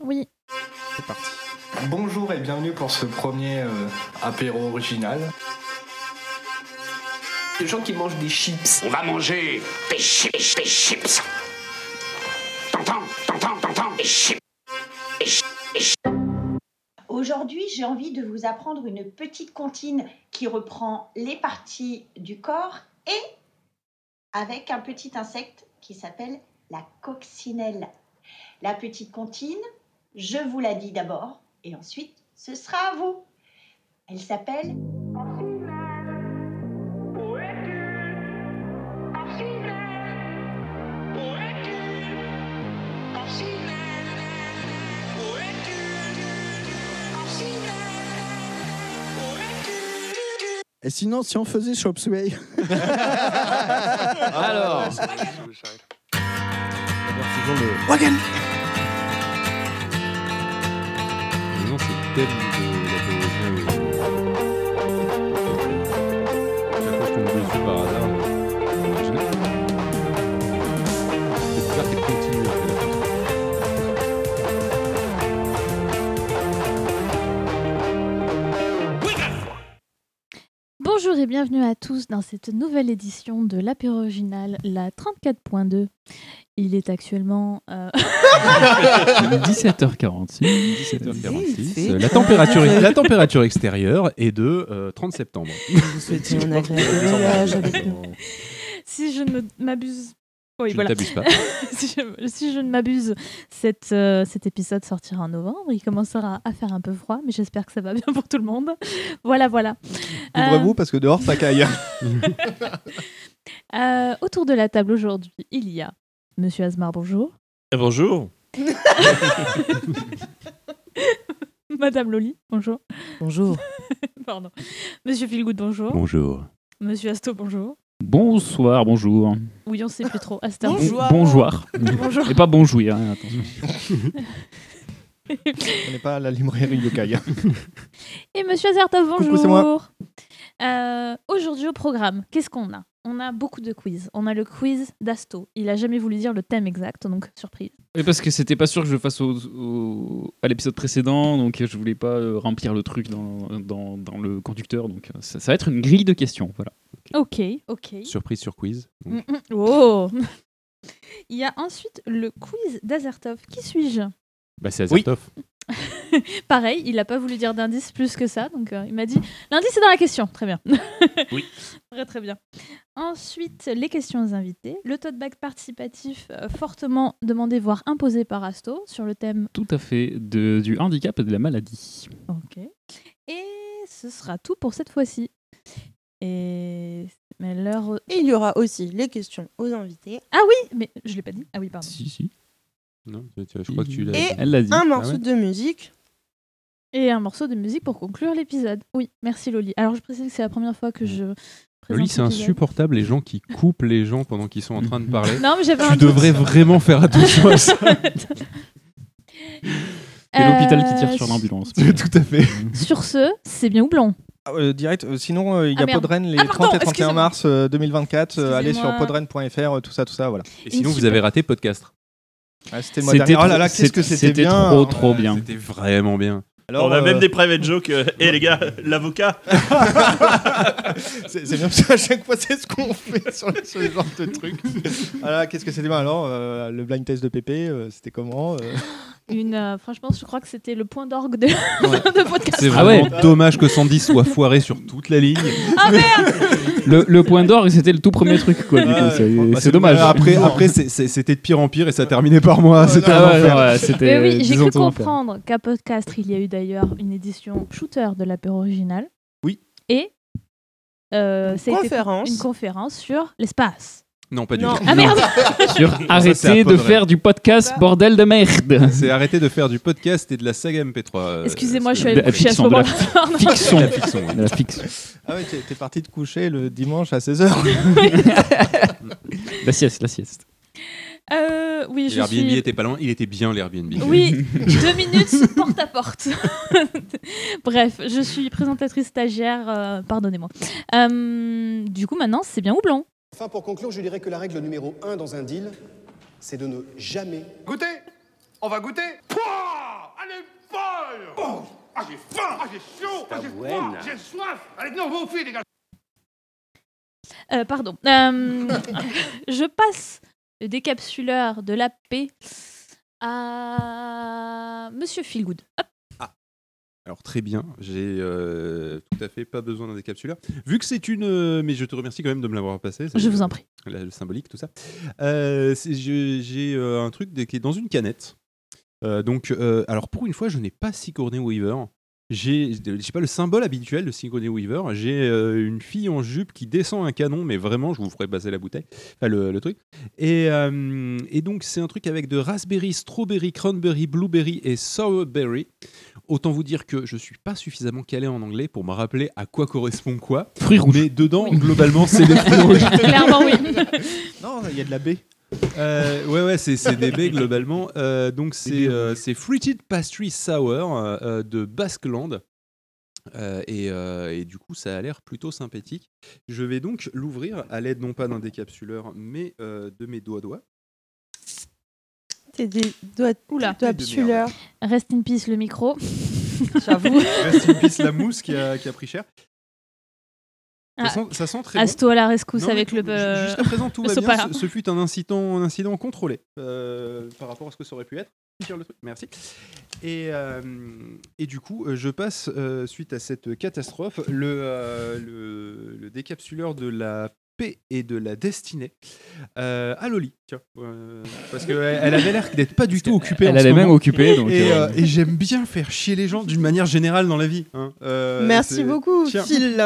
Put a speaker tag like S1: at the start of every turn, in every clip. S1: Oui.
S2: C'est parti.
S3: Bonjour et bienvenue pour ce premier euh, apéro original.
S4: Les gens qui mangent des chips.
S5: On va manger des chips, des chips. T'entends, t'entends, t'entends, des chips. Des chips, des chips.
S6: Aujourd'hui, j'ai envie de vous apprendre une petite comptine qui reprend les parties du corps et avec un petit insecte qui s'appelle la coccinelle. La petite comptine, je vous la dis d'abord et ensuite ce sera à vous. Elle s'appelle
S2: Et sinon, si on faisait Chop Suey Euh.
S7: Alors,
S8: Non, c'est le thème de la théorie. Chaque fois que je tombe dessus par hasard, je- C'est bizarre qu'elle continue après la chanson.
S1: Bonjour et bienvenue à tous dans cette nouvelle édition de l'apéro original, la 34.2. Il est actuellement euh,
S8: 17h46,
S7: C'est
S8: 17h46. La température, la température extérieure est de euh, 30 septembre.
S7: vous souhaitez un agréable voyage avec nous.
S1: si je ne me- m'abuse. Oui,
S8: Tu ne
S1: voilà.
S8: t'abuses pas.
S1: si, je, si je ne m'abuse, cette, euh, cet épisode sortira en novembre. Il commencera à faire un peu froid, mais j'espère que ça va bien pour tout le monde. Voilà, voilà.
S2: Ouvrez-vous parce que dehors ça caille.
S1: Euh, autour de la table aujourd'hui, il y a Monsieur Asmar, bonjour.
S9: Eh,
S10: bonjour.
S1: Madame Loli, bonjour.
S7: Bonjour.
S1: Pardon. Monsieur Philgood, bonjour.
S10: Bonjour.
S1: Monsieur Asto, bonjour.
S10: Bonsoir, bonjour.
S1: Oui, on sait plus trop. Asto,
S7: Bonjour. Bonjour.
S10: Bonjour.
S1: bonjour.
S10: Et pas bonjouir, hein, attention.
S2: On n'est pas à la librairie de caille.
S1: Et Monsieur Azertov, bonjour.
S2: c'est moi.
S1: Euh, Aujourd'hui au programme, qu'est-ce qu'on a On a beaucoup de quiz. On a le quiz d'Asto. Il a jamais voulu dire le thème exact, donc surprise.
S10: Et parce que c'était pas sûr que je le fasse au, au- à l'épisode précédent, donc euh, je voulais pas euh, remplir le truc dans, dans, dans le conducteur, donc euh, ça, ça va être une grille de questions. Voilà.
S1: Ok, ok.
S8: Surprise sur quiz. Donc,
S1: Mm, mm. Oh Il y a ensuite le quiz d'Azertov. Qui suis-je
S8: Bah, c'est
S2: Oui.
S8: Azertov.
S1: Pareil, il n'a pas voulu dire d'indice plus que ça, donc euh, il m'a dit l'indice est dans la question. Très bien.
S10: Oui.
S1: Très très bien. Ensuite, les questions aux invités. Le tote bag participatif euh, fortement demandé, voire imposé par Asto sur le thème.
S10: Tout à fait, de- du handicap et de la maladie.
S1: Ok. Et ce sera tout pour cette fois-ci. Et. Mais l'heure.
S7: Et il y aura aussi les questions aux invités.
S1: Ah oui Mais je l'ai pas dit. Ah oui, pardon.
S8: Si, si. Non, tu- tu- je crois que tu l'as.
S7: Et-
S8: dit. Ah
S10: Elle l'a dit.
S7: Un morceau
S8: ouais
S7: de musique.
S1: Et un morceau de musique pour conclure l'épisode. Oui, merci Loli. Alors je précise que c'est la première fois que je.
S8: Loli,
S1: présente
S8: c'est
S1: l'épisode.
S8: insupportable les gens qui coupent les gens pendant qu'ils sont en train de parler.
S1: Non, mais j'avais un
S8: tu
S1: doute.
S8: devrais vraiment faire attention à ça.
S10: Et l'hôpital qui tire
S1: Euh,
S10: sur l'ambulance.
S8: Tout à fait.
S1: Sur ce, c'est bien ou blanc
S2: direct, euh, sinon euh, il y
S1: Ah,
S2: a
S1: merde.
S2: Podren les
S1: Ah, pardon,
S2: 30 et 31
S1: excusez-moi.
S2: mars euh, 2024. euh, allez sur
S1: Excusez-moi.
S2: podren.fr, euh, tout ça, tout ça, voilà.
S8: Et sinon, vous
S1: super-
S8: avez raté podcast.
S2: Ah, c'était le mois dernier.
S10: trop-
S2: Oh là là, qu'est-ce que c'était
S10: c'était
S2: bien. Oh,
S10: trop trop bien.
S8: C'était vraiment bien.
S2: Alors,
S10: On a même
S2: euh,
S10: des
S9: private joke. euh, Eh les gars, l'avocat.
S2: C'est c'est bien parce qu'à chaque fois, c'est ce qu'on fait sur le- sur ce genre de trucs. Alors, qu'est-ce que c'était bien Alors, euh, le blind test de Pépé, euh, c'était comment euh
S1: Une, euh, franchement, je crois que c'était le point d'orgue de, de podcast.
S8: C'est
S10: Ah
S8: vraiment dommage que Sandy soit foiré sur toute la ligne.
S1: Ah,
S10: Le, le point d'or, c'était le tout premier truc, quoi. du coup,
S2: Ouais,
S10: c'est-
S2: bah,
S10: c'est dommage.
S8: Après, après c'est- c'est- c'était de pire en pire et ça terminait par moi. C'était
S10: Ah
S8: un
S10: ouais,
S8: enfer.
S10: ouais, c'était- euh,
S1: Mais oui, j'ai
S10: disons
S1: cru
S10: ton enfer.
S1: comprendre qu'à podcast, il y a eu d'ailleurs une édition shooter de l'apéro original.
S2: Oui.
S1: Et euh, ça a été
S7: Conférence.
S1: une conférence sur l'espace.
S8: Non, pas du
S7: Non.
S8: tout.
S1: Ah merde
S10: Sur
S8: c'est à
S10: arrêter de
S8: Podren.
S10: faire du podcast,
S7: Bah.
S10: bordel de merde.
S8: C'est arrêter de faire du podcast et de la saga MP3. euh,
S1: Excusez-moi,
S8: euh,
S1: je suis allée me
S10: de la
S1: coucher à ce
S10: fiction, de la
S1: moment-là. Pardon.
S10: Fiction.
S8: La fiction, ouais.
S10: De la fiction.
S2: Ah ouais, t'es t'es parti te coucher le dimanche à 16h.
S10: La sieste, la sieste.
S1: Euh, oui, je
S8: L'Airbnb
S1: suis...
S8: était pas loin, il était bien l'Airbnb.
S1: Oui, deux minutes porte à porte. Bref, je suis présentatrice stagiaire, euh, pardonnez-moi. Euh, du coup, maintenant, c'est bien ou blanc
S11: Enfin, pour conclure, je dirais que la règle numéro un dans un deal, c'est de ne jamais
S3: Goûtez On va goûter Pouah
S5: Ah, j'ai faim Ah, j'ai chaud Ah, j'ai froid J'ai soif Allez, non, va au fil, les gars
S1: Euh, pardon. Euh, je passe le décapsuleur de la paix à Monsieur Feelgood. Hop.
S8: Alors très bien, j'ai euh, tout à fait pas besoin d'un décapsuleur. Vu que c'est une... euh, mais je te remercie quand même de me l'avoir passé.
S1: Je vous en prie.
S8: La- le symbolique, tout ça. Euh, c'est- je- j'ai euh, un truc de- qui est dans une canette. Euh, donc, euh, alors pour une fois, je n'ai pas Sigourney Weaver. J'ai j'ai pas le symbole habituel de Sigourney Weaver. J'ai euh, une fille en jupe qui descend un canon, mais vraiment, je vous ferai passer la bouteille, enfin le, le truc. Et, euh, et donc, c'est un truc avec de raspberry, strawberry, cranberry, blueberry et sourberry. Autant vous dire que je suis pas suffisamment calé en anglais pour me rappeler à quoi correspond quoi.
S10: Fruits rouges.
S8: Mais dedans, globalement, c'est des fruits rouges.
S1: Clairement, oui.
S2: non, il y a de la baie.
S8: Euh, ouais, ouais, c'est c'est des baies globalement. Euh, donc, c'est euh, c'est Fruited Pastry Sour euh, euh, de Basqueland. Euh, et, euh, et du coup, ça a l'air plutôt sympathique. Je vais donc l'ouvrir à l'aide non pas d'un décapsuleur, mais euh, de mes doigts-doigts.
S7: T'es des doigts
S1: Oula.
S7: capsuleurs.
S1: Rest in peace le micro.
S7: J'avoue.
S8: Rest in peace, la mousse qui a, qui a pris cher. Ça,
S1: Ah,
S8: sent, ça sent très
S1: Asto
S8: bon.
S1: à la rescousse
S8: Non, mais
S1: avec
S8: tout-
S1: le.
S8: ju- Jusqu'à présent, tout
S1: le
S8: va bien.
S1: sopalin.
S8: Ce, ce fut un incident, un incident contrôlé euh, par rapport à ce que ça aurait pu être. Tire le truc. Merci. Et, euh, et du coup, euh, je passe, euh, suite à cette catastrophe, le, euh, le, le décapsuleur de la paix et de la destinée euh, à Loli. Tiens, euh, parce qu'elle elle avait l'air d'être pas du tout occupée.
S10: Elle
S8: en
S10: a
S8: ce
S10: les mains
S8: moment.
S10: occupées, donc,
S8: Et,
S10: euh,
S8: euh, et j'aime bien faire chier les gens d'une manière générale dans la vie. hein. Euh,
S7: Merci
S8: c'est-
S7: beaucoup,
S8: Tiens.
S7: Phil.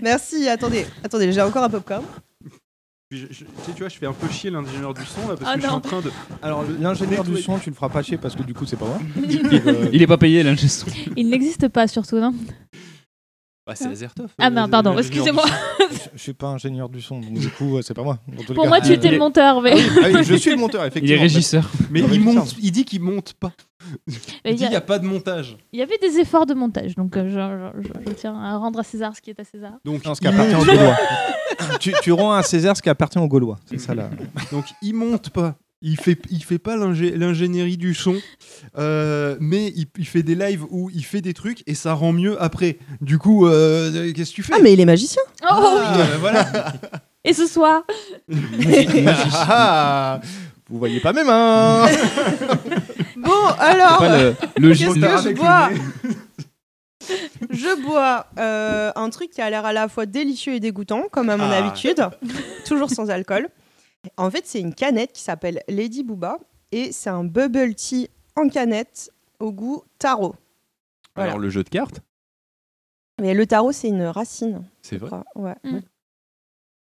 S7: Merci, attendez, attendez, j'ai encore un popcorn.
S8: Puis je- je- tu sais, tu vois, je fais un peu chier l'ingénieur du son là parce
S7: Ah
S8: que je suis
S7: non.
S8: en train de.
S2: Alors, l'ingénieur du son, tu le feras pas chier parce que du coup, c'est pas moi. Euh,
S10: Il est pas payé, l'ingé son.
S1: Il n'existe pas surtout, non
S8: Bah, c'est Azertov.
S1: Ah, merde, pardon,
S2: l'ingénieur
S1: excusez-moi.
S2: du son. Je, je suis pas ingénieur du son, donc du coup, euh, c'est pas moi. dans tous les
S1: Pour
S2: cas.
S1: moi, tu étais le monteur, mais-
S2: Ah oui, ah oui, je suis le monteur, effectivement.
S10: régisseur.
S8: Mais
S2: Le
S8: il,
S2: régisseur.
S8: monte, il dit qu'il monte pas.
S1: Mais il
S8: Il
S1: y
S8: dit
S1: a-
S8: qu'il n'y a pas de montage.
S1: Il y avait des efforts de montage, donc euh, je, je- je- je tiens à rendre à César ce qui est à César.
S8: Donc,
S2: Non, ce qui appartient aux Gaulois. tu, tu rends à César ce qui appartient aux Gaulois. C'est ça là.
S8: Donc il monte pas. Il fait, il fait pas l'ingé- l'ingénierie du son, euh, mais il, il fait des lives où il fait des trucs et ça rend mieux après. Du coup, euh, qu'est-ce que tu fais
S7: Ah, mais il est magicien.
S1: Oh
S8: Ah,
S1: oui
S8: bah, voilà.
S1: Et ce soir
S2: Ah, ah, vous voyez pas mes mains.
S7: Bon, alors,
S10: Pas le- le
S7: qu'est-ce
S10: geste-
S7: que je
S2: avec le
S7: bois
S2: nez.
S7: Je bois euh, un truc qui a l'air à la fois délicieux et dégoûtant, comme à mon
S8: Ah.
S7: habitude, toujours sans alcool. En fait, c'est une canette qui s'appelle Lady Booba et c'est un bubble tea en canette au goût tarot. Voilà.
S8: Alors le jeu de cartes,
S7: Mais le tarot, c'est une racine.
S8: c'est
S7: je
S8: vrai.
S7: crois. Ouais.
S2: Mmh.
S1: Mm.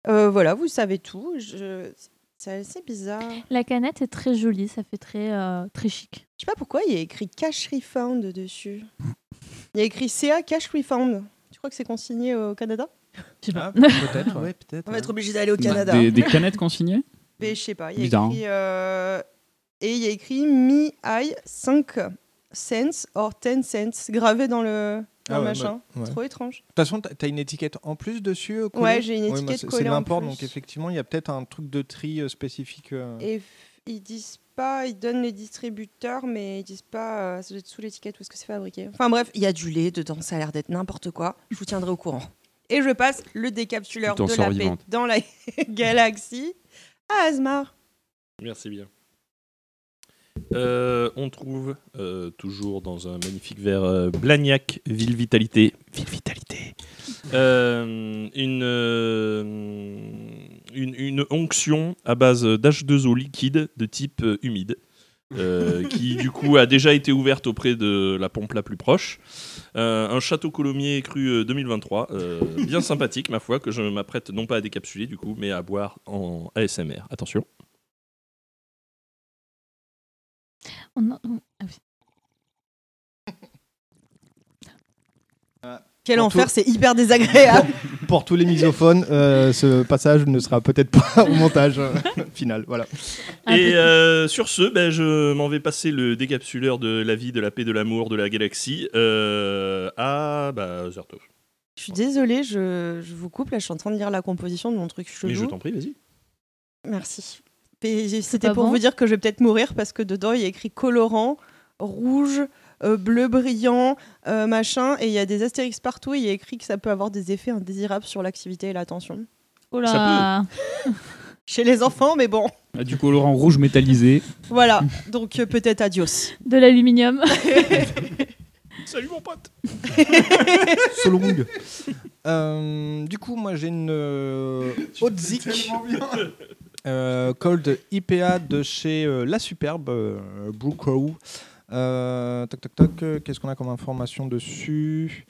S7: Euh, voilà, vous savez tout. Je... C'est assez bizarre.
S1: La canette est très jolie, ça fait très, euh, très chic.
S7: Je sais pas pourquoi il y a écrit Cash Refund dessus. Il y a écrit CA Cash Refund. Tu crois que c'est consigné au Canada
S1: Je sais pas.
S2: Peut-être. Ah Ouais, peut-être.
S7: On va être obligé d'aller au Canada.
S10: Bah, Des, des canettes consignées
S7: Mais je sais pas. Il y a
S10: Bizarre,
S7: écrit, euh, Et il y a écrit Me I 5 cents or 10 cents gravé dans le, dans
S2: Ah
S7: le
S2: ouais,
S7: machin.
S2: bah, ouais.
S7: Trop étrange.
S2: De toute façon, t'as t'as une étiquette en plus dessus euh, collée
S7: Ouais, j'ai une
S2: Oui, moi,
S7: étiquette
S2: c'est-
S7: collée
S2: C'est
S7: en
S2: l'import,
S7: plus.
S2: donc effectivement, il y a peut-être un truc de tri euh, spécifique. euh.
S7: Et f- ils disent pas, ils donnent les distributeurs, mais ils disent pas, euh, ça doit être sous l'étiquette où est-ce que c'est fabriqué. Enfin bref, il y a du lait dedans, ça a l'air d'être n'importe quoi. Je vous tiendrai au courant. Et je passe le décapsuleur
S8: Tu t'en
S7: de
S8: sors
S7: la paix
S8: vivante.
S7: dans la galaxie à Asmar.
S9: Merci bien. Euh, on trouve euh, toujours dans un magnifique verre euh, Blagnac, Ville Vitalité. Ville Vitalité. Euh, une, euh, une, une onction à base euh, d'H2O liquide de type euh, humide. euh, qui du coup a déjà été ouverte auprès de la pompe la plus proche. Euh, un château colomier cru euh, 2023, euh, bien sympathique ma foi, que je m'apprête non pas à décapsuler du coup, mais à boire en ASMR. Attention.
S1: On en- on- ah oui.
S7: Quel
S2: Pour
S7: enfer,
S2: tout-
S7: c'est hyper désagréable.
S2: Pour tous les misophones, euh, ce passage ne sera peut-être pas au montage euh, final. Voilà.
S7: Ah,
S1: Un
S9: Et
S1: peu-
S9: euh, sur ce, ben, je m'en vais passer le décapsuleur de la vie, de la paix, de l'amour, de la galaxie euh, à bah, Zerto.
S7: Je suis désolée, je, je vous coupe là, je suis en train de lire la composition de mon truc
S9: Mais je
S7: chelou.
S9: t'en prie, vas-y.
S7: Merci. Mais C'était
S1: pas
S7: pour
S1: bon
S7: vous dire que je vais peut-être mourir parce que dedans il y a écrit colorant, rouge, euh, bleu brillant, euh, machin, et il y a des astérix partout. et Il y a écrit que ça peut avoir des effets indésirables sur l'activité et l'attention.
S1: Oh là
S7: Chez les enfants, mais bon,
S10: Ah, Du colorant rouge métallisé.
S7: voilà. Donc euh, peut-être adios.
S1: De l'aluminium.
S9: Salut mon pote
S2: Solong. Euh, du coup, moi j'ai une euh, Otzik euh, Cold IPA de chez euh, La Superbe, euh, Brew Crew. Euh, toc toc toc, euh, qu'est-ce qu'on a comme information dessus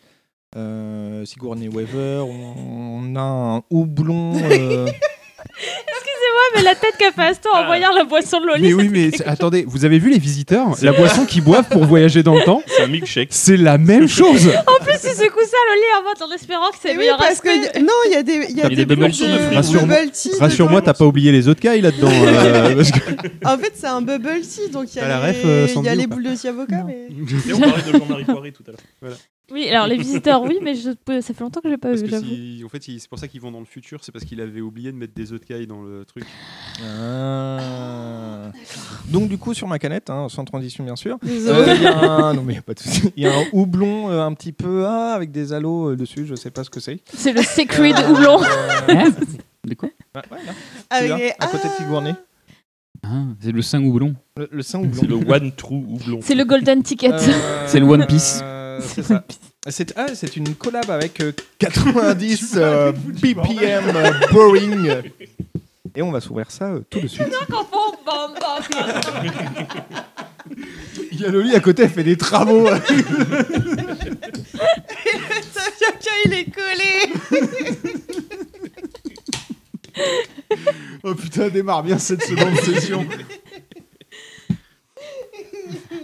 S2: Euh, Sigourney Weaver, on, on a un houblon. euh,
S1: Excusez-moi, mais la tête qu'a fait Astor
S9: Ah.
S1: en voyant la boisson de Loli.
S8: Mais oui, mais attendez, vous avez vu les visiteurs La boisson qu'ils boivent pour voyager dans le temps
S9: C'est un milkshake.
S8: C'est la même chose
S1: En plus, il secoue ça, Loli, en mode en espérant que c'est
S7: Oui,
S1: meilleur
S7: parce
S1: aspect.
S7: que y- non, il y a des, il y a
S9: T'as
S7: des,
S9: des
S7: bulles
S9: boissons de fruits.
S7: de,
S8: Rassure-moi-
S7: bubble tea. dedans.
S8: Rassure-moi, t'as pas oublié les autres cailles là-dedans. euh, parce que-
S7: En fait, c'est un bubble tea, donc il y
S8: T'as la
S7: a
S8: ref, euh,
S7: les, il y
S8: Sandy,
S7: a
S8: ou
S7: les
S8: pas
S7: boules de tea avocat.
S1: Non.
S7: mais-
S9: Et on parlait de Jean-Marie Poiré tout à l'heure.
S1: Oui, alors les visiteurs, oui, mais je peux- ça fait longtemps que je l'ai pas
S8: Parce
S1: vu,
S8: que
S1: j'avoue.
S8: si- en fait, il- c'est pour ça qu'ils vont dans le futur, c'est parce qu'il avait oublié de mettre des œufs de caille dans le truc.
S2: ah. Donc du coup sur ma canette, hein, sans transition bien sûr,
S7: Désolé.
S2: Euh, il y a un- non, mais y a pas de souci. Il y a un houblon euh, un petit peu ah, avec des halos euh, dessus, je sais pas ce que c'est.
S1: C'est le secret
S2: Euh,
S1: houblon.
S2: euh,
S10: Hein
S2: Ah,
S10: De quoi
S2: ouais, ouais, là,
S7: Avec
S2: celui-là,
S7: les-
S2: à côté de
S7: Ah.
S2: Sigourney.
S10: Ah, C'est le sein houblon.
S2: Le, le saint
S9: C'est
S2: houblon.
S9: le one true houblon.
S1: C'est le golden ticket.
S2: Euh,
S10: C'est le One Piece.
S2: euh, c'est ça. C'est ah, c'est une collab avec euh, 90 euh, BPM euh, Boring. Et on va s'ouvrir ça euh, tout de suite. Il y a le lit à côté, elle fait des travaux.
S7: Tiens, il est collé.
S2: oh putain, démarre bien cette seconde session.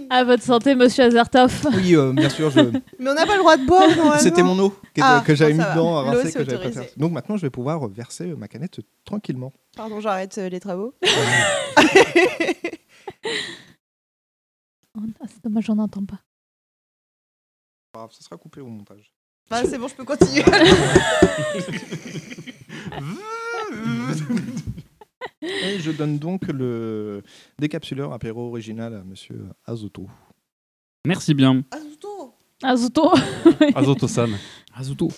S1: À votre santé, monsieur Azartov.
S2: Oui, euh, bien sûr, je...
S7: Mais on n'a pas le droit de boire normalement.
S2: c'était mon eau que,
S7: Ah,
S2: que j'avais
S7: bon,
S2: mis
S7: ça va.
S2: dedans à
S7: L'eau,
S2: rincer que
S7: c'est
S2: j'avais pas
S7: autorisé.
S2: fait. Donc maintenant, je vais pouvoir verser euh, ma canette tranquillement.
S7: Pardon, j'arrête euh, les travaux.
S1: Oh, non, c'est dommage, j'en entends pas.
S2: Ah, Ça sera coupé au montage.
S7: Enfin, Bah, c'est bon, je peux continuer.
S2: Et je donne donc le décapsuleur apéro original à monsieur Azoto.
S10: Merci bien.
S7: Azuto.
S1: Azuto.
S2: Ah,
S8: Azoto-san.
S10: Azuto.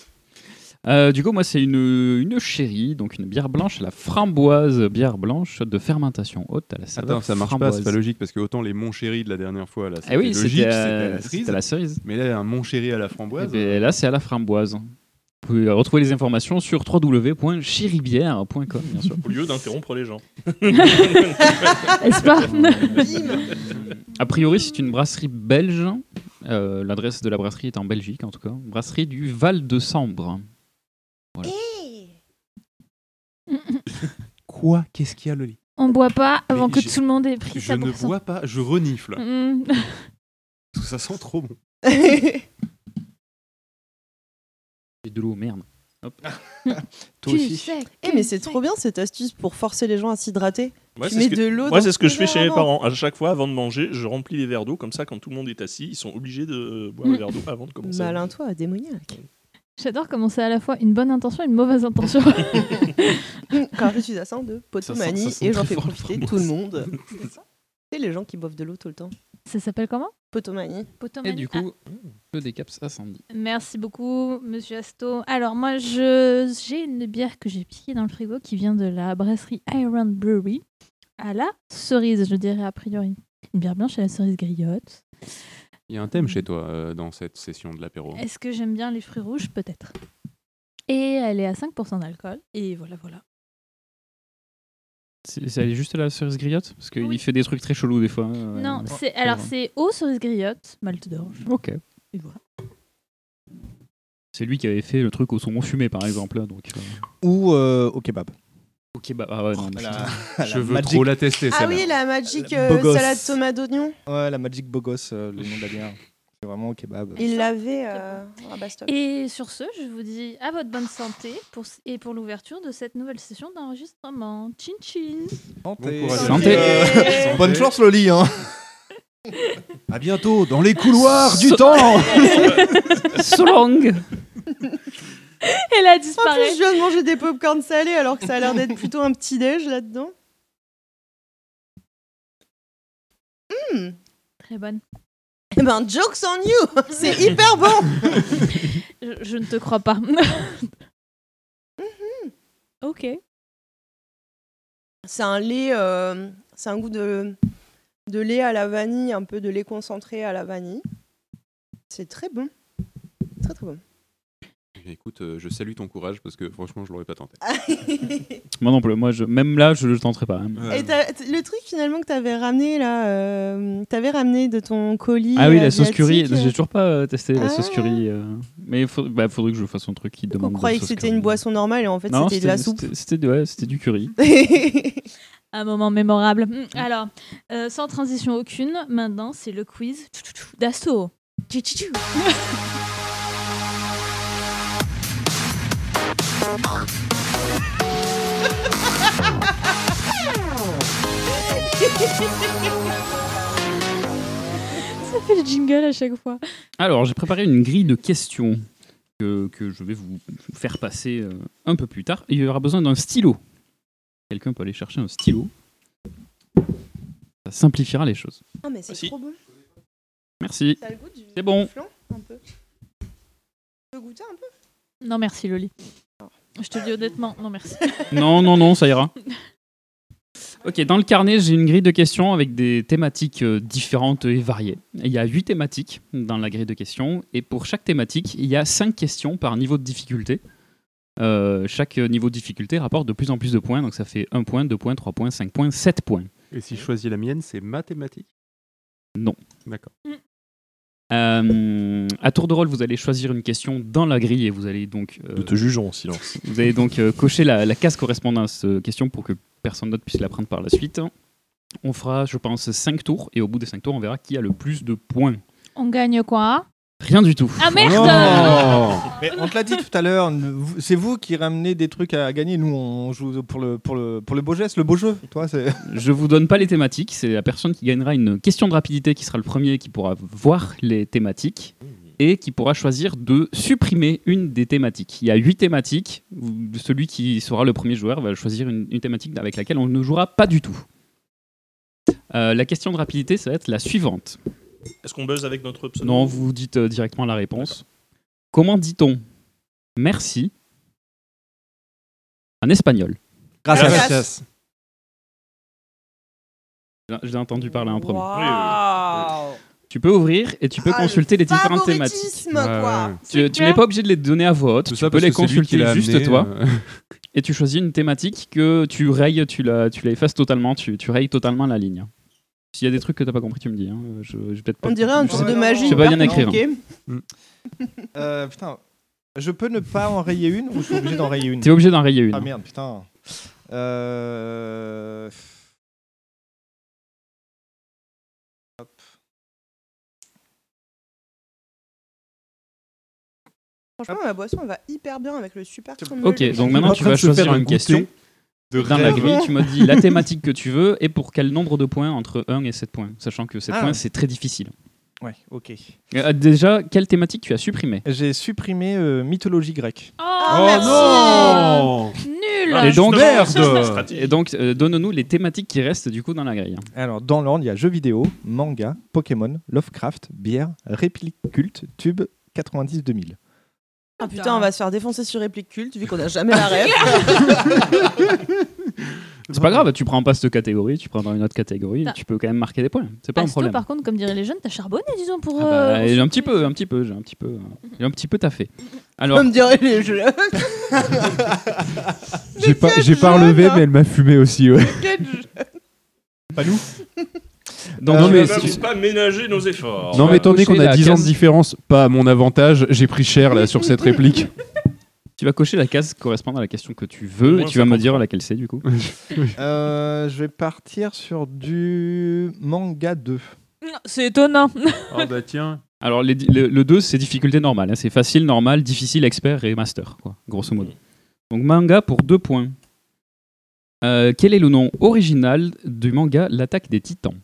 S10: Euh, du coup, moi, c'est une, une chérie, donc une bière blanche à la framboise, bière blanche de fermentation haute à la saveur
S8: Attends, ça marche pas,
S10: framboise.
S8: c'est pas logique, parce que autant les Mon Chéri de la dernière fois, là,
S10: Ah oui,
S8: logique,
S10: c'était
S8: Eh c'était
S10: à,
S8: la cerise.
S10: c'était à la cerise.
S8: Mais là, un hein, Mon Chéri à la framboise. hein.
S10: Eh ben, là, c'est à la framboise. Vous pouvez retrouver les informations sur www.chéribière.com, bien sûr.
S9: Au lieu d'interrompre les gens.
S1: N'est-ce pas
S10: A priori, c'est une brasserie belge. Euh, L'adresse de la brasserie est en Belgique, en tout cas. Brasserie du Val de Sambre.
S8: Quoi Qu'est-ce qu'il y a, Loli
S1: On boit pas avant
S8: Mais
S1: que
S8: je-
S1: tout le monde ait pris
S8: Je
S1: sa
S8: ne
S1: boisson.
S8: bois pas, je renifle.
S1: Mm.
S8: Tout ça sent trop bon.
S10: Et de l'eau, merde.
S2: Toi
S1: Tu
S2: aussi.
S1: sais
S7: Eh,
S1: que
S7: mais c'est trop bien cette astuce pour forcer les gens à s'hydrater.
S9: Moi,
S7: tu
S9: c'est ce
S7: mets
S9: que,
S7: de l'eau.
S9: moi,
S7: dans
S9: c'est ce que je
S7: ton
S9: fais chez mes
S7: verre avant.
S9: parents. À chaque fois, avant de manger, je remplis les verres d'eau. Comme ça, quand tout le monde est assis, ils sont obligés de boire
S1: Mm.
S9: le verre d'eau avant de commencer. à
S7: Malin toi, démoniaque.
S1: J'adore comment c'est à la fois une bonne intention et une mauvaise intention.
S7: Quand je suis à 102,
S8: Ça sent- ça
S7: potomanie,
S8: sent
S7: et j'en
S8: très
S7: fais
S8: fort la
S7: profiter
S8: framboise.
S7: tout le monde. C'est les gens qui boivent de l'eau tout le temps.
S1: ça s'appelle comment
S7: Potomanie.
S10: Et
S1: Potomani.
S10: du
S1: Ah,
S10: coup, le décaps à Sandy.
S1: merci beaucoup, monsieur Asto. Alors, moi, je j'ai une bière que j'ai piquée dans le frigo qui vient de la brasserie Iron Brewery à la cerise, je dirais, a priori. Une bière blanche à la cerise griotte.
S8: Il y a un thème chez toi euh, dans cette session de l'apéro.
S1: Est-ce que j'aime bien les fruits rouges Peut-être. Et elle est à 5% d'alcool. Et voilà, voilà.
S10: C'est c'est- elle est juste à la cerise griotte Parce qu'il
S1: Oui.
S10: fait des trucs très chelous des fois. euh,
S1: non,
S10: euh,
S1: c'est alors
S10: grave.
S1: c'est eau cerise griotte, malte d'orge.
S10: Ok.
S1: Et voilà.
S10: C'est lui qui avait fait le truc au saumon fumé, par exemple. là, donc, euh,
S2: Ou euh, au kebab. Oh
S10: Ok, bah, ah ouais, non, mais putain.
S8: Je veux trop la tester,
S7: Ah
S8: celle-là.
S7: oui, la magic
S2: La beau
S7: euh,
S2: gosse.
S7: salade tomate d'oignon.
S2: Ouais, la Magic Bogos, euh, le nom de la bière. C'est vraiment au kebab.
S7: Il l'avait euh, à Bastogne.
S1: Et sur ce, je vous dis à votre bonne santé pour, et pour l'ouverture de cette nouvelle session d'enregistrement. Chin chin
S2: Santé.
S8: courage.
S10: Santé.
S2: Euh, Bonne chance, Loli. Hein.
S1: Eh.
S8: À bientôt, dans les couloirs du temps
S10: So long
S1: Elle a
S7: En
S1: disparu.
S7: plus, je viens de manger des popcorn salés alors que ça a l'air d'être plutôt un petit déj là-dedans. Hum,
S1: Très bonne.
S7: Eh ben, jokes on you C'est hyper bon
S1: je, je ne te crois pas.
S7: hum,
S1: ok.
S7: C'est un lait, euh, c'est un goût de, de lait à la vanille, un peu de lait concentré à la vanille. C'est très bon. Très très bon.
S8: Écoute, euh, je salue ton courage parce que franchement, je l'aurais pas tenté.
S1: Ah.
S10: Moi non plus, moi, je, même là, je ne tenterai pas. hein.
S7: Et t'as- t- le truc finalement que t'avais ramené là, euh, t'avais ramené de ton colis.
S10: Ah oui, la
S7: asiatique,
S10: sauce curry,
S7: euh,
S10: j'ai toujours pas euh, testé la
S7: Ah.
S10: sauce curry. euh, Mais il faudrait que je fasse un truc qui demande.
S7: On
S10: de
S7: croyait que
S10: sauce
S7: c'était
S10: curry.
S7: une boisson normale et en fait
S10: Non,
S7: c'était de la soupe.
S10: c'était- C'était ouais, c'était du curry.
S1: Un moment mémorable. Mm, Alors, euh, sans transition aucune, maintenant c'est le quiz tchou, tchou, tchou, d'assaut. Tchou, tchou, tchou. Ça fait le jingle à chaque fois.
S10: Alors, j'ai préparé une grille de questions que, que je vais vous faire passer euh, un peu plus tard. Il y aura besoin d'un stylo. Quelqu'un peut aller chercher un stylo. Ça simplifiera les choses.
S7: Ah mais c'est trop bon.
S10: Merci.
S7: T'as le goût du
S10: C'est bon.
S7: flan un peu. Tu peux goûter un peu
S1: Non merci Loli. Je te le dis honnêtement, non merci.
S10: Non, non, non, ça ira. Ok, dans le carnet, j'ai une grille de questions avec des thématiques euh, différentes et variées. Il y a huit thématiques dans la grille de questions, et pour chaque thématique, il y a cinq questions par niveau de difficulté. Euh, chaque euh, niveau de difficulté rapporte de plus en plus de points, donc ça fait 1 point, 2 points, 3 points, 5 points, 7 points.
S8: Et si je choisis la mienne, c'est mathématique.
S10: Non.
S8: D'accord.
S1: Mm.
S10: Euh, à tour de rôle, vous allez choisir une question dans la grille et vous allez donc. euh,
S9: Nous te jugeons en silence.
S10: Vous allez donc euh, cocher la, la case correspondant à cette question pour que personne d'autre puisse la prendre par la suite. On fera, je pense, 5 tours et au bout des 5 tours, on verra qui a le plus de points.
S1: On gagne quoi
S10: Rien du tout.
S1: Ah merde
S10: Oh.
S9: Oh.
S2: Mais on te l'a dit tout à l'heure, ne- vous- c'est vous qui ramenez des trucs à gagner. Nous, on joue pour le, pour le, pour le beau geste, le beau jeu. Toi, c'est.
S10: Je vous donne pas les thématiques, c'est la personne qui gagnera une question de rapidité qui sera le premier qui pourra voir les thématiques et qui pourra choisir de supprimer une des thématiques. Il y a 8 thématiques, Vous- celui qui sera le premier joueur va choisir une, une thématique avec laquelle on ne jouera pas du tout. Euh, la question de rapidité, ça va être la suivante.
S9: Est-ce qu'on buzz avec notre pseudo
S10: Non, vous dites euh, directement la réponse. Comment dit-on merci en espagnol
S2: Gracias.
S9: Gracias.
S10: Je l'ai- Je l'ai entendu parler en premier.
S7: Waouh
S10: Tu peux ouvrir et tu peux
S7: Ah, le
S10: consulter les différentes thématiques.
S7: favoritisme, quoi.
S10: Tu- Tu, n'es pas obligé de les donner à voix haute,
S8: Tout
S10: tu
S8: ça
S10: peux
S8: parce
S10: les
S8: que c'est lui qui
S10: consulter
S8: l'a
S10: juste
S8: amené,
S10: toi.
S8: euh.
S10: Et tu choisis une thématique que tu rayes, tu la, tu la effaces totalement, tu, tu rayes totalement la ligne. S'il y a des trucs que t'as pas compris, tu me dis. hein. Je, je vais peut-être pas-
S7: On dirait un
S10: je
S7: truc
S10: sais-
S7: de magie
S10: Je sais pas bien hein.
S7: hyper
S10: écrire.
S7: compliqué.
S2: Mm. Euh, putain, je peux ne pas en rayer une ou je suis obligé d'en rayer une
S10: T'es obligé d'en rayer une.
S2: Ah merde, putain. Euh... Hop.
S7: Franchement, ma boisson elle va hyper bien avec le super crème
S10: Ok,
S7: brûlée.
S10: donc maintenant tu vas choisir une question
S8: de
S10: dans la
S8: rêve.
S10: grille. Tu me dis la thématique que tu veux et pour quel nombre de points entre 1 et 7 points, sachant que 7
S2: Ah.
S10: points c'est très difficile.
S2: Ouais, ok.
S10: Euh, déjà, quelle thématique tu as supprimée
S2: J'ai supprimé euh, mythologie grecque.
S1: Oh,
S10: merci. non
S1: Nul
S10: Et donc,
S2: Merde
S10: et donc euh, donne-nous les thématiques qui restent du coup dans la grille.
S2: Alors, dans l'ordre, il y a jeux vidéo, manga, Pokémon, Lovecraft, bière, réplique culte, tube 90-2000.
S7: Ah putain, on va se faire défoncer sur réplique culte vu qu'on a jamais la rêve.
S10: C'est pas grave, tu prends pas cette catégorie, tu prends dans une autre catégorie,
S1: Ah.
S10: tu peux quand même marquer des points. C'est pas un
S1: Asto,
S10: problème.
S1: par contre, comme diraient les jeunes, t'as charbonné, disons, pour.
S10: Ah bah,
S1: euh,
S10: j'ai un petit peu, un petit peu, j'ai un petit peu, euh, j'ai un petit peu taffé. Alors,
S7: On me dirait les jeux.
S8: J'ai pas, j'ai pas relevé, mais elle m'a fumé aussi. Ouais.
S2: Pas nous
S9: Euh,
S10: donc,
S8: Non,
S9: Nous
S8: mais
S9: n'avons
S8: si-
S9: pas ménager nos
S10: Bah,
S9: efforts.
S8: non, mais étant donné
S10: cocher
S8: qu'on a
S10: la
S8: 10 ans de
S10: case.
S8: différence, pas à mon avantage, j'ai pris cher là sur cette réplique.
S10: tu vas cocher la case correspondant à la question que tu veux et
S9: Moins
S10: tu vas me
S9: 50.
S10: dire laquelle c'est du coup.
S2: Euh, je vais partir sur du manga 2.
S1: C'est étonnant.
S8: Oh bah tiens.
S10: Alors, les di- le, 2, c'est difficulté normale. hein. C'est facile, normal, difficile, expert et master, quoi, grosso modo. Donc, manga pour 2 points. Euh, quel est le nom original du manga L'attaque des titans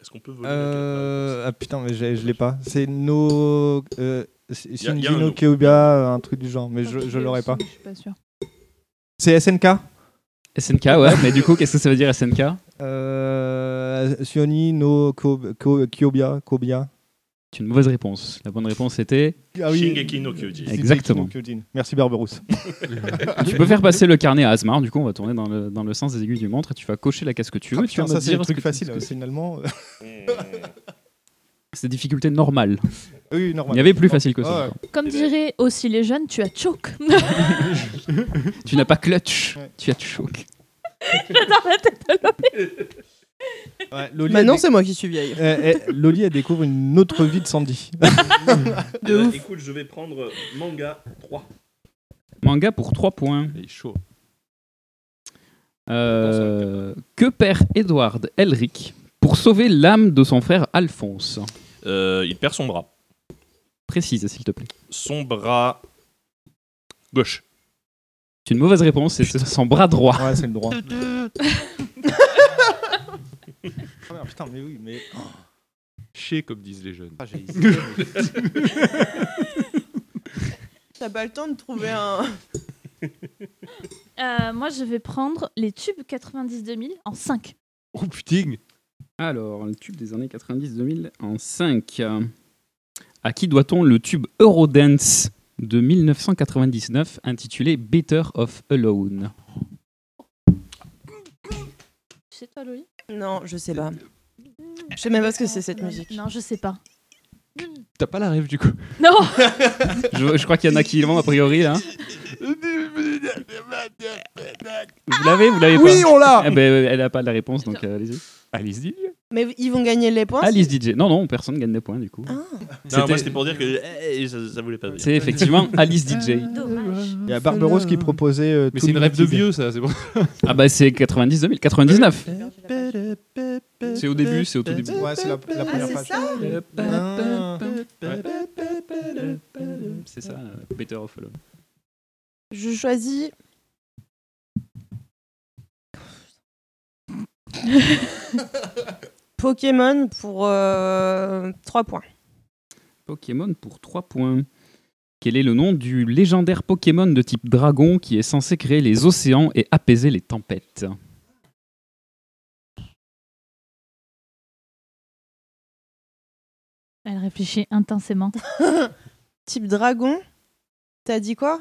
S9: Est-ce qu'on peut voler
S2: Euh, ah putain, mais j'ai- je l'ai pas. C'est no. Euh, c'est-
S9: Y a- y a
S2: Shinji
S9: un
S2: no
S9: no.
S2: Kyuubi, un truc du genre, mais je, je l'aurais pas.
S1: Je suis pas sûre.
S2: C'est SNK
S10: SNK, ouais, mais du coup, qu'est-ce que ça veut dire SNK
S2: Euh, Sioni no Ko- Ko- Kyobia. Kobia.
S10: C'est une mauvaise réponse. La bonne réponse était.
S2: Ah oui.
S9: Shingeki no Kyojin.
S10: Exactement.
S2: Shingeki no Kyojin. Merci Barberousse.
S10: tu peux faire passer le carnet à Asmar, du coup on va tourner dans le, dans le sens des aiguilles du montre et tu vas cocher la case que tu veux.
S2: Ah,
S10: et tu vas
S2: putain,
S10: me
S2: ça c'est
S10: dire
S2: le
S10: ce
S2: truc
S10: que-
S2: facile
S10: ce que-
S2: finalement.
S9: Hmm.
S10: C'est difficulté normale.
S2: Oui, normal. Ah,
S10: Il y avait plus facile que ça.
S1: Comme diraient aussi les jeunes, tu as choke.
S10: Tu n'as pas clutch, tu as choc.
S1: J'adore la tête de Loli.
S7: Maintenant, c'est moi qui suis vieille.
S2: Eh, eh, Loli, elle découvre une autre vie de Sandy. Ah
S9: Eh ben, Écoute, je vais prendre euh, manga 3.
S10: Manga pour 3 points.
S9: Il est chaud.
S10: Euh, que perd Edward Elric pour sauver l'âme de son frère Alphonse
S9: Euh, il perd son bras.
S10: Précise, s'il te plaît.
S9: Son bras gauche.
S10: C'est une mauvaise réponse, c'est son bras droit.
S2: Ouais, c'est le droit. Ah merde, putain, mais oui, mais. Ah,
S8: Chier, comme disent les jeunes.
S7: T'as pas le temps de trouver un.
S1: Euh, moi, je vais prendre les tubes 90 2000 en 5.
S8: Oh putain
S10: Alors, le tube des années 90-2000 en 5. À qui doit-on le tube Eurodance de 1999 intitulé Better of Alone
S1: Tu sais toi, Loli
S7: Non, je sais pas. Je sais même pas ce que c'est cette musique.
S1: Non, je sais pas.
S8: T'as pas la rêve du coup
S1: Non
S10: je, je crois qu'il y en a qui l'ont a priori. hein. Vous l'avez Vous l'avez pas
S8: Oui, on l'a
S10: Eh ben, Elle n'a pas la réponse, donc euh, allez-y.
S8: Alice DJ
S7: Mais ils vont gagner les points.
S10: Alice DJ. Non, non, personne ne gagne des points du coup.
S9: Non, moi
S10: C'était-
S9: c'était pour dire que eh, ça, ça voulait pas dire.
S10: C'est effectivement Alice DJ.
S9: Ah.
S1: Dommage.
S2: Il y a Barberousse qui proposait. euh,
S8: Mais
S2: tout
S8: c'est une
S2: le
S8: rêve de
S2: maquis.
S8: vieux ça, c'est bon.
S10: Ah bah c'est 90 2000, 99. C'est au début, c'est au tout début.
S2: Ouais, c'est la, la
S7: Ah,
S2: première
S7: c'est
S2: page.
S7: ça
S2: Ah.
S10: C'est ça, euh, Better of Alone.
S7: Je choisis. Pokémon pour 3 points.
S10: Pokémon pour 3 points. Quel est le nom du légendaire Pokémon de type dragon qui est censé créer les océans et apaiser les tempêtes
S1: Elle réfléchit intensément.
S7: Type dragon. T'as dit quoi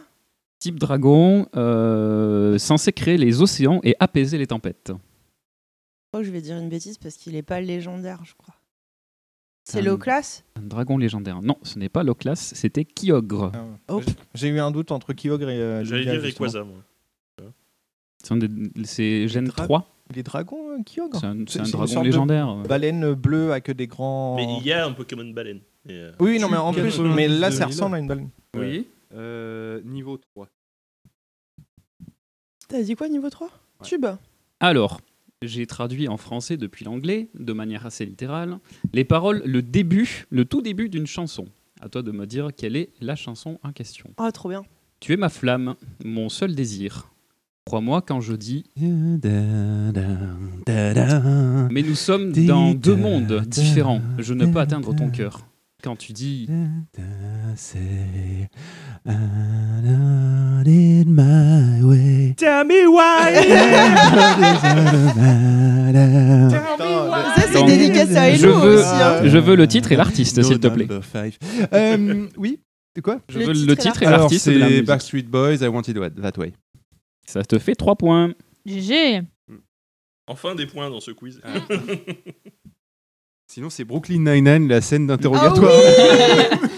S10: Type dragon euh, censé créer les océans et apaiser les tempêtes.
S7: Je crois que je vais dire une bêtise parce qu'il est pas légendaire, je crois. C'est
S10: Hum.
S7: low class
S10: Un dragon légendaire. Non, ce n'est pas Loclas, c'était Kyogre.
S2: Ah ouais.
S7: Oh.
S2: J'ai eu un doute entre Kyogre et. euh,
S9: J'allais
S2: Olivia,
S9: dire
S2: justement.
S9: Rayquaza, moi.
S10: C'est un des- C'est Gen
S2: dra-
S10: 3.
S2: Il est dragon, euh, Kyogre
S10: C'est un, c'est
S2: C'est-
S10: un
S2: c'est une
S10: dragon
S2: sorte de Bah.
S10: légendaire.
S2: Baleine bleue avec des grands.
S9: Mais il y a un Pokémon baleine. Et, euh,
S2: Oui, non, mais en
S8: Tu
S2: plus,
S8: peux-
S2: mais là, ça
S8: 2000.
S2: ressemble à une baleine.
S10: Oui.
S8: Euh, niveau 3.
S7: T'as dit quoi niveau 3 Tube
S10: Alors, j'ai traduit en français depuis l'anglais, de manière assez littérale, les paroles, le début, le tout début d'une chanson. À toi de me dire quelle est la chanson en question.
S7: Ah, trop bien.
S10: Tu es ma flamme, mon seul désir. Crois-moi quand je dis, mais nous sommes dans deux mondes différents. Je ne peux atteindre ton cœur. Quand tu dis,
S8: Tell me why
S7: Ça, Ah, c'est
S10: Attends.
S7: dédicace à
S10: je
S7: Hello
S10: veux,
S7: aussi. hein.
S10: je veux le titre et l'artiste, s'il te plaît.
S8: Euh, oui De quoi
S10: Je
S7: Le
S10: veux
S7: titre
S10: le
S7: et
S10: titre et
S8: Alors,
S10: l'artiste. de la
S8: c'est
S10: musique.
S8: Backstreet Boys, I Want It Wa- That Way.
S10: Ça te fait 3 points.
S1: GG
S9: Enfin des points dans ce quiz.
S7: Ah.
S8: Sinon, c'est Brooklyn Nine-Nine, la scène d'interrogatoire.
S7: Celui-là.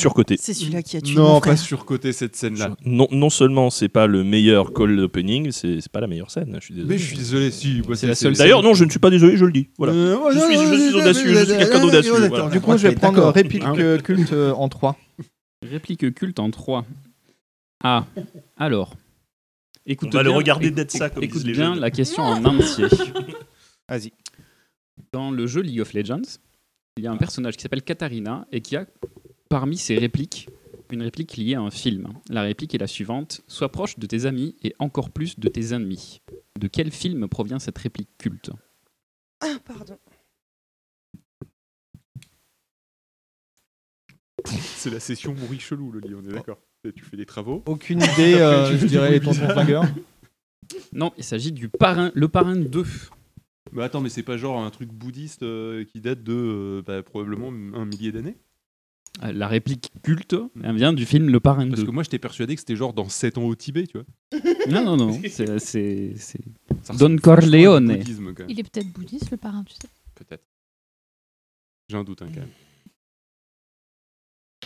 S9: Surcoté.
S7: C'est celui-là qui a tué mon
S8: non,
S7: frère.
S8: pas surcoté cette scène-là.
S9: Non, non seulement c'est pas le meilleur call opening, c'est c'est pas la meilleure scène. Je suis désolé.
S8: Mais je suis désolé, si. moi,
S10: C'est la seule
S9: D'ailleurs, non, je ne suis pas désolé, je le dis. Voilà.
S8: Euh,
S9: Je suis- je suis audacieux, je suis quelqu'un d'audacieux, voilà. Hein
S2: Du coup, je vais prendre euh, réplique
S10: Hein
S2: euh, culte euh, en 3.
S10: Réplique culte en 3. Ah, alors. Écoute
S9: On va le
S10: bien-
S9: regarder
S10: écoute-
S9: d'être ça, comme
S10: Écoute
S9: disent les
S10: bien
S9: jeunes.
S10: la question en entier.
S2: Vas-y.
S10: Dans le jeu League of Legends, il y a un personnage qui s'appelle Katarina et qui a, parmi ses répliques, une réplique liée à un film. La réplique est la suivante Sois proche de tes amis et encore plus de tes ennemis. De quel film provient cette réplique culte
S7: Ah, pardon.
S8: C'est la session bourri chelou, le lit, on est d'accord. Tu fais des travaux.
S2: Aucune idée, euh, je dirais les tontons flingueurs.
S10: Non, il s'agit du parrain, le parrain 2.
S8: Mais attends, mais c'est pas genre un truc bouddhiste euh, qui date de euh, bah, probablement un millier d'années
S10: Euh, La réplique culte elle vient du film Le Parrain 2.
S8: Parce que moi, j'étais persuadé que c'était genre dans 7 ans au Tibet, tu vois.
S10: Non, non, non. C'est, euh, c'est, c'est
S8: Ça
S10: Don
S8: ressemble vachement au
S10: Corleone.
S8: bouddhisme, quand même.
S1: Il est peut-être bouddhiste, le parrain, tu sais.
S8: Peut-être. J'ai un doute, hein, quand même.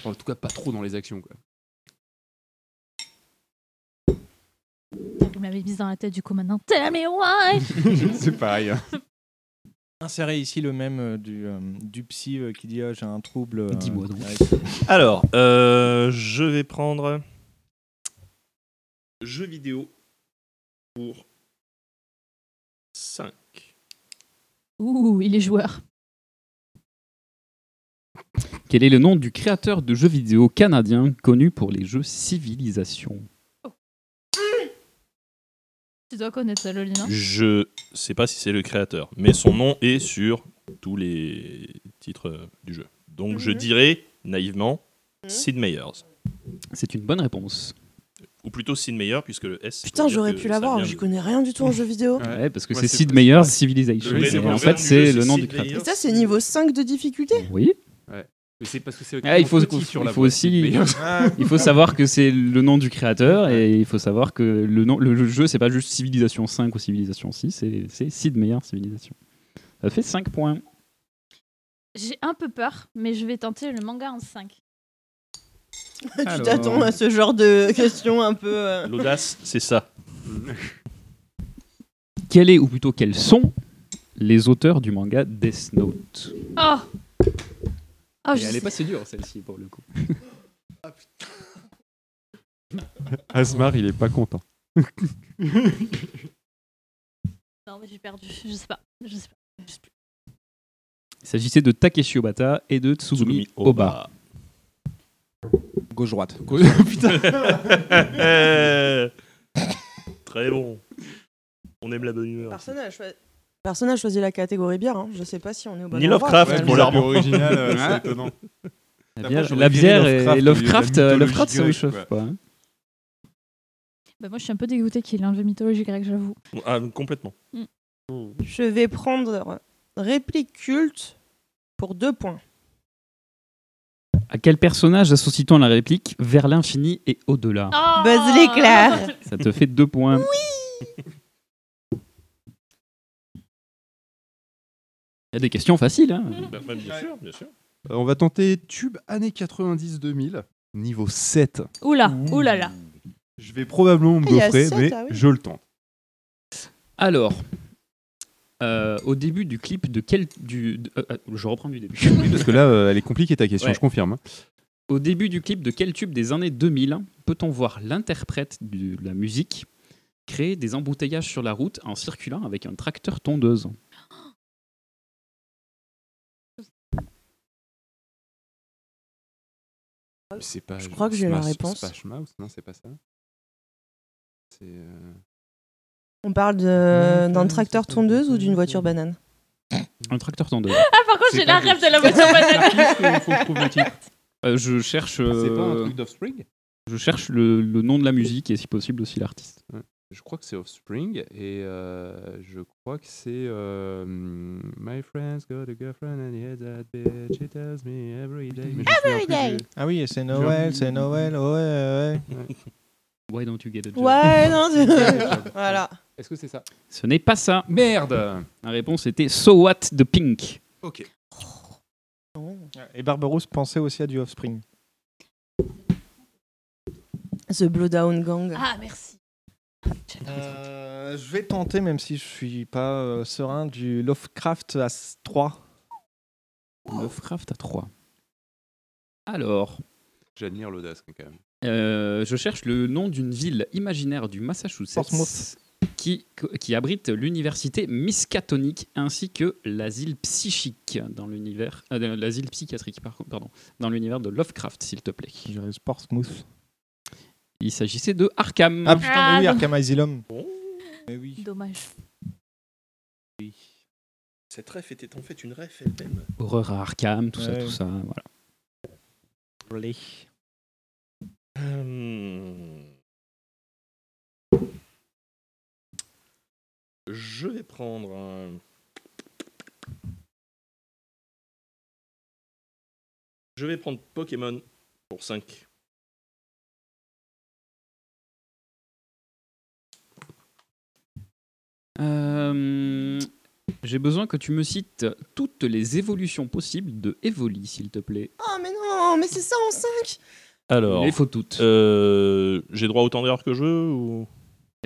S8: En tout cas, pas trop dans les actions, quoi.
S1: Vous m'avez mis dans la tête du coup maintenant. Tell me why
S8: c'est pareil. hein.
S2: Insérer ici le même euh, du, euh, du psy euh, qui dit ah, j'ai un trouble. euh,
S10: Dis-moi donc.
S2: avec-
S9: Alors, euh, je vais prendre jeux vidéo pour 5.
S1: Ouh, il est joueur.
S10: Quel est le nom du créateur de jeux vidéo canadien connu pour les jeux Civilisation
S1: Tu dois connaître ça, Lolina.
S9: Je sais pas si c'est le créateur, mais son nom est sur tous les titres euh, du jeu. Donc je
S7: Mhm.
S9: dirais naïvement Sid Meiers.
S10: C'est une bonne réponse.
S9: Ou plutôt Sid Meier, puisque le S.
S7: Putain,
S10: euh,
S7: j'aurais pu l'avoir, j'y
S9: j'ai
S7: connais rien du tout en jeu vidéo.
S10: Ouais, parce que
S8: Ouais,
S10: c'est
S8: c'est-
S10: Sid Meier's Civilization.
S9: Le
S10: Et
S9: vrai nom
S10: en
S9: du jeu,
S10: fait, c'est le
S9: c'est
S10: nom
S9: Sid
S10: du créateur.
S7: Et ça, c'est niveau 5 de difficulté
S10: Oui.
S8: Mais c'est parce que c'est
S10: Ah, il faut,
S8: petit sur la
S10: il faut
S8: voie,
S10: aussi,
S8: c'est meilleur.
S10: il faut savoir que c'est le nom du créateur et il faut savoir que le, nom, le jeu, c'est pas juste Civilisation 5 ou Civilisation 6, c'est- c'est Sid Meier Civilisation. Ça fait 5 points.
S1: J'ai un peu peur, mais je vais tenter le manga en 5.
S7: Tu
S10: Alors.
S7: t'attends à ce genre de questions un peu. euh,
S9: L'audace, c'est ça.
S10: Quel est, ou plutôt quels sont, les auteurs du manga Death Note
S1: Oh Oh,
S10: Et
S1: je
S10: Elle est
S1: sais.
S10: pas si dure Ah, celle-ci pour le coup.
S8: Asmar, il est pas content.
S1: Non, mais j'ai perdu. Je sais pas. Je sais pas. Je sais plus.
S10: Il s'agissait de Takeshi Obata et de Tsugumi
S9: Tsugumi
S10: Oba. Oh,
S2: Gauche-droite.
S9: Putain. Très bon. On aime la bonne humeur.
S7: Personne n'a choi- personne n'a choisi la catégorie bière, hein. je sais pas si on est au bon
S9: Ni
S7: endroit,
S9: Lovecraft,
S7: finalement.
S9: pour la- bizarrement.
S8: original, euh, c'est
S10: La
S8: étonnant. Après,
S10: bière,
S8: j'aurais
S10: la
S8: viré
S10: bière
S8: Lovecraft
S10: et
S8: au lieu de la
S10: Lovecraft, euh,
S8: mythologie
S10: Lovecraft ça vous
S8: grecque,
S10: chauffe pas. hein
S1: Bah, moi, je suis un peu dégoûtée qu'il ait enlevé mythologie grecque, j'avoue.
S9: Ah, complètement.
S7: Mm.
S9: Mm.
S7: Je vais prendre euh, réplique culte pour 2 points.
S10: À quel personnage associe-t-on la réplique vers l'infini et au-delà
S1: Oh
S7: Buzz l'éclair.
S10: Ça te fait deux points. Oui Il y a des questions faciles. Hein.
S9: Bah, bien sûr, bien sûr.
S8: Euh, On va tenter Tube années 90-2000, niveau 7.
S1: Oula, oula là.
S8: Je vais probablement me
S7: Ah, il y a
S8: gaufrer,
S7: sept,
S8: mais
S7: ah oui.
S8: je le tente.
S10: Alors, euh, au début du clip de quel. Du, de- euh, euh, je reprends du début.
S8: Parce que là, euh, elle est compliquée ta question,
S10: Ouais.
S8: je confirme. hein.
S10: Au début du clip de quel tube des années 2000 peut-on voir l'interprète de la musique créer des embouteillages sur la route en circulant avec un tracteur tondeuse
S8: C'est pas.
S7: Je crois que j'ai la
S8: Smash-
S7: réponse.
S8: Smash Mouth, non, c'est pas ça. C'est. euh,
S7: On parle de- euh, d'un tracteur tondeuse ou d'une voiture banane
S10: Un tracteur tondeuse.
S1: Ah, par contre,
S8: C'est
S1: j'ai la
S8: pas
S1: rêve
S8: juste.
S1: de la voiture banane.
S8: faut que je trouve le titre.
S10: Euh, je cherche, euh,
S8: C'est pas un truc d'Offspring
S10: je cherche le, le nom de la musique et si possible aussi l'artiste.
S8: Je crois que c'est Offspring et euh, je crois que c'est euh, My friend's got a girlfriend and he has that bitch. She tells me every day. Mais je me souviens plus
S7: day.
S8: du-
S2: Ah oui, c'est Noël, c'est Noël, ouais, ouais.
S10: Why don't you get a job
S7: Ouais, non, c'est- voilà.
S8: Est-ce que c'est ça
S10: Ce n'est pas ça.
S8: Merde
S10: La réponse était So What de Pink.
S8: Ok.
S2: Et Barbarousse pensait aussi à du Offspring.
S7: The Blowdown Gang.
S1: Ah, merci.
S2: Euh, je vais tenter, même si je suis pas euh, serein, du Lovecraft à 3.
S10: Lovecraft à 3. Alors,
S8: J'admire l'audace quand même.
S10: Euh, je cherche le nom d'une ville imaginaire du Massachusetts
S2: Portsmouth.
S10: qui, qui abrite l'université Miskatonic ainsi que l'asile psychique dans l'univers euh, l'asile psychiatrique par- pardon dans l'univers de Lovecraft s'il te plaît.
S2: J'irais Portsmouth.
S10: Il s'agissait de Arkham.
S2: Ah putain, mais oui,
S1: Ah,
S2: Arkham Asylum.
S8: Eh
S2: Mais oui.
S1: Dommage.
S9: Cette ref était en fait une ref elle-même.
S10: Horreur à Arkham, tout ça,
S2: Ouais.
S10: tout ça. Voilà.
S9: Euh, prendre un. Je vais prendre Pokémon pour 5.
S10: Euh, J'ai besoin que tu me cites toutes les évolutions possibles de Evoli, s'il te plaît.
S7: Oh, mais non, mais c'est ça en 5
S9: Alors. euh,
S10: Il faut toutes.
S9: J'ai droit à autant d'erreurs que je veux ou...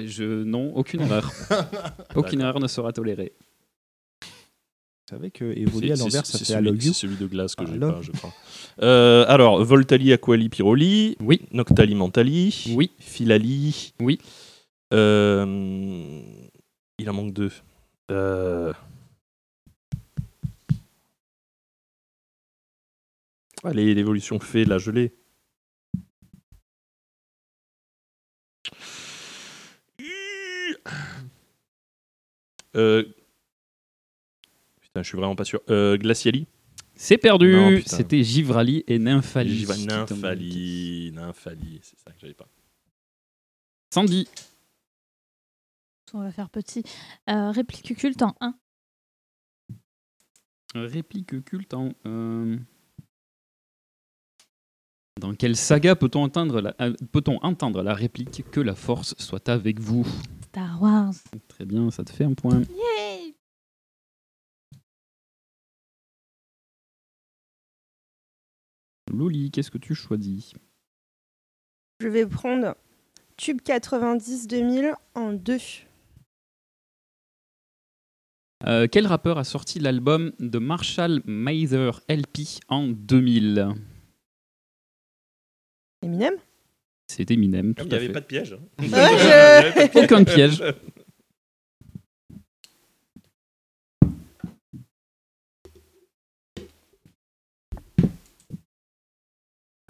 S10: Je, non, aucune erreur. aucune erreur ne sera tolérée.
S2: Vous savez que évoluer à
S9: C'est-
S2: l'envers,
S9: c'est-
S2: ça
S9: c'est
S2: fait I
S9: celui-
S2: love you.
S9: C'est celui de glace que
S2: I
S9: j'ai
S2: love.
S9: pas, je crois. Euh, alors, Voltali, Aquali, Pyroli.
S10: Oui.
S9: Noctali, Mentali.
S10: Oui.
S9: Filali.
S10: Oui.
S9: Euh, il en manque deux. Euh, Allez, l'évolution fait, la gelée. Euh, Putain, je suis vraiment pas sûr. Euh, Glaciali.
S10: C'est perdu.
S9: Non, putain.
S10: C'était Givrali et Nymphali.
S9: J'y vais.
S10: qui tombent.
S9: Nymphali. Nymphali, c'est ça que j'avais pas.
S10: Sandy.
S1: On va faire petit. Euh, réplique culte en 1.
S10: Réplique culte en. euh, Dans quelle saga peut-on entendre, la... euh, peut-on entendre la réplique que la force soit avec vous
S1: Star Wars.
S10: Très bien, ça te fait un point.
S1: Yay
S10: Loli, qu'est-ce que tu choisis
S7: Je vais prendre Tube 90 2000 en 2.
S10: Euh, Quel rappeur a sorti l'album de Marshall Mather LP en 2000
S7: Eminem
S10: C'est Eminem, tout
S9: Il n'y
S10: à
S9: avait
S10: fait.
S9: pas de piège. hein.
S7: Ouais,
S9: Il y avait pas de piège.
S10: Aucun piège.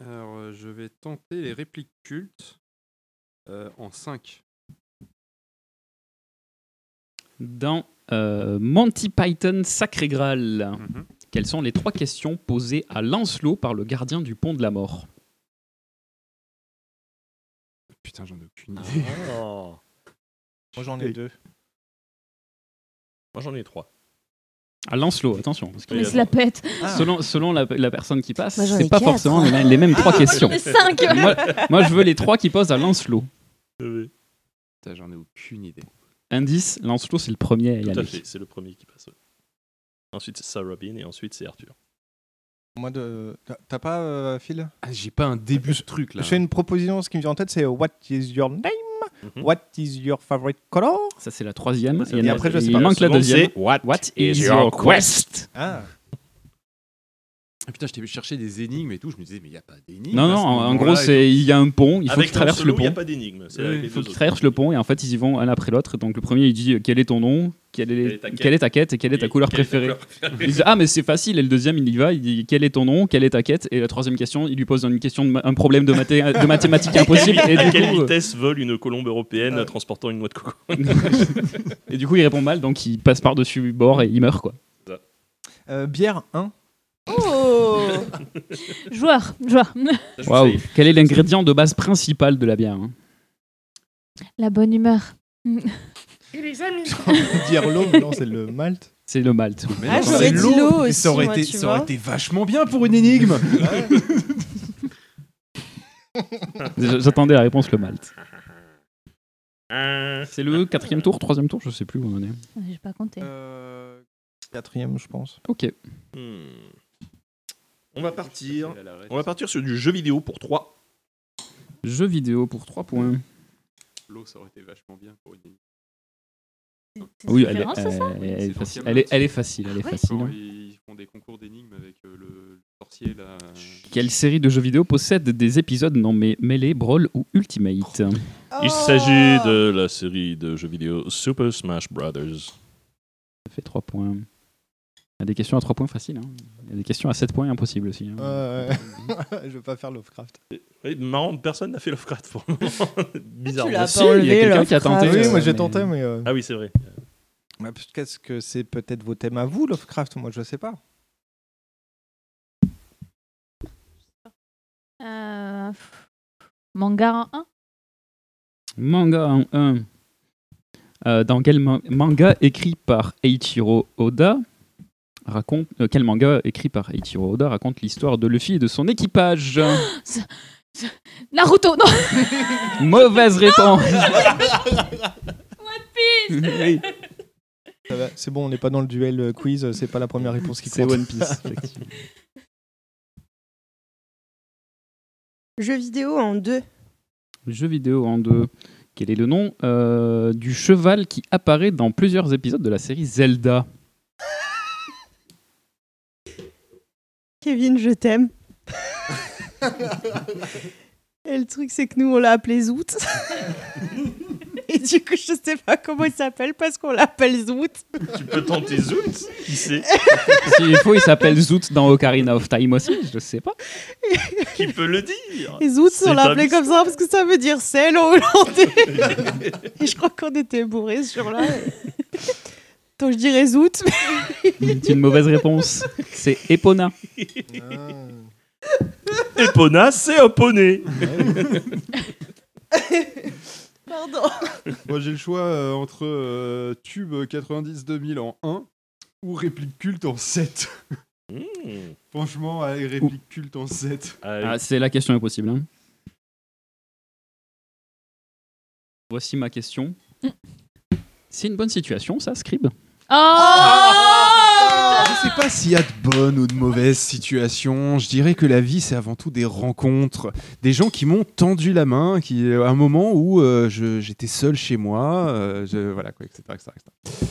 S8: Alors, euh, je vais tenter les répliques cultes euh, en 5.
S10: Dans euh, Monty Python Sacré Graal,
S2: Mhm.
S10: quelles sont les trois questions posées à Lancelot par le gardien du pont de la mort
S8: Putain, j'en ai
S10: Ah.
S8: aucune idée.
S9: Oh.
S2: Moi, j'en ai deux.
S9: Moi j'en ai trois.
S10: À Lancelot, attention. parce que-
S1: Mais c'est la pète. Ah.
S10: Selon, selon la, la personne qui passe,
S1: Moi, j'en ai
S10: c'est pas
S1: quatre.
S10: forcément les, les mêmes
S1: Ah,
S10: trois
S1: moi,
S10: questions.
S1: j'en ai cinq.
S10: moi, moi, je veux les trois qui posent à Lancelot.
S8: Putain, j'en ai aucune idée.
S10: Indice, Lancelot, c'est le premier à y
S9: Tout à
S10: aller.
S9: fait, c'est le premier qui passe. ouais. Ensuite c'est Sarah Bean et ensuite c'est Arthur.
S2: Moi, de... t'as- t'as pas, euh, Phil
S8: J'ai pas un début de truc là.
S2: Je fais une proposition, ce qui me vient en tête, c'est euh, What is your name
S8: Mhm.
S2: What is your favorite color
S10: Ça, c'est la troisième.
S2: Ça, c'est
S10: Il y en
S2: bien.
S10: a-
S2: Après, je sais
S10: il
S2: pas.
S10: manque la
S2: Seconde,
S10: deuxième.
S2: c'est What
S10: is your quest
S2: Ah.
S8: Ah, Putain, je t'ai vu chercher des énigmes et tout. Je me disais, mais il n'y a pas d'énigmes.
S10: Non, non, en, en gros, c'est il y a un pont, il faut
S9: Avec
S10: qu'ils traversent
S9: Lancelot,
S10: le pont.
S9: il y a pas d'énigme, c'est avec les
S10: il faut
S9: deux
S10: qu'ils
S9: autres.
S10: traversent le pont et en fait, ils y vont un après l'autre. Donc, le premier, il dit euh, quel est ton nom, quelle est, quelle est, ta, quête. et quelle est ta couleur
S9: quelle est ta
S10: préférée.
S9: couleur préférée.
S10: Ils disent, ah, mais c'est facile. Et le deuxième, il y va, il dit quel est ton nom, quelle est ta quête. Et la troisième question, il lui pose une question de ma- un problème de, maté- de mathématiques impossible.
S9: À
S10: Et
S9: quelle,
S10: du,
S9: à quelle
S10: coup, euh,
S9: vitesse vole une colombe européenne
S2: Euh.
S9: transportant une noix de coco
S10: et du coup, il répond mal, donc il passe par-dessus bord et il meurt quoi.
S2: Euh, bière 1.
S1: Oh Joueur, joueur.
S10: Waouh. Quel est l'ingrédient de base principal de la bière hein
S1: La bonne humeur.
S7: les amis
S2: Dire l'eau, mais non, c'est le malt.
S10: C'est le malt.
S8: Mais
S7: Ah,
S8: non,
S7: j'aurais
S8: c'est
S7: dit l'eau
S8: mais
S7: aussi,
S8: Ça aurait,
S7: moi,
S8: été,
S7: tu
S8: ça aurait
S7: vois.
S8: été vachement bien pour une énigme.
S10: J- J'attendais la réponse, le malt. C'est le quatrième tour, troisième tour, je sais plus où on en est.
S1: J'ai pas compté.
S2: Euh, Quatrième, je pense.
S10: Ok.
S9: Hmm. On va partir. On va partir sur du jeu vidéo pour 3.
S10: Jeu vidéo pour 3 points.
S8: L'eau, ça aurait été vachement bien pour une énigme.
S10: Oui, elle est,
S8: référence à ça
S10: elle- elle est
S8: C'est dans
S10: facile,
S8: Camelot.
S10: elle est, elle est facile. Elle est
S8: Ah ouais
S10: facile. hein.
S8: Genre, ils font des concours d'énigmes avec euh, le, le sorcier là.
S10: Quelle série de jeux vidéo possède des épisodes nommés Melee, Brawl ou Ultimate
S9: Il
S2: Oh.
S9: s'agit de la série de jeux vidéo Super Smash Brothers.
S10: Ça fait 3 points. Il y a des questions à 3 points faciles. hein. Il y a des questions à 7 points impossibles aussi. hein.
S8: Euh,
S2: je veux pas faire Lovecraft.
S9: Euh, Oui, marrant, personne n'a fait Lovecraft pour le moment. Bizarre.
S2: l'as Si, pas il y a enlevé, quelqu'un qui a tenté, Lovecraft. Oui, moi, j'ai
S9: Mais-
S2: tenté, mais, euh,
S9: Ah oui, c'est vrai.
S2: Qu'est-ce que c'est peut-être vos thèmes à vous, Lovecraft Moi, je sais pas.
S1: Euh, pff, Manga en 1
S10: Manga en 1. Euh, dans quel ma- manga écrit par Eiichiro Oda raconte euh, quel manga écrit par Eiichiro Oda raconte l'histoire de Luffy et de son équipage
S1: Naruto, non
S10: Mauvaise réponse.
S2: Oui. Ça va, C'est bon, on n'est pas dans le duel euh, quiz, euh, c'est pas la première réponse qui
S10: C'est
S2: compte.
S10: One Piece, effectivement.
S7: Jeux vidéo en deux.
S10: Jeu vidéo en deux. Quel est le nom euh, du cheval qui apparaît dans plusieurs épisodes de la série Zelda
S7: Kevin, je t'aime. Et le truc, c'est que nous, on l'a appelé Zout. Et du coup, je sais pas comment il s'appelle parce qu'on l'appelle Zout.
S9: Tu peux tenter Zoot Qui sait
S10: S'il faut, il s'appelle Zoot dans Ocarina of Time aussi, je sais pas.
S9: Qui peut le dire
S7: Et Zout,
S10: C'est
S7: on l'a
S10: un
S7: appelé comme ça parce que ça veut dire sel en hollandais. Et je crois qu'on était bourrés ce jour-là. Donc, je dirais Zout.
S10: C'est une mauvaise réponse. C'est Epona.
S7: Ah.
S9: Epona, c'est un poney.
S7: Pardon.
S8: Moi, j'ai le choix euh, entre euh, Tube 90 2000 en 1 ou Réplique Culte en euh, 7. Mmh. Franchement, allez, Réplique Culte en 7.
S9: Euh,
S10: Ah, c'est la question impossible. hein. Voici ma question. C'est une bonne situation, ça, Scribe
S7: Oh.
S8: Ah Je sais pas s'il y a de bonnes ou de mauvaises situations. Je dirais que la vie, c'est avant tout des rencontres. Des gens qui m'ont tendu la main, qui, à un moment où euh, je- j'étais seul chez moi, euh, je- voilà, quoi, etc. etc., etc.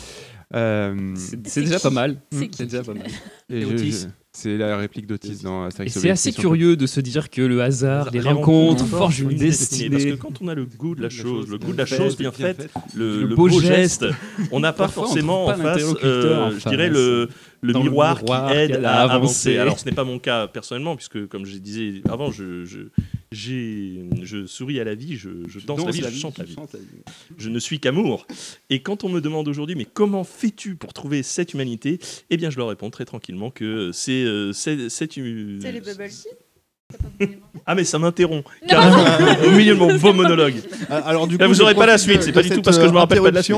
S8: Euh,
S10: C'est- c'est déjà pas mal. Hmm. C'est qui déjà pas mal.
S8: Et
S10: Et
S8: je-
S10: Otis.
S8: je- C'est la réplique d'Otis dans Astérix
S10: Et c'est
S8: Obélix,
S10: assez
S8: question
S10: curieux de se dire que le hasard, les rencontres forgent une destinée.
S9: Parce que quand on a le goût de la chose, le goût de la
S10: faite,
S9: chose bien
S10: bien
S9: faite,
S10: faite,
S9: le,
S10: le
S9: le
S10: beau
S9: beau
S10: geste,
S9: geste, on n'a pas
S10: parfois, on
S9: forcément
S10: trouve
S9: en
S10: pas
S9: face,
S10: l'interlocuteur
S9: euh,
S10: en
S9: je
S10: face,
S9: dirais, le, le
S10: dans le
S9: miroir,
S10: miroir
S9: qui aide à avancer.
S10: avancer.
S9: Alors, ce n'est pas mon cas personnellement, puisque comme je disais avant, je, je, j'ai- je souris à la vie, je, je danse la vie, je chante la vie. Je ne suis qu'amour. Et quand on me demande aujourd'hui, mais comment fais-tu pour trouver cette humanité Eh bien, je leur réponds très tranquillement que c'est euh, c'est- cette hu-
S7: C'est les bubble tea
S9: ah mais ça m'interrompt carrément au milieu de mon beau monologue.
S2: Alors
S9: Là, vous aurez pas la suite, c'est pas du tout parce que je me rappelle pas de la suite.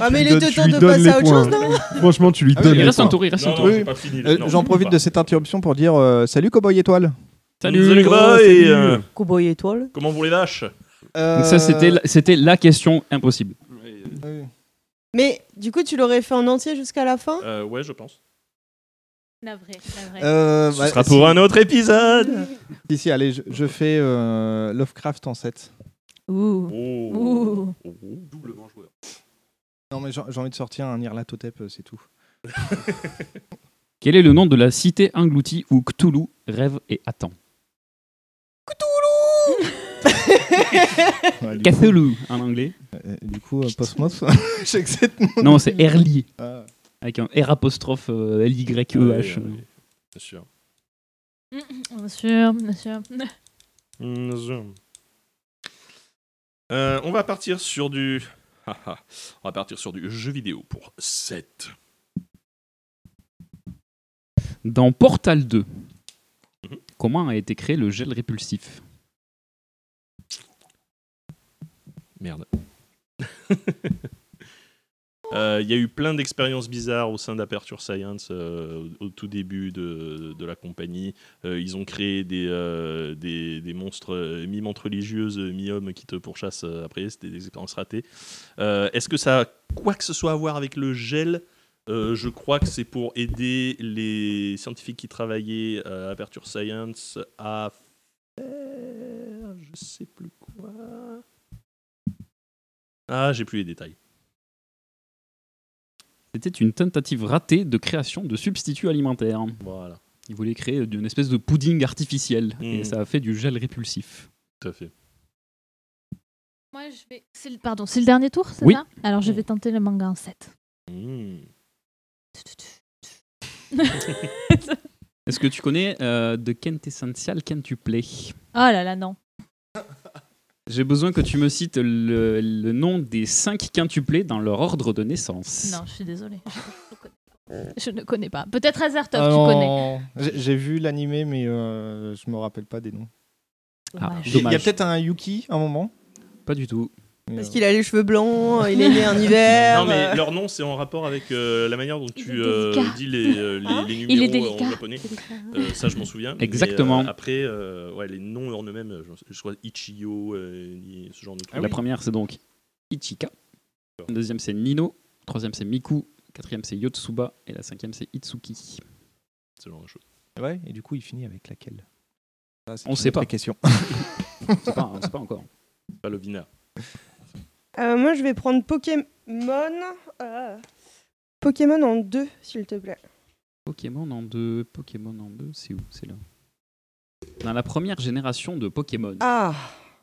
S7: Ah, mais il
S8: lui
S7: était
S8: donnes-
S7: temps
S8: tu lui
S7: de
S8: donnes
S7: passer
S8: les
S7: à autre chose,
S8: points.
S7: non
S8: Franchement, tu lui
S2: Ah oui,
S8: donnes.
S2: il
S8: les
S2: reste
S8: points.
S2: un tour, il reste un Non, tour. non, c'est pas fini, là. Non, Euh, J'en
S9: je
S2: profite
S9: peux
S2: de cette interruption pour dire euh, salut Cowboy Étoile.
S9: Salut, Salut, gros, gros, et, salut. euh,
S7: Cowboy Étoile.
S9: Comment vous les vaches
S10: Donc ça, c'était la- c'était la question impossible.
S7: Mais du coup, tu l'aurais fait en entier jusqu'à la fin
S9: Euh, ouais, je pense.
S1: Navré, navré.
S2: Euh,
S9: Ce
S2: bah,
S9: sera
S2: si-
S9: pour un autre épisode.
S2: Si, si, allez, je, je fais euh, Lovecraft en 7.
S1: Ouh.
S9: Ouh. Oh. Doublement joueur.
S2: Non, mais j'ai j'ai envie de sortir un Irlatotep, euh, c'est tout.
S10: Quel est le nom de la cité engloutie où Cthulhu rêve et attend
S2: Ouais, du
S10: Cthulhu en anglais.
S2: Euh, du coup, euh, Postmos, j'accepte.
S10: Non, c'est Erly.
S2: Ah.
S10: Avec un R apostrophe euh, L-Y-E-H.
S9: Ouais, ouais, ouais. Bien sûr.
S1: Mm, Bien sûr, bien sûr.
S9: Mm, zoom. Euh, on va partir sur du. on va partir sur du jeu vidéo pour 7.
S10: Dans Portal 2,
S9: Mhm.
S10: comment a été créé le gel répulsif
S9: Merde. Euh, Il y a eu plein d'expériences bizarres au sein d'Aperture Science euh, au au tout début de, de la compagnie. Euh, ils ont créé des, euh, des, des monstres euh, mi-montres religieuses, euh, mi-hommes qui te pourchassent euh, après. C'était des expériences ratées. Euh, Est-ce que ça a quoi que ce soit à voir avec le gel Euh, Je crois que c'est pour aider les scientifiques qui travaillaient euh, à Aperture Science à faire je sais plus quoi. Ah, j'ai plus les détails.
S10: C'était une tentative ratée de création de substituts alimentaires.
S9: Voilà.
S10: Ils voulaient créer une espèce de pudding artificiel et
S9: Mm.
S10: ça a fait du gel répulsif.
S9: Tout à fait.
S1: Moi, je vais. c'est le- Pardon, c'est le dernier tour, c'est
S10: Oui.
S1: ça Alors,
S2: Mm.
S1: je vais tenter le manga en 7.
S10: Est-ce que tu connais euh, The Quintessential Quintuplé
S1: Oh là là, non.
S10: J'ai besoin que tu me cites le, le nom des cinq quintuplés dans leur ordre de naissance.
S1: Non, je suis désolée. Je, je ne connais pas. Peut-être Azertov,
S2: Ah
S1: tu
S2: non,
S1: connais.
S2: J'ai j'ai vu l'animé, mais euh, je me rappelle pas des noms.
S10: Ah,
S2: Il y a
S10: dommage.
S2: peut-être un Yuki à un moment
S10: Pas du tout.
S7: Parce qu'il a les cheveux blancs, Oh, il est né en hiver.
S9: Non, mais
S7: euh,
S9: leur nom, c'est en rapport avec euh, la manière dont tu euh,
S7: délicat. Ah,
S9: dis les, euh, les- les
S7: Il est
S9: numéros
S7: délicat.
S9: en japonais. Euh, ça, je m'en souviens. Mais,
S10: Exactement.
S9: euh, après, euh, ouais, les noms en eux-mêmes, euh, je, je crois Ichiyo, euh, ni- ce genre de trucs.
S10: La première, c'est donc Ichika. La deuxième, c'est Nino. La troisième, c'est Miku. La quatrième, c'est Yotsuba. Et la cinquième, c'est Itsuki.
S9: Ce genre de choses.
S2: Ouais, et du coup, il finit avec laquelle Ça, Ah, c'est
S10: On
S2: une
S10: sait
S2: autre
S10: pas.
S2: question.
S10: On sait pas, on sait pas encore.
S9: Pas Lovina.
S7: euh, moi, je vais prendre Pokémon. euh, Pokémon en deux, s'il te plaît.
S10: Pokémon en deux. Pokémon en deux, c'est où C'est là. Dans la première génération de Pokémon,
S7: Ah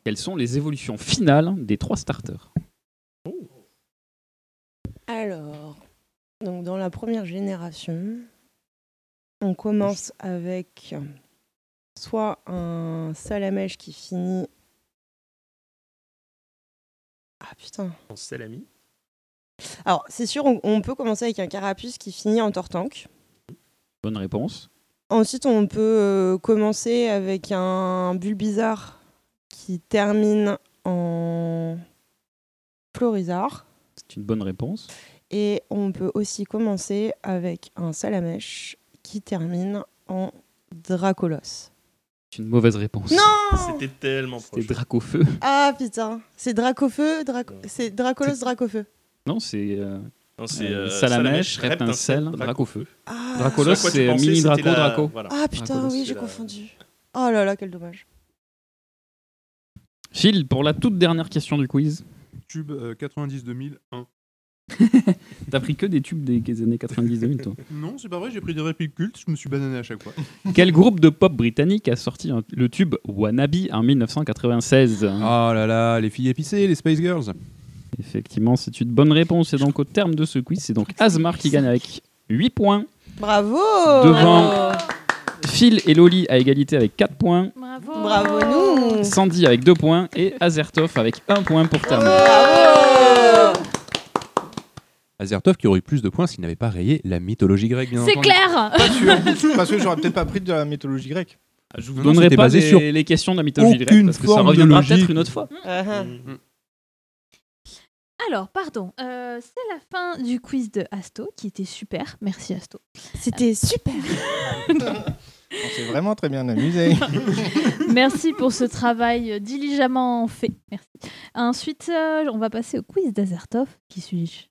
S10: quelles sont les évolutions finales des trois starters
S7: Alors, donc dans la première génération, on commence avec soit un salamèche qui finit. Ah putain.
S9: En salami.
S7: Alors, c'est sûr, on, on peut commencer avec un carapuce qui finit en tortanque.
S10: Bonne réponse.
S7: Ensuite, on peut euh, commencer avec un Bulbizarre qui termine en Florizard.
S10: C'est une bonne réponse.
S7: Et on peut aussi commencer avec un salamèche qui termine en Dracolos.
S10: C'est une mauvaise réponse.
S7: Non
S9: C'était tellement proche.
S10: C'était Dracofeu.
S7: Ah putain, c'est Dracofeu, Draco...
S10: Euh,
S7: c'est Dracolos Dracofeu.
S10: Non, c'est. euh,
S9: Non, c'est,
S10: euh,
S9: euh,
S10: Salamèche,
S9: Salamèche,
S10: Reptincelle,
S9: Reptincelle,
S10: Dracofeu.
S7: Ah.
S10: Dracolos,
S9: Ce à quoi tu
S10: c'est
S9: pensais,
S10: mini Draco,
S9: c'était la-
S10: Draco.
S9: voilà.
S7: Ah putain,
S10: Dracolos,
S7: oui,
S10: c'est
S7: j'ai
S10: la-
S7: confondu. Oh là là, quel dommage.
S10: Phil, pour la toute dernière question du quiz,
S8: Tube 90 2001.
S10: t'as pris que des tubes des années 90-2000, toi.
S8: Non, c'est pas vrai, j'ai pris des répliques cultes, je me suis banané à chaque fois.
S10: Quel groupe de pop britannique a sorti un- le tube Wannabe en 1996
S8: Oh là là, les filles épicées, les Space Girls.
S10: Effectivement, c'est une bonne réponse. Et donc, au terme de ce quiz, c'est donc Asmar qui gagne avec 8 points.
S7: Bravo
S8: Oh.
S10: Devant Phil et Loli à égalité avec 4 points.
S1: Bravo
S7: Bravo nous
S10: Sandy avec 2 points. Et Azertov avec 1 point pour terminer.
S8: Azertov qui aurait eu plus de points s'il n'avait pas rayé la mythologie grecque, bien
S1: C'est
S8: entendu.
S1: clair
S2: Pas sûr, parce que j'aurais peut-être pas pris de la mythologie grecque.
S10: Ah, Je
S8: Non,
S10: vous
S8: non,
S10: donnerai
S8: c'était
S10: pas
S8: basé
S10: les,
S8: sur
S10: les questions de la mythologie grecque
S8: aucune
S10: parce que ça
S8: forme de
S10: reviendra
S8: logique.
S10: peut-être une autre fois.
S7: Ah, ah.
S10: Mhm.
S1: Alors, pardon, euh, c'est la fin du quiz de Asto qui était super. Merci Asto. Euh,
S7: C'était super
S2: On s'est vraiment très bien amusé.
S1: Merci pour ce travail diligemment fait. Merci. Ensuite, euh, on va passer au quiz d'Azertov. Qui suis-je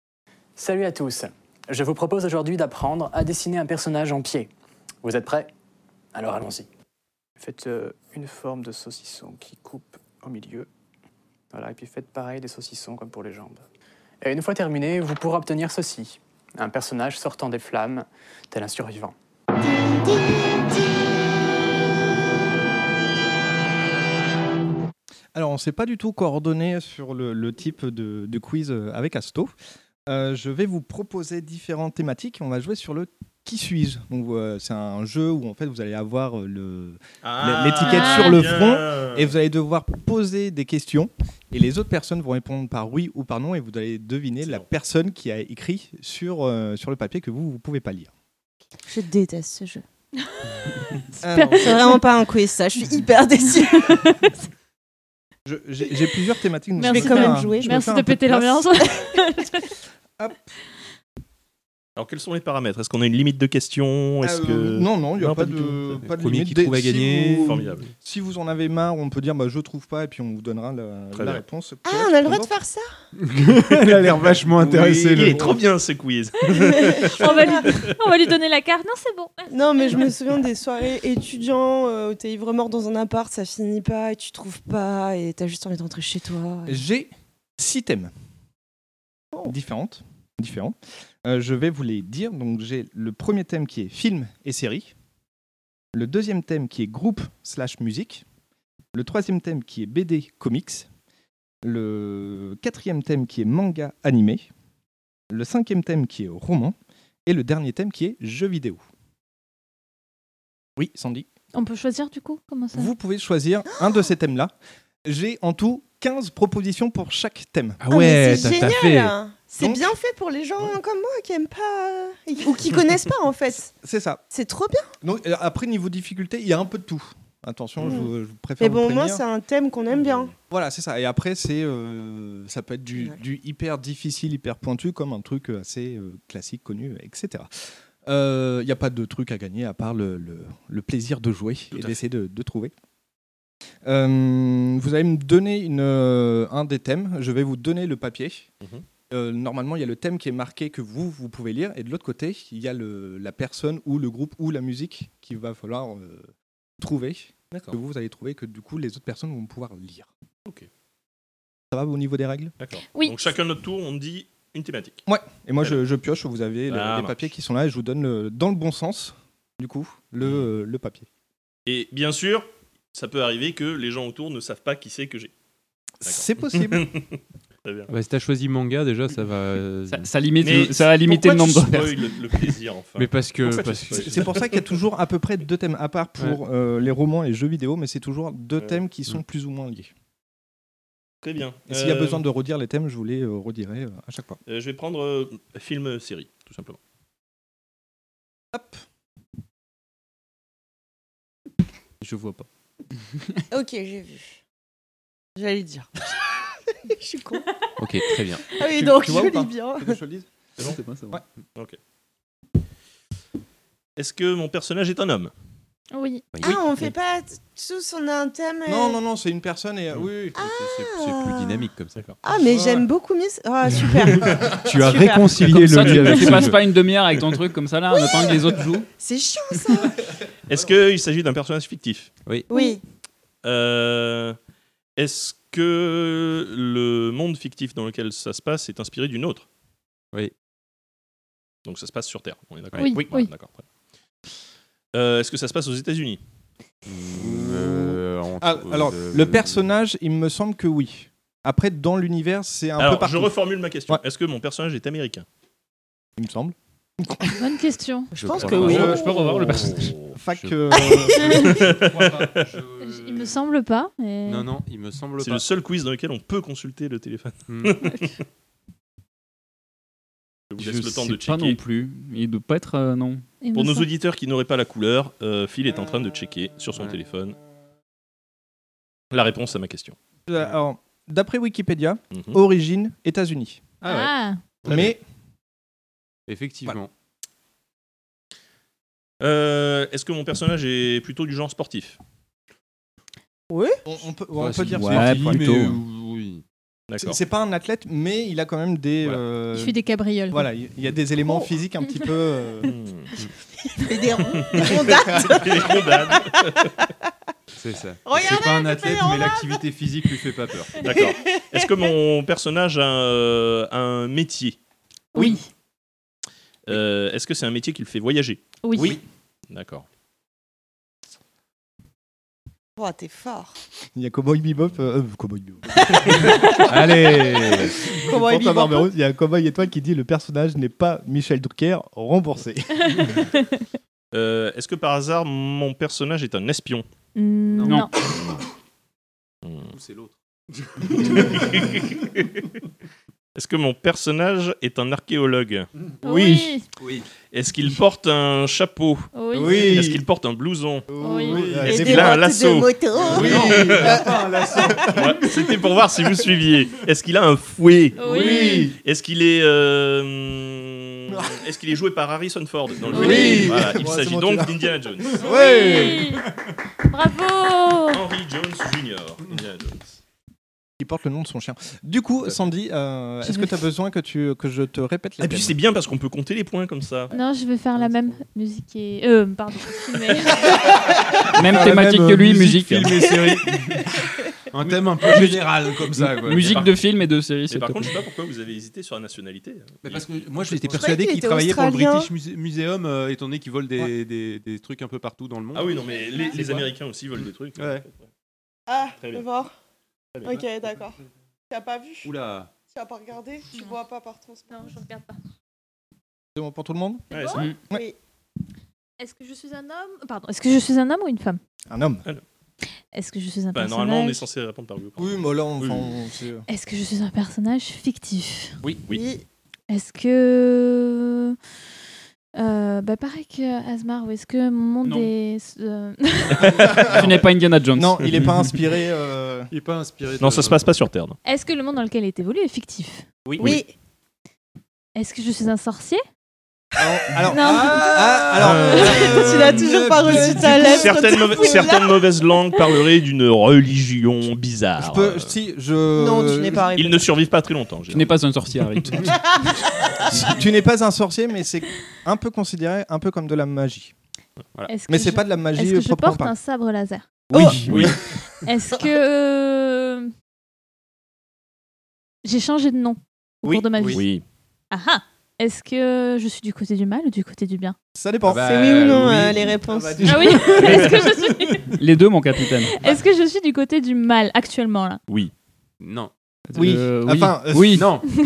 S12: Salut à tous. Je vous propose aujourd'hui d'apprendre à dessiner un personnage en pied. Vous êtes prêts Alors allons-y.
S13: Faites euh, une forme de saucisson qui coupe au milieu. Voilà, et puis faites pareil des saucissons comme pour les jambes.
S12: Et une fois terminé, vous pourrez obtenir ceci. Un personnage sortant des flammes, tel un survivant.
S2: Alors, on ne s'est pas du tout coordonné sur le, le type de, de quiz euh, avec Asto. Euh, je vais vous proposer différentes thématiques et on va jouer sur le qui suis-je. Donc, euh, c'est un jeu où en fait vous allez avoir euh, le
S9: Ah,
S2: l'étiquette sur le
S9: bien.
S2: front et vous allez devoir poser des questions et les autres personnes vont répondre par oui ou par non et vous allez deviner la personne qui a écrit sur euh, sur le papier que vous vous pouvez pas lire.
S7: Je déteste ce jeu.
S2: Alors-
S7: C'est vraiment pas un quiz, ça. Je suis hyper déçue.
S2: Je- J'ai j'ai plusieurs thématiques. donc
S7: Merci
S2: je vais
S7: quand
S2: faire
S7: même
S2: un-
S7: jouer.
S2: je vais
S1: Merci
S2: faire un
S1: de
S2: peu
S1: péter
S2: place.
S1: l'ambiance.
S9: Alors, quels sont les paramètres Est-ce qu'on a une limite de questions Est-ce
S2: Euh,
S9: que...
S2: Non, non, il n'y a pas,
S9: du
S2: de,
S9: tout.
S2: pas de
S8: Premier
S2: limite.
S8: qui
S2: Dès-
S8: trouve à
S2: si
S8: gagner.
S2: vous-
S9: Formidable.
S2: Si vous en avez marre, on peut dire bah, je trouve pas et puis on vous donnera la, la
S9: Très bien.
S2: réponse.
S7: Ah, on a le droit de faire ça
S8: Elle a l'air vachement intéressée.
S9: Oui, il
S8: le
S9: est
S8: pauvre.
S9: trop bien ce quiz.
S1: on, va lui, on va lui donner la carte. Non, c'est bon.
S7: Non, mais je me souviens des soirées étudiants euh, où t'es ivre mort dans un appart, ça finit pas et tu trouves pas et t'as juste envie de rentrer chez toi.
S2: J'ai six thèmes différentes, différents. Euh, je vais vous les dire. Donc j'ai le premier thème qui est film et série, le deuxième thème qui est groupe slash musique, le troisième thème qui est BD comics, le quatrième thème qui est manga animé, le cinquième thème qui est roman et le dernier thème qui est jeux vidéo. Oui, Sandy.
S1: On peut choisir du coup Comment ça
S2: Vous pouvez choisir un de ces thèmes-là. J'ai en tout 15 propositions pour chaque thème.
S8: Ah ouais,
S7: mais c'est
S8: t'as- t'as
S7: génial hein.
S8: fait.
S7: C'est
S2: Donc-
S7: bien fait pour les gens comme moi qui aiment pas euh, et- ou qui connaissent pas en fait.
S2: C'est ça.
S7: C'est trop bien.
S2: Donc, euh, après, niveau difficulté, il y a un peu de tout. Attention, je, vous, je vous préfère
S7: Hmm. Mais bon,
S2: vous
S7: au moins,
S2: prévenir.
S7: c'est un thème qu'on aime bien.
S2: Voilà, c'est ça. Et après, c'est, euh, ça peut être du, du hyper difficile, hyper pointu, comme un truc assez euh, classique, connu, etc. Il n'y a pas de truc à gagner à part le, le- le plaisir de jouer et d'essayer de, de trouver. Euh, vous allez me donner une, euh, un des thèmes. Je vais vous donner le papier.
S9: Mhm.
S2: Euh, normalement, il y a le thème qui est marqué que vous, vous pouvez lire. Et de l'autre côté, il y a le- la personne ou le groupe ou la musique qu'il va falloir euh, trouver.
S9: D'accord.
S2: Que vous, vous allez trouver que du coup, les autres personnes vont pouvoir lire.
S9: Ok.
S2: Ça va au niveau des règles
S9: D'accord.
S1: Oui.
S9: Donc chacun notre tour, on dit une thématique.
S2: Ouais. Et moi,
S9: Très
S2: je, je pioche. Vous avez le-
S9: Ça
S2: les
S9: marche.
S2: papiers qui sont là et je vous donne le- dans le bon sens, du coup, le, euh, le papier.
S9: Et bien sûr, ça peut arriver que les gens autour ne savent pas qui c'est que j'ai.
S2: C'est possible.
S9: Très bien.
S8: Bah, si t'as choisi manga, déjà, ça va. euh,
S10: Ça- ça limite Mais le- ça va limiter pourquoi le nombre tu de spoil
S9: personnes. le- le plaisir, enfin
S8: Mais parce que.
S9: Pourquoi tu
S8: parce que-
S9: spoil
S2: C'est pour ça qu'il y a toujours à peu près deux thèmes, à part pour euh, les romans et les jeux vidéo, mais c'est toujours deux
S5: Euh,
S2: thèmes qui
S5: hmm.
S2: sont plus ou moins liés.
S9: Très bien.
S2: Et s'il y a
S9: Euh,
S2: besoin de redire les thèmes, je vous les euh, redirai euh, à chaque fois.
S9: euh, je vais prendre euh, film-série, tout simplement.
S10: Je vois pas.
S7: Ok, j'ai vu. J'allais le dire. je suis con.
S10: Ok, très bien.
S7: Ah oui,
S2: Tu-
S7: donc
S2: tu
S7: je
S2: vois ou
S7: lis
S2: pas
S7: bien.
S2: Tu veux que je le lise
S9: C'est bon
S10: C'est bon, c'est bon.
S2: Ouais.
S9: Ok. Est-ce que mon personnage est un homme
S1: Oui.
S7: Ah, on fait pas t- tous, on a un thème. euh,
S2: Non, non, non, c'est une personne et. euh, oui, oui.
S8: C'est plus dynamique comme ça.
S7: Ah, mais
S2: Ouais,
S7: j'aime beaucoup Miss. Ah, super.
S8: Tu as
S7: Super.
S8: réconcilié
S10: Comme
S8: le
S10: ça,
S8: lien avec
S10: tu, tu
S8: ce
S10: passes
S8: jeu.
S10: pas une demi-heure avec ton truc comme ça là, en attendant que les autres jouent.
S7: C'est chiant ça.
S9: Est-ce qu'il s'agit d'un personnage fictif
S8: Oui.
S7: Oui.
S9: Euh, Est-ce que le monde fictif dans lequel ça se passe est inspiré d'une autre
S8: Oui.
S9: Donc ça se passe sur Terre, on est d'accord
S1: Oui,
S9: voilà,
S1: oui.
S9: d'accord. très bien. Euh, Est-ce que ça se passe aux États-Unis
S8: Euh, entre-
S2: Ah, alors,
S8: euh,
S2: le personnage, il me semble que oui. Après, dans l'univers, c'est un peu
S9: Alors,
S2: partout.
S9: je reformule ma question. Est-ce que mon personnage est américain
S2: Il me semble.
S1: Bonne question.
S9: Je
S2: pense
S9: peux
S2: que
S9: revoir-
S2: oui.
S9: Je, peux revoir le personnage.
S2: Fac.
S8: Je-
S2: euh,
S1: Il me semble pas. Mais...
S8: Euh, Non, non, il me semble
S9: C'est
S8: pas.
S9: le seul quiz dans lequel on peut consulter le téléphone.
S8: Hmm.
S9: Je vous
S10: Je
S9: laisse le temps
S10: sais
S9: de
S10: pas non
S9: checker.
S10: plus. Il doit pas être euh, non.
S1: Il
S9: Pour
S1: me
S9: nos
S1: semble-
S9: auditeurs qui n'auraient pas la couleur, euh, Phil est en train de checker sur son
S8: Ouais.
S9: téléphone la réponse à ma question.
S2: Euh, Alors, d'après Wikipédia,
S9: Mhm.
S2: origine États-Unis.
S1: Ah,
S8: Très
S2: Mais
S8: Effectivement.
S9: Euh, Est-ce que mon personnage est plutôt du genre sportif
S7: Oui.
S2: on, on peut, on
S8: Ouais,
S2: peut
S8: c'est-
S2: dire
S10: ouais,
S2: sportif,
S10: plutôt.
S2: mais,
S8: Mais,
S2: euh, c'est-
S8: oui.
S9: D'accord.
S2: C'est pas un athlète, mais il a quand même des.
S9: Voilà.
S2: euh,
S1: il fait des cabrioles.
S2: Voilà, il il y a des éléments physiques un petit peu. euh,
S9: Hmm.
S7: Et Oh. des ronds. On date.
S9: Les condamnes.
S8: C'est ça.
S7: Regardez,
S8: C'est pas un
S7: c'est
S8: athlète,
S7: pas
S8: mais l'activité physique lui fait pas peur.
S9: D'accord. Est-ce que mon personnage a un, a un métier
S1: Oui.
S9: Euh, Est-ce que c'est un métier qui le fait voyager
S1: Oui.
S9: D'accord.
S7: Oh, t'es fort.
S2: Il y a Cowboy Bebop. euh, euh, Cowboy Bebop.
S8: Allez
S7: Cowboy
S2: Je pense à
S7: Bebop.
S2: Barberousse, Il y a Cowboy Étoile qui dit le personnage n'est pas Michel Drucker, remboursé.
S9: Euh, Est-ce que par hasard mon personnage est un espion
S1: Mm, Non.
S9: Hmm.
S8: C'est l'autre.
S9: Est-ce que mon personnage est un archéologue
S1: Oui.
S8: Oui.
S9: Est-ce qu'il porte un chapeau
S1: Oui.
S9: Est-ce qu'il porte un blouson
S1: Oui.
S2: Euh,
S9: Est-ce
S2: c'est
S7: Et
S9: qu'il
S7: des
S9: a un
S7: bottes
S9: lasso
S7: de moto.
S2: Oui, il a pas un lasso.
S9: Ouais, C'était pour voir si vous suiviez. Est-ce qu'il a un fouet
S1: Oui.
S9: Est-ce qu'il est, euh, est-ce qu'il est joué par Harrison Ford dans le
S1: Oui.
S9: film Voilà, Il
S2: Bon, c'est
S9: s'agit
S2: bon, tu
S9: donc
S2: l'as.
S9: d'Indiana Jones.
S2: Ouais.
S1: Bravo.
S9: Henry Jones Jr. Indiana Jones.
S2: Il porte le nom de son chien. Du coup, Sandy, euh, est-ce que tu as besoin que, tu, que je te répète les
S9: Et puis c'est
S2: thèmes
S9: bien parce qu'on peut compter les points comme ça.
S1: Non, je vais faire la même musique et. Euh, pardon. Mais-
S10: Même
S2: Ah,
S10: thématique
S2: même,
S10: que lui,
S2: euh,
S10: musique.
S8: Film et série. un thème un peu général comme ça. Quoi.
S10: Musique
S9: par-
S10: de film et de série,
S9: Mais
S10: c'est
S9: par
S10: top.
S9: contre, je sais pas pourquoi vous avez hésité sur la nationalité.
S8: Mais parce que moi j'étais
S7: croyais
S8: persuadé
S7: qu'il
S8: qu'il
S7: était
S8: travaillait pour le
S7: australien.
S8: British Muse- Museum, euh, étant donné qu'ils volent des, des- des trucs un peu partout dans le monde.
S9: Ah oui, non, mais les, les
S8: quoi
S9: Américains aussi veulent des trucs.
S8: Ouais.
S7: Ah,
S9: Très bien.
S7: le voir.
S9: Très bien.
S7: Ok, Ah, d'accord. Tu as pas vu Tu
S8: Oula
S7: as pas regardé Tu
S1: Non.
S7: vois pas par transport
S1: Non, je regarde pas.
S2: C'est bon pour tout le monde
S9: Ouais, c'est-
S2: Ouais.
S7: Oui.
S1: Est-ce que je suis un homme Pardon. Est-ce que je suis un homme ou une femme
S2: Un homme.
S1: Est-ce que je suis un
S9: bah,
S1: personnage
S9: normalement, on est censé répondre par oui. ou par non.
S2: Oui, mais là, on-
S9: Oui.
S2: on- c'est-
S1: Est-ce que je suis un personnage fictif
S9: Oui, oui.
S1: Est-ce que Euh, bah pareil que Asmar, où est-ce que mon monde
S10: Non.
S1: est. euh,
S10: Tu n'es pas Indiana Jones.
S2: Non, il n'est pas inspiré. euh,
S8: Il n'est pas inspiré.
S9: Non, ça se passe pas sur Terre. non.
S1: Est-ce que le monde dans lequel est évolue est fictif
S9: Oui.
S1: Est-ce que je suis un sorcier
S2: Alors,
S1: Non.
S2: ah, alors,
S9: Euh,
S7: Tu l'as toujours pas reçu ta lettre.
S9: Certaines,
S7: de
S9: mauvais-
S7: Poula.
S9: certaines mauvaises langues parleraient d'une religion bizarre.
S2: je peux- si, je. euh,
S7: Non, tu n'es pas
S9: Ils ne survivent pas très longtemps.
S10: Tu n'es pas un sorcier, Harry.
S2: Tu n'es pas un sorcier, mais c'est un peu considéré un peu comme de la magie.
S1: Est-ce que
S2: Mais c'est
S1: je-
S2: pas de la magie
S1: Est-ce que je
S2: proprement
S1: porte
S2: parlée.
S1: un sabre laser
S2: Oui, oui.
S1: Est-ce que. euh, J'ai changé de nom au
S9: Oui.
S1: cours de ma vie
S9: Oui.
S1: Ah ah Est-ce que je suis du côté du mal ou du côté du bien
S2: Ça
S10: Ah
S2: dépend.
S10: bah,
S9: Ah bah,
S7: C'est oui ou non euh, les réponses
S1: Ah oui Est-ce que, je suis...
S10: Les deux, mon capitaine.
S1: Est-ce que je suis du côté du mal actuellement là
S9: Oui.
S8: Non.
S2: Oui.
S10: Euh, oui.
S2: Enfin, euh,
S10: oui.
S8: Non.
S1: Ah,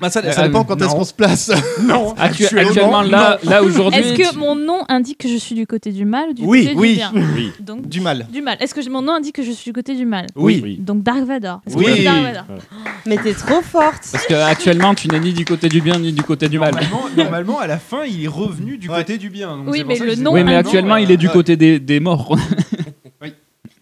S2: Bah, ça, ça
S10: Euh,
S2: dépend quand
S10: non.
S2: est-ce qu'on se place.
S8: Non.
S10: Actu- actuellement, là, là aujourd'hui.
S1: Est-ce que mon nom indique que je suis du côté du mal ou du
S2: Oui,
S1: côté
S2: oui.
S1: du bien
S2: Oui.
S1: Donc,
S2: Du mal.
S1: Du mal. Est-ce que je- mon nom indique que je suis du côté du mal
S10: Oui. Oui.
S1: Donc Dark Vador. Est-ce que
S10: Oui.
S1: je suis Dark Vador
S7: Mais t'es trop forte.
S10: Parce qu'actuellement, tu n'es ni du côté du bien ni du côté du mal.
S8: Normalement, normalement, à la fin, il est revenu du côté du bien. donc
S1: Oui,
S8: c'est pour
S1: mais
S8: ça
S1: le
S8: que je-
S1: nom
S10: Oui, mais actuellement, il est du
S8: Ouais.
S10: côté des, des morts.
S8: euh,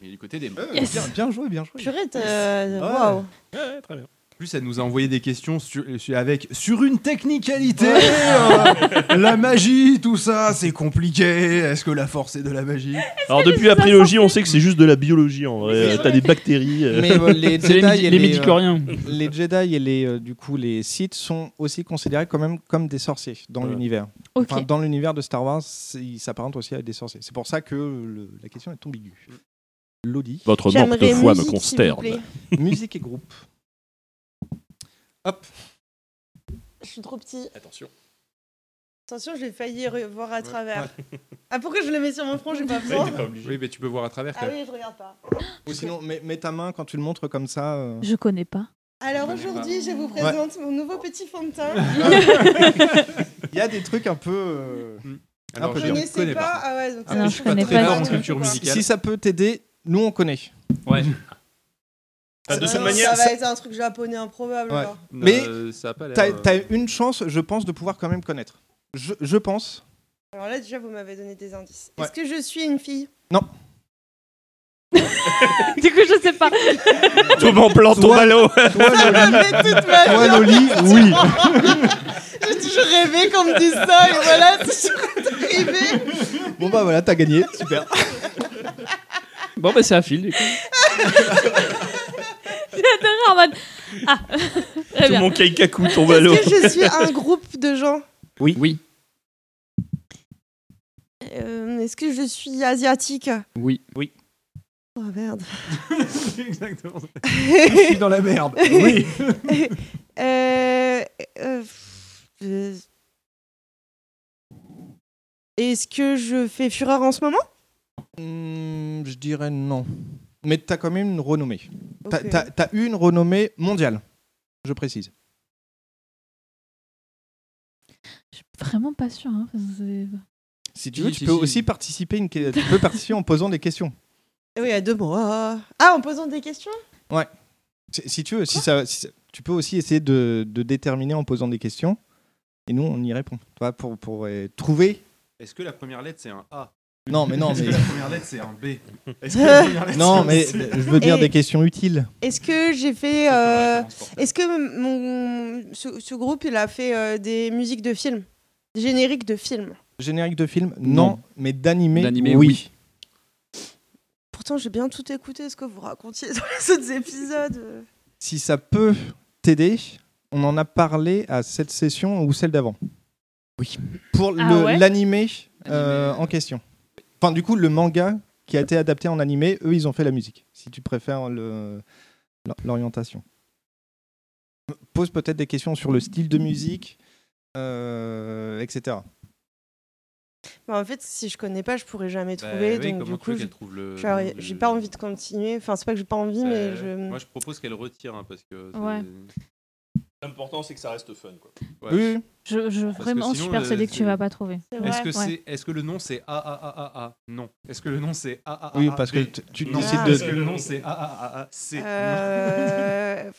S8: Il est du côté des morts.
S7: Euh,
S1: Yes.
S2: bien, bien joué, bien joué.
S7: Purée, t'es- euh, waouh.
S9: très bien.
S8: En plus, elle nous a envoyé des questions sur, sur- avec sur une technicalité, euh, la magie, tout ça, c'est compliqué. Est-ce que la force est de la magie
S9: Alors depuis la prélogie, on sait que c'est juste de la biologie en vrai. Euh, T'as des bactéries. euh.
S2: Mais euh, les
S10: C'est les
S2: Jedi
S10: midi-
S2: et
S10: les
S2: les,
S10: midi-chloriens.
S2: euh, les Jedi et les euh, du coup les Sith sont aussi considérés quand même comme des sorciers dans l'univers.
S1: Ok.
S2: Enfin, dans l'univers de Star Wars, c'est- ils s'apparentent aussi à des sorciers. C'est pour ça que le- la question est ambiguë. Lodi.
S9: Votre manque de
S7: J'aimerais
S9: foi me
S7: musique, s'il vous
S9: consterne.
S7: plaît.
S2: Musique et groupe. Hop.
S7: Je suis trop petit.
S9: Attention.
S7: Attention, j'ai failli re- voir à travers. Ah, pourquoi je le mets sur mon front J'ai pas besoin.
S8: Oui, mais tu peux voir à travers.
S7: Ah oui, je regarde pas.
S2: Ou sinon, mets, mets ta main quand tu le montres comme ça. euh.
S1: Je connais pas.
S7: Alors aujourd'hui, je vous présente mon nouveau petit fond de teint.
S2: Il y a des trucs un peu. euh, un
S8: Alors,
S7: Vous
S2: peu
S8: je
S2: durs.
S8: connais
S7: connaissez pas Ah ouais, donc
S1: Ah non,
S7: ça-
S1: je connais
S8: très
S1: pas
S8: fort
S1: du
S8: en
S1: tout.
S8: culture musicale.
S2: Si ça peut t'aider, nous on connaît.
S10: Ouais.
S9: Enfin, de
S7: Ah
S9: cette
S7: non,
S9: manière,
S7: Ça va être un truc japonais hein, improbable.
S2: Ouais.
S7: alors.
S2: Mais
S8: ça a pas l'air.
S2: T'as
S8: euh,
S2: t'as une chance, je pense, de pouvoir quand même connaître. Je, je pense.
S7: Alors là, déjà, vous m'avez donné des indices.
S2: Ouais.
S7: Est-ce que je suis une fille
S1: Du coup, je sais pas.
S9: tout mon plan tombe à l'eau.
S2: Toi, Loli,
S7: Mais toute ma vie,
S2: toi, Loli, oui.
S7: j'ai toujours rêvé qu'on me dise ça, et voilà, c'est toujours arrivé.
S2: Bon bah voilà, t'as gagné, super.
S10: Bon, bah, c'est à fil. du coup.
S1: J'adorais en mode. Ah, très
S9: Tout
S1: bien.
S9: mon kaikaku tombe à l'eau.
S7: Est-ce que je suis un groupe de gens
S10: Oui.
S7: Euh, Est-ce que je suis asiatique
S10: Oui.
S7: Oh merde.
S8: Exactement. Je suis dans la merde. Oui.
S7: Euh, euh, euh, Est-ce que je fais fureur en ce moment
S2: Hmm, je dirais non. Mais t'as quand même une renommée. T'as-
S7: Ok.
S2: T'as t'as eu une renommée mondiale, je précise.
S1: Je suis vraiment pas sûre. hein, parce que c'est-
S2: Si tu
S8: Si,
S2: veux, tu
S8: si,
S2: peux
S8: si.
S2: aussi participer, une... que- tu peux participer en posant des questions.
S7: Eh Oui, à deux mots. Ah, Ah, en posant des questions
S2: Si, si tu veux, si ça, si ça- tu peux aussi essayer de, de déterminer en posant des questions. Et nous, on y répond. Toi, pour, pour euh, trouver.
S8: Est-ce que la première lettre c'est un A
S2: Non, mais non,
S8: Est-ce
S2: mais.
S8: que la première lettre c'est un B Est-ce que la première lettre
S2: Non, mais
S8: c'est un C
S2: je veux dire
S7: Et-
S2: des questions utiles.
S7: Est-ce que j'ai fait. euh,
S8: Ça peut
S7: Est-ce que m- mon, ce, ce groupe, il a fait euh, des musiques de films Des génériques de films
S2: Générique de film, non,
S10: Non.
S2: mais d'animé,
S10: D'animé,
S2: oui.
S7: Pourtant, j'ai bien tout écouté ce que vous racontiez dans les autres épisodes.
S2: Si ça peut t'aider, on en a parlé à cette session ou celle d'avant.
S10: Oui.
S2: Pour
S1: Ah
S2: le-
S1: ouais
S2: l'animé euh, en question. Enfin, du coup, le manga qui a été adapté en animé, eux, ils ont fait la musique, si tu préfères le- l'or- l'orientation. Pose peut-être des questions sur le style de musique, euh, etc.
S7: Bah, en fait, si je connais pas, je pourrais jamais
S8: Bah
S7: trouver.
S8: oui,
S7: donc,
S8: comment
S7: du
S8: tu
S7: coup,
S8: veux
S7: je-
S8: qu'elle trouve le
S7: je vais-
S8: nom
S7: j'ai
S8: du-
S7: pas envie de continuer. Enfin, c'est pas que j'ai pas envie, mais
S8: Euh,
S7: je.
S8: Moi, je propose qu'elle retire hein, parce que. c'est-
S1: Ouais.
S9: L'important, c'est que ça reste fun.
S2: Oui,
S8: Ouais.
S2: oui.
S1: Je, je-
S8: que
S1: vraiment, je suis
S8: sinon,
S1: persuadée
S8: euh,
S1: que tu
S8: c'est-
S1: vas pas trouver.
S7: C'est
S8: Est-ce
S7: vrai.
S8: que
S1: Ouais.
S8: c'est est-ce que le nom c'est A A A A A Non. Est-ce que le nom c'est A A A
S2: Oui,
S8: A,
S2: parce que
S8: B
S2: tu tu
S8: Non.
S2: décides
S7: Ah.
S8: Est-ce
S2: de...
S8: que le nom c'est A A A A C Non.
S7: Euh,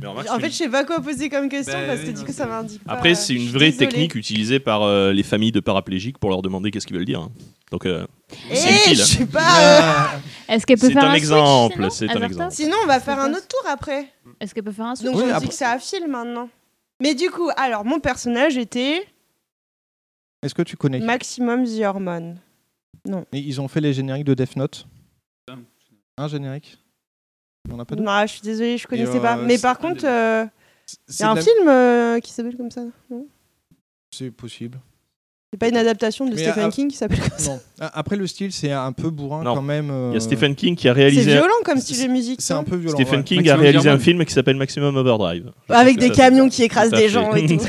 S9: Mais remarque,
S7: En
S9: c'est
S7: fait,
S9: une-
S7: je sais pas quoi poser comme question
S9: Bah
S7: parce
S9: oui,
S7: que du
S9: non,
S7: coup, ça m'indique. pas.
S9: Après, c'est
S7: Bah, Je
S9: une
S7: suis
S9: vraie
S7: désolée.
S9: technique utilisée par euh, les familles de paraplégiques pour leur demander qu'est-ce qu'ils veulent dire. hein. Donc, euh, c'est
S7: Eh,
S9: utile.
S7: je sais pas.
S1: Euh, Est-ce qu'elle peut
S9: C'est
S1: faire
S9: un
S1: un,
S9: exemple,
S1: switch, sinon
S9: c'est un
S1: Azarta
S9: exemple.
S7: Sinon, on va faire un autre tour après.
S1: Est-ce qu'elle peut faire un switch
S7: Donc, je me dis que c'est à fil maintenant. Mais du coup, alors, mon personnage était
S2: Est-ce que tu connais
S7: Maximum The Hormone. Non.
S2: Et Ils ont fait les génériques de Death Note. Un générique On en a pas deux
S7: Non, je suis désolée, je connaissais
S2: euh,
S7: pas. Mais
S2: c'est-
S7: par contre, euh, il y
S2: c'est
S7: a un
S2: de la-
S7: film euh, qui s'appelle comme ça. non
S2: C'est possible.
S7: C'est pas une adaptation de
S2: Mais,
S7: Stephen
S2: ah,
S7: King qui s'appelle comme ça.
S2: Non. A- Après, le style, c'est un peu bourrin
S9: Non.
S2: quand même. euh,
S9: Il y a Stephen King qui a réalisé.
S7: C'est violent comme style de musique.
S2: C'est
S7: non
S2: un peu violent.
S9: Stephen
S2: ouais.
S9: King a réalisé un film qui s'appelle Maximum Overdrive.
S7: Avec
S9: Je
S7: des
S9: pense que ça-
S7: camions qui écrasent
S9: Tout à
S7: des
S9: fait.
S7: gens et tout.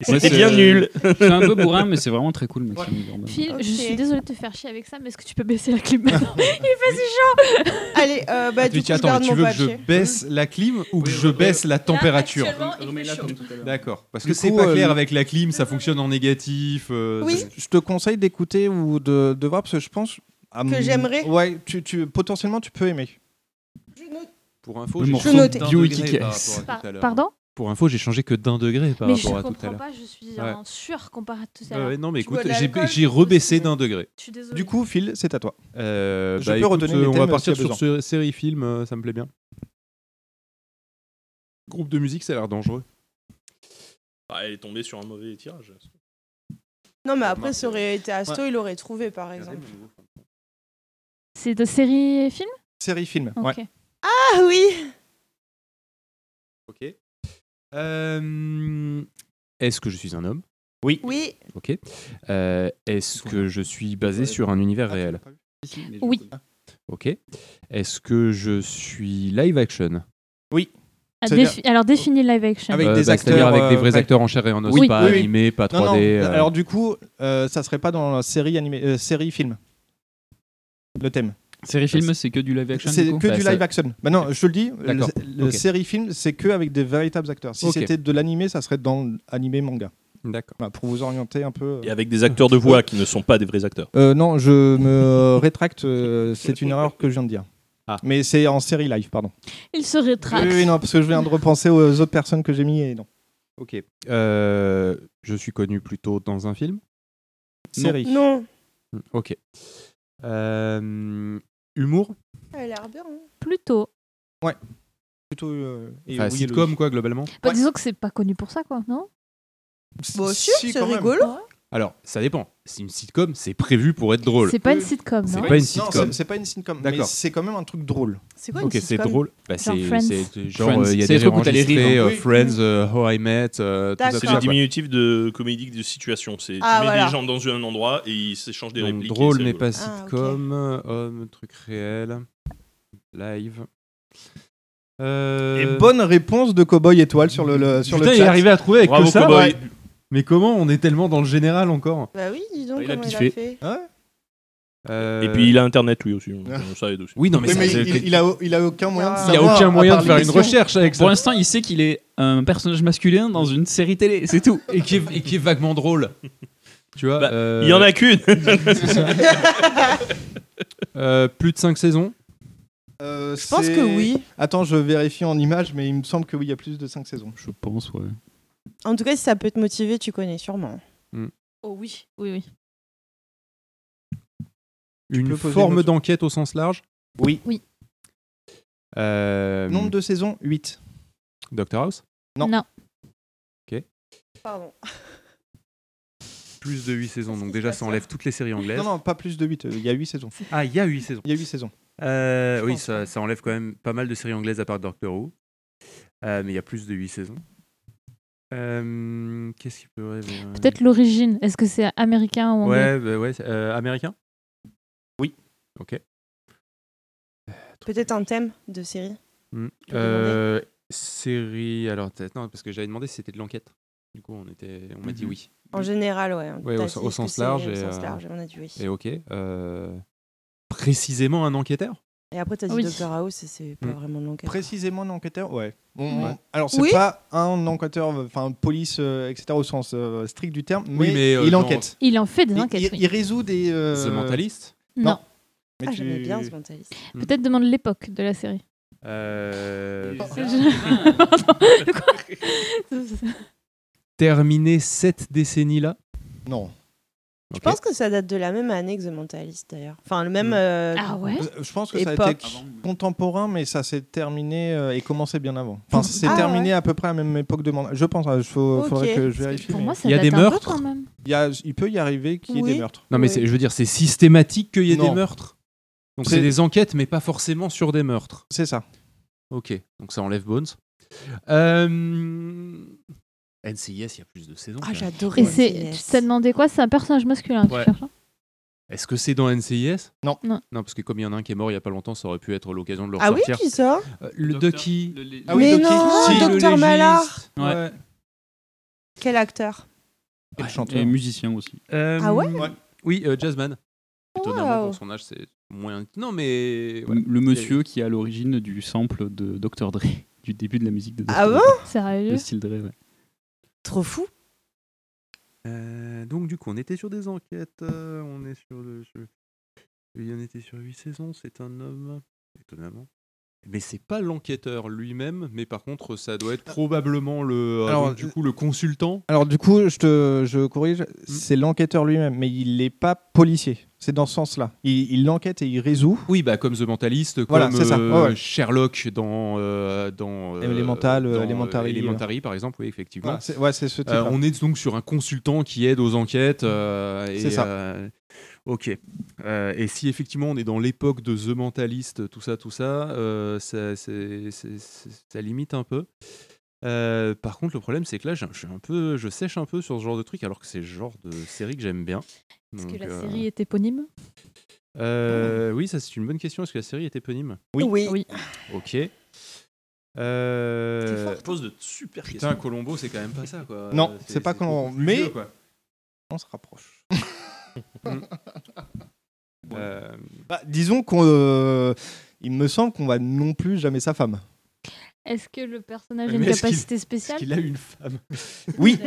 S9: Et C'était bien nul.
S10: C'est euh, un peu bourrin, mais c'est vraiment très cool. Maxime Urban.
S1: Phil,
S7: Ok.
S1: je suis désolée de te faire chier avec ça, mais est-ce que tu peux baisser la clim maintenant Il fait si chaud
S7: Allez, euh, bah,
S8: Tu
S7: du coup,
S8: dis,
S7: je
S8: Ah, attends,
S7: garde
S8: mais tu
S7: mon
S8: veux que je
S7: papier.
S8: baisse la clim ou que je baisse la température
S1: actuellement, il fait chaud.
S8: D'accord. Parce
S2: Du
S8: que c'est
S2: coup,
S8: pas
S2: euh,
S8: clair
S2: le-
S8: avec la clim, ça fonctionne en négatif. euh, ça-
S2: Je te conseille d'écouter ou de, de voir parce que je pense. à mon-
S7: j'aimerais.
S2: Ouais, tu, tu- potentiellement tu peux aimer.
S8: Pour info,
S10: Le
S8: j'ai
S10: morceau
S8: changé
S10: noter.
S8: d'un
S10: Bio
S8: degré
S10: Kick
S8: par
S10: Ass.
S8: rapport à tout à l'heure.
S1: Pardon
S8: Pour info, j'ai changé que d'un degré par
S1: Mais je
S8: rapport à tout à
S1: comprends
S8: l'heure.
S1: pas, je suis
S8: Ouais.
S1: en sueur comparé à tout à
S8: Ouais,
S1: l'heure.
S8: ouais, Euh, non, mais
S1: Tu bois
S8: écoute,
S1: de
S8: j'ai,
S1: l'alcool
S8: j'ai rebaissé d'un degré.
S1: Je suis désolée.
S2: Du coup, Phil, c'est à toi.
S8: Euh,
S2: Je
S8: bah,
S2: peux
S8: écoute,
S2: redonner les
S8: euh, On
S2: thèmes,
S8: va
S2: euh,
S8: partir
S2: s'il y a
S8: sur sé- série film, euh, ça me plaît bien. Groupe de musique, ça a l'air dangereux.
S9: Ah, elle est tombée sur un mauvais tirage.
S7: Non, mais après, ça aurait été Asto,
S2: Ouais.
S7: il aurait trouvé par exemple.
S1: C'est de série et film
S2: Série film.
S1: Ok.
S2: Ouais.
S7: Ah oui
S8: Ok. Euh, Est-ce que je suis un homme
S2: Oui.
S7: Oui.
S8: Ok. Euh, Est-ce que je suis basé sur un univers réel
S1: Oui.
S8: Ok. Est-ce que je suis live action
S2: Oui.
S1: Ah,
S2: C'est-à-dire-
S1: défi- Alors définis le live action.
S2: Avec
S8: Euh,
S2: des
S8: bah, c'est-à-dire
S2: acteurs.
S8: avec des vrais
S2: euh,
S8: acteurs en chair et en os,
S1: Oui.
S8: pas
S2: Oui, oui.
S8: animés, pas 3D.
S2: Non, non.
S8: euh,
S2: Alors du coup, euh, ça serait pas dans la série animée, euh, série film. Le thème.
S10: Série film, c'est que du live action.
S2: C'est
S10: du coup
S2: que
S10: Bah,
S2: du
S10: ça-
S2: live action. Bah non, je te le dis,
S10: D'accord.
S2: le,
S10: Ok.
S2: série film, c'est que avec des véritables acteurs. Si
S8: Ok.
S2: c'était de l'animé, ça serait dans l'animé manga.
S8: D'accord.
S2: Bah, pour vous orienter un peu.
S9: Et avec des acteurs de voix qui ne sont pas des vrais acteurs.
S2: Euh, non, je me rétracte. euh, c'est une erreur que je viens de dire.
S8: Ah.
S2: Mais c'est en série live, pardon.
S1: Il se rétracte.
S2: Oui, oui, non, parce que je viens de repenser aux autres personnes que j'ai mis et non.
S8: Ok. Euh, je suis connu plutôt dans un film
S2: Série.
S7: Non.
S8: Hmm, Ok. Euh, humour
S7: Elle a l'air bien. hein.
S1: Plutôt.
S2: Ouais. Plutôt. euh, et
S8: Enfin,
S2: oui,
S8: sitcom,
S2: Eloïse.
S8: quoi, globalement
S1: Bah,
S2: Ouais.
S1: Disons que c'est pas connu pour ça, quoi, non
S7: Bon, Bah, si,
S2: si,
S7: c'est
S2: quand même.
S7: rigolo.
S8: Alors, ça dépend. Si une sitcom, c'est prévu pour être drôle.
S1: C'est pas une sitcom,
S8: C'est
S1: non
S8: pas une
S2: Non,
S8: sitcom.
S2: c'est- c'est pas une sitcom. mais
S8: D'accord.
S2: C'est quand même un truc drôle.
S7: C'est quoi une
S8: Ok, c'est
S7: sitcom
S8: drôle. Bah,
S1: Genre
S8: c'est
S1: Friends.
S8: c'est- genre,
S10: Friends.
S8: euh, il y a
S10: C'est
S8: des
S10: les trucs où t'as les
S8: réenregistrés,
S10: rires,
S8: euh,
S10: hein.
S8: Friends, euh, How I Met, euh, tout ça,
S9: C'est
S8: tout ça,
S7: D'accord.
S9: des
S7: Ah,
S8: quoi.
S9: diminutifs de comédie de situation. C'est
S7: Ah,
S9: tu mets
S7: voilà.
S9: des gens dans un endroit et ils s'échangent des
S8: Donc,
S9: répliques. et
S8: drôle
S9: c'est
S8: mais
S9: rigolo.
S8: pas
S7: Ah, ok.
S8: sitcom, euh, homme, truc réel, live. Euh,
S2: Et bonne réponse de Cowboy Étoile sur le, le- sur
S8: Putain,
S2: le
S8: il est
S2: chat.
S8: arrivé à trouver avec
S9: Bravo,
S8: que ça.
S9: Cowboy.
S8: ouais. Mais comment on est tellement dans le général encore
S7: Bah oui, dis donc,
S10: Il a
S7: comment il a
S10: kiffé.
S7: fait.
S2: Hein
S8: Euh,
S9: Et puis il a internet lui aussi. donc,
S2: Ah.
S9: euh, ça aide aussi.
S8: Oui, non, mais,
S2: Oui,
S8: ça,
S2: mais
S8: c'est-
S2: il, il a, il a aucun moyen de
S7: Il
S8: il y a
S2: Ah, savoir,
S8: aucun
S2: à
S8: moyen
S2: part
S8: de faire une
S2: l'émission.
S8: recherche avec
S10: Pour
S8: ça.
S10: l'instant, il sait qu'il est un personnage masculin dans une série télé, c'est tout.
S8: Et qui, est, et qui est vaguement drôle. Tu vois
S9: Bah,
S8: euh,
S9: Il y en a qu'une.
S8: euh, plus de 5 saisons.
S2: Euh,
S7: Je pense
S2: c'est-
S7: que oui.
S2: Attends, je vérifie en images, mais il me semble que oui, il y a plus de 5 saisons.
S10: Je pense, ouais.
S7: En tout cas, si ça peut te motiver, tu connais sûrement.
S9: Mm.
S1: Oh oui, oui, oui.
S2: Tu peux
S8: Une
S2: poser
S8: forme
S2: une autre-
S8: d'enquête au sens large.
S2: Oui.
S1: Oui.
S8: Euh,
S2: Nombre de saisons 8.
S8: Doctor House.
S2: Non.
S7: Pardon.
S8: Plus de 8 saisons, donc déjà ça enlève toutes les séries anglaises.
S2: Non, non, pas plus de 8. Il y a 8 saisons.
S8: Ah, il y a 8 saisons.
S2: Il y a 8 saisons.
S8: Euh, oui,
S2: pense,
S8: ça, ça enlève quand même pas mal de séries anglaises à part Doctor Who. Euh, mais il y a plus de 8 saisons. Euh, Qu'est-ce qu'il peut rêver ouais.
S1: Peut-être l'origine. hein, Est-ce que c'est américain ou anglais
S8: Ouais, bah ouais c'est- euh, américain
S2: Oui.
S8: Ok.
S7: Peut-être un thème de série.
S8: Hmm.
S7: peux
S8: Euh, série. Alors, t'as- non, parce que j'avais demandé si c'était de l'enquête. Du coup, on, était... on m'a dit
S2: Mhm.
S8: oui.
S7: Mmh. En général, ouais.
S8: Ouais, au
S7: T'as
S8: sen-
S7: dit
S8: au
S7: ce que
S8: sens
S7: c'est,
S8: large
S7: Au
S8: et,
S7: sens
S8: euh,
S7: large, et on a dit oui.
S8: Et ok. euh, Précisément un enquêteur
S7: Et après, t'as dit
S1: Ah Oui.
S7: Doctor House, et c'est pas
S8: Mm.
S7: vraiment de l'enquête.
S2: Précisément un enquêteur Ouais. Bon,
S8: Ouais.
S2: Alors, c'est
S7: Oui.
S2: pas un enquêteur, enfin, police, euh, etc., au sens euh, strict du terme, mais,
S8: mais, euh,
S2: il
S8: genre-
S2: enquête.
S1: Il en fait des
S2: Il,
S1: enquêtes,
S2: il-
S1: oui.
S2: il résout des. euh,
S8: The Mentalist
S1: Non.
S2: mais
S7: Ah,
S2: tu-
S7: j'aimais bien ce mentaliste.
S8: Hmm.
S1: Peut-être demande l'époque de la série.
S8: Euh,
S1: Quoi
S8: Terminer cette décennie-là
S2: Non.
S7: Je pense que ça date de la même année que The Mentalist d'ailleurs. Enfin, le même.
S1: Mm.
S7: euh,
S1: Ah
S2: Euh, Je pense que ça a
S7: époque.
S2: été contemporain, mais ça s'est terminé euh, et commencé bien avant. Enfin, ça s'est
S7: Ah,
S2: terminé à peu près à la même époque de Mandela. Je pense, il
S7: Ok.
S2: faudrait que
S7: Parce
S2: je
S7: que
S2: vérifie.
S7: pour
S2: mais-
S7: moi, ça Il y a date des un peu meurtres quand même.
S2: il, y a- il peut y arriver qu'il y ait
S7: Oui.
S2: des meurtres.
S8: Non, mais c'est- je veux dire, c'est systématique qu'il y ait
S2: Non.
S8: des meurtres. Donc
S2: C'est-
S8: c'est des enquêtes, mais pas forcément sur des meurtres.
S2: C'est ça.
S8: Ok, donc ça enlève Bones. Euh... NCIS, il y a plus de saisons.
S7: Ah,
S8: quand même.
S7: j'adorais.
S1: Et c'est, tu t'es demandé quoi C'est un personnage masculin.
S8: Ouais.
S1: Tu cherches, hein
S8: Est-ce que c'est dans NCIS
S2: Non.
S1: Non.
S8: parce que comme il y en a un qui est mort il y a pas longtemps, ça aurait pu être l'occasion de le
S7: Ah oui,
S8: ressortir.
S7: qui ça
S8: Euh, Le Ducky.
S7: Ah oui, Mais Ducky. non,
S8: Si, le
S7: Docteur
S8: légiste.
S7: Mallard.
S8: Ouais.
S10: Ouais.
S7: Quel acteur
S2: Et le chanteur.
S10: Et musicien aussi.
S8: Euh,
S7: Ah ouais
S8: Oui, euh, Jazzman. Étonnamment,
S7: Wow.
S8: pour son âge, c'est moins. Non, mais.
S10: Le-
S8: voilà.
S10: Le monsieur qui est à l'origine du sample de Dr. Dre, du début de la musique de Dr.
S7: Ah
S10: Dre.
S7: bon
S10: Le
S1: Sérieux
S10: style Dre, ouais.
S7: Trop fou.
S8: Euh, donc, du coup, on était sur des enquêtes. euh, on est sur le. je- Il y en était sur 8 saisons. C'est un homme. Étonnamment. Mais c'est pas l'enquêteur lui-même, mais par contre, ça doit être probablement le. euh,
S2: Alors,
S8: donc, du coup, le consultant. Hmm.
S2: Alors du coup, je te je corrige, c'est l'enquêteur lui-même, mais il n'est pas policier. C'est dans ce sens-là. Il il enquête et il résout.
S8: Oui, bah comme The Mentalist, comme
S2: Voilà, c'est ça.
S8: euh,
S2: Ouais, ouais.
S8: Sherlock dans euh, dans
S2: Elemental, euh,
S8: dans, euh,
S2: Elementary.
S8: Elementary, par exemple, oui effectivement.
S2: Voilà, c'est- ouais, c'est ce hein.
S8: Euh,
S2: type-là.
S8: on est donc sur un consultant qui aide aux enquêtes. euh, et,
S2: C'est ça.
S8: euh, ok. Euh, et si effectivement on est dans l'époque de The Mentalist, tout ça, tout ça, euh, ça, c'est- c'est- c'est- ça limite un peu. Euh, par contre, le problème, c'est que là, je, je suis un peu, je sèche un peu sur ce genre de truc, alors que c'est le genre de série que j'aime bien.
S1: Parce que
S8: Donc,
S1: la
S8: euh,
S1: série est éponyme.
S8: euh, oui, ça c'est une bonne question. Est-ce que la série est éponyme
S7: Oui.
S8: Ok. Euh...
S9: Je pose de super questions.
S8: Putain, Colombo, c'est quand même pas ça, quoi.
S2: Non,
S8: Euh,
S2: c'est pas Colombo,
S8: beaucoup plus
S2: mais-
S8: vieux, quoi. Hmm.
S2: On se rapproche.
S8: Euh,
S2: Bah, disons qu'on, euh, il me semble qu'on va non plus jamais sa femme.
S1: Est-ce que le personnage a une
S8: mais est-ce
S1: capacité
S8: qu'il-
S1: spéciale
S8: est-ce qu'il a une femme.
S2: Oui.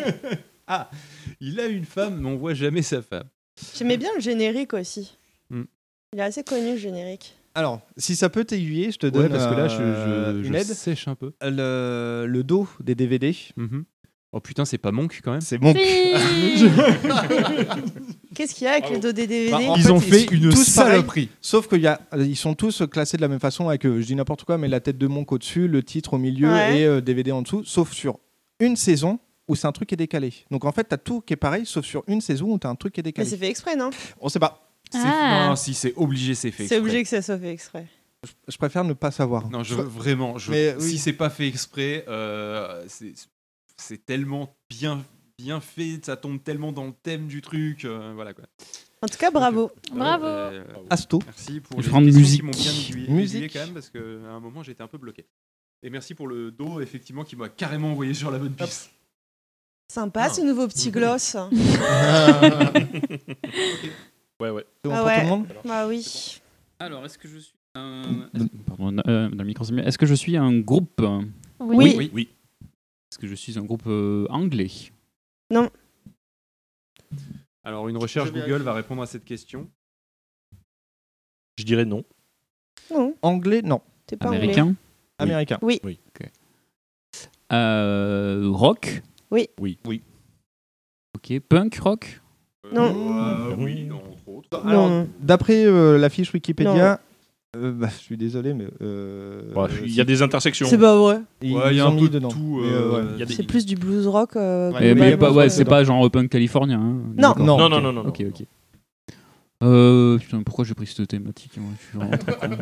S8: ah, il a une femme, mais on voit jamais sa femme.
S7: J'aimais bien le générique aussi.
S8: Hmm.
S7: Il est assez connu le générique.
S2: Alors, si ça peut t'aiguiller, je te
S8: Ouais,
S2: donne
S8: parce que là, je,
S2: euh,
S8: je- je
S2: une aide.
S8: sèche un peu.
S2: Le, le dos des DVD.
S8: Mhm. Oh putain, c'est pas Monk quand même.
S2: C'est bon.
S7: Qu'est-ce qu'il y a avec le dos des DVD
S2: Bah, en
S8: Ils ont fait
S2: sont
S8: une
S2: tous pareils,
S8: saloperie.
S2: sauf qu'ils ils sont tous euh, classés de la même façon avec, euh, je dis n'importe quoi, mais la tête de Monk au-dessus, le titre au milieu
S7: Ouais.
S2: et euh, DVD en dessous, sauf sur une saison où c'est un truc qui est décalé. Donc en fait, t'as tout qui est pareil, sauf sur une saison où t'as un truc qui est
S7: Mais
S2: décalé.
S7: c'est fait exprès, non
S2: On sait pas.
S8: C'est-
S1: Ah.
S8: Non, si c'est obligé, c'est fait.
S7: C'est
S8: exprès.
S7: obligé que ça soit fait exprès.
S2: Je préfère ne pas savoir.
S8: Non, je,
S2: Je-
S8: vraiment, je,
S2: Mais oui.
S8: si c'est pas fait exprès, euh, c'est- c'est tellement bien, bien fait, ça tombe tellement dans le thème du truc. euh, voilà quoi.
S7: En tout cas, bravo.
S1: Bravo.
S8: Euh,
S2: Asto.
S8: Merci pour
S10: Je
S8: les
S10: prends de
S8: questions
S10: musique.
S8: qui m'ont bien aiguillé,
S2: Musique.
S8: aiguillé quand même parce qu'à un moment j'étais un peu bloqué. Et merci pour le dos effectivement qui m'a carrément envoyé sur la bonne piste.
S7: Sympa ce nouveau petit gloss.
S9: Ouais, ouais.
S2: C'est bon pour
S7: ah
S2: tout
S7: ouais.
S2: le monde
S7: Bah oui.
S10: Alors, est-ce que je suis un. Pardon, euh, madame Lee Consigny, est-ce que je suis un groupe euh,
S7: Oui.
S10: Oui. Est-ce que je suis un groupe euh, anglais
S8: Alors une recherche Google va répondre à cette question.
S9: Je dirais non.
S7: Non,
S2: Anglais, non.
S7: t'es pas anglais.
S10: Américain
S2: Américain.
S7: Oui.
S10: Euh, Rock
S7: Oui.
S9: Oui.
S2: Oui.
S10: Ok, punk rock
S7: Non.
S8: Euh, oui,
S9: Oui.
S8: non, entre autres.
S2: Alors,
S7: Non.
S2: d'après euh, la fiche Wikipédia, euh, bah, je suis désolé, mais. euh,
S8: Bah,
S9: Ouais, Il y a des intersections.
S7: C'est pas vrai.
S2: ils
S8: Ouais, il y a
S2: ont
S8: un
S2: mis
S8: peu de
S2: dedans.
S8: tout,
S2: Mais,
S8: euh,
S2: ouais.
S9: Il y a des-
S7: C'est plus du blues rock. euh,
S2: Ouais,
S10: Eh,
S7: globalement,
S10: mais pas- ouais,
S7: euh,
S10: c'est pas genre punk californien. hein,
S7: Non.
S10: d'accord.
S2: Non.
S9: Non,
S10: Ok.
S9: non, non, non,
S10: Ok,
S9: non.
S10: ok. Euh, putain, pourquoi j'ai pris cette thématique moi, je suis vraiment très con.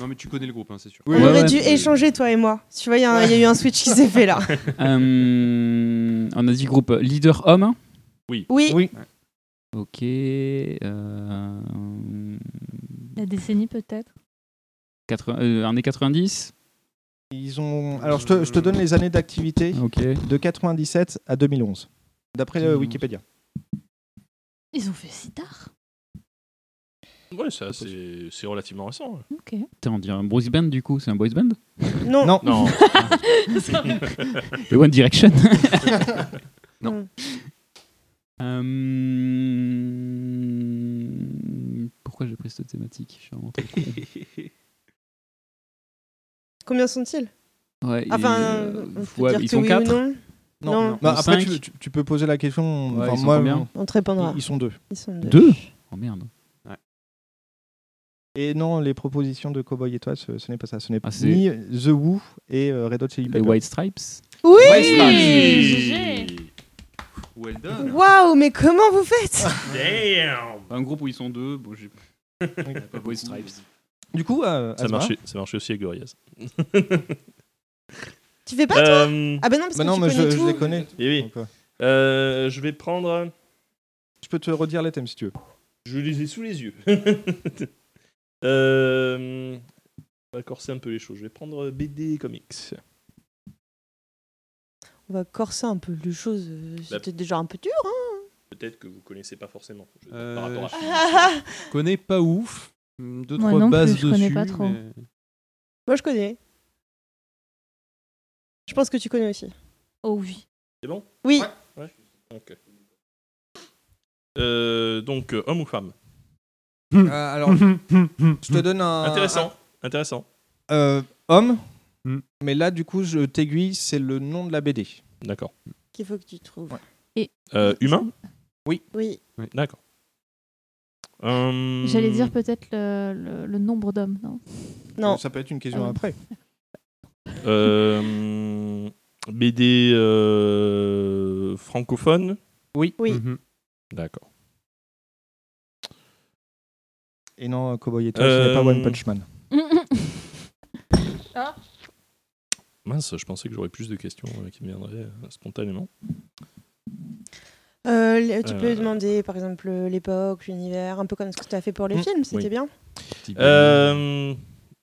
S8: Non mais tu connais le groupe, hein, c'est sûr.
S7: On
S10: Ouais,
S7: aurait
S10: ouais.
S7: dû échanger, toi et moi. Tu vois, il y, a un- il y a eu un switch qui s'est fait là.
S10: Euh, On a dit groupe leader homme.
S7: Oui.
S2: Oui.
S10: Ok. euh,
S1: La décennie peut-être
S10: 80, euh, années 90
S2: Ils ont. Euh, Alors, je te, je te donne les années d'activité
S10: Ah, Ok.
S2: de 97 à 2011, d'après euh, Wikipédia.
S1: Ils ont fait si tard.
S9: Ouais, ça, c'est c'est relativement récent. ouais.
S1: Ok.
S10: Putain, on dirait un boys band du coup, c'est un boys band
S7: Non.
S2: Non.
S9: Non.
S10: Et One Direction
S7: Non.
S10: Euh, Pourquoi j'ai pris cette thématique Je suis vraiment très con.
S7: Combien sont-ils
S10: Ouais,
S7: Enfin,
S10: et,
S7: euh, on peut
S10: ouais,
S7: dire
S10: ils
S7: que
S10: sont
S7: oui ou
S10: quatre
S7: non
S2: Non,
S7: Non.
S2: non. Bah,
S10: Ou
S2: après,
S10: cinq.
S2: tu, tu- tu peux poser la question.
S10: Ouais,
S2: enfin,
S10: ils sont
S2: moi, euh,
S10: combien
S7: On te répondra.
S2: Ils, ils sont deux.
S7: Ils sont deux.
S10: Deux Oh merde.
S2: Et non, les propositions de Cowboy Étoile, ce, ce n'est pas ça. Ce n'est
S10: Ah, c'est-
S2: ni The Who et euh, Red Hot Chili
S10: Les
S2: Peppers.
S10: White Stripes
S7: Oui
S10: White
S7: GG. Waouh, mais comment vous faites
S9: Damn
S10: Un groupe où ils sont deux, bon, j'ai. Cowboy Stripes.
S2: Du coup, euh,
S9: Ça
S2: Asma
S9: marchait, ça marchait aussi avec Gorillaz.
S7: Tu fais pas toi
S9: Euh,
S7: Ah ben non, parce
S2: bah
S7: que
S2: non,
S7: tu
S2: mais
S7: connais
S2: je,
S7: tout.
S2: je les connais.
S9: Et oui.
S2: Donc, euh,
S9: Euh, je vais prendre.
S2: je peux te redire les thèmes si tu veux.
S9: Je les ai sous les yeux. euh... On va corser un peu les choses. Je vais prendre BD et comics.
S7: On va corser un peu les choses. euh, C'est
S9: Bah.
S7: peut-être déjà un peu dur. Hein
S9: Peut-être que vous connaissez pas forcément. Je-
S8: Euh,
S9: Par rapport à.
S8: Je connais pas ouf. Deux,
S1: Moi
S8: trois
S1: non plus,
S8: bases
S1: je connais
S8: dessus,
S1: pas trop.
S8: mais-
S7: Moi, je connais. Je pense que tu connais aussi.
S1: Oh oui.
S9: C'est bon
S7: Oui.
S9: Ok. Euh, donc, euh, homme ou femme
S2: Euh, alors, je te donne un.
S9: Intéressant. Intéressant.
S2: un- euh, homme.
S8: Mm.
S2: Mais là, du coup, je t'aiguille, c'est le nom de la BD.
S9: D'accord.
S7: Qu'il faut que tu trouves.
S9: Euh, humain
S7: Oui.
S9: D'accord. Euh,
S1: J'allais dire peut-être le, le- le nombre d'hommes, non
S7: Non.
S2: Hmm. Ça peut être une question
S1: Ah.
S2: après.
S9: euh, BD euh, francophone
S2: Oui.
S7: Oui.
S8: Mhm.
S9: D'accord.
S2: Et non, Cowboy Étoile, ce n'est pas
S9: Euh,
S2: One Punch Man.
S9: Mince, je pensais que j'aurais plus de questions euh, qui me viendraient euh, spontanément.
S7: Euh, les- tu peux
S9: Euh.
S7: demander, par exemple, euh, l'époque, l'univers, un peu comme ce que tu as fait pour les
S8: Mmh.
S2: Mm.
S7: films, c'était
S9: Oui.
S7: bien
S9: Euh,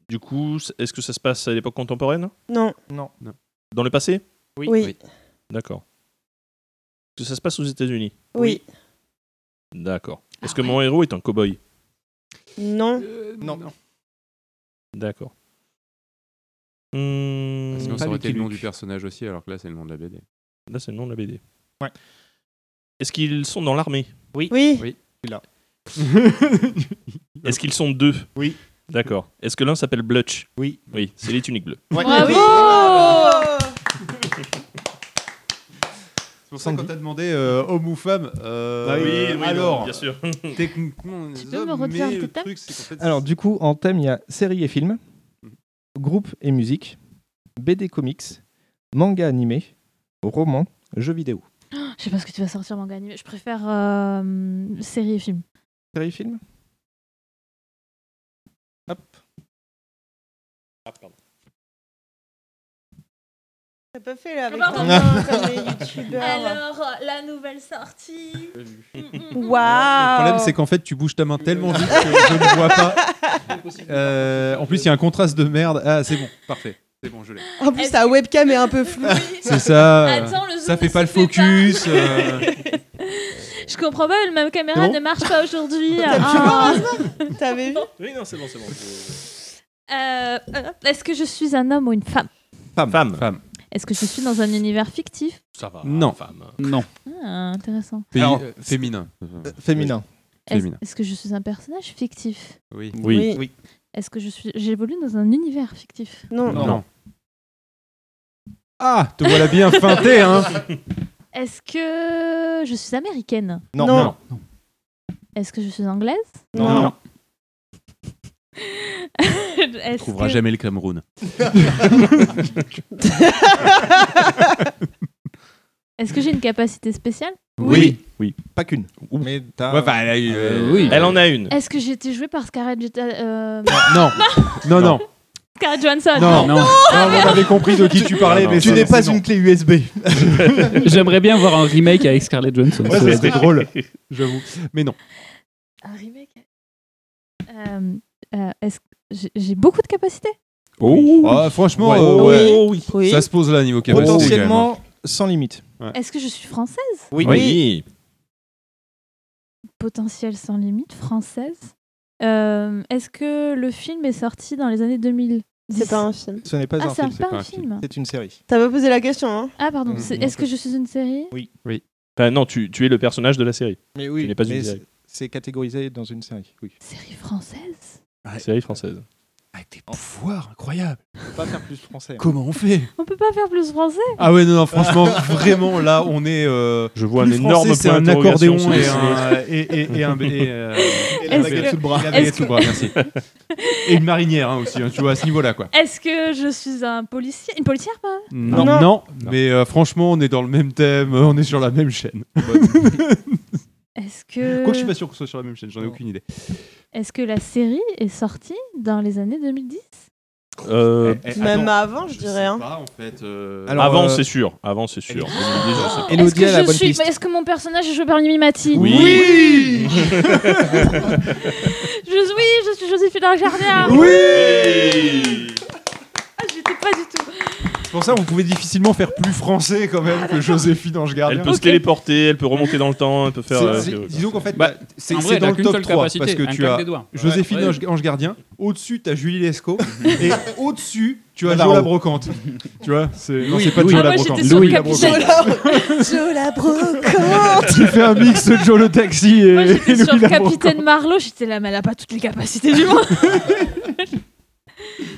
S9: du coup, c- est-ce que ça se passe à l'époque contemporaine
S7: Non.
S2: Non.
S9: Dans le passé
S7: Oui.
S8: Oui.
S7: Oui.
S9: D'accord. Est-ce que ça se passe aux États-Unis D'accord.
S7: Ah
S9: Est-ce que mon héros est un cow-boy
S7: Non.
S10: Euh,
S2: Non.
S9: D'accord.
S8: Sinon,
S10: Hmm.
S9: Hum,
S8: ça
S2: Pas
S8: aurait été le
S2: Lucky
S8: nom
S2: Luke.
S8: Mm, du personnage aussi, alors que là, c'est le nom de la BD.
S9: Là, c'est le nom de la BD.
S2: Ouais.
S9: Est-ce qu'ils sont dans l'armée
S7: Oui.
S9: Est-ce qu'ils sont deux
S2: Oui.
S9: D'accord. Est-ce que l'un s'appelle Blutch
S2: Oui.
S9: Oui, c'est les tuniques bleues.
S7: Ah
S1: Bravo
S8: C'est pour ça que quand t'as demandé euh, homme ou femme,
S2: Euh,
S8: euh,
S9: Bah
S10: Ah
S8: alors,
S9: bien sûr.
S8: techniquement, on est
S1: Tu peux
S8: hommes,
S1: me redire
S8: mais
S1: tes
S8: le
S1: thèmes
S8: truc, c'est qu'en fait,
S2: Alors, du coup, en thème, il y a séries et films,
S8: Mhm.
S2: groupe et musique, BD comics, manga animé, roman, jeux vidéo.
S1: Oh, Je sais pas ce que tu vas sortir, manga animé. Je préfère euh, série et film.
S2: Série et film Hop.
S9: Ah, pardon.
S7: T'as pas fait là avec
S1: Ah, pardon.
S7: Romain, comme les youtubeurs.
S1: la nouvelle sortie
S8: Le
S7: Waouh
S8: problème, c'est qu'en fait, tu bouges ta main tellement vite que je ne vois pas. Euh, en plus, il y a un contraste de merde. Ah, c'est bon, parfait. C'est bon, je l'ai.
S7: En plus, ta webcam est un peu floue.
S8: C'est ça. euh,
S1: Attends, le zoom,
S8: ça fait
S1: il
S8: pas le
S1: se fait
S8: focus. euh,
S1: Je comprends pas, ma caméra
S8: C'est bon
S1: ne marche pas aujourd'hui.
S7: T'as pu
S1: Ah.
S7: voir, Asma T'avais vu
S9: Oui, non, c'est bon, c'est bon. Je-
S1: Euh, euh, Est-ce que je suis un homme ou une femme
S2: Femme.
S9: Femme.
S8: Femme.
S1: Est-ce que je suis dans un univers fictif
S9: Ça va.
S8: Non.
S9: Femme.
S10: Non.
S1: Ah, Intéressant.
S8: Pays-
S2: Alors,
S8: euh, féminin.
S2: Euh, Féminin.
S1: Est-ce
S8: Féminin.
S1: est-ce que je suis un personnage fictif
S8: Oui.
S9: Oui.
S1: Est-ce que je suis j'évolue dans un univers fictif
S7: Non.
S8: Non. Ah, te voilà bien feinté, hein.
S1: Est-ce que je suis américaine
S2: Non.
S7: Non.
S1: Est-ce que je suis anglaise
S7: Non.
S8: Non.
S1: Est-ce que-
S8: jamais le Cameroun.
S1: Est-ce que j'ai une capacité spéciale
S2: Oui.
S9: Oui.
S2: Pas qu'une. Mais t'as.
S8: Ouais, enfin, elle a eu, euh,
S10: oui.
S9: Elle en a une.
S1: Est-ce que j'ai été jouée par Scarlett, Jeta- euh,
S8: Non. Non, non.
S1: Scarlett Johansson
S8: Non, non. on avait compris de qui tu parlais,
S10: Non,
S8: mais
S10: non,
S2: tu
S8: ça,
S2: n'es
S8: c'est
S2: pas
S8: non.
S2: une clé USB.
S10: J'aimerais bien voir un remake avec Scarlett Johansson.
S8: Ouais, ça serait drôle, j'avoue. Mais non.
S1: Un remake Euh, euh, Est-ce que j'ai- j'ai beaucoup de capacités
S8: Oh. franchement,
S2: Ouais.
S8: euh, ouais.
S9: oui.
S7: Oui.
S8: ça se pose là niveau capacité.
S2: Potentiellement sans limite.
S1: Est-ce que je suis française
S2: Oui.
S9: Oui.
S1: Potentiel sans limite, française Euh, Est-ce que le film est sorti dans les années 2000
S7: C'est pas un film.
S2: Ce n'est pas
S1: Ah,
S2: un
S1: c'est
S2: film,
S1: un-
S2: c'est-
S1: pas
S8: pas
S1: un
S8: un film.
S1: film.
S2: c'est une série.
S7: T'as pas posé la question, hein
S1: Ah, pardon.
S2: Mm,
S1: c'est-
S2: non,
S1: Est-ce que je suis une série
S9: Enfin, non, tu, tu es le personnage de la série.
S2: Mais oui,
S9: Ce n'est pas une
S2: mais
S9: série.
S2: c'est- c'est catégorisé dans une série. Oui.
S1: Série française
S9: Série française.
S8: Avec des pouvoirs incroyables.
S14: Pas faire plus français.
S8: Comment on fait
S1: On peut pas faire plus français
S8: Ah ouais, non, non, franchement, vraiment, là, on est. euh,
S9: Je vois un
S8: plus
S9: énorme
S8: français, C'est
S9: point
S8: un
S9: d'interrogation
S8: accordéon
S9: sur
S8: et
S9: le
S8: un.
S9: cinéma.
S8: Et, et- et un- et, euh,
S1: Et la Est-ce baguette que- sous le bras.
S8: Et la baguette
S1: est-ce
S8: sous le
S1: que-
S8: bras, merci. Et une marinière hein, aussi, hein, tu vois, à ce niveau-là, quoi.
S1: Est-ce que je suis un policier Une policière, pas
S8: Non, non, mais euh, franchement, on est dans le même thème, euh, on est sur la même chaîne.
S1: Est-ce que.
S8: Quoi que je suis pas sûr qu'on soit sur la même chaîne, j'en ai aucune idée.
S1: Est-ce que la série est sortie dans les années 2010
S8: Eh, eh,
S7: Même
S8: attends.
S7: avant, je dirais. hein.
S8: En fait, euh,
S2: Alors,
S9: Euh, avant,
S2: euh,
S9: c'est sûr. Avant, c'est
S1: Est-ce
S9: sûr.
S1: que,
S2: Elodie a la
S1: je
S2: bonne
S1: suis...
S2: piste.
S1: Est-ce que mon personnage est joué par Mimimati
S9: Oui.
S1: Je suis, je suis Joséphine
S2: Ah
S1: Jardin.
S8: Oui
S1: Ah, J'étais pas du tout.
S8: C'est pour ça qu'on pouvait difficilement faire plus français quand même que Joséphine Ange Gardien.
S9: Elle peut se téléporter, elle peut remonter dans le temps, elle peut faire.
S8: C'est-
S9: euh,
S8: c'est-
S9: ce que-
S8: disons qu'en fait,
S10: Bah,
S8: c'est
S10: en vrai,
S8: c'est
S10: elle a
S8: dans le
S10: qu'une
S8: top
S10: seule
S8: 3
S10: capacité,
S8: parce que
S10: un
S8: tu
S10: claque
S8: as
S10: des doigts.
S8: Joséphine
S10: Ouais.
S8: Ange- Ange Gardien, au-dessus tu as Julie Lescaut et au-dessus tu as
S14: Navarro.
S8: Joe la Brocante. tu vois, c'est non,
S14: Louis,
S8: c'est pas
S14: Louis.
S8: Joe
S14: Ah,
S8: la
S14: moi, j'étais
S8: Brocante.
S14: sur
S8: Louis
S14: le
S8: la
S14: Capitaine.
S8: Brocante.
S7: Joe la brocante
S8: tu fais un mix de Joe le taxi et, et
S1: J'étais sur
S8: Louis la
S1: Capitaine Marlowe, j'étais là, mais elle a pas toutes les capacités du monde.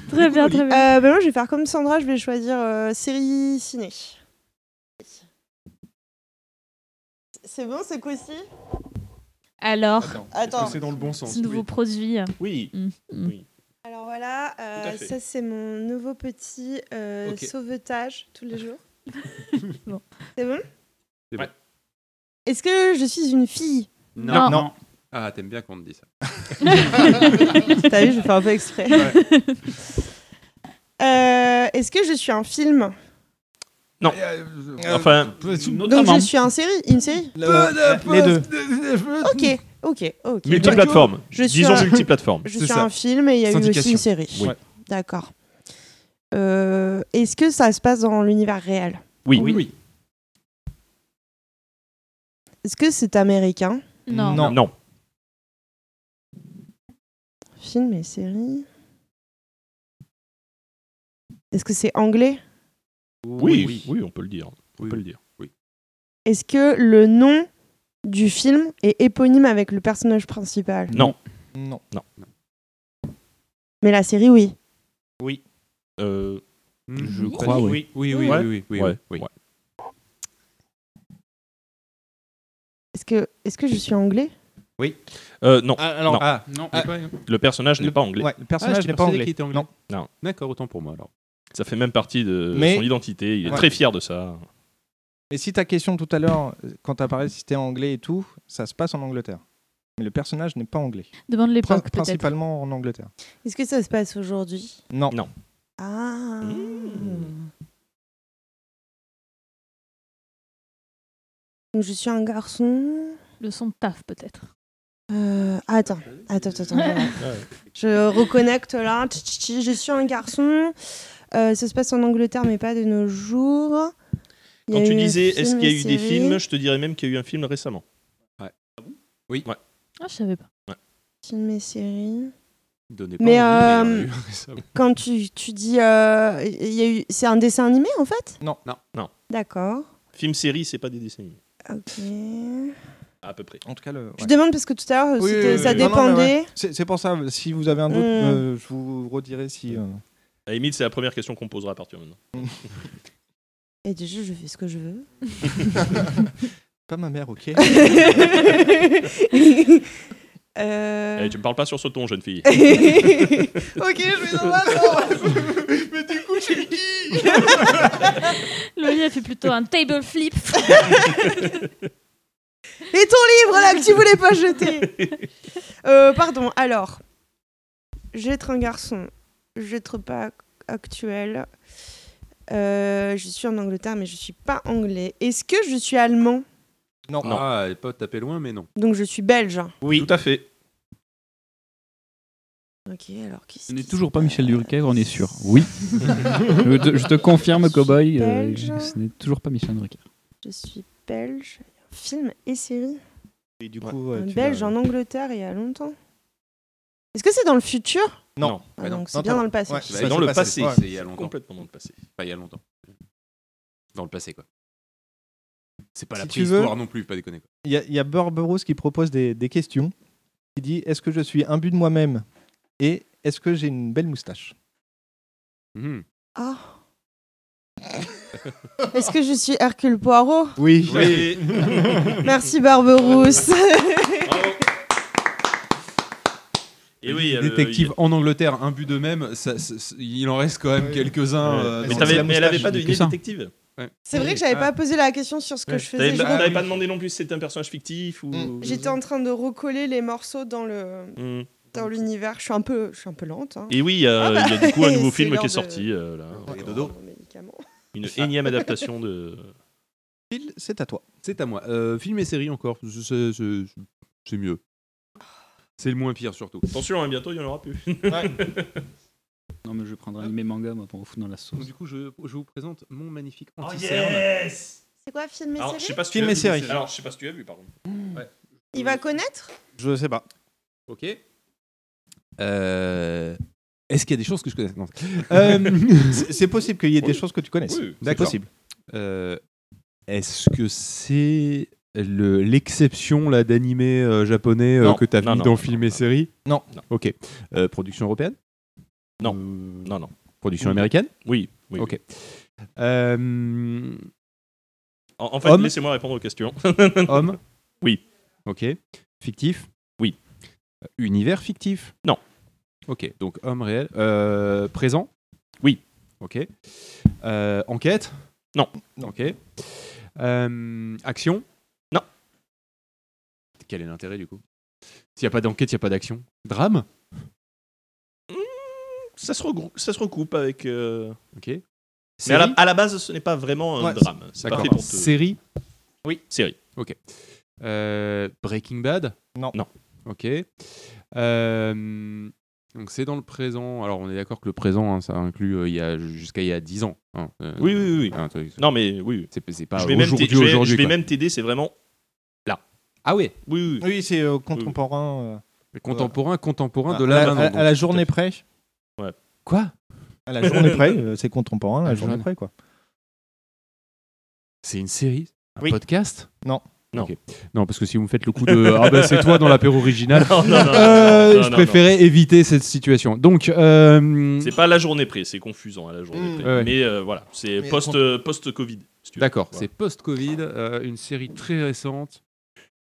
S1: très bien, très bien.
S7: Euh, ben moi, je vais faire comme Sandra, je vais choisir euh, série ciné. C'est bon, c'est quoi aussi
S1: Alors,
S7: Attends.
S8: C'est dans le bon sens,
S1: Ce nouveau
S8: oui.
S1: produit.
S8: Oui.
S1: Mm, mm.
S7: Alors voilà, euh,
S1: à fait.
S7: ça c'est mon nouveau petit euh,
S1: Ok.
S7: sauvetage tous les jours.
S1: Bon.
S7: C'est bon
S8: Brocante.
S7: Est-ce que je suis une fille
S8: Non. non. Ah, t'aimes bien qu'on te dise ça.
S7: T'as vu, je fais un peu exprès.
S8: Ouais.
S7: Euh, Est-ce que je suis un film
S9: Non. Enfin,
S7: Donc je suis un série, une série
S9: Peu de les deux.
S7: Ok, ok, ok.
S9: Multiplateforme.
S7: Donc, je suis
S9: Disons
S7: un-
S9: multiplateforme.
S7: Je
S9: C'est
S7: suis
S9: ça.
S7: un film et il y a eu aussi
S9: Syndication.
S7: une série.
S9: Oui. Ouais.
S7: D'accord. Euh, Est-ce que ça se passe dans l'univers réel
S9: Oui. Oui.
S7: Est-ce que c'est américain
S1: Non.
S9: Non. Non.
S7: Film et série Est-ce que c'est anglais
S9: Oui, oui, on peut le dire. On peut le dire. Oui.
S7: Est-ce que le nom du film est éponyme avec le personnage principal
S9: Non. Non. Non.
S7: Mais la série, oui.
S9: Oui. Euh, je
S8: Oui.
S9: crois, oui.
S8: Oui, oui, oui,
S9: Ouais.
S8: oui, oui,
S9: Ouais.
S8: oui.
S9: Ouais.
S7: Est-ce que, est que je suis anglais
S9: Oui. Euh, non.
S8: Ah, alors-
S9: non.
S8: Ah, non. Ah. Ouais.
S9: Le personnage n'est pas anglais.
S2: ouais, le personnage Ah, j'étais n'est pas persuadé anglais. qu'il était anglais.
S9: Non.
S8: D'accord, autant pour moi alors.
S9: Ça fait même partie de
S2: Mais-
S9: son identité. Il est
S2: Ouais.
S9: très fier de ça.
S2: Et si ta question tout à l'heure, euh, quand t'as parlé si t'es anglais et tout, ça se passe en Angleterre. Mais le personnage n'est pas anglais.
S1: Demande l'époque,
S2: Prin-
S1: peut-être.
S2: Principalement en Angleterre.
S7: Est-ce que ça se passe aujourd'hui
S2: Non. Non.
S7: Ah
S1: Hmm.
S7: Donc, Je suis un garçon.
S1: Le son de taf, peut-être.
S7: Euh, attends, attends, attends. attends,
S1: Ouais.
S7: attends. Je reconnecte là. Tch, tch, tch, Je suis un garçon. Euh, ça se passe en Angleterre, mais pas de nos jours. Il y
S9: Quand
S7: a
S9: tu
S7: eu un
S9: disais, est-ce
S7: film,
S9: qu'il y a
S7: une
S9: eu des
S7: série.
S9: films Je te dirais même qu'il y a eu un film récemment. Ouais. Ah bon Oui. Ouais.
S1: Ah, je savais pas.
S7: Film et série.
S8: Donnez pas
S7: Mais
S8: envie, mais il y en a
S7: euh,
S8: eu récemment.
S7: quand tu, tu dis, euh, il y a eu, c'est un dessin animé en fait
S9: Non. Non. Non.
S7: D'accord.
S9: Film série, c'est pas des dessins animés.
S7: Ok. Je
S9: À peu près.
S2: En tout cas, le.
S7: demande parce que tout à l'heure,
S2: Oui,
S7: c'était-
S2: oui,
S7: ça
S2: oui. Non, non, mais
S7: dépendait.
S2: ouais. C'est c'est pour ça, si vous avez un doute,
S7: Mm.
S2: euh, je vous redirai si. euh,
S9: À la limite, Eh, c'est la première question qu'on posera à partir de maintenant.
S7: Et déjà, je fais ce que je veux.
S2: Pas ma mère, ok.
S7: Euh,
S9: Eh, tu me parles pas sur ce ton, jeune fille.
S7: ok, je vais dans la
S14: Mais du coup, je suis qui
S1: Laurie, elle fait plutôt un table flip.
S7: Et ton livre là que tu voulais pas jeter Euh, Pardon, alors. J'ai être un garçon. Je être pas actuel. Euh, je suis en Angleterre, mais je suis pas anglais. Est-ce que je suis allemand
S2: Non.
S8: Ah, elle peut taper loin, mais non.
S7: Donc je suis belge.
S9: Oui. Tout à fait.
S7: Ok, alors qui
S10: Ce n'est toujours pas Michel Drucker, on est sûr. Oui. je, te, je te confirme, Cowboy, euh,
S7: Belge.
S10: ce n'est toujours pas Michel Drucker.
S7: Je suis belge. Film et série.
S2: Et du coup, euh,
S7: Un
S2: tu
S7: belge
S2: vas-
S7: en Angleterre il y a longtemps. Est-ce que c'est dans le futur
S2: Non.
S7: Ah, donc c'est bien dans le passé.
S2: Ouais,
S8: C'est
S2: ça,
S8: Bah, dans
S2: c'est
S8: le
S2: passé.
S8: passé.
S2: Ouais.
S8: C'est il y a longtemps.
S9: Complètement dans le passé.
S8: Enfin, il y a longtemps. Dans le passé, quoi. C'est pas la
S2: Si tu veux-
S8: préhistoire non plus, pas déconner. Quoi.
S2: Il y a, il y a Barbaros qui propose des, des questions. Il dit Est-ce que je suis imbu de moi-même Et Est-ce que j'ai une belle moustache
S9: Hmm.
S7: Ah. Est-ce que je suis Hercule Poirot
S2: Oui.
S9: Oui.
S7: Merci Barberousse.
S9: Et oui, il y a le-
S8: Détective en Angleterre, un but de même, ça- ça- ça- il en reste quand même quelques-uns.
S9: Ouais.
S8: euh,
S9: Mais
S8: dans
S9: t'avais-
S8: la
S9: mais elle avait
S8: moustache.
S9: pas deviné
S8: Que ça.
S9: détective.
S8: Ouais.
S7: C'est vrai que j'avais
S9: Ah.
S7: pas posé la question sur ce que
S8: Ouais.
S7: je faisais.
S9: T'avais
S7: je-
S9: pas, t'avais pas demandé non plus si c'était un personnage fictif ou.
S7: J'étais en train de recoller les morceaux dans le
S9: Mm.
S7: dans l'univers. Je suis un peu, je suis un peu lente. hein.
S9: Et oui, il y a-
S7: Ah bah,
S9: il y a du coup un nouveau
S7: c'est
S9: film
S7: l'heure
S9: qui est
S7: de-
S9: sorti. euh, là, encore. Une énième adaptation de.
S2: Phil, c'est à toi.
S8: C'est à moi. Euh, film et série encore, c'est- c'est c'est- c'est mieux. C'est le moins pire surtout.
S9: Attention, hein, bientôt il n'y en aura plus.
S10: Non, mais je prendrai animé manga moi, pour vous foutre dans la sauce.
S8: Du coup, je, je vous présente mon magnifique
S9: Oh
S8: anti-cerne.
S9: yes
S7: C'est quoi film et
S9: Alors,
S7: série
S9: je sais pas si
S2: Film
S9: tu as
S2: et
S9: vu,
S2: série.
S9: mais c'est- Alors, je sais pas si tu as vu, par contre. Ouais.
S7: Il va connaître
S2: Je sais pas.
S8: Ok. Euh, Est-ce qu'il y a des choses que je connais Non. Euh,
S2: C'est- c'est possible qu'il y ait des
S8: Oui.
S2: choses que tu connaisses.
S8: Oui,
S2: C'est
S8: d'accord.
S2: possible.
S8: Euh, Est-ce que c'est le- l'exception là d'animé euh, japonais euh,
S9: Non,
S8: que tu as
S9: non,
S8: vu
S9: non,
S8: dans
S9: non,
S8: film et série
S2: Non.
S8: Ok. Euh, production européenne
S9: Non. non, non.
S8: Euh, Production américaine
S9: Oui. oui
S8: Ok. Euh,
S9: En, en fait,
S8: Homme
S9: laissez-moi répondre aux questions.
S8: Homme
S9: Oui.
S8: Ok. Fictif
S9: Oui.
S8: Euh, Univers fictif
S9: Non.
S8: Ok, donc homme réel. Euh, présent
S9: Oui.
S8: Ok. Euh, enquête
S9: Non.
S8: Ok. Euh, action
S9: Non.
S8: Quel est l'intérêt du coup S'il n'y a pas d'enquête, il n'y a pas d'action. Drame
S9: Ça se, regrou- ça se recoupe avec. euh,
S8: Ok.
S9: Mais à la,
S8: Série
S9: à la base, ce n'est pas vraiment un
S8: Ouais,
S9: drame. C'est pas
S8: d'accord.
S9: fait pour te-
S8: Série
S9: Oui, série.
S8: Ok. Euh, Breaking Bad
S2: Non.
S9: Non.
S8: Ok. Euh, donc c'est dans le présent. Alors on est d'accord que le présent, hein, ça inclut euh, il y a jusqu'à il y a 10 ans. hein. Euh,
S9: Oui, oui, oui, oui.
S8: un truc-
S9: Non, mais oui.
S8: C'est c'est pas
S9: je vais même t'a-
S8: Ah, aujourd'hui.
S9: je vais-
S8: aujourd'hui,
S9: je vais
S8: quoi.
S9: même t'aider, c'est vraiment là.
S8: Ah oui
S9: Oui, oui.
S2: Oui, c'est euh, contemporain. euh,
S8: Contemporain, contemporain
S2: Ah, à-
S8: de
S2: à
S8: là
S2: la-
S8: maintenant,
S2: à-
S8: donc.
S2: à la journée près.
S9: Ouais.
S8: Quoi
S2: À la journée près, euh, c'est contemporain, à
S8: À
S2: la
S8: la
S2: journée
S8: journée.
S2: près, quoi.
S8: C'est une série Un
S2: Oui.
S8: podcast
S2: Non.
S9: Non.
S8: Ok. Non, parce que si vous me faites le coup de Ah bah c'est toi dans l'apéro original,
S9: Non, non, non,
S8: Euh,
S9: non, non,
S8: je
S9: non,
S8: préférais éviter cette situation. Donc, euh,
S9: C'est pas à la journée près, c'est confusant à la journée près.
S8: Mm. Ouais, ouais.
S9: Mais euh, voilà, c'est
S2: Mais
S9: post,
S2: on-
S9: euh, post-Covid. si tu veux.
S8: D'accord,
S9: Voilà.
S8: c'est post-Covid, euh, une série très récente.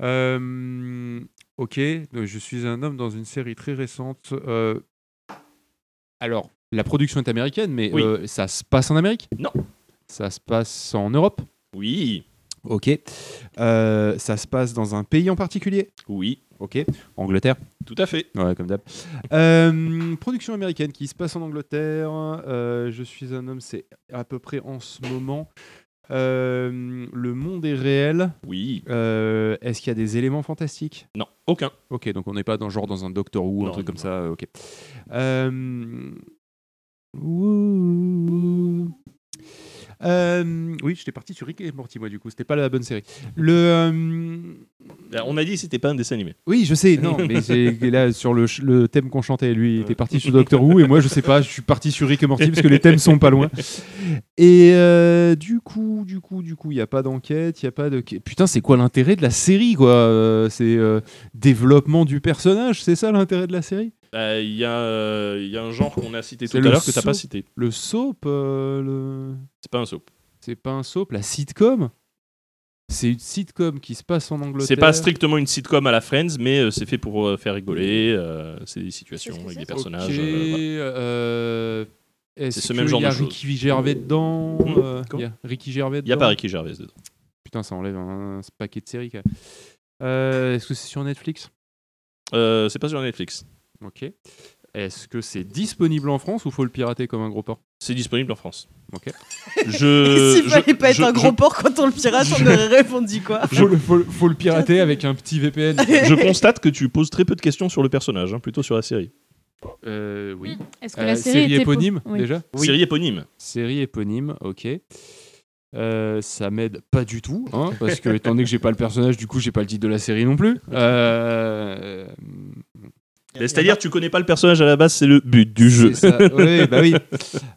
S8: Euh, ok, donc je suis un homme dans une série très récente. euh, alors, la production est américaine, mais
S9: Oui.
S8: euh, ça se passe en Amérique
S9: Non.
S8: Ça se passe en Europe
S9: Oui,
S8: Ok. Euh, ça se passe dans un pays en particulier
S9: oui,
S8: Ok. Angleterre
S9: tout à fait.
S8: Ouais, comme d'hab. Euh, production américaine qui se passe en Angleterre. Euh, je suis un homme, c'est à peu près en ce moment. Euh, le monde est réel.
S9: Oui,
S8: Euh, Est-ce qu'il y a des éléments fantastiques
S9: non, aucun.
S8: Ok, donc on n'est pas dans genre dans un Doctor Who, un
S9: Non,
S8: truc
S9: non,
S8: comme ça. Ok. Euh, ouh. Euh, oui, j'étais parti sur Rick et Morty, moi, du coup. C'était pas la bonne série. Le. euh,
S9: Là, On a dit que c'était pas un dessin animé.
S8: oui, je sais, non, mais c'est- là, sur le, ch- le thème qu'on chantait, lui, il était parti sur Doctor Who, et moi, je sais pas, je suis parti sur Rick et Morty, parce que les thèmes sont pas loin. Et euh, du coup, du coup, du coup, il n'y a pas d'enquête, il n'y a pas de... Putain, c'est quoi l'intérêt de la série, quoi Euh, C'est euh, développement du personnage, c'est ça l'intérêt de la série
S9: Bah, Il y, a, euh, il y a un genre qu'on a cité tout
S8: C'est
S9: à
S8: le
S9: l'heure que t'as
S8: saut.
S9: pas cité.
S8: Le soap, euh, le...
S9: C'est pas un soap.
S8: c'est pas un soap, la sitcom C'est une sitcom qui se passe en Angleterre.
S9: C'est pas strictement une sitcom à la Friends, mais euh, c'est fait pour euh, faire rigoler. euh, c'est des situations
S7: Qu'est-ce que
S9: avec des
S7: c'est
S9: personnages.
S8: Ok,
S9: euh, voilà.
S8: euh, est-ce
S9: C'est ce même genre
S8: qu'il y a
S9: de choses.
S8: Ricky Gervais dedans
S9: Mmh.
S8: Euh, Il
S9: Comment
S8: y a Ricky Gervais
S9: Il y a
S8: dedans
S9: pas Ricky Gervais dedans.
S8: Putain, ça enlève un, un paquet de séries. quoi. Euh, Est-ce que c'est sur Netflix
S9: Euh, c'est pas sur Netflix.
S8: Ok. Est-ce que c'est disponible en France ou faut le pirater comme un gros porc
S9: C'est disponible en France.
S8: Ok.
S9: Je.
S7: S'il
S9: je-
S7: fallait pas être
S9: je-
S7: un gros
S9: je-
S7: porc quand on le pirate, on aurait répondu quoi
S8: faut, le- faut le- faut le pirater avec un petit VPN.
S9: Je constate que tu poses très peu de questions sur le personnage, hein, plutôt sur la série.
S8: Euh, oui.
S1: Est-ce que la
S8: Euh,
S1: série, était po-
S8: éponyme
S1: Oui.
S8: déjà
S9: Série éponyme.
S8: Série éponyme, ok. Euh, ça m'aide pas du tout, hein, parce que étant donné que j'ai pas le personnage, du coup j'ai pas le titre de la série non plus. Euh,
S9: Mais C'est-à-dire, tu connais pas le personnage à la base, c'est le but du jeu.
S8: C'est ça. Oui, bah oui.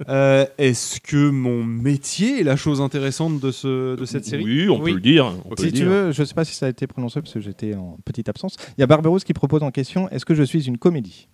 S8: Euh, Est-ce que mon métier est la chose intéressante de, ce, de cette série Bah,
S9: Oui, on
S2: Oui.
S9: peut le dire. on peut
S2: Si
S9: le
S2: tu
S9: dire.
S2: veux, je sais pas si ça a été prononcé parce que j'étais en petite absence. Il y a Barberousse qui propose en question est-ce que je suis une comédie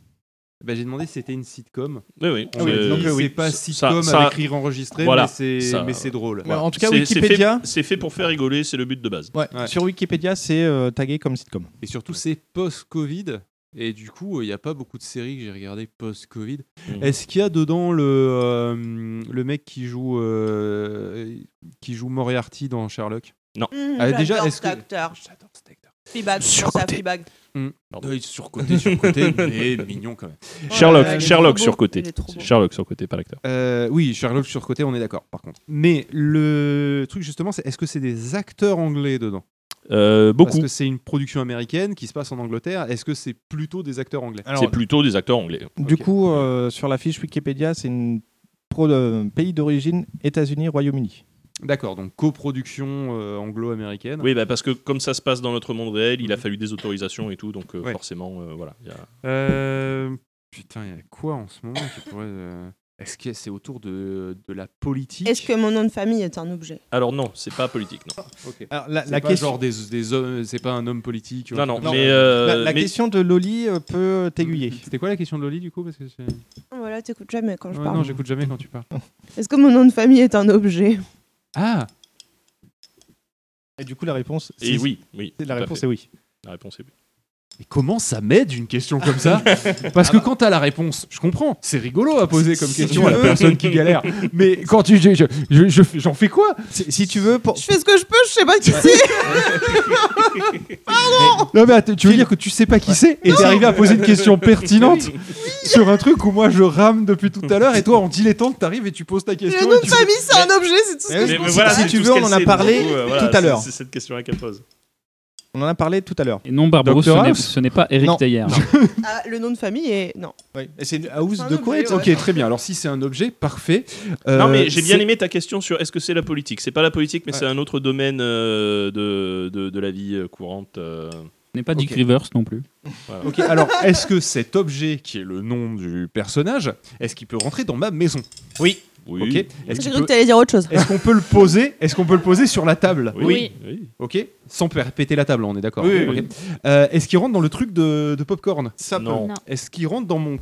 S8: Bah, j'ai demandé si c'était une sitcom.
S9: Oui, oui.
S8: On m'a
S9: Euh,
S8: dit,
S9: donc,
S8: c'est
S9: oui.
S8: pas
S9: Ça-
S8: sitcom
S9: ça-
S8: avec rire enregistré,
S9: voilà,
S8: mais c'est,
S9: ça-
S8: mais c'est drôle.
S9: voilà.
S2: En tout cas,
S9: C'est- c'est
S2: Wikipédia-
S9: fait- C'est fait, pour faire rigoler, c'est le but de base.
S2: Ouais. Sur Wikipédia, c'est euh, tagué comme sitcom.
S8: Et surtout, c'est post-Covid. Et du coup, il n'y a pas beaucoup de séries que j'ai regardées post-Covid.
S9: Mm.
S8: Est-ce qu'il y a dedans le, euh, le mec qui joue, euh, qui joue Moriarty dans Sherlock
S9: Non.
S5: Mmh,
S7: Mm,
S8: Ah, déjà,
S7: j'adore
S8: est-ce
S7: cet
S8: que.
S7: acteur. Fleabag, je pense à
S8: Surcoté.
S7: Fleabag.
S8: Mm.
S9: Pardon.
S8: Non, il est surcoté, surcoté, mais mignon quand même.
S9: Sherlock,
S8: Euh,
S9: Sherlock
S8: il est
S9: sur
S8: trop
S9: côté.
S8: beau, il est trop beau.
S9: Sherlock sur côté, pas l'acteur.
S8: Euh, oui, Sherlock surcoté, on est d'accord, par contre. Mais le truc, justement, c'est est-ce que c'est des acteurs anglais dedans
S9: Euh, beaucoup.
S8: Parce que c'est une production américaine qui se passe en Angleterre. Est-ce que c'est plutôt des acteurs anglais
S9: C'est plutôt des acteurs anglais.
S2: Du coup, euh, sur la fiche Wikipédia, c'est une pro
S8: euh,
S2: de- pays d'origine États-Unis, Royaume-Uni.
S8: D'accord, donc coproduction euh, anglo-américaine.
S9: Oui, bah, parce que comme ça se passe dans notre monde réel, il a fallu des autorisations et tout, donc euh, forcément, euh, voilà. il y a-
S8: Euh, putain, il y a quoi en ce moment qui pourrait, euh, Est-ce que c'est autour de, de la politique
S7: Est-ce que mon nom de famille est un objet
S9: Alors non, c'est pas politique, non.
S2: Alors, la-
S8: C'est
S2: la
S8: pas
S2: question-
S8: genre des, des hommes, c'est pas un homme politique. ou
S9: Non,
S8: un truc
S9: non,
S8: comme ça.
S9: mais, euh,
S2: la la question de Loli euh, peut t'aiguiller.
S8: C'était quoi la question de Loli du coup Parce que c'est-
S7: Voilà, t'écoutes jamais quand je
S8: Ouais,
S7: parle.
S8: Non, j'écoute jamais quand tu parles.
S7: Est-ce que mon nom de famille est un objet
S8: Ah
S2: Et du coup, la réponse.
S9: Et oui, oui.
S2: c'est- La
S9: tout à
S2: réponse
S9: fait.
S2: est oui.
S9: La réponse est oui.
S8: Mais comment ça m'aide une question comme ça Parce
S2: Ah bah.
S8: que quand t'as la réponse, je comprends, c'est rigolo à poser comme
S2: Si
S8: question
S2: tu
S8: à la
S2: veux.
S8: personne qui galère. Mais quand tu. je- je- je- je- J'en fais quoi
S2: Si si tu veux. Pour...
S7: Je fais ce que je peux, je sais pas qui c'est.
S8: Non mais attends, tu veux dire que tu sais pas qui c'est et t'es arrivé à poser une question pertinente sur un truc où moi je rame depuis tout à l'heure et toi en dilettante t'arrives et tu poses ta question.
S7: Le
S8: et
S7: nom de
S8: tu-
S7: famille, c'est un objet, c'est tout ce que
S2: Mais-
S7: je
S2: mais
S7: pense.
S2: voilà, Si
S9: c'est
S2: tu
S9: tout
S2: veux,
S9: ce
S2: on
S9: qu'elle
S2: en a
S9: sait,
S2: parlé
S9: donc, euh, voilà,
S2: tout à
S9: c'est-
S2: l'heure.
S9: C'est cette question-là qu'elle pose.
S2: On en a parlé tout à l'heure.
S10: Et non, Barberousse,
S2: Dr.
S10: ce n'est-
S2: House
S10: ce n'est pas Eric
S2: Non.
S10: Taillère.
S7: Ah, le nom de famille est. Non.
S2: Et c'est une house
S7: C'est un
S2: de
S7: objet,
S2: quoi
S7: Ah ouais.
S8: Ok très bien alors si c'est un objet parfait. Euh,
S9: non mais j'ai bien
S8: c'est-
S9: aimé ta question sur est-ce que c'est la politique. C'est pas la politique, mais c'est un autre domaine euh, de, de, de la vie euh, courante.
S10: Ce n'est pas Dick Rivers non plus.
S8: Ok alors est-ce que cet objet qui est le nom du personnage est-ce qu'il peut rentrer dans ma maison
S2: Oui.
S9: Oui.
S8: Ok. Est-ce
S7: J'ai
S8: qu'il
S7: cru
S8: peut-
S7: que t'allais dire autre chose.
S8: Est-ce qu'on peut le poser Est-ce qu'on peut le poser sur la table
S9: Oui.
S8: Ok. Sans pé- péter la table, on est d'accord.
S9: Oui,
S8: Ok.
S9: oui.
S8: Euh, Est-ce qu'il rentre dans le truc de, de popcorn
S2: Ça peut.
S9: Non.
S2: Non.
S8: Est-ce qu'il rentre dans mon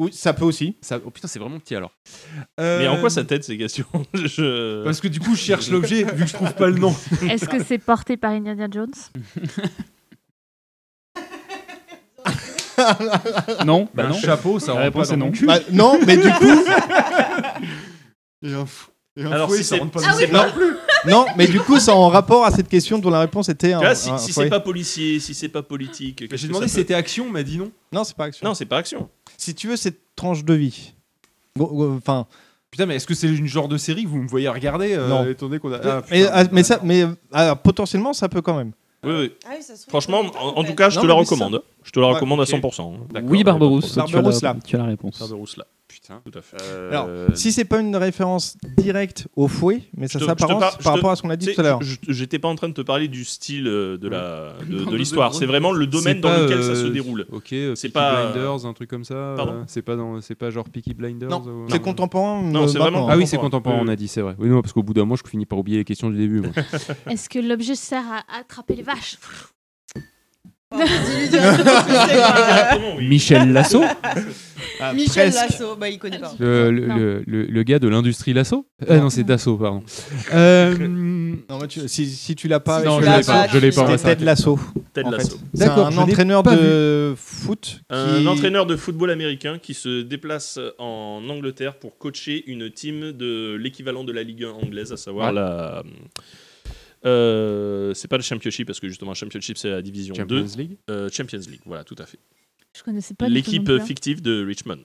S2: Oui, ça peut aussi.
S8: Ça- Oh putain, c'est vraiment petit alors.
S9: Mais en
S8: Euh,
S9: quoi ça t'aide ces questions Je-
S8: Parce que du coup, je cherche l'objet vu que je trouve pas le nom.
S1: Est-ce que c'est porté par Indiana Jones
S10: Non,
S8: Un
S10: bah non.
S8: chapeau, ça
S10: La
S8: rentre
S10: réponse
S8: pas
S10: est
S8: dans
S10: non.
S8: mon cul.
S2: Bah, non, mais du coup.
S8: Et un fou- et un
S9: Alors
S8: fouet,
S9: si
S8: ça
S9: c'est
S8: rentre pas
S9: si
S8: dans mon
S9: c'est
S8: cul.
S9: pas,
S2: non, mais du coup, c'est en rapport à cette question dont la réponse était. Un,
S9: Tu vois, si,
S2: un
S9: si
S2: foyer.
S9: c'est pas policier, si c'est pas politique. qu'est-ce
S8: J'ai
S9: que
S8: demandé
S9: ça
S8: si c'était action, on m'a dit non.
S2: Non, c'est pas
S9: peut-
S2: action.
S9: Non, c'est pas action.
S2: Si tu veux, c'est tranche de vie. Go- go- Enfin.
S8: Putain, mais est-ce que c'est une genre de série que vous me voyez regarder euh,
S2: Non.
S8: Étant donné qu'on a. Ah,
S2: mais,
S8: putain.
S2: ah, mais ça, mais ah, potentiellement, ça peut quand même.
S9: Oui, oui.
S7: Ah oui, ça se trouve,
S9: Franchement,
S7: c'est
S9: en,
S7: pas,
S9: en
S7: fait.
S9: tout cas, je
S2: Non,
S9: te la
S2: mais c'est ça.
S9: recommande. Je te la
S2: Ouais,
S9: recommande
S2: ok.
S9: à 100%. hein. D'accord,
S10: Oui,
S9: y a pas de
S10: Barberousse, tu as,
S9: problème.
S2: Barberousse,
S10: la-
S2: là.
S10: tu as la réponse.
S9: Barberousse là. Putain, tout à fait.
S2: Alors,
S9: Euh,
S2: si c'est pas une référence directe au fouet, mais ça
S9: je te- je te
S2: s'apparente
S9: par-
S2: par
S9: je te-
S2: rapport à ce qu'on a dit
S9: tu sais,
S2: tout à l'heure.
S9: je- je- J'étais pas en train de te parler du style euh, de la de-
S8: Non,
S9: de
S8: mais
S9: l'histoire.
S8: bon.
S9: C'est vraiment le domaine
S8: C'est
S9: dans
S8: pas,
S9: lequel ça se
S8: euh,
S9: déroule.
S8: Ok, c'est
S9: C'est
S8: pas
S9: pas, euh,
S8: Blinders, un truc comme ça. euh,
S9: pardon
S8: c'est pas dans, c'est pas genre Peaky Blinders.
S2: Non,
S8: ou-
S2: c'est contemporain.
S9: Non,
S2: euh,
S9: c'est
S2: maintenant.
S9: vraiment
S8: Ah oui, c'est
S9: contemporain.
S8: contemporain, on a dit, c'est vrai. Oui, non, parce qu'au bout d'un moment, je finis par oublier les questions du début. moi.
S1: Est-ce que l'objet sert à attraper les vaches
S7: Dis-lui direct ce que c'est, quoi.
S8: Michel Lasso
S2: Ah,
S7: Michel
S2: presque.
S7: Lasso, bah il connaît pas.
S8: le, le-
S1: Non.
S8: le- le- le gars de l'industrie Lasso Ah non, c'est Dassault, pardon. Euh,
S2: Non, mais tu- si, si tu l'as pas,
S7: Si
S2: je
S8: non,
S7: tu
S8: je
S7: l'as
S8: l'ai pas,
S7: pas,
S8: je l'ai
S7: tu-
S8: pas. on va
S2: C'était Ted
S8: s'arrêter.
S2: Lasso.
S9: Ted
S2: en fait.
S9: Lasso.
S2: C'est
S8: D'accord,
S2: un
S8: je l'ai
S2: entraîneur
S8: pas
S2: de foot.
S9: Un
S2: qui-
S9: entraîneur de football américain qui se déplace en Angleterre pour coacher une team de l'équivalent de la Ligue 1 anglaise, à savoir
S8: Ouais.
S9: la. Euh, c'est pas le Championship parce que justement, le Championship c'est la division
S8: Champions
S9: 2.
S8: League
S9: Euh, Champions League, voilà, tout à fait.
S1: Je connaissais pas du tout
S9: L'équipe
S1: non plus, hein.
S9: fictive de Richmond.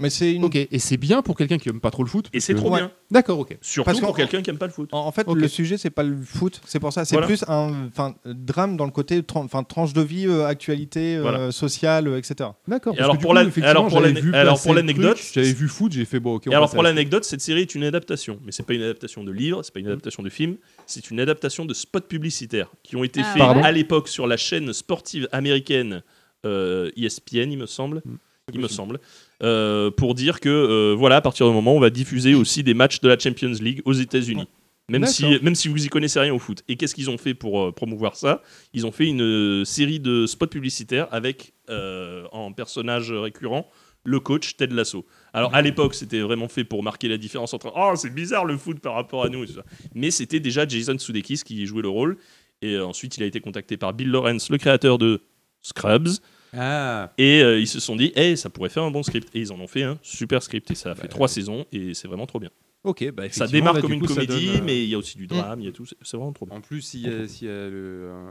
S2: Mais c'est une.
S8: Ok, et c'est bien pour quelqu'un qui aime pas trop le foot.
S9: Et
S8: parce
S9: c'est
S8: que-
S9: trop
S2: Ouais.
S9: bien.
S8: D'accord, ok.
S9: Surtout
S2: Parce qu'en-
S9: pour quelqu'un qui aime pas le foot.
S2: En, en fait,
S8: Ok.
S2: le sujet c'est pas le foot, c'est pour ça. C'est
S9: Voilà.
S2: plus un, enfin, drame dans le côté, tran- enfin, tranche de vie, euh, actualité euh,
S9: Voilà.
S2: sociale, euh, etc.
S8: D'accord.
S9: Et
S8: parce
S9: alors
S8: que
S9: pour
S8: du
S9: la-
S8: coup, effectivement,
S9: alors pour
S8: j'avais
S9: l'ane-
S8: vu
S9: alors
S8: passer
S9: pour
S8: le truc,
S9: l'anecdote-
S8: j'avais vu foot, j'ai fait bon, ok. on
S9: Et alors
S8: passe
S9: pour
S8: à la-
S9: l'anecdote, cette série est une adaptation, mais c'est pas une adaptation de livre, c'est pas une
S8: Hmm.
S9: adaptation de film, c'est une adaptation de spots publicitaires qui ont été
S1: Ah
S9: faits
S1: Pardon
S9: à l'époque sur la chaîne sportive américaine euh, ESPN, il me semble,
S8: Hmm.
S9: il me semble, euh, pour dire que euh, voilà, à partir du moment, on va diffuser aussi des matchs de la Champions League aux États-Unis. Même
S2: D'accord.
S9: si, même si vous y connaissez rien au foot. Et qu'est-ce qu'ils ont fait pour euh, promouvoir ça Ils ont fait une euh, série de spots publicitaires avec euh, en personnage récurrent le coach Ted Lasso. Alors à l'époque, c'était vraiment fait pour marquer la différence entre oh c'est bizarre le foot par rapport à nous, et tout ça. mais c'était déjà Jason Sudeikis qui jouait le rôle. Et euh, ensuite, il a été contacté par Bill Lawrence, le créateur de Scrubs.
S8: Ah.
S9: Et euh, ils se sont dit, hey, ça pourrait faire un bon script. Et ils en ont fait un super script. Et ça a fait trois saisons. Et c'est vraiment trop bien.
S8: Bah, Ok,
S9: ça
S8: bah, effectivement,
S9: démarre
S8: là,
S9: comme
S8: du
S9: une
S8: coup, ça
S9: comédie,
S8: donne, euh,
S9: mais il y a aussi du
S8: Mm.
S9: drame. Il y a tout. c'est- C'est vraiment trop bien.
S8: En plus,
S9: euh,
S8: s'il y, a- s'il y a le, euh,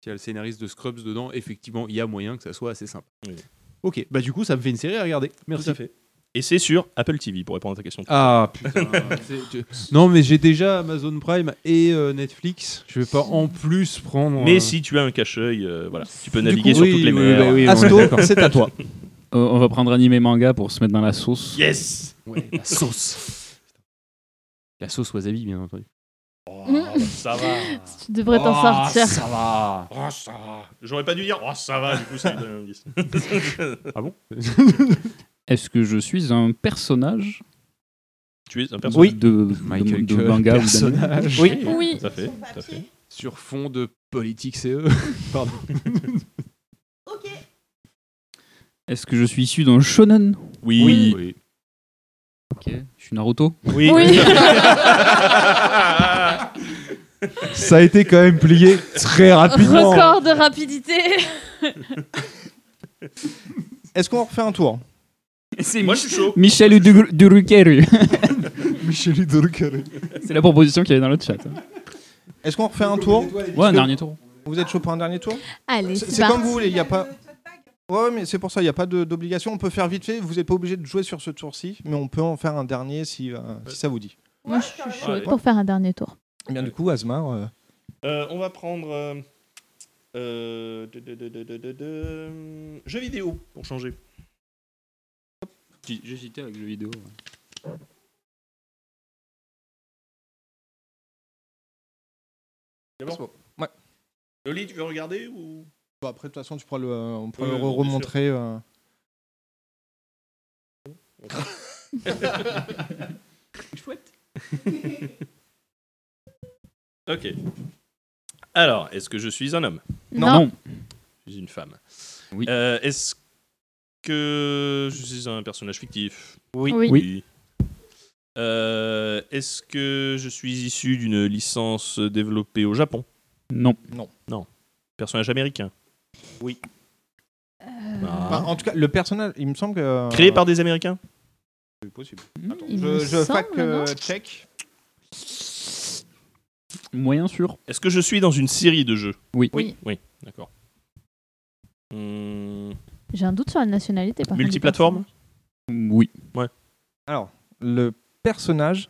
S8: s'il y a le scénariste de Scrubs dedans, effectivement, il y a moyen que ça soit assez simple. Ok, bah du coup, ça me fait une série à regarder. Merci.
S9: à fait. Et c'est sur Apple TV pour répondre à ta question.
S8: Ah putain. c'est- tu- Non, mais j'ai déjà Amazon Prime et euh, Netflix. Je vais pas en plus prendre.
S9: Mais
S8: euh,
S9: si tu as un cache-œil, euh, voilà, tu peux
S8: Du
S9: naviguer
S8: coup,
S9: sur
S8: oui,
S9: toutes les
S8: oui,
S9: mers.
S8: bah oui,
S9: Asto,
S10: Euh, on va prendre animé manga pour se mettre dans la sauce.
S9: Yes
S8: Ouais, la sauce. La sauce wasabi, bien entendu.
S9: Oh, bah, ça va.
S1: Tu devrais t'en
S9: Oh,
S1: sortir.
S9: Ça va. Oh, ça va. J'aurais pas dû dire, oh, ça va, du coup, ça me donne un indice.
S8: ah bon
S10: Est-ce que je suis un personnage
S9: Tu es un personnage
S10: Oui. De, de-
S8: Michael
S10: de
S8: Kerr,
S10: manga ou d'anime
S8: personnage.
S10: Oui.
S1: Oui.
S9: Tout à fait, tout à fait.
S8: Sur fond de politique CE. Pardon.
S10: Est-ce que je suis issu d'un shonen
S9: oui.
S8: Oui.
S10: Ok, je suis Naruto
S9: Oui.
S8: Ah Ça a été quand même plié très rapidement.
S1: Record de rapidité.
S2: Est-ce qu'on refait un tour
S9: Moi, je suis chaud.
S10: Michel Udu- Durukeru.
S8: Michel Udurukeru.
S10: C'est la proposition qu'il y avait dans le chat.
S2: Est-ce qu'on refait un tour
S10: Ouais, un dernier tour.
S2: Vous êtes chaud pour un dernier tour
S1: Allez,
S2: C'est
S1: c'est
S2: c'est
S1: parti.
S2: comme vous voulez, il n'y a pas. Ouais, mais c'est pour ça, il n'y a pas de- d'obligation. On peut faire vite fait, vous n'êtes pas obligé de jouer sur ce tour-ci, mais on peut en faire un dernier si, euh, si ça vous dit.
S1: Moi, je suis chaude
S9: Allez.
S1: pour faire un dernier tour.
S2: Eh bien, du coup, Asmar. euh,
S9: Euh, on va prendre. euh, euh, de, de, de, de, de, de, de- Jeux vidéo pour changer.
S10: J'hésitais avec le vidéo.
S9: C'est bon
S2: Ouais.
S9: Loli, tu veux regarder ou
S2: bon, après, de toute façon, tu pourras le, euh, on pourra
S9: Oui,
S2: le
S9: oui, bien sûr.
S2: remontrer. euh.
S9: Chouette. ok. Alors, est-ce que je suis un homme
S1: Non. Non.
S9: Je suis une femme. Euh,
S10: Oui.
S9: est-ce que je suis un personnage fictif
S2: Oui.
S1: Oui.
S9: Euh, est-ce que je suis issu d'une licence développée au Japon
S10: Non.
S2: Non.
S9: Non. Personnage américain
S2: Oui.
S9: Ah.
S2: Enfin, en tout cas, le personnage, il me semble que. euh,
S9: Créé par des Américains
S2: C'est possible.
S1: Hmm, il
S2: je
S1: me
S2: je
S1: semble,
S2: fac euh,
S1: non
S2: check.
S10: Moyen sûr.
S9: Est-ce que je suis dans une série de jeux
S10: Oui.
S1: Oui.
S9: Oui, d'accord. Hmm,
S1: J'ai un doute sur la nationalité. par contre, du
S9: Multiplateforme
S10: Oui.
S2: Alors, le personnage,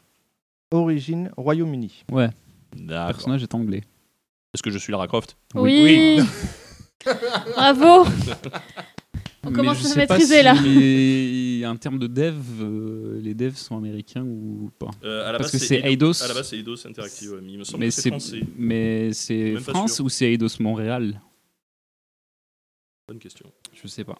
S2: origine Royaume-Uni.
S10: Ouais. Le
S9: D'accord.
S10: personnage est anglais.
S9: Est-ce que je suis Lara Croft
S1: Oui. Bravo. Oh. On
S10: Mais
S1: commence
S10: je
S1: à
S10: sais pas
S1: maîtriser,
S10: si
S1: là.
S10: les- en termes de dev, euh, les devs sont américains ou pas
S9: Euh, à la
S10: Parce
S9: base,
S10: que c'est Eidos.
S9: À la base, c'est Eidos Interactive. ouais, mais Il me semble
S10: Mais
S9: que c'est
S10: c'est
S9: français.
S10: mais c'est
S9: Même pas
S10: France
S9: sûr.
S10: ou c'est Eidos Montréal
S9: Bonne question.
S10: Je sais pas.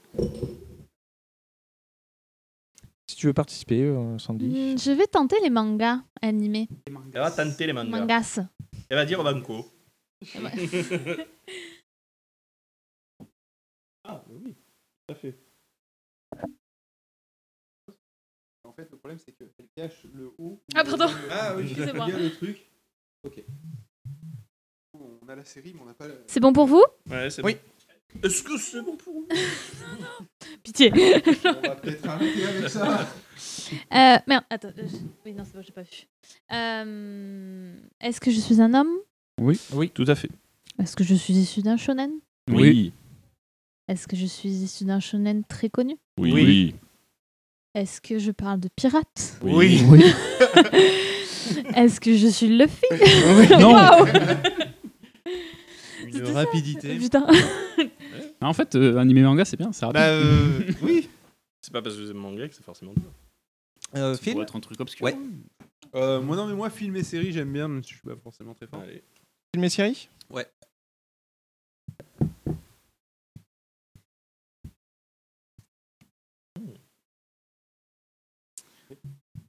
S2: Si tu veux participer, euh, Sandy.
S1: Hmm, Je vais tenter les mangas animés.
S9: Elle va tenter les mangas.
S1: Mangas.
S9: Elle va dire Banco. ah, oui, tout à fait.
S8: En fait, le problème, c'est qu'elle cache le haut.
S1: Ah, pardon.
S8: Ah
S1: oui, Excusez-moi. il y a
S8: le truc. Ok. On a la série, mais on n'a pas.
S1: C'est bon pour vous
S9: Ouais, c'est
S2: Oui.
S9: bon. Est-ce que c'est bon pour vous
S1: Pitié.
S8: On va peut-être arrêter avec ça.
S1: Euh, merde, attends. euh, je- Oui, non, c'est bon, j'ai pas vu. Euh, Est-ce que je suis un homme
S10: Oui.
S9: Oui, tout à fait.
S1: Est-ce que je suis issu d'un shonen
S9: Oui.
S1: Est-ce que je suis issu d'un shonen très connu
S9: Oui.
S10: Oui.
S1: Est-ce que je parle de pirates
S9: Oui.
S10: Oui.
S1: Est-ce que je suis Luffy
S10: Non.
S1: Waouh
S14: Une rapidité.
S1: Euh, Putain
S10: En fait, euh, animé manga, c'est bien, c'est rapide. Ah,
S14: Bah, euh, oui.
S9: C'est pas parce que vous aimez le manga que c'est forcément dur.
S2: Euh,
S10: Ça pourrait
S2: film,
S10: être un truc obscur.
S2: Ouais.
S8: Euh, moi, non, mais moi, film et série, j'aime bien, mais je suis pas forcément très fort.
S9: Allez.
S2: film et série
S8: Ouais.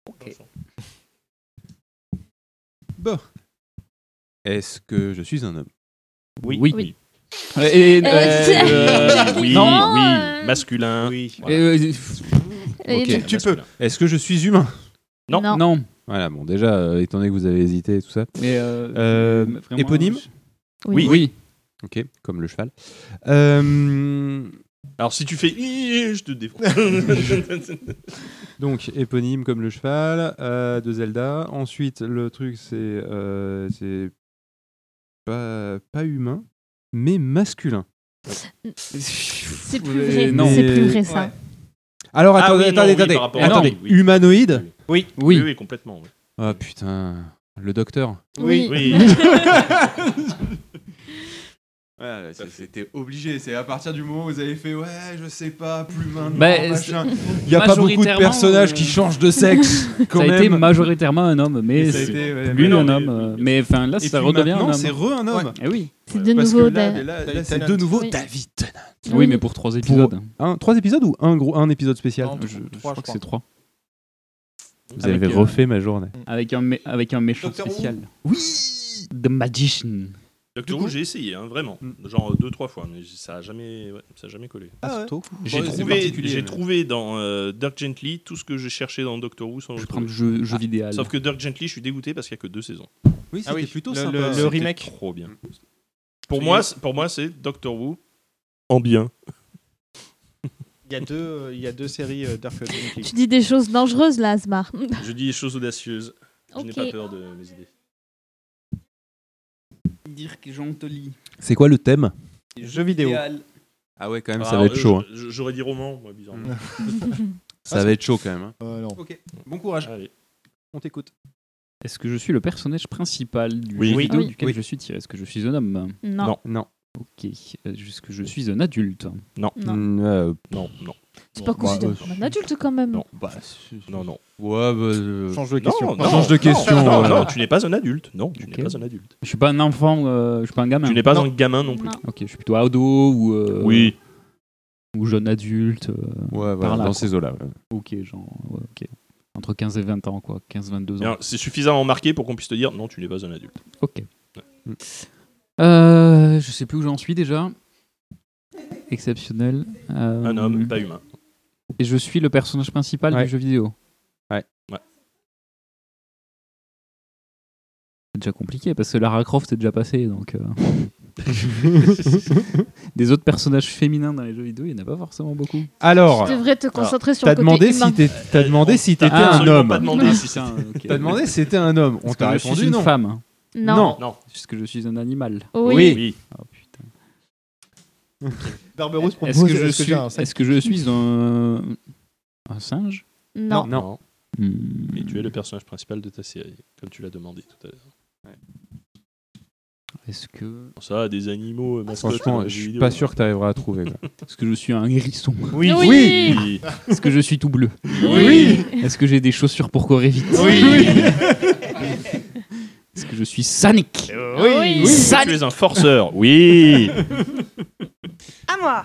S9: Ok.
S8: Bon, Est-ce que je suis un homme
S9: Oui.
S10: Oui. Et- et-
S9: Euh, oui,
S10: Non,
S9: oui, masculin. Voilà.
S10: Euh,
S1: Et
S8: Ok.
S1: le-
S8: Tu peux. Est-ce que je suis humain
S1: Non. Non.
S8: Voilà, bon, déjà, euh, étant donné que vous avez hésité et tout ça.
S10: Mais, euh,
S8: Euh,
S10: vraiment,
S8: éponyme
S1: Oui. Oui.
S8: Ok, comme le cheval. Euh,
S9: Alors si tu fais Ih, je te défends.
S8: Donc, éponyme comme le cheval, euh, de Zelda. Ensuite, le truc, c'est. euh, c'est pas, pas humain, mais masculin.
S1: C'est plus
S5: Euh,
S1: vrai, c'est plus vrai ça.
S8: Ouais. Alors,
S9: Ah
S8: attendez,
S9: oui, non,
S8: attendez,
S9: oui,
S8: attendez.
S9: par rapport à-
S8: attendez.
S9: oui.
S8: Humanoïde
S9: Oui. Oui. Oui, oui, complètement, oui.
S8: Ah putain, le docteur
S1: Oui.
S9: Oui.
S14: Ouais, c'est- c'était obligé. C'est à partir du moment où vous avez fait ouais, je sais pas, plus maintenant,
S10: Bah,
S14: machin.
S10: c'est-
S8: Y a pas beaucoup de
S10: majoritairement,
S8: personnages
S10: euh,
S8: qui changent de sexe. Quand
S10: ça a
S8: même.
S10: été majoritairement un homme, mais
S8: Et ça a
S10: c'est
S8: été, ouais,
S10: plus
S8: mais
S10: un
S8: non,
S10: homme. euh, Mais enfin là,
S8: Et
S10: ça
S8: puis
S10: redevient un
S8: maintenant,
S10: homme.
S8: c'est re un homme.
S10: Eh oui.
S1: C'est de
S8: Parce que
S1: nouveau Da-
S8: là, là- là,
S1: David
S8: c'est
S1: Tennant.
S8: de nouveau
S1: Oui.
S8: David Tennant.
S10: Oui, mais pour trois épisodes.
S8: Un, trois épisodes ou un, gros, un épisode spécial
S10: Non,
S8: je,
S10: trois,
S8: je
S10: je
S8: crois que
S10: crois.
S8: c'est trois. Vous
S10: Avec,
S8: avez
S10: euh,
S8: refait ma journée.
S10: Avec un, mé- avec un méchant spécial. Oui The Magician.
S9: Doctor Who, j'ai essayé, hein, vraiment. Genre euh, deux, trois fois, mais ça a jamais, ouais, ça a jamais collé.
S8: Ah ouais.
S9: J'ai
S8: Bon, c'est
S9: trouvé,
S8: particulier,
S9: j'ai
S8: mais-
S9: trouvé dans euh, Dirk Gently tout ce que j'ai cherché dans Doctor Who sans le
S10: prends
S9: trouver. Ah.
S10: le jeu- jeu vidéo.
S9: Sauf que Dirk Gently, je suis dégoûté parce qu'il n'y a que deux saisons.
S8: Ah Oui, c'était plutôt
S2: le-
S8: sympa.
S2: le- le
S8: C'était-
S2: remake.
S9: Trop bien. Pour moi, c'est- pour moi, c'est Doctor Who en bien.
S2: Il y a deux, euh, il y a deux séries euh, Dark Gently.
S1: Tu dis des choses dangereuses là, Asmar.
S9: Je dis des choses audacieuses. Je n'ai
S1: Ok.
S9: pas peur de mes idées.
S10: Dire que Jean te lit.
S8: C'est quoi le thème
S2: Jeux vidéo.
S8: Ah ouais, quand même, ça
S9: Ah,
S8: va être
S9: euh,
S8: chaud. hein. Hmm.
S9: je- J'aurais dit roman, moi, bizarrement.
S2: Ah,
S9: Ah,
S8: Ça va être chaud quand même. hein.
S9: Ok.
S8: Bon courage. On t'écoute.
S10: Est-ce que je suis le personnage principal du
S8: Oui.
S10: jeu
S8: Oui.
S10: vidéo
S8: Oui.
S10: duquel
S8: Oui.
S10: je suis tiré Est-ce que je suis un homme
S1: Non. Non.
S10: Ok. Euh, Est-ce que je suis un adulte
S9: Non.
S1: Non. Bah,
S9: non, non.
S1: C'est
S10: bah,
S1: pas
S10: euh,
S1: considéré comme un adulte quand même.
S8: Bah,
S9: Bah, Non, non.
S8: Ouais, bah, euh,
S2: Change de
S9: Non,
S2: question.
S9: non,
S8: Change de
S9: non,
S8: question,
S9: Non,
S8: euh.
S9: non, tu n'es pas un adulte. Non, tu n'es
S10: Ok.
S9: pas un adulte.
S10: Je suis pas un enfant, euh, je suis pas un gamin.
S9: Tu n'es pas Non. un gamin non plus. Non.
S10: Ok, je suis plutôt ado ou. euh,
S9: Oui.
S10: Ou jeune adulte. euh,
S8: Ouais, voilà,
S10: par là,
S8: dans
S10: quoi.
S8: ces eaux-là. ouais.
S10: Ok, genre. ouais, ok. Entre 15 et 20 ans, quoi. 15-22 ans.
S9: Alors, C'est suffisamment marqué pour qu'on puisse te dire non, tu n'es pas un adulte.
S10: Ok. Euh, je sais plus où j'en suis déjà. Exceptionnel. Euh,
S9: Un homme, pas humain.
S10: Et je suis le personnage principal
S9: Ouais.
S10: du jeu vidéo.
S8: Ouais.
S9: Ouais.
S10: C'est déjà compliqué parce que Lara Croft est déjà passée donc. euh. Des autres personnages féminins dans les jeux vidéo, il n'y en a pas forcément beaucoup.
S8: Alors,
S1: Tu devrais te concentrer sur
S8: t'as
S1: le côté
S8: demandé
S1: humain.
S8: si t'es- Euh, t'as demandé si t'étais
S10: Ah,
S8: un
S10: absolument
S8: homme.
S10: pas demandé si c'était un- ok.
S8: T'as demandé si t'étais un homme. On
S10: Est-ce
S8: t'a
S10: que je
S8: répondu
S10: suis une
S8: non.
S10: femme.
S1: Non.
S8: Non.
S10: Parce que je suis un animal.
S1: Oui.
S8: Oui.
S10: Oh, putain.
S2: Barberousse
S10: Est-ce
S2: propose.
S10: que je
S2: est-ce que
S10: suis
S2: t'as un sac
S10: est-ce que je suis un un singe
S1: Non.
S8: Non. Hmm.
S9: Et tu es le personnage principal de ta série, comme tu l'as demandé tout à l'heure.
S10: Est-ce que
S9: Ça, des animaux, euh, mascottes.
S8: Franchement,
S9: euh,
S8: je
S9: des
S8: suis
S9: vidéos,
S8: pas
S9: ouais.
S8: sûr que t'arriveras à trouver. quoi.
S10: est-ce que je suis un hérisson
S8: Oui.
S1: Oui. Oui.
S10: Est-ce que je suis tout bleu
S1: Oui.
S10: Est-ce que j'ai des chaussures pour courir vite
S1: Oui.
S10: Est-ce que je suis Sonic
S1: Ah
S9: Oui.
S10: Sonic.
S9: Tu es un forceur. Oui.
S7: À moi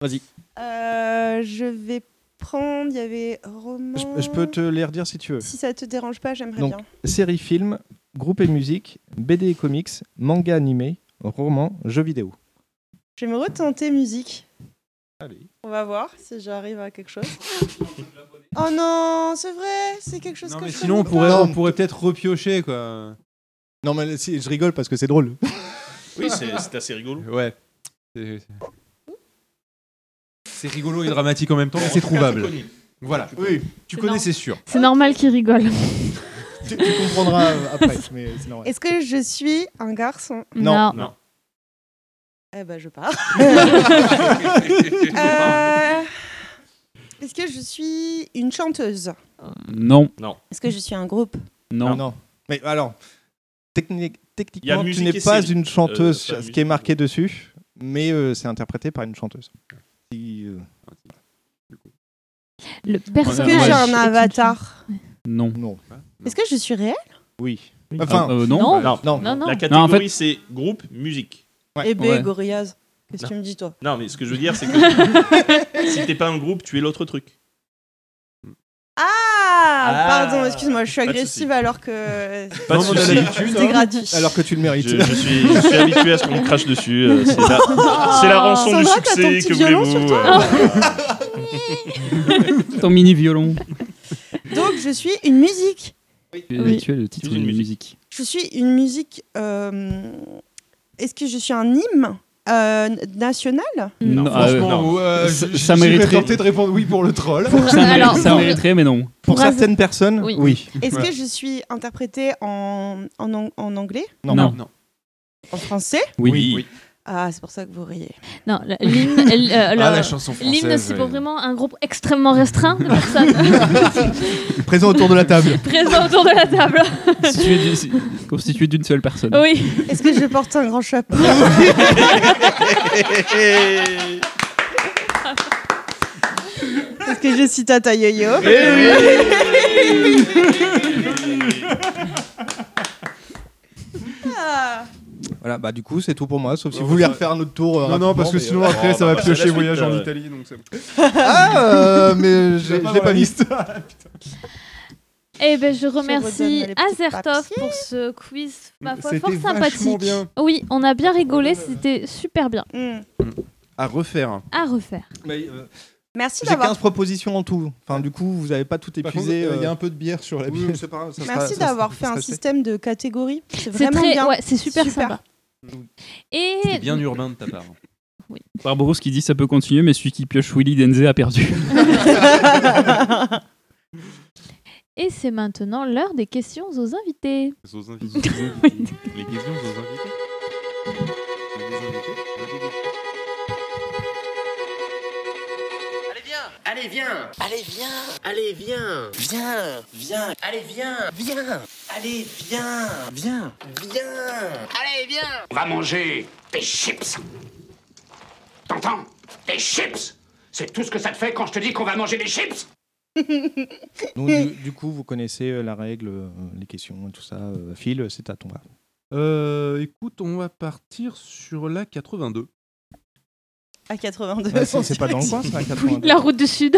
S2: Vas-y.
S7: Euh, Je vais prendre. Il y avait Romain.
S2: Je, je peux te les redire si tu veux.
S7: Si ça te dérange pas, j'aimerais
S2: Donc,
S7: bien.
S2: série, film, groupe et musique, BD et comics, manga animé, roman, jeux vidéo.
S7: Je vais me retenter musique.
S2: Allez.
S7: On va voir si j'arrive à quelque chose. oh non, c'est vrai, c'est quelque chose
S8: Non,
S7: que
S8: mais
S7: je
S8: sinon, on
S7: connais
S8: pourrait,
S2: Ah,
S7: pas.
S8: on pourrait peut-être repiocher, quoi.
S2: Non, mais si, je rigole parce que c'est drôle.
S9: Oui, c'est c'est assez rigolo.
S8: Ouais. C'est- c'est- C'est rigolo et dramatique en même temps, mais c'est trouvable. Voilà. Oui. Tu connais, c'est sûr.
S1: C'est normal qu'il rigole.
S2: tu, tu comprendras euh, après, mais c'est normal.
S7: Est-ce que je suis un garçon
S1: Non.
S2: Non.
S7: Eh ben, je pars. Euh, Est-ce que je suis une chanteuse
S10: Non.
S9: Non.
S7: Est-ce que je suis un groupe
S10: Non.
S2: Non. Mais alors, technique-
S9: Il y a
S2: techniquement, tu
S9: musique
S2: n'es
S9: et
S2: pas
S9: série.
S2: une
S9: Euh,
S2: chanteuse,
S9: ça,
S2: ce
S9: musique.
S2: qui est marqué dessus, mais euh, c'est interprété par une chanteuse. Si, euh,
S1: Le
S7: Est-ce que
S1: personnage.
S7: j'ai un avatar
S10: Non.
S2: Non.
S7: Est-ce que je suis réelle
S2: Oui. Enfin,
S10: Ah, euh, non.
S2: Non.
S9: Non. bah,
S1: Non,
S2: Non.
S1: non.
S9: La
S1: Non,
S9: catégorie,
S10: en fait-
S9: c'est groupe, musique.
S7: Eh ben,
S10: Ouais.
S7: Gorillaz, qu'est-ce
S9: Non.
S7: que tu me dis, toi
S9: Non, mais ce que je veux dire, c'est que si t'es pas un groupe, tu es l'autre truc.
S7: Ah,
S9: Ah.
S7: Pardon, excuse-moi, je suis
S9: Pas de
S7: agressive alors que
S9: Pas de
S7: Non, mais
S9: souci.
S7: c'était gratuit.
S2: hein. Alors que tu le mérites.
S9: Je, je suis, je suis habitué à ce qu'on me crache dessus. euh, c'est la, c'est la rançon
S7: Sandra,
S9: du
S7: t'as ton
S9: succès
S7: petit
S9: que
S7: violon
S9: voulez-vous.
S7: sur toi
S9: euh.
S10: Ton mini violon.
S7: Donc, je suis une musique.
S10: Tu es, tu es le titre d'une musique.
S7: Je suis une musique. euh, Est-ce que je suis un hymne euh, national
S10: Non, ah, euh,
S14: Franchement,
S10: non.
S14: ouais,
S10: Ça-
S14: j-
S10: ça
S14: j'y vais
S10: mériterait-
S14: tenter de répondre oui pour le troll.
S10: Ça, mé- ça mériterait, mais non.
S2: Pour
S7: Pour
S2: certaines
S7: av-
S2: personnes, oui.
S7: Est-ce que je suis interprétée en, en, ang- en anglais
S2: Non. Non.
S7: En français
S2: Oui. Oui.
S7: Ah, c'est pour ça que vous riez.
S1: Non, la- l'hymne, elle, euh,
S7: Ah,
S1: la-
S7: la chanson française,
S1: L'hymne, c'est pour
S7: oui.
S1: vraiment un groupe extrêmement restreint de personnes
S2: Présent autour de la table.
S1: présentes autour de la table.
S10: Constitué d'une- si- Constitué d'une seule personne.
S1: Oui.
S7: Est-ce que je porte un grand chapeau Est-ce que je suis Tata Yo-Yo
S2: Eh
S8: Eh
S7: Eh
S8: Ah.
S2: Voilà, bah du coup, c'est tout pour moi, sauf si vous voulez refaire un autre tour.
S14: Euh,
S2: euh,
S14: Non, non,
S2: rapidement,
S14: parce que
S2: mais,
S14: sinon,
S2: euh,
S14: après,
S2: on
S14: ça va
S2: passer à la
S14: piocher
S2: suite,
S14: voyage en
S2: euh.
S14: Italie, donc c'est bon.
S2: Ah, euh,
S14: Je
S2: mais j'ai-
S14: l'ai pas
S2: je
S14: dans
S2: l'ai
S14: la
S2: pas liste.
S1: Eh ben, je
S7: redonne
S1: remercie
S7: les petits
S1: Azertov pour ce quiz, ma foi,
S2: C'était
S1: fort
S2: vachement
S1: sympathique.
S2: bien.
S1: Oui, on a bien rigolé, c'était super bien.
S7: Mm.
S2: À refaire.
S1: À refaire.
S7: Merci
S2: J'ai
S7: d'avoir-
S2: 15 propositions en tout. Enfin, du coup, vous n'avez pas tout
S14: Par
S2: épuisé.
S14: contre, euh, il y a un
S2: peu de bière sur la bière. c'est pas grave, ça sera-
S7: Merci
S2: ça sera-
S7: d'avoir
S2: ça
S7: fait
S2: sera
S7: un
S2: fait.
S7: système de catégories. C'est
S1: C'est
S7: vraiment
S1: très-
S7: bien.
S1: ouais, c'est super sympa. Et
S8: C'est bien urbain de ta part.
S10: Barbarousse qui dit ça peut continuer, mais celui qui pioche Willy Denze a perdu.
S1: Et c'est maintenant l'heure des questions aux invités.
S8: Aux invités.
S1: Oui.
S8: Les questions aux invités.
S5: Allez, viens Allez, viens Allez, viens Allez, viens Viens Viens Allez, viens Viens Allez, viens Viens Viens Allez, viens
S15: On va manger des chips. T'entends Des chips C'est tout ce que ça te fait quand je te dis qu'on va manger des chips
S2: Donc, du, du coup, vous connaissez euh, la règle, euh, les questions, tout ça. Euh, Phil, c'est à ton bras.
S8: Euh, écoute, on va partir sur la 82.
S7: À 82.
S2: Ouais, c'est- c'est pas dans le coin, ça, à 82.
S1: La route du Sud.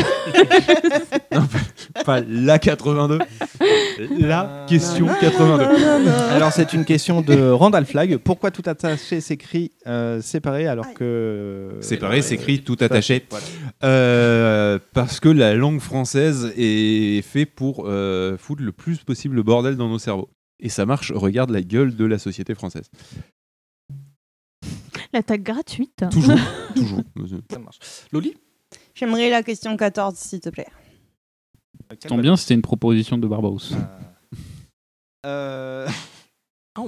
S8: Pas la 82. La question 82.
S2: Alors, c'est une question de Randall Flagg. Pourquoi tout attaché s'écrit euh, séparé alors que.
S8: Séparé, s'écrit tout attaché. Euh, parce que la langue française est faite pour euh, foutre le plus possible le bordel dans nos cerveaux. Et ça marche, regarde la gueule de la société française.
S1: L'attaque gratuite.
S8: Toujours, toujours. Loli
S7: J'aimerais la question 14, s'il te plaît.
S10: Tant bien, c'était une proposition de Barbarousse.
S2: Euh,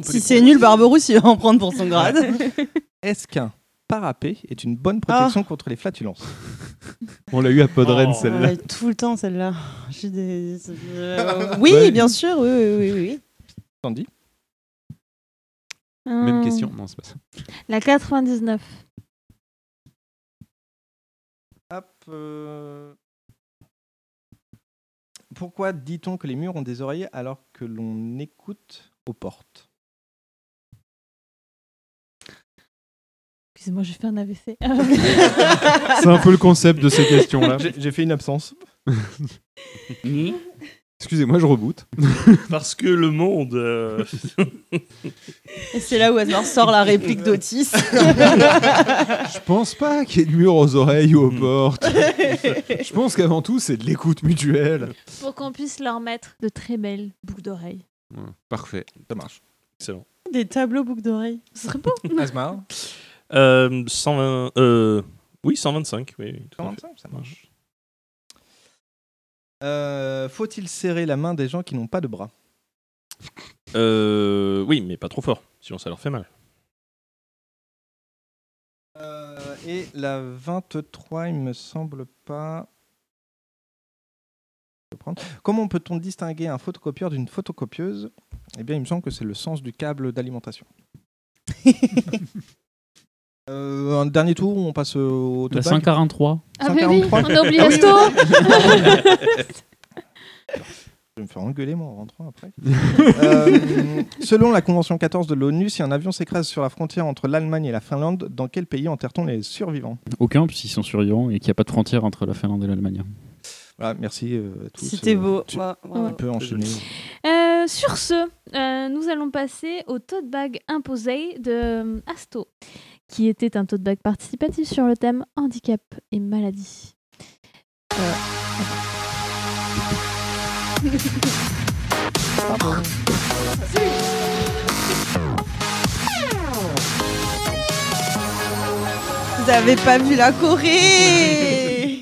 S7: Si c'est nul, Barberousse, il va en prendre pour son grade.
S2: Est-ce qu'un parapet est une bonne protection contre les flatulences
S8: On l'a eu à Podren, celle-là.
S7: Ouais, tout le temps, celle-là. J'ai des- Euh, oui,
S8: Ouais.
S7: bien sûr, oui, oui, oui. oui.
S2: Sandy
S8: Même
S1: Euh,
S8: question. Non, c'est pas ça.
S1: La 99.
S2: Hop. euh, Pourquoi dit-on que les murs ont des oreilles alors que l'on écoute aux portes
S1: Excusez-moi, j'ai fait un AVC.
S8: C'est un peu le concept de ces questions-là.
S2: J'ai j'ai fait une absence.
S8: Excusez-moi, je reboot.
S9: Parce que le monde. euh,
S7: Et c'est là où Asmar sort la réplique d'Otis.
S8: Je pense pas qu'il y ait de mur aux oreilles ou aux portes. Je pense qu'avant tout, c'est de l'écoute mutuelle.
S1: Pour qu'on puisse leur mettre de très belles boucles d'oreilles.
S8: Parfait.
S2: Ça marche.
S9: Excellent.
S7: des tableaux boucles d'oreilles.
S1: Ce serait beau.
S2: Asmar
S9: Euh, 120. euh, oui, 125. Oui, oui, tout à fait.
S2: 125, ça marche. Euh, Faut-il serrer la main des gens qui n'ont pas de bras
S9: Euh, oui, mais pas trop fort, sinon ça leur fait mal.
S2: Euh, Et la 23, il me semble pas. Je vais prendre. Comment peut-on distinguer un photocopieur d'une photocopieuse Eh bien, il me semble que c'est le sens du câble d'alimentation. Euh, un dernier tour, on passe au
S10: La
S2: total
S10: 143.
S1: Ah bah oui,
S2: 143.
S1: on a oublié
S2: Ah oui,
S1: Asto.
S2: Je vais me faire engueuler moi en rentrant après. Euh, selon la Convention 14 de l'ONU, si un avion s'écrase sur la frontière entre l'Allemagne et la Finlande, dans quel pays enterre-t-on les survivants
S10: Aucun, puisqu'ils sont survivants et qu'il n'y a pas de frontière entre la Finlande et l'Allemagne.
S2: Voilà, merci euh, à tous.
S7: C'était
S2: Euh,
S7: beau.
S2: Tu,
S7: Ouais,
S2: tu
S7: bravo.
S2: peux enchaîner.
S1: Euh, sur ce, euh, nous allons passer au tote bag imposé de euh, Asto, qui était un tote bag participatif sur le thème handicap et maladie. Euh,
S7: Vous avez pas vu la Corée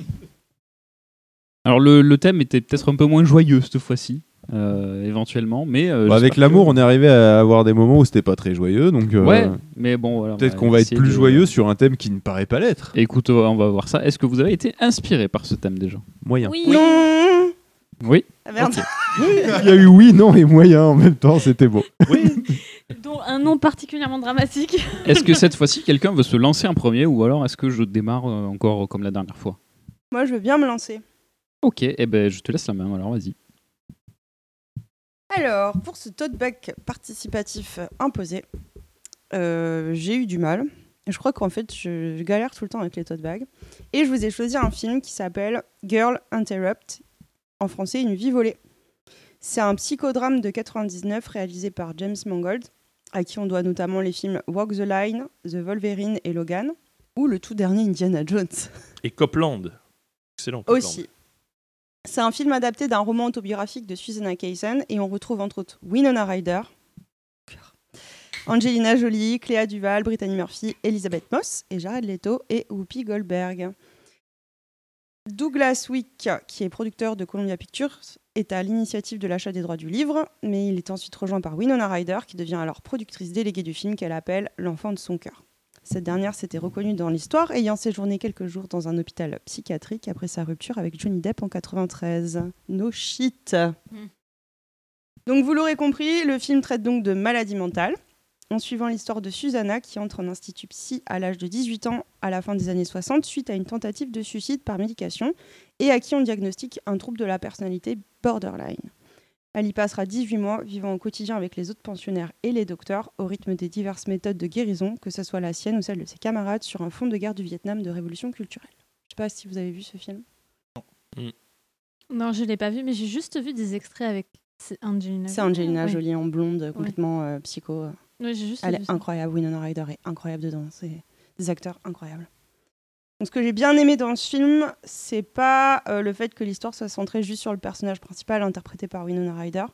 S10: Alors le, le thème était peut-être un peu moins joyeux cette fois-ci, euh, éventuellement, mais euh,
S8: Bah, avec
S10: j'espère
S8: l'amour, on est arrivé à avoir des moments où c'était pas très joyeux, donc euh,
S10: Ouais, mais bon, voilà, on
S8: peut-être
S10: va
S8: qu'on va être
S10: essayer
S8: plus
S10: de-
S8: joyeux sur un thème qui ne paraît pas l'être.
S10: que- Écoute, on va voir ça. Est-ce que vous avez été inspiré par ce thème déjà
S8: Moyen.
S1: Oui.
S7: Non
S10: Oui.
S7: Ah, merde.
S10: Ok.
S8: Il y a eu oui, non et moyen en même temps, c'était beau.
S1: dont un nom particulièrement dramatique.
S10: Est-ce que cette fois-ci quelqu'un veut se lancer en premier ou alors est-ce que je démarre euh, encore euh, comme la dernière fois
S7: Moi, je veux bien me lancer.
S10: Ok, eh ben je te laisse la main alors, vas-y.
S7: Alors, pour ce tote bag participatif imposé, euh, j'ai eu du mal. Je crois qu'en fait, je je galère tout le temps avec les tote bags. Et je vous ai choisi un film qui s'appelle Girl Interrupt, en français Une vie volée. C'est un psychodrame de 99 réalisé par James Mangold, à qui on doit notamment les films Walk the Line, The Wolverine et Logan, ou le tout dernier Indiana Jones.
S9: Et Copland. Excellent. Copland.
S7: Aussi. C'est un film adapté d'un roman autobiographique de Susanna Kaysen et on retrouve entre autres Winona Ryder, Angelina Jolie, Cléa Duval, Brittany Murphy, Elisabeth Moss et Jared Leto et Whoopi Goldberg. Douglas Wick, qui est producteur de Columbia Pictures, est à l'initiative de l'achat des droits du livre, mais il est ensuite rejoint par Winona Ryder, qui devient alors productrice déléguée du film qu'elle appelle L'enfant de son cœur. Cette dernière s'était reconnue dans l'histoire, ayant séjourné quelques jours dans un hôpital psychiatrique après sa rupture avec Johnny Depp en 93. No shit. Donc vous l'aurez compris, le film traite donc de maladie mentale, en suivant l'histoire de Susanna qui entre en institut psy à l'âge de 18 ans à la fin des années 60 suite à une tentative de suicide par médication et à qui on diagnostique un trouble de la personnalité borderline. Elle y passera 18 mois vivant au quotidien avec les autres pensionnaires et les docteurs au rythme des diverses méthodes de guérison, que ce soit la sienne ou celle de ses camarades, sur un fond de guerre du Vietnam de révolution culturelle. Je sais pas si vous avez vu ce film.
S1: Non, je l'ai pas vu, mais j'ai juste vu des extraits avec c'est Angelina.
S7: C'est Angelina
S1: Ouais.
S7: Jolie en blonde, complètement euh, psycho.
S1: Ouais, j'ai juste
S7: Elle
S1: vu
S7: est
S1: ça.
S7: incroyable. Winona Ryder est incroyable dedans. C'est des acteurs incroyables. Donc, ce que j'ai bien aimé dans ce film, c'est pas euh, le fait que l'histoire soit centrée juste sur le personnage principal interprété par Winona Ryder.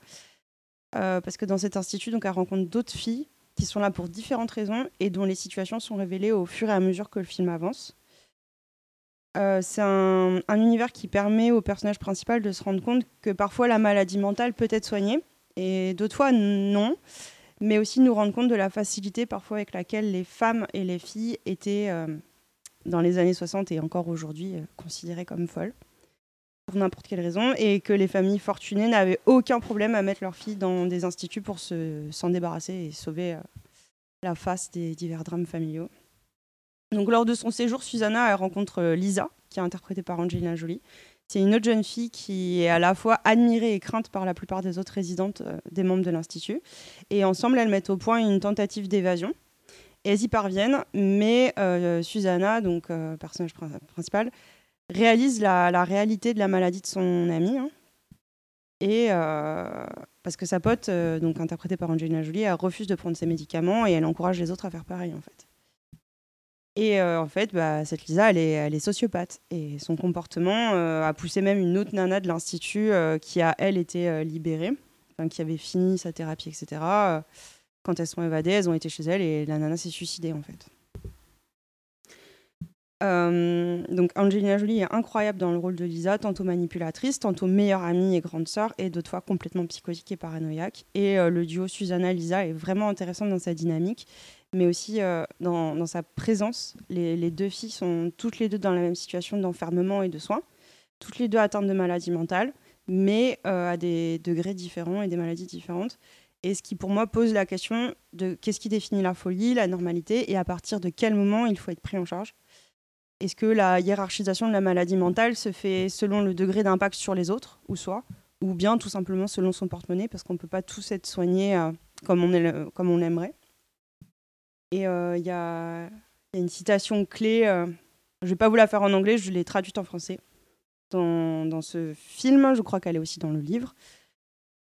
S7: Euh, parce que dans cet institut, donc, elle rencontre d'autres filles qui sont là pour différentes raisons et dont les situations sont révélées au fur et à mesure que le film avance. Euh, c'est un, un univers qui permet au personnage principal de se rendre compte que parfois la maladie mentale peut être soignée et d'autres fois non, mais aussi nous rendre compte de la facilité parfois avec laquelle les femmes et les filles étaient euh, dans les années 60 et encore aujourd'hui euh, considérées comme folles pour n'importe quelle raison et que les familles fortunées n'avaient aucun problème à mettre leurs filles dans des instituts pour se- s'en débarrasser et sauver euh, la face des divers drames familiaux. Donc lors de son séjour, Susanna elle rencontre euh, Lisa, qui est interprétée par Angelina Jolie. C'est une autre jeune fille qui est à la fois admirée et crainte par la plupart des autres résidentes euh, des membres de l'institut. Et ensemble, elles mettent au point une tentative d'évasion. Et elles y parviennent, mais euh, Susanna, donc euh, personnage prin- principal, réalise la, la réalité de la maladie de son amie. hein. Et euh, parce que sa pote, euh, donc interprétée par Angelina Jolie, elle refuse de prendre ses médicaments et elle encourage les autres à faire pareil en fait. Et euh, en fait, bah, cette Lisa, elle est, elle est sociopathe. Et son comportement euh, a poussé même une autre nana de l'Institut euh, qui a, elle, été euh, libérée, enfin, qui avait fini sa thérapie, etc. Euh, Quand elles sont évadées, elles ont été chez elle et la nana s'est suicidée, en fait. Euh, donc Angelina Jolie est incroyable dans le rôle de Lisa, tantôt manipulatrice, tantôt meilleure amie et grande sœur, et d'autres fois complètement psychotique et paranoïaque. Et euh, le duo Susanna-Lisa est vraiment intéressant dans sa dynamique, mais aussi euh, dans, dans sa présence. Les, les deux filles sont toutes les deux dans la même situation d'enfermement et de soins, toutes les deux atteintes de maladies mentales, mais euh, à des degrés différents et des maladies différentes. Et ce qui pour moi pose la question de qu'est-ce qui définit la folie, la normalité, et à partir de quel moment il faut être pris en charge. Est-ce que la hiérarchisation de la maladie mentale se fait selon le degré d'impact sur les autres, ou soi, ou bien tout simplement selon son porte-monnaie, parce qu'on ne peut pas tous être soignés euh, comme, on est le- comme on l'aimerait. Et euh, il y, a, il y a une citation clé, euh, je ne vais pas vous la faire en anglais, je l'ai traduite en français. dans, dans ce film, je crois qu'elle est aussi dans le livre.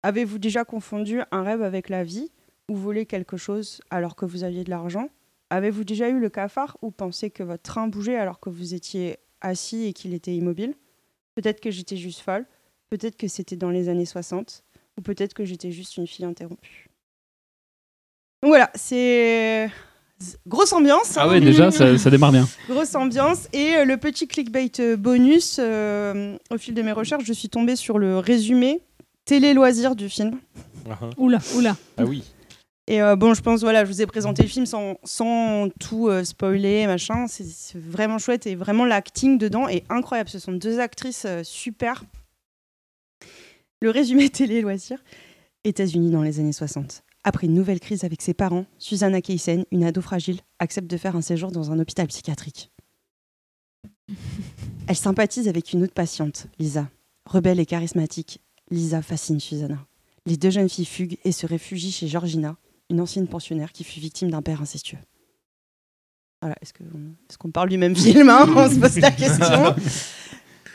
S7: Avez-vous déjà confondu un rêve avec la vie ou volé quelque chose alors que vous aviez de l'argent Avez-vous déjà eu le cafard ou pensé que votre train bougeait alors que vous étiez assis et qu'il était immobile Peut-être que j'étais juste folle, peut-être que c'était dans les années 60, ou peut-être que j'étais juste une fille interrompue. Donc voilà, c'est grosse ambiance.
S10: Ah
S7: hein.
S10: ouais, déjà, ça- ça démarre bien.
S7: Grosse ambiance. Et euh, le petit clickbait euh, bonus, euh, au fil de mes recherches, je suis tombée sur le résumé télé-loisirs du film.
S1: Oula, oula.
S9: Ah oui.
S7: Et euh, bon, je pense, voilà, je vous ai présenté le film sans, sans tout euh, spoiler, machin. C'est c'est vraiment chouette et vraiment l'acting dedans est incroyable. Ce sont deux actrices euh, super. Le résumé télé loisirs. États-Unis dans les années 60. Après une nouvelle crise avec ses parents, Susanna Keysen, une ado fragile, accepte de faire un séjour dans un hôpital psychiatrique. Elle sympathise avec une autre patiente, Lisa. Rebelle et charismatique, Lisa fascine Susanna. Les deux jeunes filles fuguent et se réfugient chez Georgina, une ancienne pensionnaire qui fut victime d'un père incestueux. Voilà, est-ce que- est-ce qu'on parle du même film hein On se pose la question.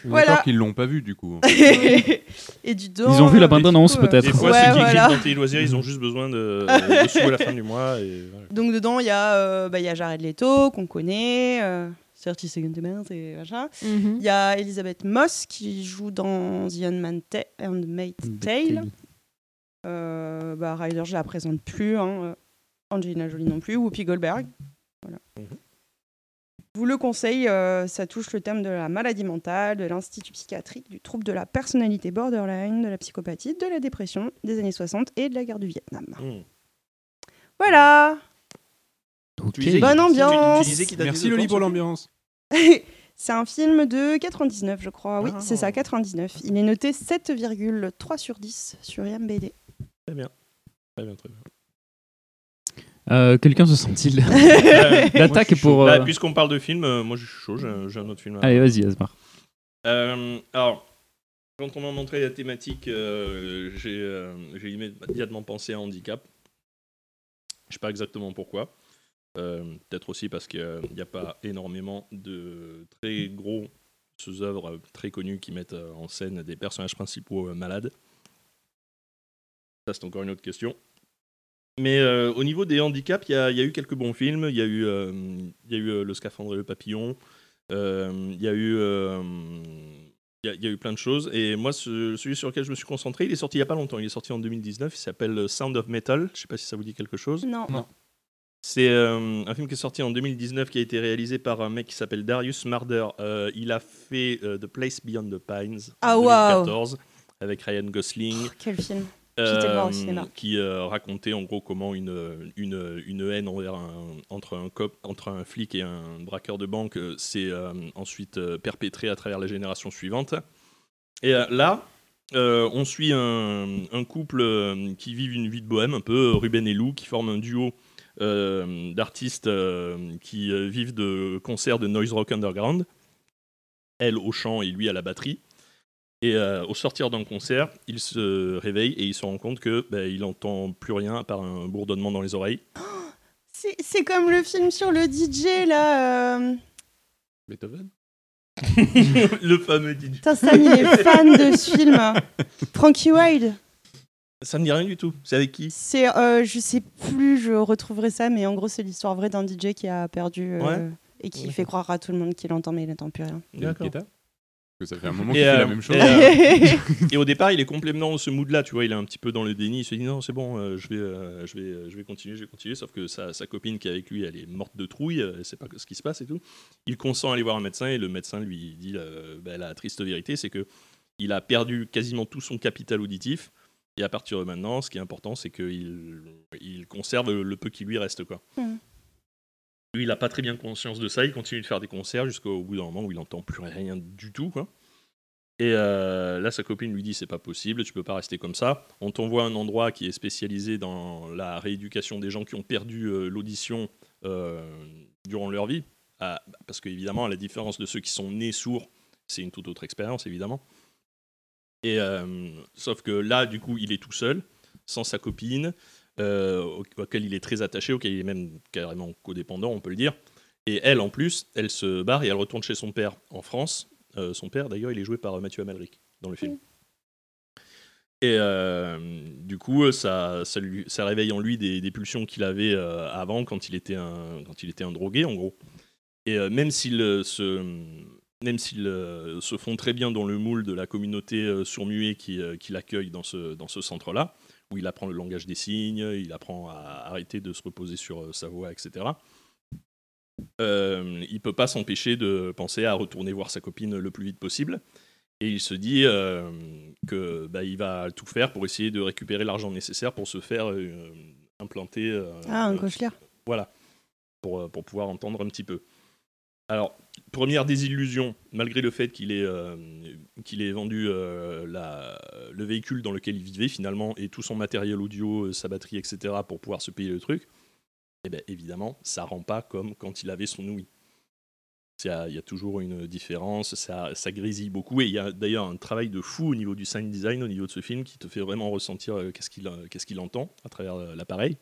S8: On est D'accord qu'ils l'ont pas vu du coup.
S7: et du
S8: Ils ont vu la bande-annonce,
S7: du coup, euh,
S8: peut-être.
S9: Des fois,
S7: Ouais,
S9: ceux qui
S7: voilà.
S9: cliquent dans Téléloisirs, ils ont juste besoin de, de sous à la fin du mois. Et, voilà.
S7: Donc dedans, il y, a, euh, bah, il y a Jared Leto, qu'on connaît, euh, 30 Seconds to Mars et machin. Il
S1: Mhm.
S7: y a Elisabeth Moss qui joue dans The Handmaid's Ta- Handmaid's Tale. Euh, bah, Ryder, je la présente plus. hein, euh, Angelina Jolie non plus. Whoopi Goldberg. Voilà. Vous le conseille, euh, ça touche le thème de la maladie mentale, de l'institut psychiatrique, du trouble de la personnalité borderline, de la psychopathie, de la dépression des années 60 et de la guerre du Vietnam. Voilà Bonne ambiance
S8: Merci Loli pour l'ambiance.
S7: C'est un film de 99, je crois. Oui, c'est
S8: Ah.
S7: ça, 99. Il est noté 7,3 sur 10 sur IMBD.
S9: Très bien. Très bien, très bien.
S10: Euh, Quelqu'un se sent-il
S9: Euh, moi, je
S10: L'attaque
S9: suis
S10: est pour.
S9: chaud.
S10: euh,
S9: Bah, Puisqu'on parle de film, euh, moi je suis chaud, j'ai j'ai un autre film. à-
S10: Allez, vas-y, Asmar.
S9: Euh, alors, quand on m'a montré la thématique, euh, j'ai euh, j'ai immédiatement pensé à handicap. Je sais pas exactement pourquoi. Euh, Peut-être aussi parce qu'il n'y a pas énormément de très grosses œuvres euh, très connues qui mettent euh, en scène des personnages principaux euh, malades. Ça, c'est encore une autre question. Mais euh, au niveau des handicaps, il y, a il y a eu quelques bons films. Il y a eu, euh, il y a eu euh, Le Scaphandre et le Papillon. Euh, Il y a eu. euh, il y, a- il y a eu plein de choses. Et moi, ce- celui sur lequel je me suis concentré, il est sorti il n'y a pas longtemps. Il est sorti en 2019. Il s'appelle euh, Sound of Metal. Je sais pas si ça vous dit quelque chose.
S7: Non. Non.
S9: C'est euh, un film qui est sorti en 2019 qui a été réalisé par un mec qui s'appelle Darius Marder. Euh, il a fait euh, The Place Beyond the Pines
S7: Ah,
S9: en
S7: waouh.
S9: 2014 avec Ryan Gosling.
S7: Quel film J'étais le voir au cinéma.
S9: Qui euh, racontait en gros comment une, une, une haine envers un- entre, un cop, entre un flic et un braqueur de banque euh, s'est euh, ensuite euh, perpétrée à travers la génération suivante. Et euh, là, euh, on suit un, un couple euh, qui vit une vie de bohème, un peu euh, Ruben et Lou, qui forment un duo euh, d'artistes euh, qui euh, vivent de concerts de noise rock underground. Elle au chant et lui à la batterie. Et euh, au sortir d'un concert, il se réveille et il se rend compte que bah, il entend plus rien à part un bourdonnement dans les oreilles.
S7: C'est c'est comme le film sur le DJ, là. euh.
S9: Beethoven Le fameux DJ.
S7: Putain, Sam, il est fan de ce film. Frankie Wilde.
S9: Ça me dit rien du tout. C'est avec qui
S7: C'est, euh, je sais plus, je retrouverai ça, mais en gros, c'est l'histoire vraie d'un DJ qui a perdu euh,
S9: Ouais.
S7: et qui
S9: D'accord.
S7: fait croire à tout le monde qu'il entend, mais il n'entend plus rien.
S9: Guetta
S8: Parce que ça fait un moment
S9: Et,
S8: qu'il fait
S9: euh,
S8: la même chose.
S9: Et, euh, et au départ, il est complètement dans ce mood-là, tu vois, il est un petit peu dans le déni, il se dit non, c'est bon, euh, je, vais, euh, je, vais, euh, je vais continuer, je vais continuer, sauf que sa, sa copine qui est avec lui, elle est morte de trouille, euh, elle sait pas ce qui se passe et tout. Il consent à aller voir un médecin et le médecin lui dit euh, bah, la triste vérité, c'est que il a perdu quasiment tout son capital auditif. Et à partir de maintenant, ce qui est important, c'est qu'il il conserve le peu qui lui reste, quoi.
S7: Hmm.
S2: Mhm.
S9: Lui, il n'a pas très bien conscience de ça, il continue de faire des concerts jusqu'au bout d'un moment où il n'entend plus rien du tout. Quoi. Et euh, là, sa copine lui dit c'est pas possible, tu peux pas rester comme ça. On t'envoie à un endroit qui est spécialisé dans la rééducation des gens qui ont perdu euh, l'audition euh, durant leur vie. Ah, bah, parce qu'évidemment, à la différence de ceux qui sont nés sourds, c'est une toute autre expérience, évidemment. Et euh, sauf que là, du coup, il est tout seul, sans sa copine, euh, au- auquel il est très attaché, auquel il est même carrément codépendant, on peut le dire. Et elle, en plus, elle se barre et elle retourne chez son père en France, Euh, son père, d'ailleurs, il est joué par euh, Mathieu Amalric dans le film. Et euh, du coup, euh, ça, ça, lui- ça réveille en lui des, des pulsions qu'il avait euh, avant quand il, était un, quand il était un drogué, en gros. Et euh, même s'il euh, se, même s'il, euh, se fond très bien dans le moule de la communauté euh, sourd-muet qui, euh, qui l'accueille dans ce, dans ce centre-là, où il apprend le langage des signes, il apprend à arrêter de se reposer sur euh, sa voix, etc. Euh, il peut pas s'empêcher de penser à retourner voir sa copine le plus vite possible. Et il se dit euh, que bah, il va tout faire pour essayer de récupérer l'argent nécessaire pour se faire euh, implanter. euh,
S7: Ah, un
S9: euh,
S7: cochelard.
S9: Voilà, pour, euh, pour pouvoir entendre un petit peu. Alors, première désillusion, malgré le fait qu'il ait, euh, qu'il ait vendu euh, la- le véhicule dans lequel il vivait finalement, et tout son matériel audio, euh, sa batterie, etc., pour pouvoir se payer le truc, eh bien évidemment, ça rend pas comme quand il avait son ouïe. C'est- Il y a toujours une différence, ça, ça grésille beaucoup, et il y a d'ailleurs un travail de fou au niveau du sound design, au niveau de ce film, qui te fait vraiment ressentir euh, qu'est-ce qu'il euh, qu'est-ce qu'il entend à travers euh, l'appareil.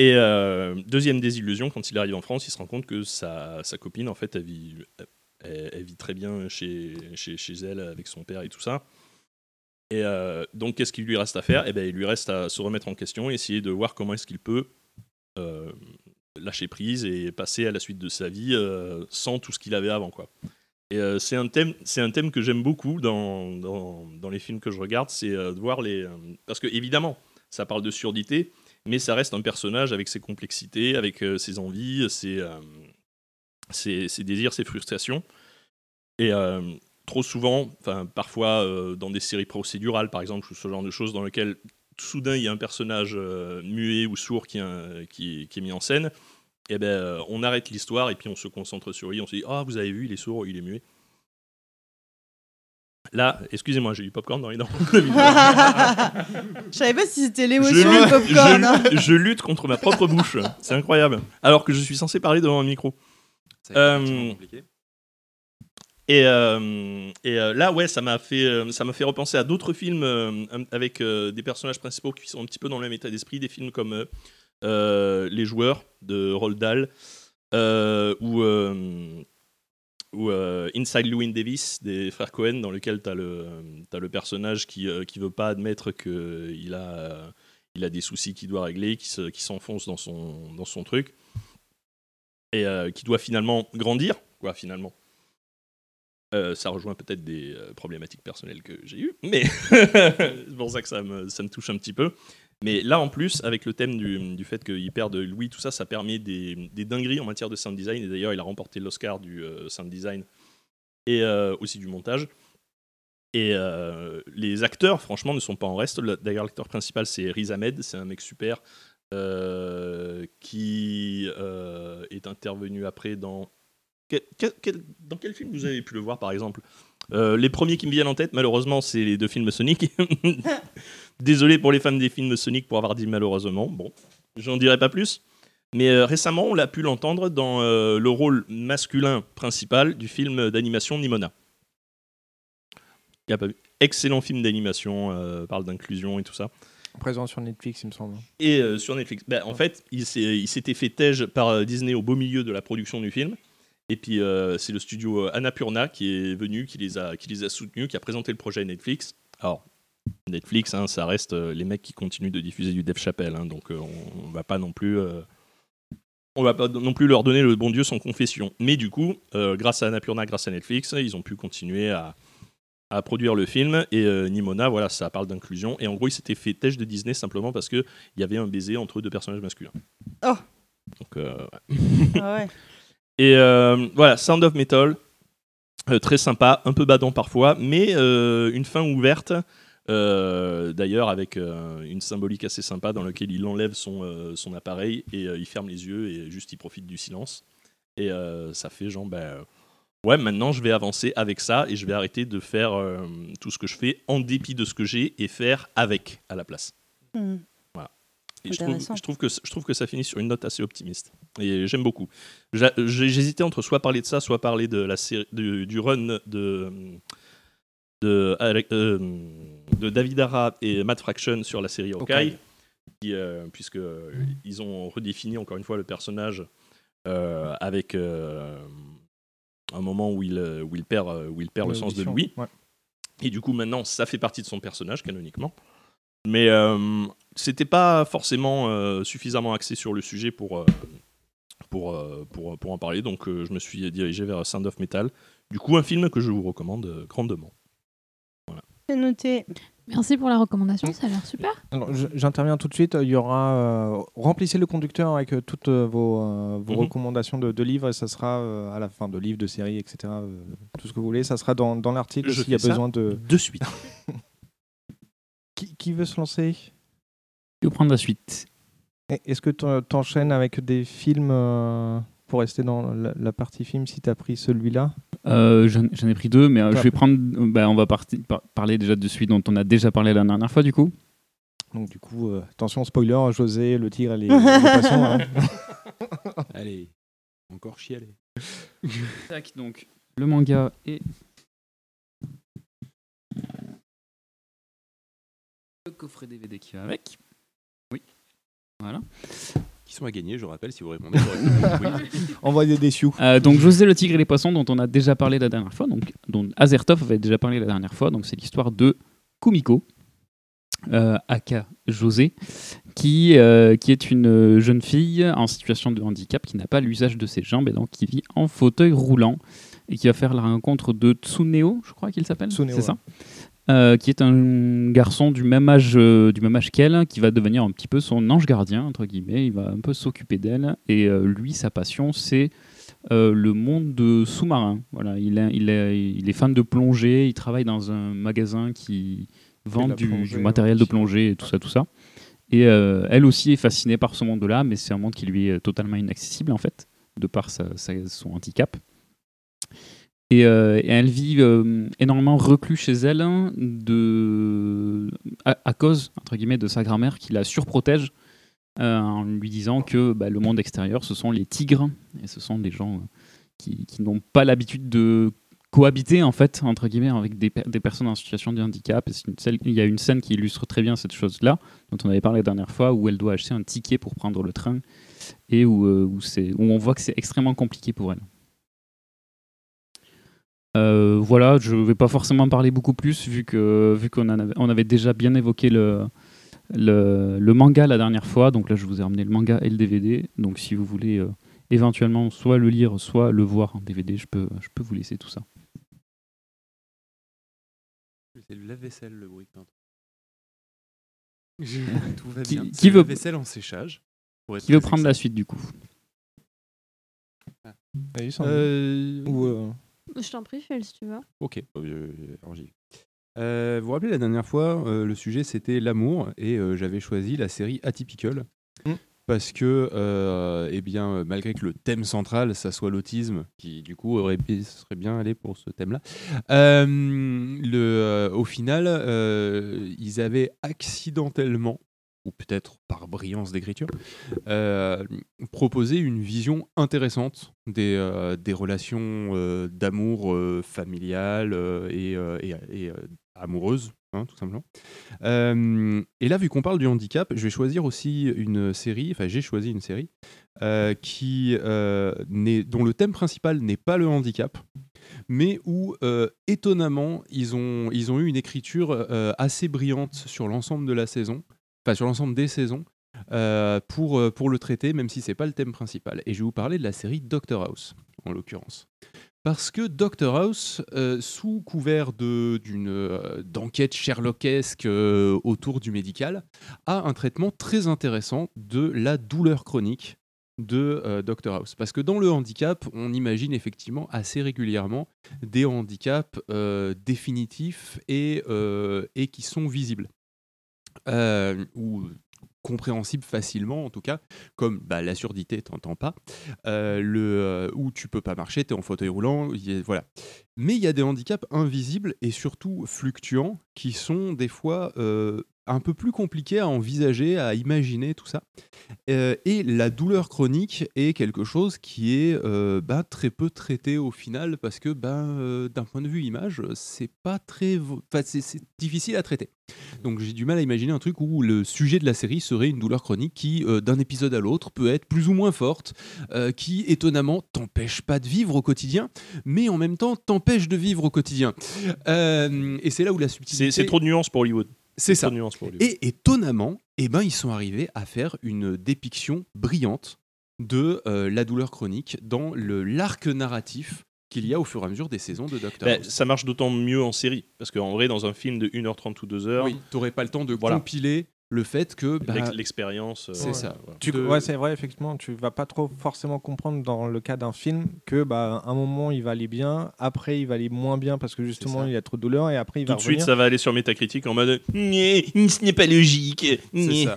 S9: Et euh, deuxième désillusion, quand il arrive en France, il se rend compte que sa, sa copine, en fait, elle vit, elle- elle vit très bien chez, chez, chez elle avec son père et tout ça. Et euh, donc, qu'est-ce qu'il lui reste à faire Eh ben, il lui reste à se remettre en question, essayer de voir comment est-ce qu'il peut euh, lâcher prise et passer à la suite de sa vie euh, sans tout ce qu'il avait avant, quoi. Et euh, c'est un thème, c'est un thème que j'aime beaucoup dans, dans, dans les films que je regarde, c'est euh, de voir les, euh, parce que évidemment, ça parle de surdité, mais ça reste un personnage avec ses complexités, avec euh, ses envies, ses, euh, ses, ses désirs, ses frustrations. Et euh, trop souvent, enfin parfois euh, dans des séries procédurales par exemple, ou ce genre de choses dans lesquelles soudain il y a un personnage euh, muet ou sourd qui, est un- qui est- qui est mis en scène, et ben, euh, on arrête l'histoire et puis on se concentre sur lui, on se dit Ah, vous avez vu, il est sourd, il est muet. Là, excusez-moi, j'ai eu popcorn dans les dents.
S7: Je savais pas si c'était l'émotion ou le
S9: lutte-
S7: popcorn.
S9: je
S7: hein.
S9: lutte- je lutte contre ma propre bouche. C'est incroyable. Alors que je suis censé parler devant un micro. Euh, et euh, et euh, là, ouais, ça m'a fait, euh, ça m'a fait repenser à d'autres films euh, un- avec euh, des personnages principaux qui sont un petit peu dans le même état d'esprit, des films comme euh, euh, Les Joueurs de Roald Dahl euh, ou, euh, ou euh, Inside Llewyn Davis des frères Cohen, dans lequel tu as, le personnage qui euh, qui veut pas admettre qu'il a, euh, il a des soucis qu'il doit régler, qui se- qui s'enfonce dans son, dans son truc et euh, qui doit finalement grandir, quoi, finalement. Euh, ça rejoint peut-être des euh, problématiques personnelles que j'ai eues, mais c'est pour ça que ça me, ça me touche un petit peu. Mais là, en plus, avec le thème du, du fait qu'il perd de Louis, tout ça, ça permet des, des dingueries en matière de sound design. Et d'ailleurs, il a remporté l'Oscar du euh, sound design et euh, aussi du montage. Et euh, les acteurs, franchement, ne sont pas en reste. Le- D'ailleurs, l'acteur principal, c'est Riz Ahmed. C'est un mec super euh, qui euh, est intervenu après dans. Que- que- quel- dans quel film vous avez pu le voir, par exemple Euh, Les premiers qui me viennent en tête, malheureusement, c'est les deux films Sonic. Désolé pour les fans des films Sonic pour avoir dit malheureusement. Bon, j'en dirai pas plus. Mais euh, récemment, on l'a pu l'entendre dans euh, le rôle masculin principal du film d'animation Nimona. Qui a pas vu. Excellent film d'animation, euh, parle d'inclusion et tout ça.
S2: Présent sur Netflix, il me semble.
S9: Et euh, sur Netflix. Bah, en fait, il s'est- il s'était fait tège par euh, Disney au beau milieu de la production du film. Et puis, euh, c'est le studio euh, Annapurna qui est venu, qui les, a, qui les a soutenus, qui a présenté le projet à Netflix. Alors, Netflix, hein, ça reste euh, les mecs qui continuent de diffuser du Dev Chappelle. hein, donc, euh, on, on va pas non plus. euh, on va pas non plus leur donner le bon Dieu sans confession. Mais du coup, euh, grâce à Annapurna, grâce à Netflix, ils ont pu continuer à, à produire le film. Et euh, Nimona, voilà, ça parle d'inclusion. Et en gros, il s'était fait têche de Disney simplement parce qu'il y avait un baiser entre deux personnages masculins.
S7: Oh.
S9: Donc, euh,
S7: Ah ouais.
S9: et euh, voilà, Sound of Metal, euh, très sympa, un peu badant parfois, mais euh, une fin ouverte. euh, D'ailleurs, avec euh, une symbolique assez sympa dans laquelle il enlève son, euh, son appareil et euh, il ferme les yeux et juste il profite du silence. Et euh, ça fait genre, ben, euh, ouais, maintenant je vais avancer avec ça et je vais arrêter de faire euh, tout ce que je fais en dépit de ce que j'ai et faire avec à la place.
S7: Hmm.
S9: Voilà. Et je, trouve,
S7: Intéressant.
S9: je trouve que, je trouve que ça finit sur une note assez optimiste. Et j'aime beaucoup. J'a- j'ai- J'hésitais entre soit parler de ça, soit parler de la série, du, du run de, de, Alec- euh, de David Ara et Matt Fraction sur la série Hawkeye,
S2: Hawkeye.
S9: qui, euh, puisque euh, ils ont redéfini encore une fois le personnage euh, avec euh, un moment où il, euh, où il perd, euh, où il perd
S2: Ouais,
S9: le sens de
S2: l'audition,
S9: Louis.
S2: ouais.
S9: Et du coup, maintenant, ça fait partie de son personnage canoniquement. Mais euh, c'était pas forcément euh, suffisamment axé sur le sujet pour, euh, pour, euh, pour, pour en parler, donc euh, je me suis dirigé vers Sound of Metal. Du coup, un film que je vous recommande euh, grandement.
S7: C'est noté.
S1: Merci pour la recommandation, ça a l'air super.
S2: Alors, je- j'interviens tout de suite. Il y aura euh, remplissez le conducteur avec euh, toutes euh, vos, euh, vos
S9: Mhm.
S2: recommandations de, de livres. et Ça sera euh, à la fin de livres, de séries, etc. euh, tout ce que vous voulez. Ça sera dans, dans l'article
S9: Je
S2: s'il y a
S9: fais ça
S2: besoin de.
S9: De suite.
S2: qui, qui veut se lancer
S10: Tu prendre la suite.
S2: Et Est-ce que t'en- t'enchaînes avec des films euh, pour rester dans la, la partie film si t'as pris celui-là
S10: Euh, J'en j'en ai pris deux, mais euh,
S2: Ouais.
S10: je vais prendre. bah, on va parti- par- parler déjà de celui dont on a déjà parlé la dernière fois, du coup.
S2: Donc du coup, euh, attention spoiler, José, le tigre, elle est. passons, hein.
S8: Allez, encore chialer.
S10: Tac, donc. Le manga et. Le coffret DVD qui va avec. Oui. Voilà.
S8: Qui sont à gagner, je rappelle, si vous répondez correctement. Oui.
S2: Envoyez des sioux.
S10: Euh, donc José le tigre et les poissons dont on a déjà parlé la dernière fois, donc dont Azertov avait déjà parlé la dernière fois, donc c'est l'histoire de Kumiko, euh, aka José, qui, euh, qui est une jeune fille en situation de handicap qui n'a pas l'usage de ses jambes et donc qui vit en fauteuil roulant et qui va faire la rencontre de Tsuneo, je crois qu'il s'appelle,
S2: Tsuneo,
S10: c'est ça
S2: ouais.
S10: Euh, qui est un garçon du même âge euh, du même âge qu'elle, qui va devenir un petit peu son ange gardien entre guillemets. Il va un peu s'occuper d'elle et euh, lui, sa passion, c'est euh, le monde de sous-marin. Voilà, il, est- il, est, il est fan de plongée. Il travaille dans un magasin qui vend
S2: la
S10: du, du
S2: plongée,
S10: matériel de plongée et tout ça, tout ça. Et euh, elle aussi est fascinée par ce monde-là, mais c'est un monde qui lui est euh, totalement inaccessible en fait, de par sa- sa- son handicap. Et, euh, et elle vit euh, énormément reclus chez elle hein, de... à, à cause, entre guillemets, de sa grand-mère qui la surprotège euh, en lui disant que bah, le monde extérieur, ce sont les tigres et ce sont des gens euh, qui, qui n'ont pas l'habitude de cohabiter, en fait, entre guillemets, avec des, per- des personnes en situation de handicap. Et c'est une scène- il y a une scène qui illustre très bien cette chose-là, dont on avait parlé la dernière fois, où elle doit acheter un ticket pour prendre le train et où, euh, où c'est- où on voit que c'est extrêmement compliqué pour elle. Euh, voilà, je ne vais pas forcément parler beaucoup plus vu que vu qu'on en avait, on avait déjà bien évoqué le, le, le manga la dernière fois. Donc là, je vous ai ramené le manga et le DVD. Donc si vous voulez euh, éventuellement soit le lire, soit le voir en DVD, je peux, je peux vous laisser tout ça.
S8: C'est le lave-vaisselle, le bruit de Tout
S10: va
S8: va
S10: Qui-
S8: bien.
S10: bien. qui C'est le veut-
S8: vaisselle en séchage.
S10: Qui veut prendre la suite du coup
S8: ah,
S2: Vas-y, Sandrine.
S8: Euh,
S2: Ou, euh,
S1: Je t'en prie, fais si tu veux.
S8: Ok. Alors, j'y vais. Euh, vous vous rappelez la dernière fois, euh, le sujet c'était l'amour et euh, j'avais choisi la série Atypical
S2: Mm.
S8: parce que, euh, eh bien, euh, malgré que le thème central ça soit l'autisme, qui du coup aurait bi- serait bien allé pour ce thème-là, euh, le, euh, au final, euh, ils avaient accidentellement ou peut-être par brillance d'écriture, euh, proposé une vision intéressante des, euh, des relations euh, d'amour euh, familial euh, et, euh, et- et, euh, amoureuse, hein, tout simplement. Euh, et là, vu qu'on parle du handicap, je vais choisir aussi une série, enfin j'ai choisi une série, euh, qui, euh, n'est- dont le thème principal n'est pas le handicap, mais où euh, étonnamment, ils ont, ils ont eu une écriture euh, assez brillante sur l'ensemble de la saison, enfin sur l'ensemble des saisons, euh, pour, euh, pour le traiter, même si c'est pas le thème principal. Et je vais vous parler de la série Doctor House, en l'occurrence. Parce que Doctor House, euh, sous couvert de- d'une euh, d'enquête sherlockesque euh, autour du médical, a un traitement très intéressant de la douleur chronique de euh, Doctor House. Parce que dans le handicap, on imagine effectivement assez régulièrement des handicaps euh, définitifs et, euh, et qui sont visibles. Euh, ou compréhensibles facilement en tout cas comme bah, la surdité t'entends pas euh, le euh, où tu peux pas marcher t'es en fauteuil roulant il y a- voilà mais il y a des handicaps invisibles et surtout fluctuants qui sont des fois euh, un peu plus compliqués à envisager à imaginer tout ça Euh, et la douleur chronique est quelque chose qui est euh, bah, très peu traité au final parce que bah, euh, d'un point de vue image c'est pas très vo- enfin, c'est- c'est difficile à traiter Donc j'ai du mal à imaginer un truc où le sujet de la série serait une douleur chronique qui, euh, d'un épisode à l'autre, peut être plus ou moins forte, euh, qui étonnamment t'empêche pas de vivre au quotidien, mais en même temps t'empêche de vivre au quotidien. Euh, et c'est là où la subtilité.
S9: C'est- c'est trop de nuances pour Hollywood.
S8: C'est
S9: C'est
S8: ça.
S9: trop de nuances pour Hollywood.
S8: et étonnamment, eh ben, ils sont arrivés à faire une dépiction brillante de euh, la douleur chronique dans le l'arc narratif qu'il y a au fur et à mesure des saisons de Doctor
S9: Ben,
S8: Who.
S9: ça marche d'autant mieux en série. Parce qu'en vrai, dans un film de 1h30 ou 2h.
S8: Oui, t'aurais pas le temps de
S9: Voilà.
S8: compiler le fait que bah,
S9: L'ex- L'expérience. euh,
S8: c'est ça.
S9: voilà.
S2: Tu- ouais, c'est vrai, effectivement, tu vas pas trop forcément comprendre dans le cas d'un film que bah, à un moment il va aller bien, après il va aller moins bien parce que justement il y a trop de douleur et après il
S9: Tout
S2: va
S9: de suite,
S2: revenir.
S9: ça va aller sur Metacritic en mode. Gné, Ce n'est pas logique.
S8: C'est
S9: Gné.
S8: ça.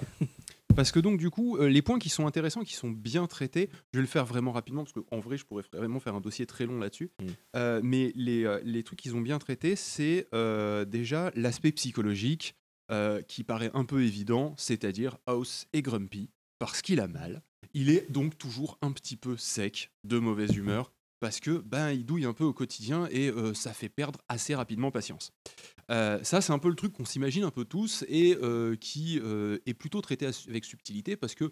S8: Parce que donc du coup, euh, les points qui sont intéressants, qui sont bien traités, je vais le faire vraiment rapidement parce qu'en vrai, je pourrais vraiment faire un dossier très long là-dessus. Euh, mais les, euh, les trucs qu'ils ont bien traités, c'est euh, déjà l'aspect psychologique euh, qui paraît un peu évident, c'est-à-dire House est grumpy parce qu'il a mal. Il est donc toujours un petit peu sec, de mauvaise humeur, parce que ben il douille un peu au quotidien et euh, ça fait perdre assez rapidement patience. Euh, ça, c'est un peu le truc qu'on s'imagine un peu tous et euh, qui euh, est plutôt traité as- avec subtilité parce que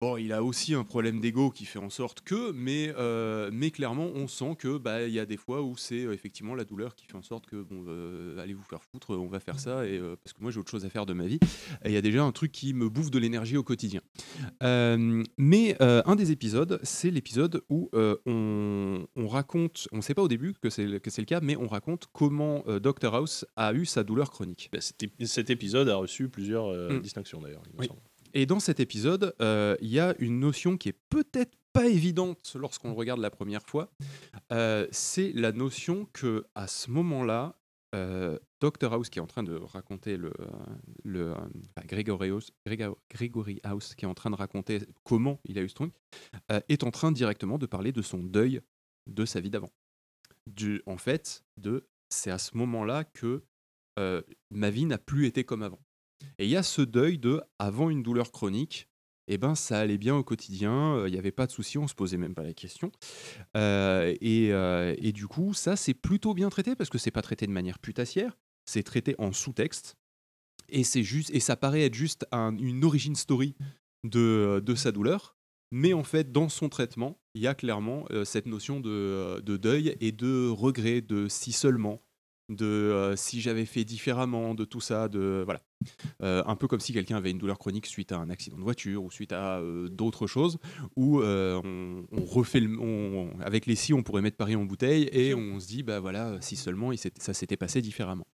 S8: bon, il a aussi un problème d'ego qui fait en sorte que, mais euh, mais clairement, on sent que bah il y a des fois où c'est euh, effectivement la douleur qui fait en sorte que bon, euh, allez vous faire foutre, on va faire ça et euh, parce que moi j'ai autre chose à faire de ma vie. Et Il y a déjà un truc qui me bouffe de l'énergie au quotidien. Euh, mais euh, un des épisodes, c'est l'épisode où euh, on, on raconte, on ne sait pas au début que c'est le que c'est le cas, mais on raconte comment euh, Dr House a eu sa douleur chronique.
S9: Bah, Cet épisode a reçu plusieurs euh,
S8: Mm.
S9: distinctions d'ailleurs. il me
S8: Oui.
S9: semble.
S8: Et dans cet épisode, euh, il y a une notion qui est peut-être pas évidente lorsqu'on le regarde la première fois. Euh, c'est la notion que à ce moment-là, euh, Dr House qui est en train de raconter le, euh, le euh, enfin, Gregory, House, Grega- Gregory House qui est en train de raconter comment il a eu ce truc, euh, est en train directement de parler de son deuil de sa vie d'avant. Du, en fait, de c'est à ce moment-là que euh, ma vie n'a plus été comme avant. Et il y a ce deuil de avant une douleur chronique, eh ben ça allait bien au quotidien, euh, il n'y avait pas de souci, on se posait même pas la question. Euh, et, euh, et du coup, ça c'est plutôt bien traité parce que c'est pas traité de manière putassière, c'est traité en sous-texte et c'est juste et ça paraît être juste un- une origin story de, de sa douleur. Mais en fait, dans son traitement, il y a clairement euh, cette notion de, euh, de deuil et de regret, de si seulement, de euh, si j'avais fait différemment, de tout ça, de voilà. Euh, un peu comme si quelqu'un avait une douleur chronique suite à un accident de voiture ou suite à euh, d'autres choses, où euh, on, on refait le, on- avec les si, on pourrait mettre Paris en bouteille et on se dit bah voilà, si seulement il s'était- ça s'était passé différemment.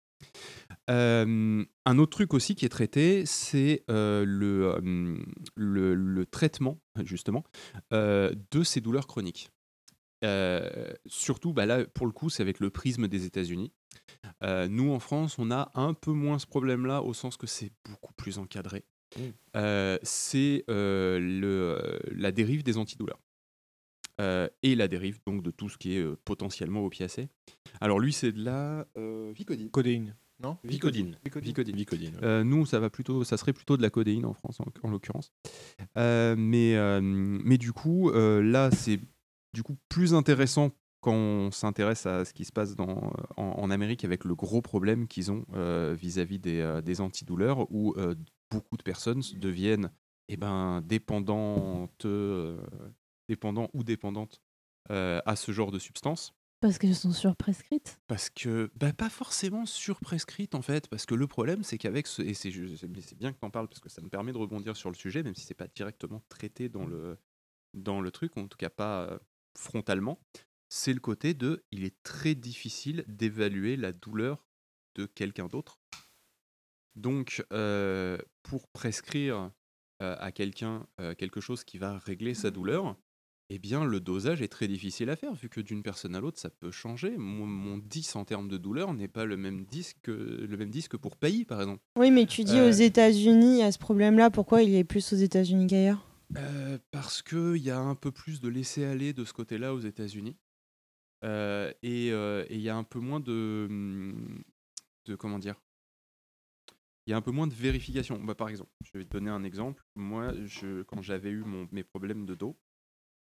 S8: Euh, un autre truc aussi qui est traité, c'est euh, le, euh, le, le traitement, justement, euh, de ces douleurs chroniques. Euh, surtout, bah là, pour le coup, c'est avec le prisme des États-Unis. Euh, nous, en France, on a un peu moins ce problème-là, au sens que c'est beaucoup plus encadré. Euh, c'est euh, le- la dérive des antidouleurs euh, et la dérive donc de tout ce qui est euh, potentiellement opiacé. Alors lui, c'est de la euh, vicodine.
S2: Codéine. Non
S8: Vicodine.
S2: Vicodine.
S8: Vicodine.
S9: Vicodine, ouais.
S8: Euh, nous, ça va plutôt, ça serait plutôt de la codéine en France, en, en l'occurrence. Euh, mais, euh, mais du coup, euh, là, c'est du coup plus intéressant quand on s'intéresse à ce qui se passe dans, euh, en, en Amérique avec le gros problème qu'ils ont euh, vis-à-vis des, euh, des antidouleurs, où euh, beaucoup de personnes deviennent eh ben, dépendantes, euh, dépendants ou dépendantes euh, à ce genre de substances.
S1: Parce qu'elles sont surprescrites.
S8: Parce que, bah, pas forcément surprescrite en fait, parce que le problème c'est qu'avec ce. Et c'est ju- c'est c'est bien que t'en parles parce que ça me permet de rebondir sur le sujet, même si c'est pas directement traité dans le, dans le truc, en tout cas pas euh, frontalement. C'est le côté de. Il est très difficile d'évaluer la douleur de quelqu'un d'autre. Donc, euh, pour prescrire euh, à quelqu'un euh, quelque chose qui va régler sa douleur, eh bien, le dosage est très difficile à faire, vu que d'une personne à l'autre, ça peut changer. Mon, mon 10 en termes de douleur n'est pas le même 10 que, le même 10 que pour Pailly, par exemple.
S7: Oui, mais tu dis
S8: Euh,
S7: aux États-Unis, il y a ce problème-là. Pourquoi il est plus aux États-Unis qu'ailleurs
S8: Euh, parce qu'il y a un peu plus de laisser-aller de ce côté-là aux États-Unis. Euh, et euh, et il y a un peu moins de. hum, de comment dire Il y a un peu moins de vérification. Bah, par exemple, je vais te donner un exemple. Moi, je, quand j'avais eu mon- mes problèmes de dos,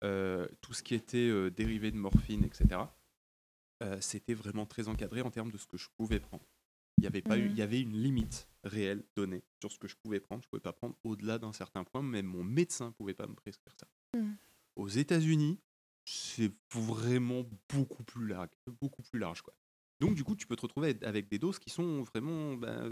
S8: euh, tout ce qui était euh, dérivé de morphine, etc., euh, c'était vraiment très encadré en termes de ce que je pouvais prendre. il y avait pas eu-
S14: Mhm.
S8: il y avait une limite réelle donnée sur ce que je pouvais prendre. Je pouvais pas prendre au-delà d'un certain point. Même mon médecin pouvait pas me prescrire ça.
S7: Mhm.
S8: Aux États-Unis, c'est vraiment beaucoup plus large, beaucoup plus large quoi. Donc du coup, tu peux te retrouver avec des doses qui sont vraiment bah,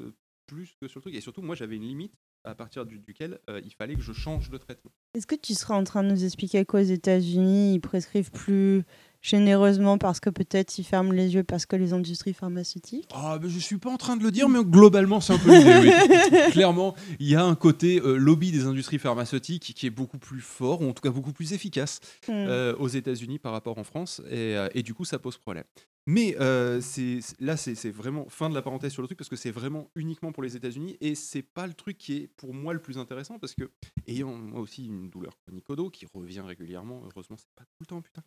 S8: plus que sur le truc. Et surtout, moi, j'avais une limite à partir du- duquel euh, il fallait que je change de traitement.
S7: Est-ce que tu seras en train de nous expliquer qu'aux États-Unis, ils prescrivent plus généreusement parce que peut-être ils ferment les yeux parce que les industries pharmaceutiques
S8: Ah, mais je suis pas en train de le dire, mais globalement, c'est un peu l'idée. oui. Clairement, il y a un côté euh, lobby des industries pharmaceutiques qui est beaucoup plus fort, ou en tout cas beaucoup plus efficace
S14: Mm.
S8: euh, aux États-Unis par rapport en France, et, euh, et du coup, ça pose problème. Mais euh, c'est- c'est- là, c'est c'est vraiment fin de la parenthèse sur le truc parce que c'est vraiment uniquement pour les États-Unis et c'est pas le truc qui est pour moi le plus intéressant parce que ayant moi aussi une douleur chronique au dos qui revient régulièrement, heureusement, c'est pas tout le temps, putain.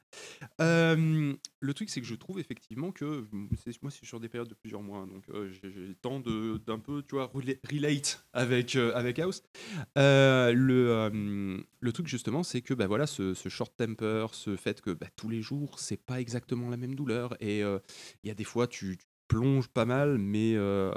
S8: Euh, le truc, c'est que je trouve effectivement que c'est- moi, c'est sur des périodes de plusieurs mois, hein, donc euh, j'ai j'ai le temps de- d'un peu, tu vois, rela- relate avec, euh, avec House. Euh, le, euh, le truc, justement, c'est que bah, voilà, ce, ce short temper, ce fait que bah, tous les jours, c'est pas exactement la même douleur, et euh, il y a des fois, tu, tu plonges pas mal, mais euh,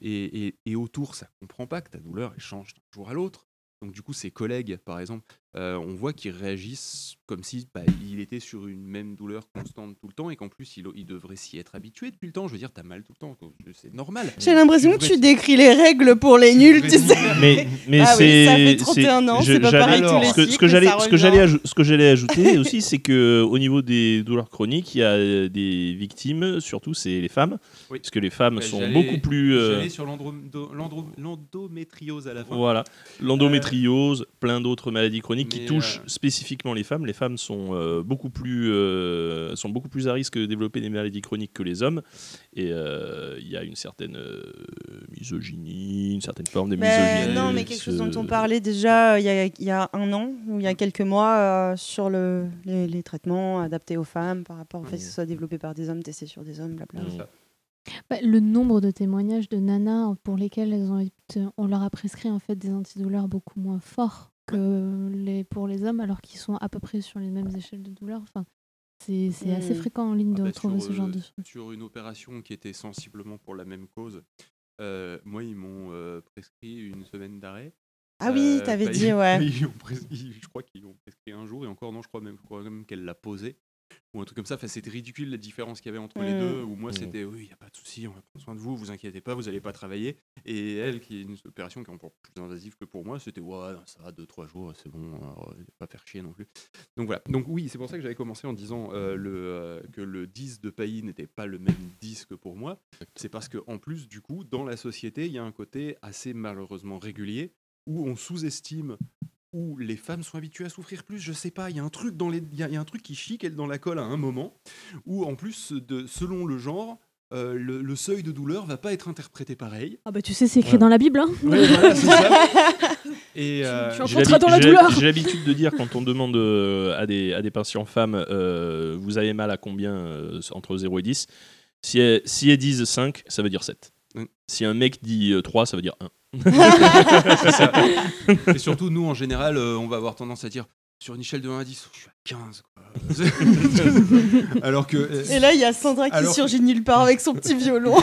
S8: et, et- et autour, ça comprend pas que ta douleur, elle change d'un jour à l'autre. Donc du coup, ses collègues, par exemple, euh, on voit qu'ils réagissent comme si bah, il était sur une même douleur constante tout le temps et qu'en plus il, il devrait s'y être habitué depuis le temps. Je veux dire, t'as mal tout le temps, quoi. c'est normal.
S7: J'ai l'impression que tu décris les règles pour les nuls, tu sais.
S9: Mais, mais
S7: Ah oui,
S9: c'est.
S7: ça fait
S9: c'est-
S7: 31 ans,
S9: je-
S7: c'est pas
S9: j'allais-
S7: pareil tous les
S9: ce que- Ce
S7: cycles,
S9: que j'allais,
S7: ça
S9: ce que j'allais,
S7: revient.
S9: aj- ce que j'allais ajouter aussi, c'est que au niveau des douleurs chroniques, il y a euh, des victimes, surtout c'est les femmes,
S8: Oui.
S9: parce que les femmes
S8: Bah,
S9: sont
S8: j'allais-
S9: beaucoup plus. euh,
S8: j'allais sur l'endromédo- l'endro- l'endométriose à la fin. Euh,
S9: Voilà, l'endométriose, plein d'autres maladies chroniques qui
S8: mais, euh,
S9: touchent spécifiquement les femmes. Les femmes sont euh, beaucoup plus euh, sont beaucoup plus à risque de développer des maladies chroniques que les hommes. Et euh, il y a une certaine euh, misogynie, une certaine forme de
S7: Mais euh,
S9: misogynie.
S7: non, mais quelque chose dont
S9: ce-
S7: on parlait déjà euh, il y, a, il y a un an ou il y a quelques mois euh, sur le, les, les traitements adaptés aux femmes par rapport au fait que ce soit développé par des hommes, testé sur des hommes, blablabla.
S16: Bah, le nombre de témoignages de nanas pour lesquelles elles ont été- on leur a prescrit en fait des antidouleurs beaucoup moins forts que les, pour les hommes, alors qu'ils sont à peu près sur les mêmes échelles de douleur. Enfin, c'est c'est assez
S7: Mmh.
S8: Mm.
S16: fréquent en ligne de
S8: Ah bah,
S16: retrouver
S8: sur,
S16: ce genre
S8: euh,
S16: de
S8: Sur une opération qui était sensiblement pour la même cause, euh, moi, ils m'ont euh, prescrit une semaine d'arrêt. Euh, bah,
S7: Ah oui, t'avais dit,
S8: ils-
S7: ouais.
S8: ils ont pres- ils- je crois qu'ils l'ont prescrit un jour, et encore, non, je crois même, je crois même qu'elle l'a posé. Ou un truc comme ça. Enfin, c'était ridicule la différence qu'il y avait entre les
S7: Mmh.
S14: Mm.
S8: deux. Où moi,
S14: Mm.
S8: c'était, oui, il n'y a pas de souci, on va prendre soin de vous, vous inquiétez pas, vous n'allez pas travailler. Et elle, qui est une opération qui est encore plus invasive que pour moi, c'était, ouais, ça va, deux, trois jours, c'est bon, alors, euh, pas faire chier non plus. Donc voilà. Donc oui, c'est pour ça que j'avais commencé en disant euh, le, euh, que le 10 de Pailly n'était pas le même 10 que pour moi. C'est parce que en plus, du coup, dans la société, il y a un côté assez malheureusement régulier où on sous-estime où les femmes sont habituées à souffrir plus, je sais pas, il y a un truc dans les il y, a- il y a un truc qui chic elle dans la colle à un moment où en plus de selon le genre euh, le, le seuil de douleur va pas être interprété pareil.
S16: Ah bah tu sais, c'est écrit
S8: Voilà.
S16: dans la Bible. Hein
S8: Ouais, voilà, c'est ça. Et, euh,
S9: J'ai
S16: rencontreras
S9: l'habi-
S16: dans la
S9: j'ai-
S16: douleur.
S9: J'ai l'habitude de dire quand on demande euh, à, des, à des patients femmes euh, vous avez mal à combien euh, entre 0 et 10 si elles, si elles disent 5, ça veut dire 7. Si un mec dit 3, ça veut dire 1.
S8: C'est ça. Et surtout, nous, en général, euh, on va avoir tendance à dire sur une échelle de 1 à 10, je suis à 15. quoi. alors que. euh,
S7: Et là, il y a Sandra qui
S8: alors-
S7: surgit de nulle part avec son petit violon.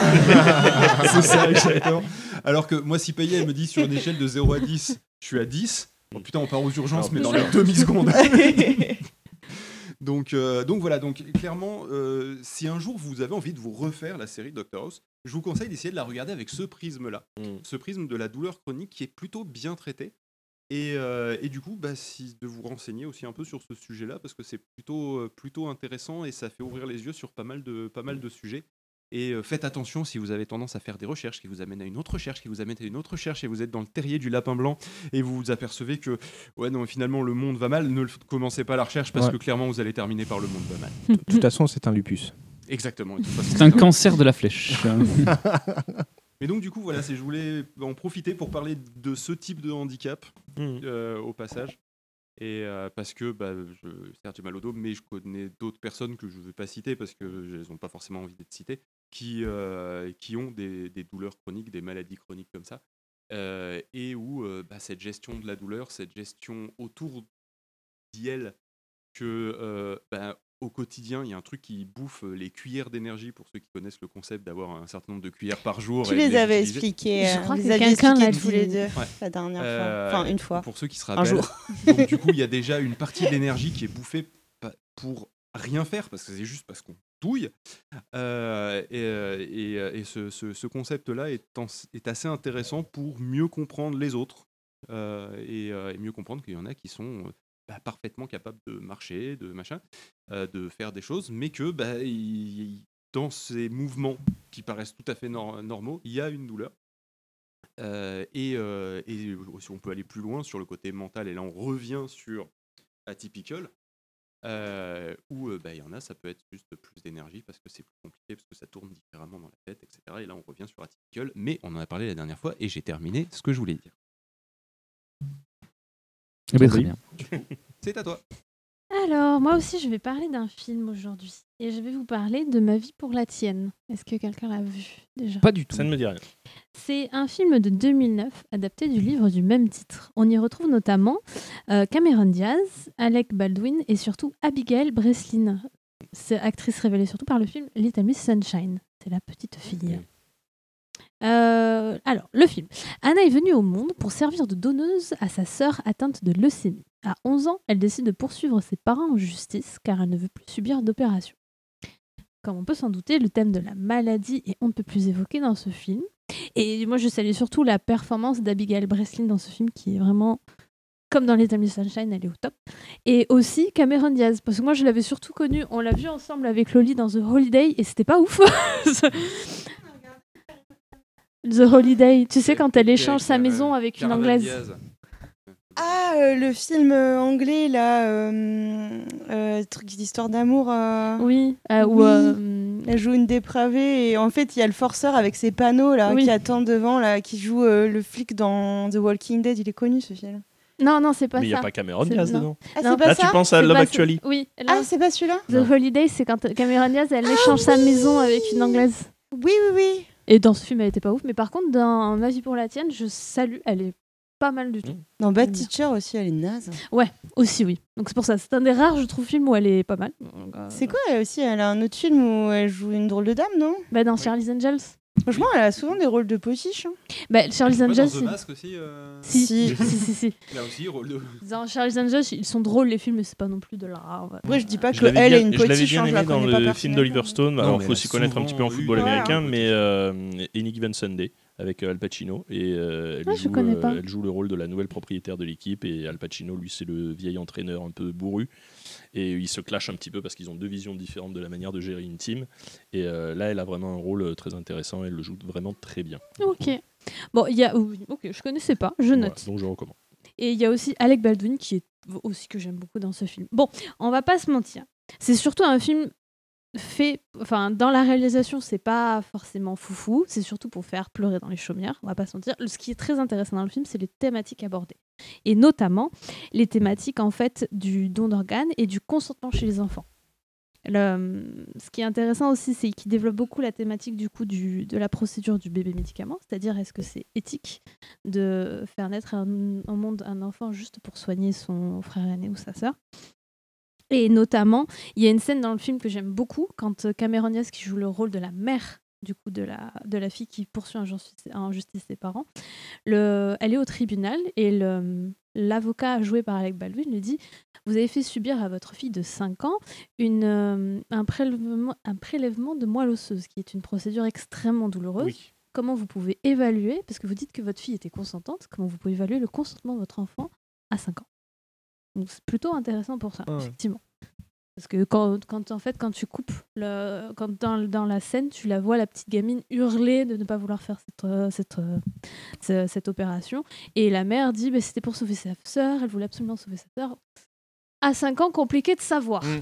S8: C'est ça, exactement. Alors que moi, si Payet elle me dit sur une échelle de 0 à 10, je suis à 10. Bon, putain, on part aux urgences,
S14: Alors,
S8: mais dans les
S14: putain.
S8: demi-secondes. donc, euh, donc voilà, donc clairement, euh, si un jour vous avez envie de vous refaire la série Doctor House, je vous conseille d'essayer de la regarder avec ce prisme-là. Ce prisme de la douleur chronique qui est plutôt bien traité. Et, euh, et du coup, bah, si, de vous renseigner aussi un peu sur ce sujet-là, parce que c'est plutôt, euh, plutôt intéressant et ça fait ouvrir les yeux sur pas mal de, pas mal de sujets. Et euh, faites attention si vous avez tendance à faire des recherches qui vous amènent à une autre recherche, qui vous amènent à une autre recherche, et vous êtes dans le terrier du lapin blanc, et vous vous apercevez que, ouais, non, finalement, le monde va mal. Ne le f- commencez pas la recherche, parce
S2: Ouais.
S8: que clairement, vous allez terminer par le monde va mal.
S2: De toute façon, c'est un lupus.
S8: Exactement. et de toute façon,
S10: C'est un cancer de la flèche.
S8: Mais donc, du coup, voilà, c'est- je voulais en profiter pour parler de ce type de handicap, euh, au passage. Et euh, parce que, bah, je, certes, j'ai mal au dos, mais je connais d'autres personnes que je ne veux pas citer parce qu'elles n'ont pas forcément envie d'être citées, qui, euh, qui ont des, des douleurs chroniques, des maladies chroniques comme ça. Euh, et où euh, bah, cette gestion de la douleur, cette gestion autour d'elle que euh, ben, au quotidien, il y a un truc qui bouffe euh, les cuillères d'énergie pour ceux qui connaissent le concept d'avoir un certain nombre de cuillères par jour.
S7: Tu
S8: et
S7: les
S8: de
S7: avais
S8: utiliser.
S7: expliqués,
S1: Je
S7: euh,
S1: crois
S7: vous
S1: que
S7: aviez
S1: quelqu'un
S7: expliqué
S1: l'a
S7: tous
S1: dit.
S7: les deux
S8: Ouais.
S7: la dernière
S8: Euh,
S7: fois, enfin une fois.
S8: Pour ceux qui se
S7: Un
S8: rappellent,
S7: jour.
S8: donc, du coup, il y a déjà une partie de l'énergie qui est bouffée pa- pour rien faire, parce que c'est juste parce qu'on douille. Euh, et, euh, et, euh, et ce, ce- ce concept-là est, en- est assez intéressant pour mieux comprendre les autres euh, et, euh, et mieux comprendre qu'il y en a qui sont euh, bah, parfaitement capables de marcher, de machin, euh, de faire des choses, mais que bah, il- il- dans ces mouvements qui paraissent tout à fait nor- normaux, il y a une douleur. Euh, et, euh, et aussi, on peut aller plus loin sur le côté mental, et là on revient sur Atypical, euh, où euh, bah, il y en a, ça peut être juste plus d'énergie parce que c'est plus compliqué, parce que ça tourne différemment dans la tête, etc. Et là on revient sur Atypical, mais on en a parlé la dernière fois, et j'ai terminé ce que je voulais dire.
S17: Eh ben, très
S8: Bah Oui.
S17: bien.
S8: C'est à toi.
S1: Alors, moi aussi, je vais parler d'un film aujourd'hui. Et je vais vous parler de Ma vie pour la tienne. Est-ce que quelqu'un l'a vu déjà
S9: Pas du tout. Ça ne me dit rien.
S1: C'est un film de 2009 adapté du livre du même titre. On y retrouve notamment euh, Cameron Diaz, Alec Baldwin et surtout Abigail Breslin, C'est actrice révélée surtout par le film Little Miss Sunshine. C'est la petite fille. Euh, alors, le film. Anna est venue au monde pour servir de donneuse à sa sœur atteinte de leucémie. À 11 ans, elle décide de poursuivre ses parents en justice car elle ne veut plus subir d'opération. Comme on peut s'en douter, le thème de la maladie est on ne peut plus évoqué dans ce film. Et moi, je salue surtout la performance d'Abigail Breslin dans ce film qui est vraiment, comme dans Les Amis Sunshine, elle est au top. Et aussi Cameron Diaz, parce que moi, je l'avais surtout connue, on l'a vue ensemble avec Loli dans The Holiday et c'était pas ouf. The Holiday, tu sais, quand elle échange
S8: euh,
S1: sa maison avec une Anglaise.
S7: Ah, euh, le film euh, anglais, là, euh, euh, truc d'histoire d'amour. euh,
S1: Oui, euh, où, euh,
S7: Elle joue une dépravée et en fait, il y a le forceur avec ses panneaux, là,
S1: Oui.
S7: qui attend devant, là, qui joue euh, le flic dans The Walking Dead. Il est connu, ce film.
S1: Non, non, c'est pas
S9: Mais il y
S1: ça.
S9: a pas Cameron
S1: C'est-
S9: Diaz
S1: non.
S9: dedans.
S7: Ah,
S9: Non.
S7: c'est pas
S9: Là,
S7: ça
S9: tu penses à
S7: C'est
S9: Love
S7: pas-
S9: Actually.
S1: Oui.
S7: Ah, c'est pas celui-là Ah,
S1: The Holiday, c'est quand euh, Cameron Diaz, elle échange sa maison avec une Anglaise.
S7: Oui, oui, oui.
S1: Et dans ce film, elle était pas ouf. Mais par contre, dans Ma vie pour la tienne, je salue, elle est pas mal du tout.
S7: Dans Bad Teacher aussi, elle est naze.
S1: Ouais, aussi, oui. Donc c'est pour ça, c'est un des rares, je trouve, films où elle est pas mal.
S7: C'est quoi, elle aussi Elle a un autre film où elle joue une drôle de dame, non
S1: Bah, dans Charlie's Angels.
S7: Franchement, elle a souvent des rôles de potiche. hein.
S1: Bah, Charlie's
S8: Pas dans
S1: Angels.
S8: The
S1: il-
S8: Mask aussi euh,
S1: Si, si, si, si.
S8: Là aussi, rôle de-
S1: Dans Charlie's Angels, ils sont drôles les films, mais c'est pas non plus de la.
S7: Après, je dis pas
S9: Je
S7: que
S9: l'avais
S7: elle
S9: bien-
S7: est une
S9: je l'avais
S7: potiche,
S9: bien
S7: hein, je la
S9: aimé dans
S7: connais pas
S9: le film d'Oliver Stone. Bah,
S8: Non,
S9: Alors,
S8: mais
S9: il
S8: elle
S9: faut
S8: a
S9: s'y connaître un petit peu en
S8: souvent
S9: football
S8: eu-
S9: américain,
S8: Voilà.
S9: mais euh, Any Given Sunday avec euh, Al Pacino. Et euh, elle,
S1: Ah, je
S9: joue,
S1: connais pas.
S9: elle joue le rôle de la nouvelle propriétaire de l'équipe. Et Al Pacino, lui, c'est le vieil entraîneur un peu bourru. Et ils se clashent un petit peu parce qu'ils ont deux visions différentes de la manière de gérer une team. Et euh, là, elle a vraiment un rôle euh, très intéressant. Elle le joue vraiment très bien.
S1: Ok. Bon, il y a. oui, Ok, je connaissais pas, je
S9: Voilà,
S1: note.
S9: donc, je recommande.
S1: Et il y a aussi Alec Baldwin qui est aussi que j'aime beaucoup dans ce film. Bon, on va pas se mentir. C'est surtout un film fait, enfin dans la réalisation, c'est pas forcément foufou. C'est surtout pour faire pleurer dans les chaumières. On va pas se mentir. Le- Ce qui est très intéressant dans le film, c'est les thématiques abordées, et notamment les thématiques en fait du don d'organes et du consentement chez les enfants. Le- ce qui est intéressant aussi, c'est qu'il développe beaucoup la thématique du coup du, de la procédure du bébé médicament, c'est-à-dire est-ce que c'est éthique de faire naître un- au monde un enfant juste pour soigner son frère aîné ou sa sœur. Et notamment, il y a une scène dans le film que j'aime beaucoup quand euh, Cameron Diaz, qui joue le rôle de la mère du coup de la, de la fille qui poursuit en justice, en justice ses parents, le, elle est au tribunal et le- l'avocat joué par Alec Baldwin lui dit Vous avez fait subir à votre fille de 5 ans une, euh, un, prélèvement, un prélèvement de moelle osseuse, qui est une procédure extrêmement douloureuse. Comment vous pouvez évaluer, parce que vous dites que votre fille était consentante, comment vous pouvez évaluer le consentement de votre enfant à 5 ans Donc c'est plutôt intéressant pour ça,
S5: Ah ouais.
S1: effectivement. Parce que quand, quand, en fait, quand tu coupes, le, quand dans, dans la scène, tu la vois, la petite gamine hurler de ne pas vouloir faire cette, euh, cette, euh, ce- cette opération. Et la mère dit, bah, c'était pour sauver sa sœur, elle voulait absolument sauver sa sœur. À 5 ans, compliqué de savoir.
S5: Mm.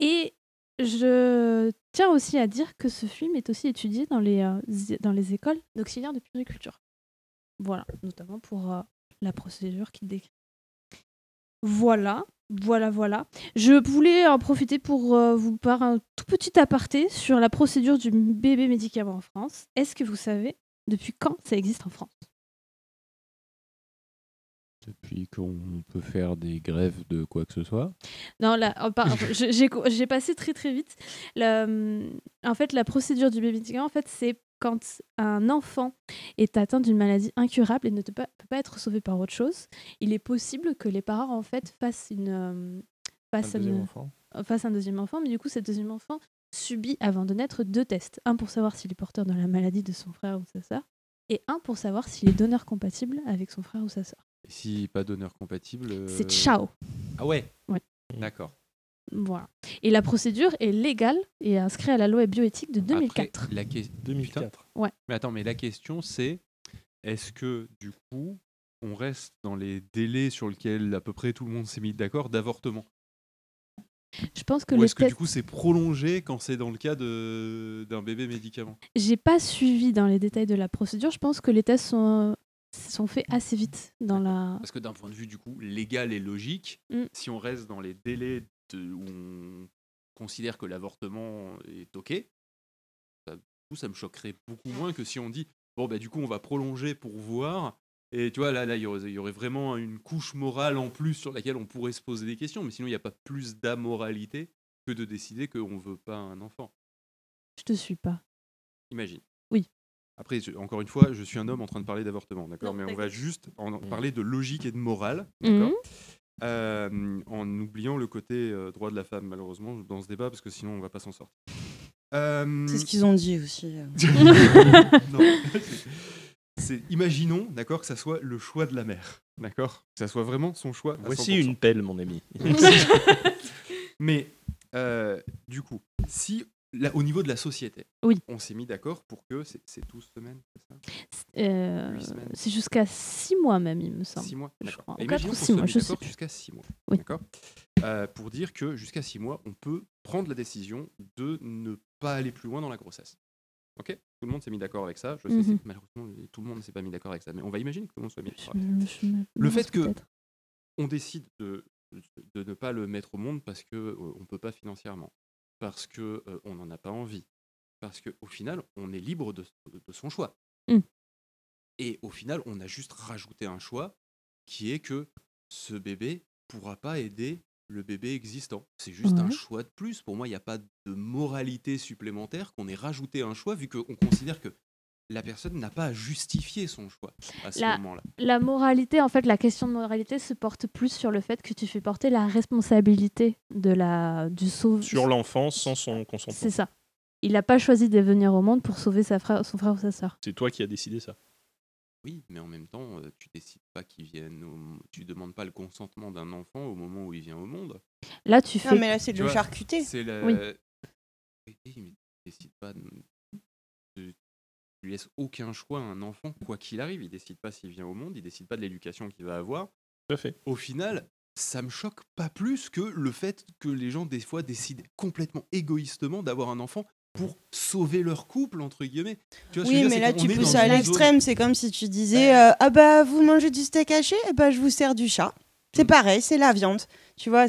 S1: Et je tiens aussi à dire que ce film est aussi étudié dans les, euh, zi- dans les écoles d'auxiliaires de puriculture. Voilà, notamment pour euh, la procédure qu'il décrit. Voilà, voilà, voilà. Je voulais en profiter pour euh, vous faire un tout petit aparté sur la procédure du bébé médicament en France. Est-ce que vous savez depuis quand ça existe en France
S8: depuis qu'on peut faire des grèves de quoi que ce soit.
S1: Non, là, oh, pardon, je- j'ai co- j'ai passé très très vite. La, hum, en fait, la procédure du baby en fait, c'est quand un enfant est atteint d'une maladie incurable et ne te- peut pas être sauvé par autre chose, il est possible que les parents en fait fassent une hum, fassent
S18: Un deuxième
S1: une-
S18: enfant.
S1: euh, fassent un deuxième enfant, mais du coup, ce deuxième enfant subit avant de naître deux tests, un pour savoir s'il est porteur de la maladie de son frère ou de sa sœur, et un pour savoir s'il est donneur compatible avec son frère ou sa sœur.
S8: Et si pas d'honneur compatible. euh,
S1: C'est ciao.
S8: Ah ouais
S1: Ouais.
S8: D'accord.
S1: Voilà. Et la procédure est légale et inscrite à la loi bioéthique de 2004.
S8: Après, la que- 2004.
S1: Ouais.
S8: Mais attends, mais la question c'est est-ce que du coup on reste dans les délais sur lesquels à peu près tout le monde s'est mis d'accord d'avortement
S1: Je pense que
S8: Ou
S1: les
S8: est-ce que du
S1: tests-
S8: coup c'est prolongé quand c'est dans le cas de- d'un bébé médicament
S1: J'ai pas suivi dans les détails de la procédure. Je pense que les tests sont, sont faits assez vite dans la.
S8: Parce que d'un point de vue du coup légal et logique,
S1: Mm.
S8: si on reste dans les délais de- où on considère que l'avortement est ok, ça, du coup, ça me choquerait beaucoup moins que si on dit bon bah du coup on va prolonger pour voir. Et tu vois là là il y aurait, il y aurait vraiment une couche morale en plus sur laquelle on pourrait se poser des questions, mais sinon il n'y a pas plus d'amoralité que de décider qu'on veut pas un enfant.
S1: Je te suis pas.
S8: Imagine.
S1: Oui.
S8: Après, je- encore une fois, je suis un homme en train de parler d'avortement, d'accord
S1: Non,
S8: Mais on va
S1: t'inquiète.
S8: juste en en parler de logique et de morale,
S1: Mhm.
S8: d'accord Euh, En oubliant le côté euh, droit de la femme, malheureusement, dans ce débat, parce que sinon, on va pas s'en sortir. Euh,
S19: C'est ce qu'ils ont dit aussi. euh.
S8: non. C'est- Imaginons, d'accord, que ça soit le choix de la mère, d'accord Que ça soit vraiment son choix. à
S9: Voici
S8: 100%.
S9: une pelle, mon ami.
S8: Mais euh, du coup, si là, au niveau de la société,
S1: Oui.
S8: on s'est mis d'accord pour que c'est c'est 12 semaines, c'est ça
S1: Euh,
S8: Huit semaines.
S1: c'est jusqu'à 6 mois même, il me semble.
S8: Six mois,
S1: Je
S8: d'accord.
S1: crois.
S8: Et
S1: Quatre
S8: imaginons
S1: ou
S8: qu'on
S1: six
S8: soit
S1: mois,
S8: mis
S1: je sais
S8: d'accord
S1: plus.
S8: Jusqu'à 6 mois,
S1: Oui.
S8: d'accord Euh, Pour dire que jusqu'à 6 mois, on peut prendre la décision de ne pas aller plus loin dans la grossesse. Ok Tout le monde s'est mis d'accord avec ça. Je sais,
S1: Mhm.
S8: c'est- malheureusement, tout le monde ne s'est pas mis d'accord avec ça, mais on va imaginer que tout le monde soit mis d'accord.
S1: Je me- je me-
S8: Le
S1: mince,
S8: fait que
S1: peut-être.
S8: on décide de, de ne pas le mettre au monde parce que euh, on peut pas financièrement, parce que euh, on n'en a pas envie, parce que au final on est libre de, de son choix.
S1: Mm.
S8: Et au final on a juste rajouté un choix qui est que ce bébé pourra pas aider le bébé existant. C'est juste un
S1: Ouais.
S8: choix de plus. Pour moi il n'y a pas de moralité supplémentaire qu'on ait rajouté un choix vu qu'on considère que la personne n'a pas à justifier son choix à ce
S1: La,
S8: moment-là.
S1: la moralité, en fait, la question de moralité se porte plus sur le fait que tu fais porter la responsabilité de la, du sauve.
S9: Sur l'enfant sans son consentement.
S1: C'est ça. Il n'a pas choisi de venir au monde pour sauver sa frère, son frère ou sa sœur.
S9: C'est toi qui as décidé ça.
S8: Oui, mais en même temps, euh, tu décides pas qu'il vienne, au... m- tu demandes pas le consentement d'un enfant au moment où il vient au monde.
S1: Là, tu
S7: Non, fais- mais là, c'est de
S8: Tu
S7: le
S8: vois,
S7: charcuter.
S8: C'est la...
S7: Oui.
S8: Oui, mais tu décides pas, de... de- tu lui laisses aucun choix à un enfant, quoi qu'il arrive. Il décide pas s'il vient au monde, il décide pas de l'éducation qu'il va avoir.
S9: Tout à fait.
S8: Au final, ça me choque pas plus que le fait que les gens des fois décident complètement égoïstement d'avoir un enfant pour sauver leur couple entre guillemets. Tu vois ce que je
S7: Oui,
S8: veux dire,
S7: mais
S8: c'est
S7: là,
S8: qu'on
S7: tu
S8: est
S7: pousses
S8: dans
S7: à
S8: une zone-
S7: l'extrême. C'est comme si tu disais euh, Ah bah, vous mangez du steak haché Eh bah, je vous sers du chat. C'est pareil, c'est la viande. Tu vois,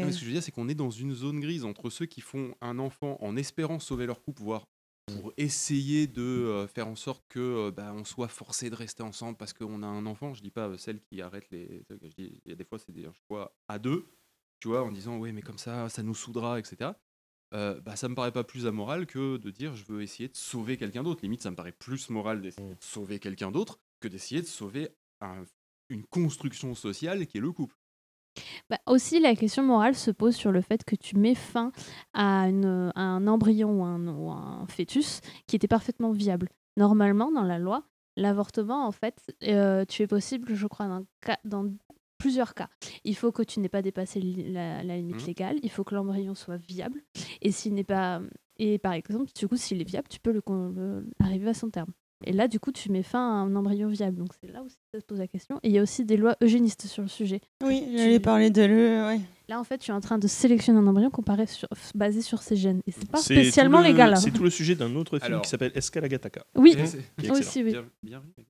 S8: Mm. Non, mais ce que je veux dire, c'est qu'on est dans une zone grise entre ceux qui font un enfant en espérant sauver leur couple, voire pour essayer de euh, faire en sorte que euh, bah, on soit forcé de rester ensemble parce qu'on a un enfant. Je dis pas euh, celles qui arrêtent les. celles que je dis, Il y a des fois, c'est des choix à deux, tu vois, en disant ouais, mais comme ça, ça nous soudra, etc. Euh, bah, ça me paraît pas plus amoral que de dire je veux essayer de sauver quelqu'un d'autre. Limite, ça me paraît plus moral d'essayer de sauver quelqu'un d'autre que d'essayer de sauver un- une construction sociale qui est le couple.
S1: Bah, aussi, la question morale se pose sur le fait que tu mets fin à, une- à un embryon ou un, ou un fœtus qui était parfaitement viable. Normalement, dans la loi, l'avortement, en fait, euh, tu es possible, je crois, dans, ca- dans plusieurs cas. Il faut que tu n'aies pas dépassé li- la, la limite
S20: Mhm.
S1: légale, il faut que l'embryon soit viable, et s'il n'est pas... Et par exemple, du coup, s'il est viable, tu peux le, con- le- arriver à son terme. Et là, du coup, tu mets fin à un embryon viable. Donc c'est là où ça se pose la question. Et il y a aussi des lois eugénistes sur le sujet.
S7: Oui,
S1: Tu-
S7: j'allais parler de le. ouais.
S1: Là, en fait, tu es en train de sélectionner un embryon comparé sur, f- basé sur ses gènes. Et c'est pas
S9: C'est tout
S1: spécialement
S9: le-
S1: légal. hein.
S9: C'est tout le sujet d'un autre film
S8: Alors.
S9: qui s'appelle Escalagataka.
S1: Oui,
S9: Qui est
S1: aussi,
S9: excellent.
S1: oui.
S8: Bien- bienvenue.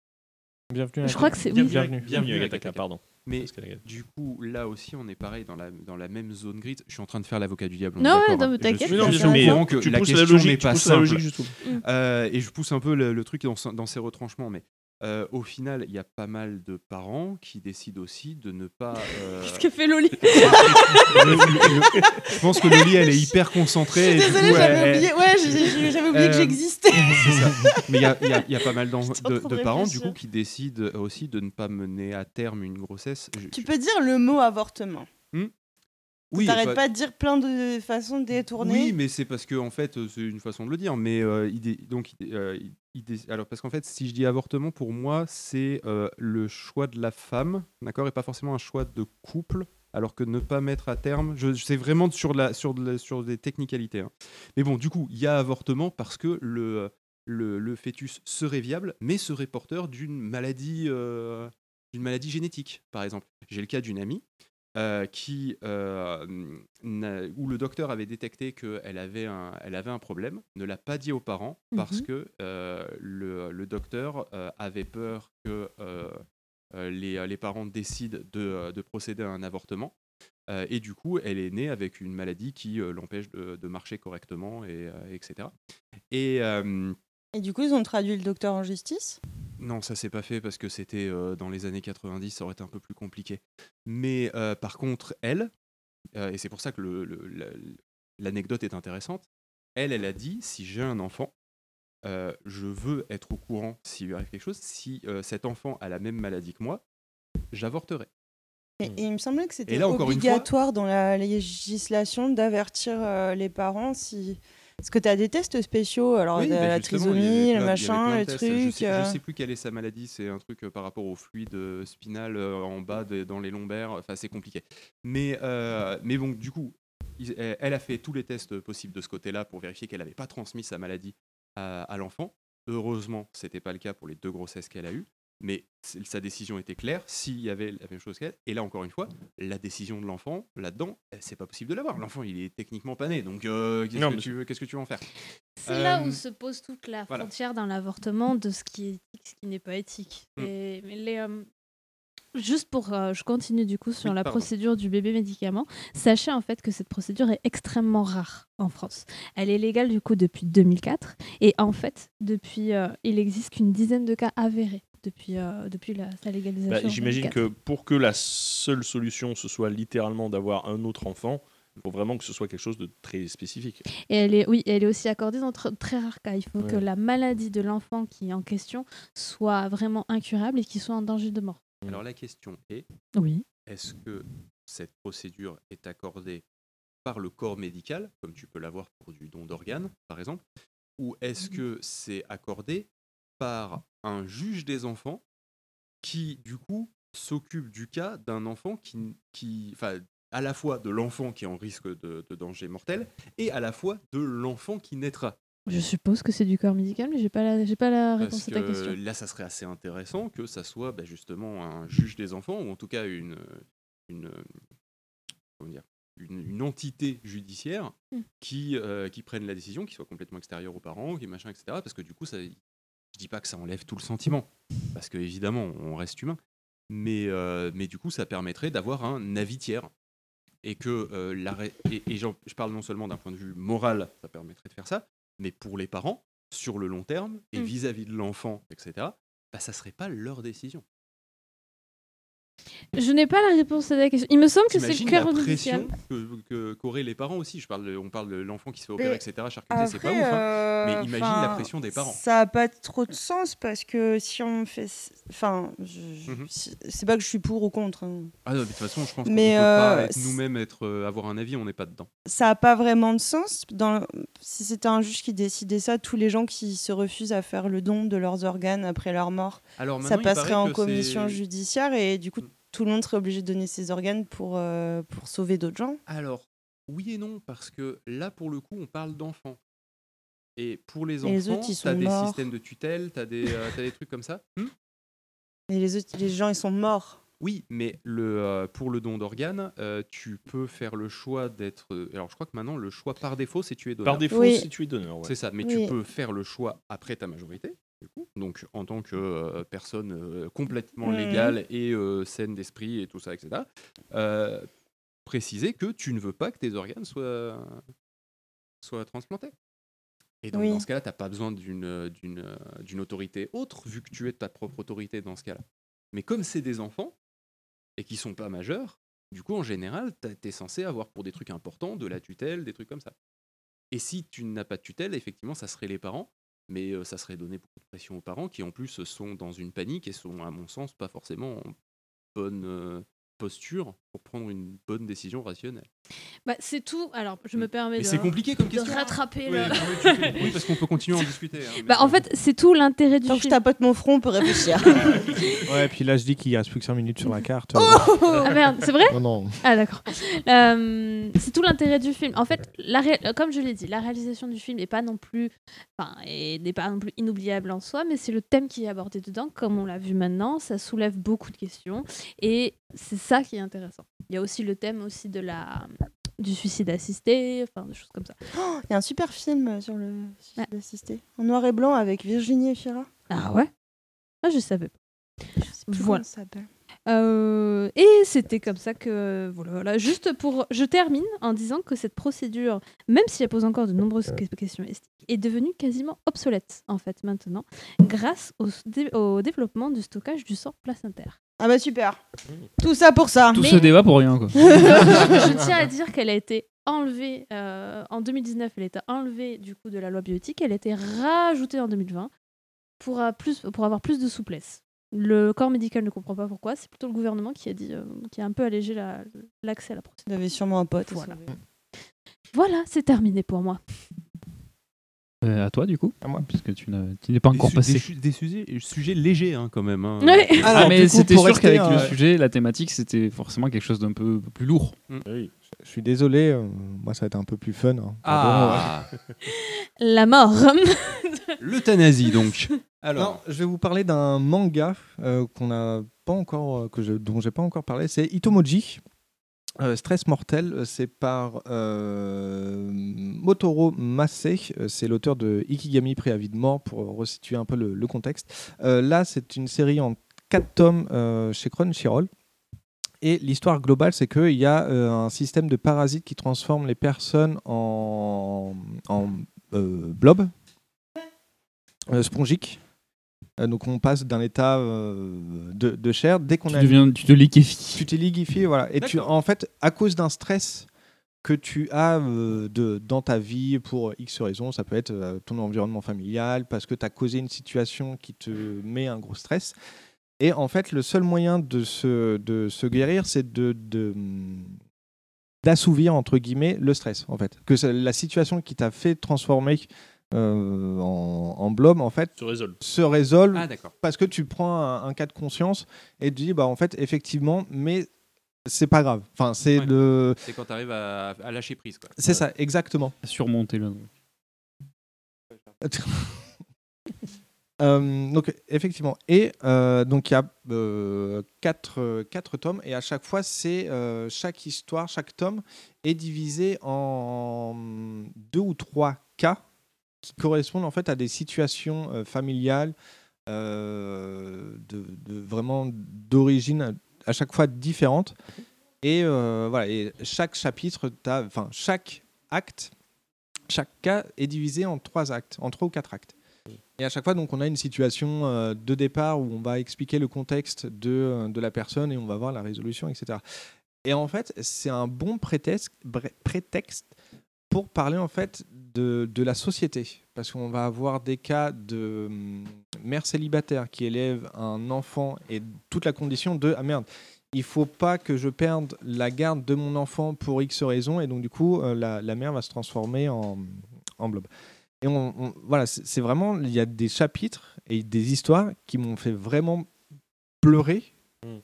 S9: Bienvenue
S1: Je crois que c'est- oui.
S9: Bienvenue, bienvenue, Agatha, pardon.
S8: Mais
S9: Parce qu'elle a-
S8: du coup, là aussi, on est pareil dans la, dans la même zone grise. Je suis en train de faire l'avocat du diable. on
S9: Non,
S8: est
S9: ouais, non,
S8: d'accord,
S9: mais
S8: hein. Je
S9: t'inquiète,
S8: suis
S9: mais non,
S8: bien au
S9: mais tu
S8: courant que
S9: pousses
S8: la
S9: la
S8: question
S9: logique,
S8: n'est
S9: tu
S8: pas
S9: pousses la
S8: simple.
S9: logique jusqu'au bout.
S8: Euh, et je pousse un peu le, le truc dans, dans ses retranchements, mais Euh, au final, il y a pas mal de parents qui décident aussi de ne pas. euh,
S5: Qu'est-ce que fait Loli
S8: Le- le- le- Je pense que Loli, elle est hyper concentrée. et du
S7: Désolée,
S8: coup,
S7: j'avais
S8: elle-
S7: oublié, ouais, j'ai- j'ai- j'avais oublié que
S8: Euh,
S7: j'existais.
S8: c'est ça. Mais il y a- il y, a- il y a pas mal d'en-
S7: J'étais en
S8: de,
S7: train
S8: de
S7: de
S8: parents du
S7: réfléchir.
S8: coup qui décident aussi de ne pas mener à terme une grossesse. Je-
S7: Tu peux dire le mot avortement.
S8: Hmm
S7: Oui. T'arrêtes
S8: enfin-
S7: pas de dire plein de façons détournées.
S8: bah Oui, mais c'est parce que en fait, euh, c'est une façon de le dire. Mais euh, il dé- donc, il dé- euh, il- il dé- alors parce qu'en fait, si je dis avortement, pour moi, c'est euh, le choix de la femme, d'accord, et pas forcément un choix de couple. Alors que ne pas mettre à terme, je, je- c'est vraiment sur, de la, sur, de la- sur des technicalités. hein. Mais bon, du coup, il y a avortement parce que le, le, le fœtus serait viable, mais serait porteur d'une maladie, euh, d'une maladie génétique, par exemple. J'ai le cas d'une amie euh, qui, euh, n'a- où le docteur avait détecté qu'elle avait, un- elle avait un problème, ne l'a pas dit aux parents parce
S2: Mhm.
S8: que euh, le, le docteur euh, avait peur que euh, euh, les, les parents décident de, euh, de procéder à un avortement. Euh, et du coup, elle est née avec une maladie qui euh, l'empêche de, de marcher correctement, et, euh, etc. Et euh,
S7: Et du coup, ils ont traduit le docteur en justice.
S8: non, ça s'est pas fait parce que c'était euh, dans les années 90, ça aurait été un peu plus compliqué. Mais euh, par contre, elle, euh, et c'est pour ça que le- le- la- l'anecdote est intéressante, elle, elle a dit, si j'ai un enfant, euh, je veux être au courant s'il lui arrive quelque chose, si euh, cet enfant a la même maladie que moi, j'avorterai.
S7: Et, et il me semblait que c'était
S8: Mm. Et là, encore une fois-
S7: obligatoire dans la législation d'avertir euh, les parents si. Parce que tu as des tests spéciaux, alors
S8: Oui,
S7: de
S8: bah
S7: la
S8: justement, il y avait
S7: trisomie,
S8: plein- il y
S7: le
S8: avait
S7: machin,
S8: plein de
S7: le
S8: tests.
S7: truc.
S8: Je sais,
S7: euh.
S8: je sais plus quelle est sa maladie, c'est un truc euh, par rapport au fluide euh, spinal euh, en bas des- dans les lombaires, enfin c'est compliqué. Mais, euh, mais bon, du coup, il- elle elle a fait tous les tests possibles de ce côté-là pour vérifier qu'elle n'avait pas transmis sa maladie à, à l'enfant. Heureusement, c'était pas le cas pour les deux grossesses qu'elle a eues. Mais c'est- sa décision était claire, s'il y avait la même chose qu'elle. Et là, encore une fois, la décision de l'enfant, là-dedans, euh, c'est pas possible de l'avoir. L'enfant, il est techniquement pas né, donc euh, qu'est-ce
S9: Non,
S8: que
S9: mais
S8: tu veux- qu'est-ce que tu veux en faire
S1: C'est là
S8: Euh,
S1: où se pose toute la
S8: voilà.
S1: frontière dans l'avortement de ce qui est éthique, ce qui n'est pas éthique.
S5: Mm.
S1: Et- mais les, euh, juste pour, euh, je continue du coup sur
S5: Oui,
S1: la
S5: pardon.
S1: procédure du bébé médicament. Sachez en fait que cette procédure est extrêmement rare en France. Elle est légale du coup depuis 2004 et en fait depuis, euh, il existe qu'une dizaine de cas avérés depuis euh, depuis la, sa légalisation.
S9: Bah,
S1: en
S9: J'imagine
S1: 2004.
S9: que pour que la seule solution, ce soit littéralement d'avoir un autre enfant, il faut vraiment que ce soit quelque chose de très spécifique.
S1: Et elle est, oui, elle est aussi accordée dans tr- très rares cas. Il faut
S9: Ouais.
S1: que la maladie de l'enfant qui est en question soit vraiment incurable et qu'il soit en danger de mort.
S8: Alors la question est
S1: Oui.
S8: est-ce que cette procédure est accordée par le corps médical, comme tu peux l'avoir pour du don d'organes, par exemple, ou est-ce que c'est accordé par un juge des enfants qui, du coup, s'occupe du cas d'un enfant qui, n- qui enfin, à la fois de l'enfant qui est en risque de, de danger mortel et à la fois de l'enfant qui naîtra
S1: Je suppose que c'est du corps médical, mais j'ai pas la, j'ai pas la euh, réponse
S8: parce
S1: à ta
S8: que
S1: question.
S8: Là, ça serait assez intéressant que ça soit bah, justement un juge des enfants, ou en tout cas une, une, euh, comment dire, une, une entité judiciaire
S1: Mm.
S8: qui, euh, qui prenne la décision, qui soit complètement extérieure aux parents, qui machin, etc. Parce que du coup, ça, je dis pas que ça enlève tout le sentiment, parce que évidemment, on reste humain. Mais, euh, mais du coup, ça permettrait d'avoir un avis tiers. Et que euh, la ré- et, et j'en- je parle non seulement d'un point de vue moral, ça permettrait de faire ça, mais pour les parents, sur le long terme, et
S7: Mmh.
S1: Mm.
S8: vis-à-vis de l'enfant, etc., bah, ça serait pas leur décision.
S1: Je n'ai pas la réponse à ta question. Il me semble que c'est
S8: T'imagines
S1: le
S8: la
S1: corps médical.
S8: pression que- que- qu'auraient les parents aussi. Je parle, de- on parle de l'enfant qui se fait opérer,
S7: Mais
S8: etc., charcuter, c'est pas
S7: après,
S8: ouf. hein. Mais
S7: euh,
S8: imagine la
S7: enfin,
S8: pression des parents.
S7: Ça n'a pas trop de sens parce que si on fait. Enfin, je-
S8: Mhm.
S7: c'est pas que je suis pour ou contre. hein.
S8: Ah non, mais de toute façon, je pense qu'on peut
S7: Mais,
S8: pas
S7: euh,
S8: être nous-mêmes être, euh, avoir un avis, on n'est pas dedans.
S7: Ça n'a pas vraiment de sens. Dans... Si c'était un juge qui décidait ça, tous les gens qui se refusent à faire le don de leurs organes après leur mort,
S8: Alors
S7: ça
S8: maintenant, il
S7: passerait
S8: paraît
S7: en
S8: que
S7: commission
S8: c'est- Mm.
S7: judiciaire et du coup, tout le monde serait obligé de donner ses organes pour, euh, pour sauver d'autres gens.
S8: Alors, oui et non, parce que là, pour le coup, on parle d'enfants. Et pour les
S7: Et les
S8: enfants,
S7: autres, ils
S8: t'as
S7: sont
S8: des
S7: morts.
S8: systèmes de tutelle, t'as des, euh, t'as des trucs comme ça. Hmm
S7: Et les, autres- les gens, ils sont morts.
S8: Oui, mais le, euh, pour le don d'organes, euh, tu peux faire le choix d'être. euh, alors, je crois que maintenant, le choix par défaut, c'est tu es donneur.
S9: Par défaut, Oui. c'est tu es donneur, ouais.
S8: C'est ça, mais
S9: Oui.
S8: tu peux faire le choix après ta majorité, du coup. Donc, en tant que euh, personne euh, complètement
S9: Mhm.
S8: légale et euh, saine d'esprit et tout ça, etc., euh, préciser que tu ne veux pas que tes organes soient, soient transplantés. Et donc,
S7: Oui.
S8: dans ce cas-là, tu n'as pas besoin d'une euh, d'une, euh, d'une autorité autre, vu que tu es de ta propre autorité dans ce cas-là. Mais comme c'est des enfants, et qui sont pas majeurs, du coup, en général, tu es censé avoir pour des trucs importants de la tutelle, des trucs comme ça. Et si tu n'as pas de tutelle, effectivement, ça serait les parents, mais euh, ça serait donner beaucoup de pression aux parents qui, en plus, sont dans une panique et sont, à mon sens, pas forcément en bonne euh, posture pour prendre une bonne décision rationnelle.
S1: Bah, c'est tout. Alors, je me permets
S8: Mais
S1: de,
S8: c'est compliqué comme
S1: de
S8: question, hein.
S1: rattraper
S8: Oui,
S1: le-
S8: oui, tu fais- oui, parce qu'on peut continuer à en discuter, hein, mais-
S1: Bah, en fait, c'est tout l'intérêt du
S7: Tant que je tapote mon front, on peut réfléchir.
S2: Ouais, et puis là, je dis qu'il reste plus que 5 minutes sur la carte. Euh,
S1: Ah merde, c'est vrai
S2: Non, non.
S1: Ah d'accord. Euh, c'est tout l'intérêt du film. En fait, la ré- euh, comme je l'ai dit, la réalisation du film n'est pas non plus, enfin, et n'est pas non plus inoubliable en soi, mais c'est le thème qui est abordé dedans, comme on l'a vu maintenant, ça soulève beaucoup de questions, et c'est ça qui est intéressant. Il y a aussi le thème aussi de la euh, du suicide assisté, enfin des choses comme ça.
S7: Oh, Il y a un super film sur le suicide assisté, en noir et blanc avec Virginie Efira.
S1: Ah ouais Ah je savais pas.
S7: plus
S1: Voilà.
S7: comment ça s'appelle.
S1: Euh, et c'était comme ça que voilà, voilà. Juste pour, je termine en disant que cette procédure, même si elle pose encore de nombreuses que- questions esthétiques, est devenue quasiment obsolète en fait maintenant, grâce au, s- dé- au développement du stockage du sang placentaire.
S7: Ah bah super. Tout ça pour ça.
S10: Tout ce débat pour rien, quoi.
S1: je tiens à dire qu'elle a été enlevée euh, en 2019, elle a été enlevée du coup de la loi biotique, elle a été rajoutée en 2020 pour, euh, plus, pour avoir plus de souplesse. Le corps médical ne comprend pas pourquoi, c'est plutôt le gouvernement qui a dit euh, qui a un peu allégé la- l'accès à la procédure.
S7: Vous avez sûrement un pote.
S1: Voilà. Voilà, c'est terminé pour moi.
S10: Euh, à toi, du coup. Parce que tu n'as- tu n'es pas encore
S8: su-
S10: passé.
S8: des su- des sujets, sujets légers hein, quand même. hein.
S1: Ouais.
S10: Ah,
S1: Alors,
S10: mais
S1: du coup,
S10: c'était
S1: pour
S10: sûr
S1: rester,
S10: qu'avec le
S1: euh,
S10: sujet, la thématique, c'était forcément quelque chose d'un peu plus lourd.
S8: Mm.
S2: Je suis désolé, euh, moi, ça va être un peu plus fun. hein.
S8: Ah.
S2: Pardon, ouais.
S1: La mort.
S8: L'euthanasie, donc.
S2: Alors, je vais vous parler d'un manga euh, qu'on n'a pas encore, euh, que je, dont j'ai pas encore parlé. C'est Itomoji. Euh, Stress mortel, euh, c'est par euh, Motoro Masé. Euh, C'est l'auteur de Ikigami préavis de mort pour resituer un peu le, le contexte. Euh, là, c'est une série en quatre tomes euh, chez Crunchyroll. Et l'histoire globale, c'est qu'il y a euh, un système de parasites qui transforme les personnes en, en euh, blobs euh, spongiques. Euh, donc on passe d'un état euh, de, de chair dès qu'on
S10: Tu
S2: a
S10: deviens- tu te liquéfies.
S2: Tu t'es liquéfié, voilà. Et tu, en fait, à cause d'un stress que tu as euh, de, dans ta vie pour X raisons, ça peut être euh, ton environnement familial, parce que tu as causé une situation qui te met un gros stress. Et en fait, le seul moyen de se, de se guérir, c'est de, de, d'assouvir entre guillemets le stress en fait que ça- la situation qui t'a fait transformer euh, en, en blob en fait
S9: se résolve
S2: parce que tu prends un, un cas de conscience et tu dis bah en fait effectivement mais c'est pas grave enfin c'est le
S8: C'est quand tu arrives à, à lâcher prise. Quoi.
S2: c'est ça exactement
S10: Euh, surmonter le
S2: Euh, donc effectivement et euh, donc il y a euh, quatre, euh, quatre tomes et à chaque fois c'est euh, chaque histoire chaque tome est divisé en deux ou trois cas qui correspondent en fait à des situations euh, familiales euh, de, de- vraiment d'origine à- à chaque fois différente et euh, voilà et chaque chapitre t'as- enfin chaque acte chaque cas est divisé en trois actes, en trois ou quatre actes. Et à chaque fois, donc, on a une situation euh, de départ où on va expliquer le contexte de, euh, de la personne et on va voir la résolution, etc. Et en fait, c'est un bon prétexte, bré- prétexte pour parler en fait de, de la société. Parce qu'on va avoir des cas de hum, mère célibataire qui élève un enfant et toute la condition de ah merde, il faut pas que je perde la garde de mon enfant pour X raison et donc du coup euh, la, la mère va se transformer en, en blob. Et on, on- voilà, c'est c'est vraiment il y a des chapitres et des histoires qui m'ont fait vraiment pleurer Mmh.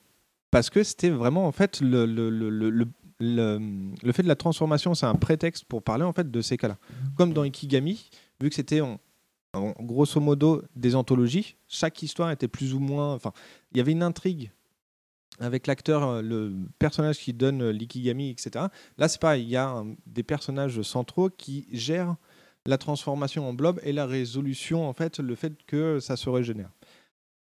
S2: parce que c'était vraiment en fait le, le, le, le, le- le- le fait de la transformation, c'est un prétexte pour parler en fait de ces cas-là. Comme dans Ikigami, vu que c'était en, en grosso modo des anthologies, chaque histoire était plus ou moins, enfin, il y avait une intrigue avec l'acteur, euh, le personnage qui donne euh, l'ikigami, etc. Là, c'est pareil, il y a un- des personnages centraux qui gèrent la transformation en blob et la résolution, en fait, le fait que ça se régénère.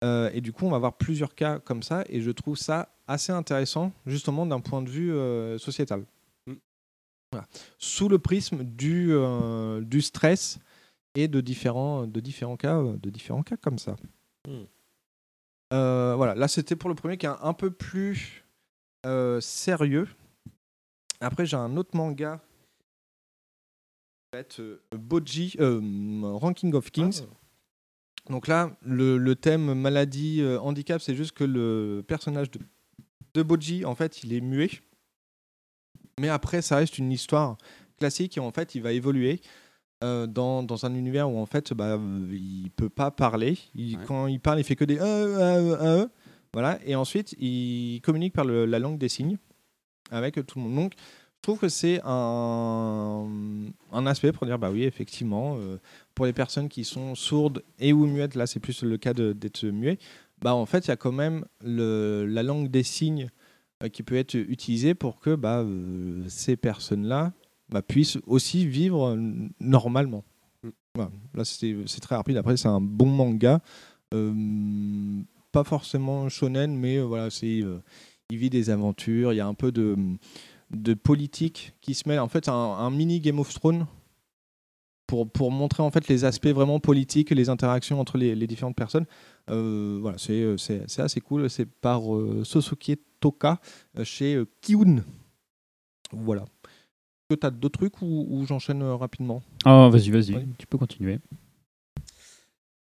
S2: Euh, et du coup, on va avoir plusieurs cas comme ça, et je trouve ça assez intéressant, justement, d'un point de vue euh, sociétal. Voilà. Sous le prisme du, euh, du stress et de différents, de différents cas, euh, de différents cas comme ça. Mmh. Euh, voilà, là c'était pour le premier qui est un, un peu plus euh, sérieux. Après j'ai un autre manga. Ça va être, euh, Boji, euh, Ranking of Kings. Donc là, le, le thème maladie, euh, handicap, c'est juste que le personnage de, de Boji, en fait, il est muet. Mais après, ça reste une histoire classique et en fait, il va évoluer euh, dans, dans un univers où en fait, bah, euh, il peut pas parler. Il- Quand il parle, il fait que des euh, euh, euh, euh. voilà. Et ensuite, il communique par le- la langue des signes avec tout le monde. Donc, je trouve que c'est un, un aspect pour dire bah oui, effectivement, euh, pour les personnes qui sont sourdes et ou muettes, là, c'est plus le cas de- d'être muet. Bah en fait, il y a quand même le- la langue des signes euh, qui peut être utilisée pour que bah, euh, ces personnes-là bah, puissent aussi vivre euh, normalement. Voilà. Mm. Là, c'est c'est très rapide. Après, c'est un bon manga. Euh, pas forcément shonen, mais euh, voilà, c'est euh, il vit des aventures. Il y a un peu de, de politique qui se mêle. En fait, c'est un, un mini Game of Thrones pour, pour montrer en fait les aspects vraiment politiques, les interactions entre les, les différentes personnes. Euh, voilà, c'est, euh, c'est, c'est assez cool. C'est par euh, Sosuke Toka euh, chez euh, Kiun. Voilà. Est-ce que tu as d'autres trucs ou, ou j'enchaîne euh, rapidement
S10: Ah, vas-y, vas-y,
S2: Ouais.
S10: tu peux continuer.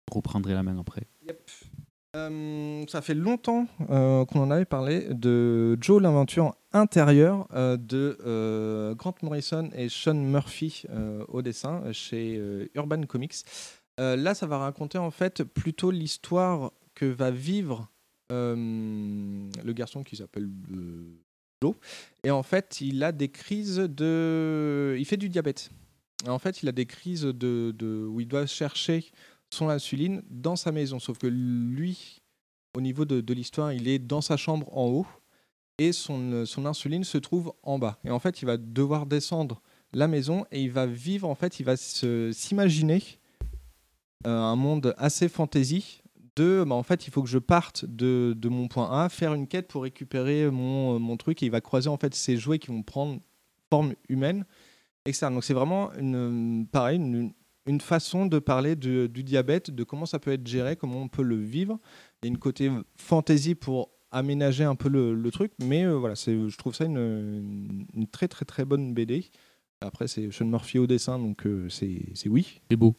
S10: Je reprendrai la main après.
S2: Euh, ça fait longtemps euh, qu'on en avait parlé de Joe l'aventure intérieure euh, de euh, Grant Morrison et Sean Murphy euh, au dessin euh, chez euh, Urban Comics. Euh, là, ça va raconter en fait plutôt l'histoire que va vivre euh, le garçon qui s'appelle euh, Joe. Et en fait, il a des crises de. Il fait du diabète. Et en fait, il a des crises de, de- où il doit chercher son insuline dans sa maison. Sauf que lui, au niveau de, de l'histoire, il est dans sa chambre en haut et son, euh, son insuline se trouve en bas. Et en fait, il va devoir descendre la maison et il va vivre, en fait, il va se- s'imaginer euh, un monde assez fantasy de bah, en fait il faut que je parte de, de mon point A faire une quête pour récupérer mon, euh, mon truc et il va croiser en fait ces jouets qui vont prendre forme humaine etc donc c'est vraiment une euh, pareil une, une façon de parler du, du diabète de comment ça peut être géré comment on peut le vivre il y a une côté fantasy pour aménager un peu le, le truc mais euh, voilà c'est je trouve ça une, une- une très très très bonne BD après c'est Sean Murphy au dessin donc euh, c'est c'est oui
S10: c'est beau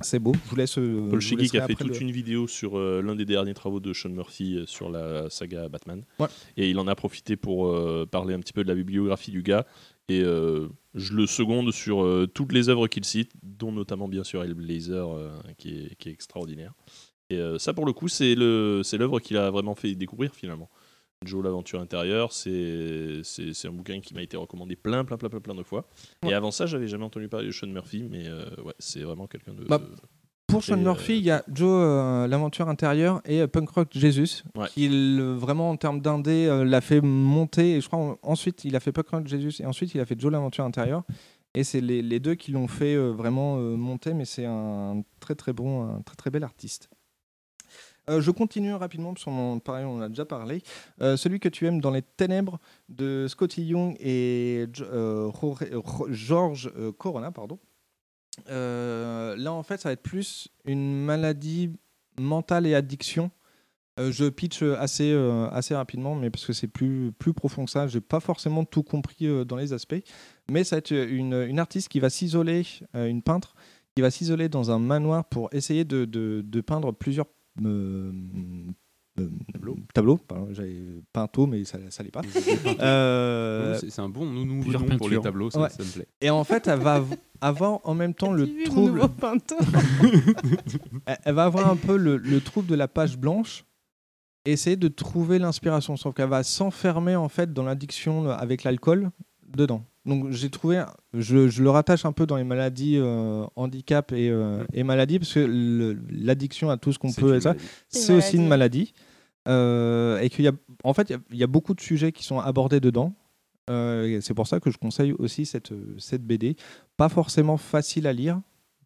S2: c'est beau je vous laisse euh,
S9: Paul
S2: je vous
S9: Shigi qui
S2: laisserai
S9: a fait
S2: après
S9: toute
S2: le-
S9: une vidéo sur euh, l'un des derniers travaux de Sean Murphy euh, sur la saga Batman.
S2: Ouais.
S9: Et il en a profité pour euh, parler un petit peu de la bibliographie du gars. Et euh, je le seconde sur euh, toutes les œuvres qu'il cite, dont notamment bien sûr Hellblazer, euh, qui, est, qui est extraordinaire. Et euh, ça, pour le coup, c'est le- c'est l'œuvre qu'il a vraiment fait découvrir finalement. Joe l'aventure intérieure, c'est c'est- c'est un bouquin qui m'a été recommandé plein, plein, plein, plein, plein de fois. Et avant ça, j'avais jamais entendu parler de Sean Murphy, mais euh, ouais, c'est vraiment quelqu'un de.
S2: Bah, Pour Sean
S9: Et, euh,
S2: Murphy, il y a Joe euh, l'aventure intérieure et euh, Punk Rock Jesus, qui euh, vraiment en termes d'indé euh, l'a fait monter. Et je crois en- ensuite il a fait Punk Rock Jesus et ensuite il a fait Joe l'aventure intérieure. Et c'est les, les deux qui l'ont fait euh, vraiment euh, monter. Mais c'est un très très bon, un très très bel artiste. Euh, je continue rapidement, parce qu'on en- pareil, on en a déjà parlé. Euh, celui que tu aimes dans les ténèbres de Scotty Young et Jo- euh, Jorge, euh, George euh, Corona. Pardon. Euh, là, en fait, ça va être plus une maladie mentale et addiction. Euh, je pitch euh, assez, euh, assez rapidement, mais parce que c'est plus, plus profond que ça, j'ai pas forcément tout compris euh, dans les aspects. Mais ça va être une, une artiste qui va s'isoler, euh, une peintre, qui va s'isoler dans un manoir pour essayer de, de- de peindre plusieurs euh, euh, tableaux. pardon, J'avais pinto, mais ça, ça l'est pas. Euh,
S17: Non, c'est- c'est un bon nou- nouveau
S2: plusieurs
S17: nom pour les
S2: peintures.
S17: tableaux, ça- ça me plaît.
S2: Et en fait, elle va av- avoir en même temps le
S7: Mon
S2: trouble.
S7: nouveau pinceau.
S2: elle, elle va avoir un peu le, le trouble de la page blanche et essayer de trouver l'inspiration. Sauf qu'elle va s'enfermer en fait dans l'addiction euh, avec l'alcool dedans. Donc j'ai trouvé, je, je le rattache un peu dans les maladies euh, handicap et, euh, et maladies, parce que le- l'addiction à tout ce qu'on peut, et ça, c'est
S17: une
S2: aussi une maladie. Euh, et qu'il y a, en fait, il y a- il y, a beaucoup de sujets qui sont abordés dedans. Euh, et c'est pour ça que je conseille aussi cette, euh, cette BD. Pas forcément facile à lire,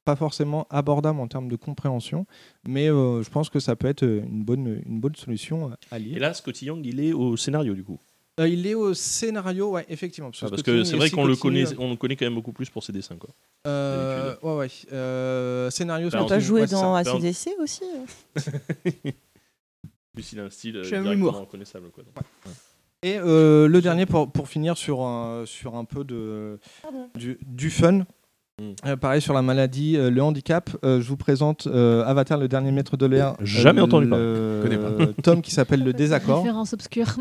S2: pas forcément abordable en termes de compréhension, mais euh, je pense que ça peut être euh, une bonne, une bonne solution à lire.
S9: Et là, Scotty Young, il est au scénario du coup.
S2: Euh, il est au scénario, ouais, effectivement.
S9: Ah, parce
S2: Scott Young
S9: que c'est
S2: et
S9: vrai
S2: Scott
S9: qu'on le
S2: Young,
S9: connaît,
S2: euh,
S9: on le connaît quand même beaucoup plus pour ses dessins quoi.
S2: Euh, ouais, ouais. Euh, scénario.
S9: Bah,
S2: sur-
S9: on t'a joué
S2: ouais, c'est ça.
S9: dans
S2: Bah, on-
S21: ACDC aussi
S7: euh.
S9: Plus il a un style euh,
S21: J'aime
S9: directement
S21: l'humour.
S9: reconnaissable. Quoi, donc.
S2: Et euh, le dernier pour, pour finir sur un, sur un peu de, du, du fun. Euh, pareil sur la maladie, euh, le handicap. euh, je vous présente euh, Avatar, le dernier maître de l'air. euh,
S9: Jamais entendu
S2: le
S9: parler. Connais pas.
S2: Tome qui s'appelle le désaccord.
S16: Référence obscure.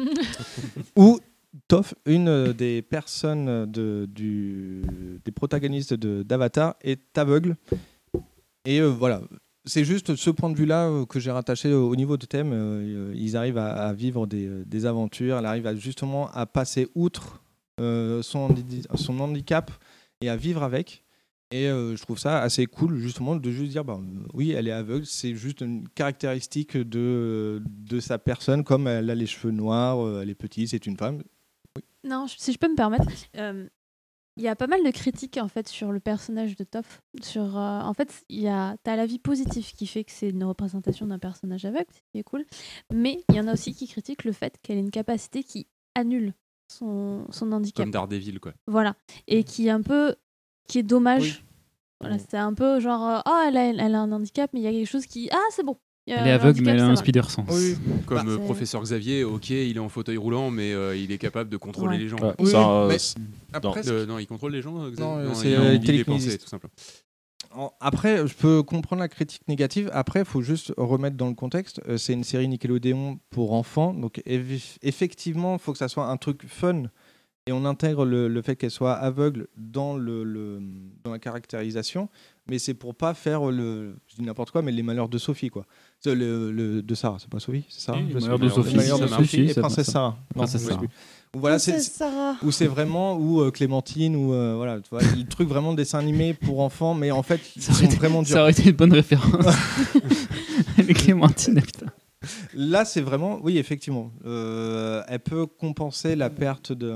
S2: où Toph, une euh, des personnes de, du, des protagonistes de- d'Avatar, est aveugle. Et euh, voilà, c'est juste ce point de vue-là euh, que j'ai rattaché au, au niveau de thème. Euh, ils arrivent à, à vivre des, euh, des aventures, elle arrive à- justement à passer outre euh, son, handi- son handicap et à vivre avec. Et euh, je trouve ça assez cool, justement, de juste dire, bah, euh, oui, elle est aveugle, c'est juste une caractéristique de, de sa personne, comme elle a les cheveux noirs, euh, elle est petite, c'est une femme.
S16: Non, je- si je peux me permettre, euh, il y a pas mal de critiques en fait sur le personnage de Toph. Sur, euh, en fait, il y a t'as la vie positive qui fait que c'est une représentation d'un personnage aveugle, ce qui est cool. Mais il y en a aussi qui critiquent le fait qu'elle ait une capacité qui annule son, son handicap.
S8: Comme Daredevil, quoi. Mm.
S16: Voilà, et qui est un peu, qui est dommage. Voilà, c'est un peu genre, euh, oh, elle a, elle a un handicap, mais il y a quelque chose qui, ah, c'est bon. Il y a
S10: Elle est
S16: un
S10: aveugle, mais
S16: handicap,
S10: elle a
S16: ça
S10: un
S16: va.
S10: spider sens.
S8: Comme
S16: Bah,
S8: euh,
S16: c'est-
S8: professeur Xavier, ok, il est en fauteuil roulant, mais euh, il est capable de contrôler
S16: Ouais.
S8: les gens.
S9: Ouais, Oui, ça, euh, mais c'est-
S2: après,
S8: Euh, non, il contrôle les gens. euh, Xavier
S2: Non, euh,
S8: il
S2: c'est
S8: est en-
S2: euh,
S8: il est
S2: télékinésiste.
S8: pensé, tout simplement.
S2: En- Après, je peux comprendre la critique négative. Après, il faut juste remettre dans le contexte. Euh, C'est une série Nickelodeon pour enfants. Donc, eff- effectivement, il faut que ça soit un truc fun. Et on intègre le, le fait qu'elle soit aveugle dans, le, le- dans la caractérisation. Mais c'est pour pas faire le. Je dis n'importe quoi, mais les malheurs de Sophie, quoi. C'est Le, le- de Sarah, c'est pas Sophie C'est Sarah
S10: Oui,
S2: Je
S10: les
S2: sais
S10: malheurs
S2: plus.
S10: de Sophie,
S2: Les malheurs
S10: ça
S2: de
S10: marche.
S2: Sophie
S10: Si,
S2: et
S10: ça marche,
S2: Princesse
S10: ça.
S2: Sarah. Non,
S10: Princesse
S2: je sais
S10: Sarah.
S2: plus. Ou voilà, c'est-
S7: Princesse Sarah.
S2: Ou c'est vraiment ou euh, Clémentine ou euh, voilà, tu vois, le truc vraiment dessin animé pour enfants, mais en fait ils sont vraiment durs.
S10: Ça aurait été une bonne référence. Avec Clémentine, putain.
S2: Là, c'est vraiment, oui, effectivement, Euh, elle peut compenser la perte de,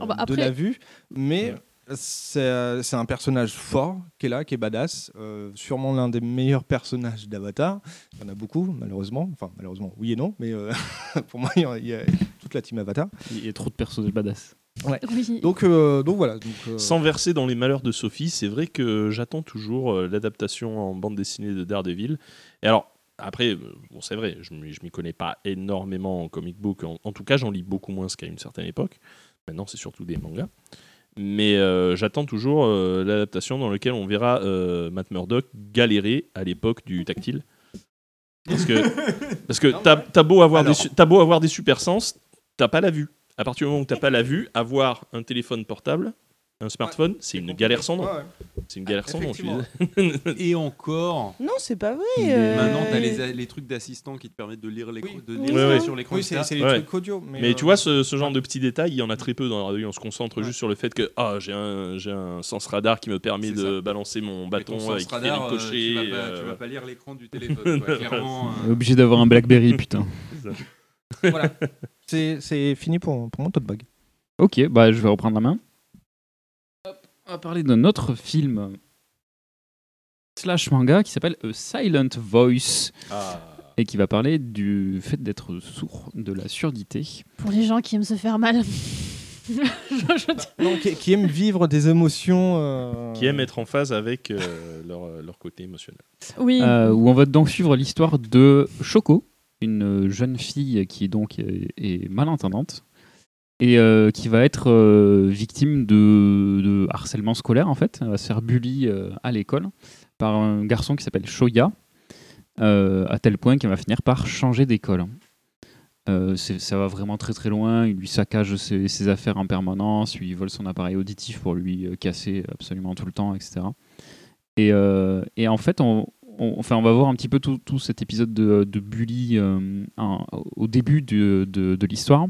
S16: Ah bah après-
S2: de la vue, mais c'est c'est un personnage fort qui est là, qui est badass, euh, sûrement l'un des meilleurs personnages d'Avatar. Il y en a beaucoup, malheureusement, enfin malheureusement, oui et non, mais euh, pour moi, il y, a, il y a toute la team Avatar.
S10: Il y a trop de personnages badass.
S2: Ouais.
S16: Oui.
S2: Donc, euh, donc voilà. Donc, euh,
S9: Sans verser dans les malheurs de Sophie, c'est vrai que j'attends toujours euh, l'adaptation en bande dessinée de Daredevil. Et alors, après, euh, bon, c'est vrai, je m'y je m'y connais pas énormément en comic book. En, en tout cas, j'en lis beaucoup moins qu'à une certaine époque. Maintenant, c'est surtout des mangas. Mais euh, j'attends toujours euh, l'adaptation dans laquelle on verra euh, Matt Murdock galérer à l'époque du tactile. Parce que, parce que t'as t'as beau, avoir des su- t'as beau avoir des super sens, t'as pas la vue. À partir du moment où t'as pas la vue, avoir un téléphone portable, un smartphone, c'est une galère sans nom. C'est une galère sans nom. je suis désolé.
S8: Et encore.
S7: Non, c'est pas vrai.
S9: Il est-
S7: euh,
S8: Maintenant, t'as les, les trucs d'assistants qui te permettent de lire les, de lire
S9: Ouais, ouais.
S8: sur l'écran.
S2: Oui, c'est-
S8: etc.
S2: c'est les
S9: Ouais.
S2: trucs audio, mais,
S9: Mais,
S2: euh,
S9: tu vois, ce, ce genre de petits détails, il y en a très peu dans la revue. On se concentre juste sur le fait que ah, j'ai un, j'ai un sens radar qui me permet de balancer mon bâton
S8: sens
S9: avec
S8: radar, euh, tu vas pas-
S9: euh,
S8: tu vas pas lire l'écran du téléphone, quoi, clairement,
S10: On est obligé d'avoir un Blackberry, putain.
S2: voilà. C'est c'est fini pour, pour mon tote bag.
S10: Ok, bah je vais reprendre la main. Hop, on va parler d'un autre film slash manga qui s'appelle A Silent Voice et qui va parler du fait d'être sourd, de la surdité.
S16: Pour les gens qui aiment se faire mal. Je- je-
S2: Non, qui, qui aime vivre des émotions. euh,
S9: qui aiment être en phase avec euh, leur, leur côté émotionnel.
S16: Oui.
S10: Euh, où on va donc suivre l'histoire de Choco, une jeune fille qui donc est, est malentendante et euh, qui va être euh, victime de, de harcèlement scolaire en fait. Elle va se faire bully euh, à l'école par un garçon qui s'appelle Shoya, euh, à tel point qu'elle va finir par changer d'école. Euh, c'est- ça va vraiment très très loin, il lui saccage ses, ses affaires en permanence, il vole son appareil auditif pour lui euh, casser absolument tout le temps, etc. Et, euh, et en fait, on, on- enfin, on va voir un petit peu tout, tout cet épisode de, de Bully euh, en- au début du- de, de l'histoire.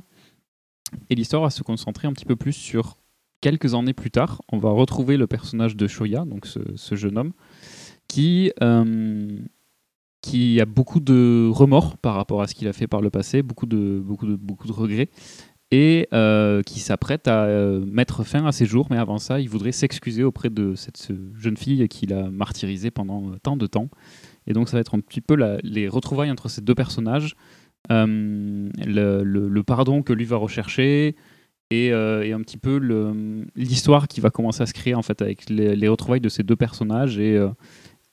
S10: Et l'histoire va se concentrer un petit peu plus sur quelques années plus tard. On va retrouver le personnage de Shoya, donc ce, ce jeune homme, qui, euh, qui a beaucoup de remords par rapport à ce qu'il a fait par le passé, beaucoup de, beaucoup de, beaucoup de regrets, et euh, qui s'apprête à euh, mettre fin à ses jours. Mais avant ça, il voudrait s'excuser auprès de cette ce jeune fille qu'il a martyrisée pendant euh, tant de temps. Et donc, ça va être un petit peu la- les retrouvailles entre ces deux personnages, euh, le, le- le pardon que lui va rechercher et, euh, et un petit peu le- l'histoire qui va commencer à se créer en fait avec les, les retrouvailles de ces deux personnages et, euh,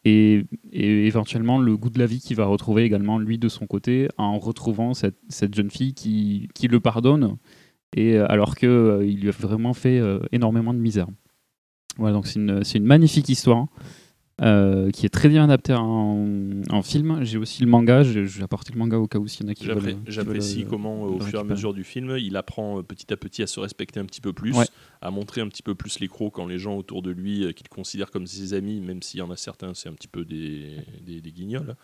S10: et, et éventuellement le goût de la vie qu'il va retrouver également lui de son côté en retrouvant cette, cette jeune fille qui, qui le pardonne et euh, alors que euh, il lui a vraiment fait euh, énormément de misère. Voilà donc c'est une, c'est une magnifique histoire. euh, qui est très bien adaptée en, en film. J'ai aussi le manga, j'ai j'ai apporté le manga au cas où s'il y en a qui
S9: J'appré-
S10: veulent. qui
S9: J'apprécie
S10: veulent, euh,
S9: comment,
S10: le
S9: au fur et à
S10: récupérer.
S9: mesure du film, il apprend euh, petit à petit à se respecter un petit peu plus,
S10: Ouais.
S9: à montrer un petit peu plus les crocs quand les gens autour de lui, euh, qu'il considère comme ses amis, même s'il y en a certains, c'est un petit peu des, des, des guignols.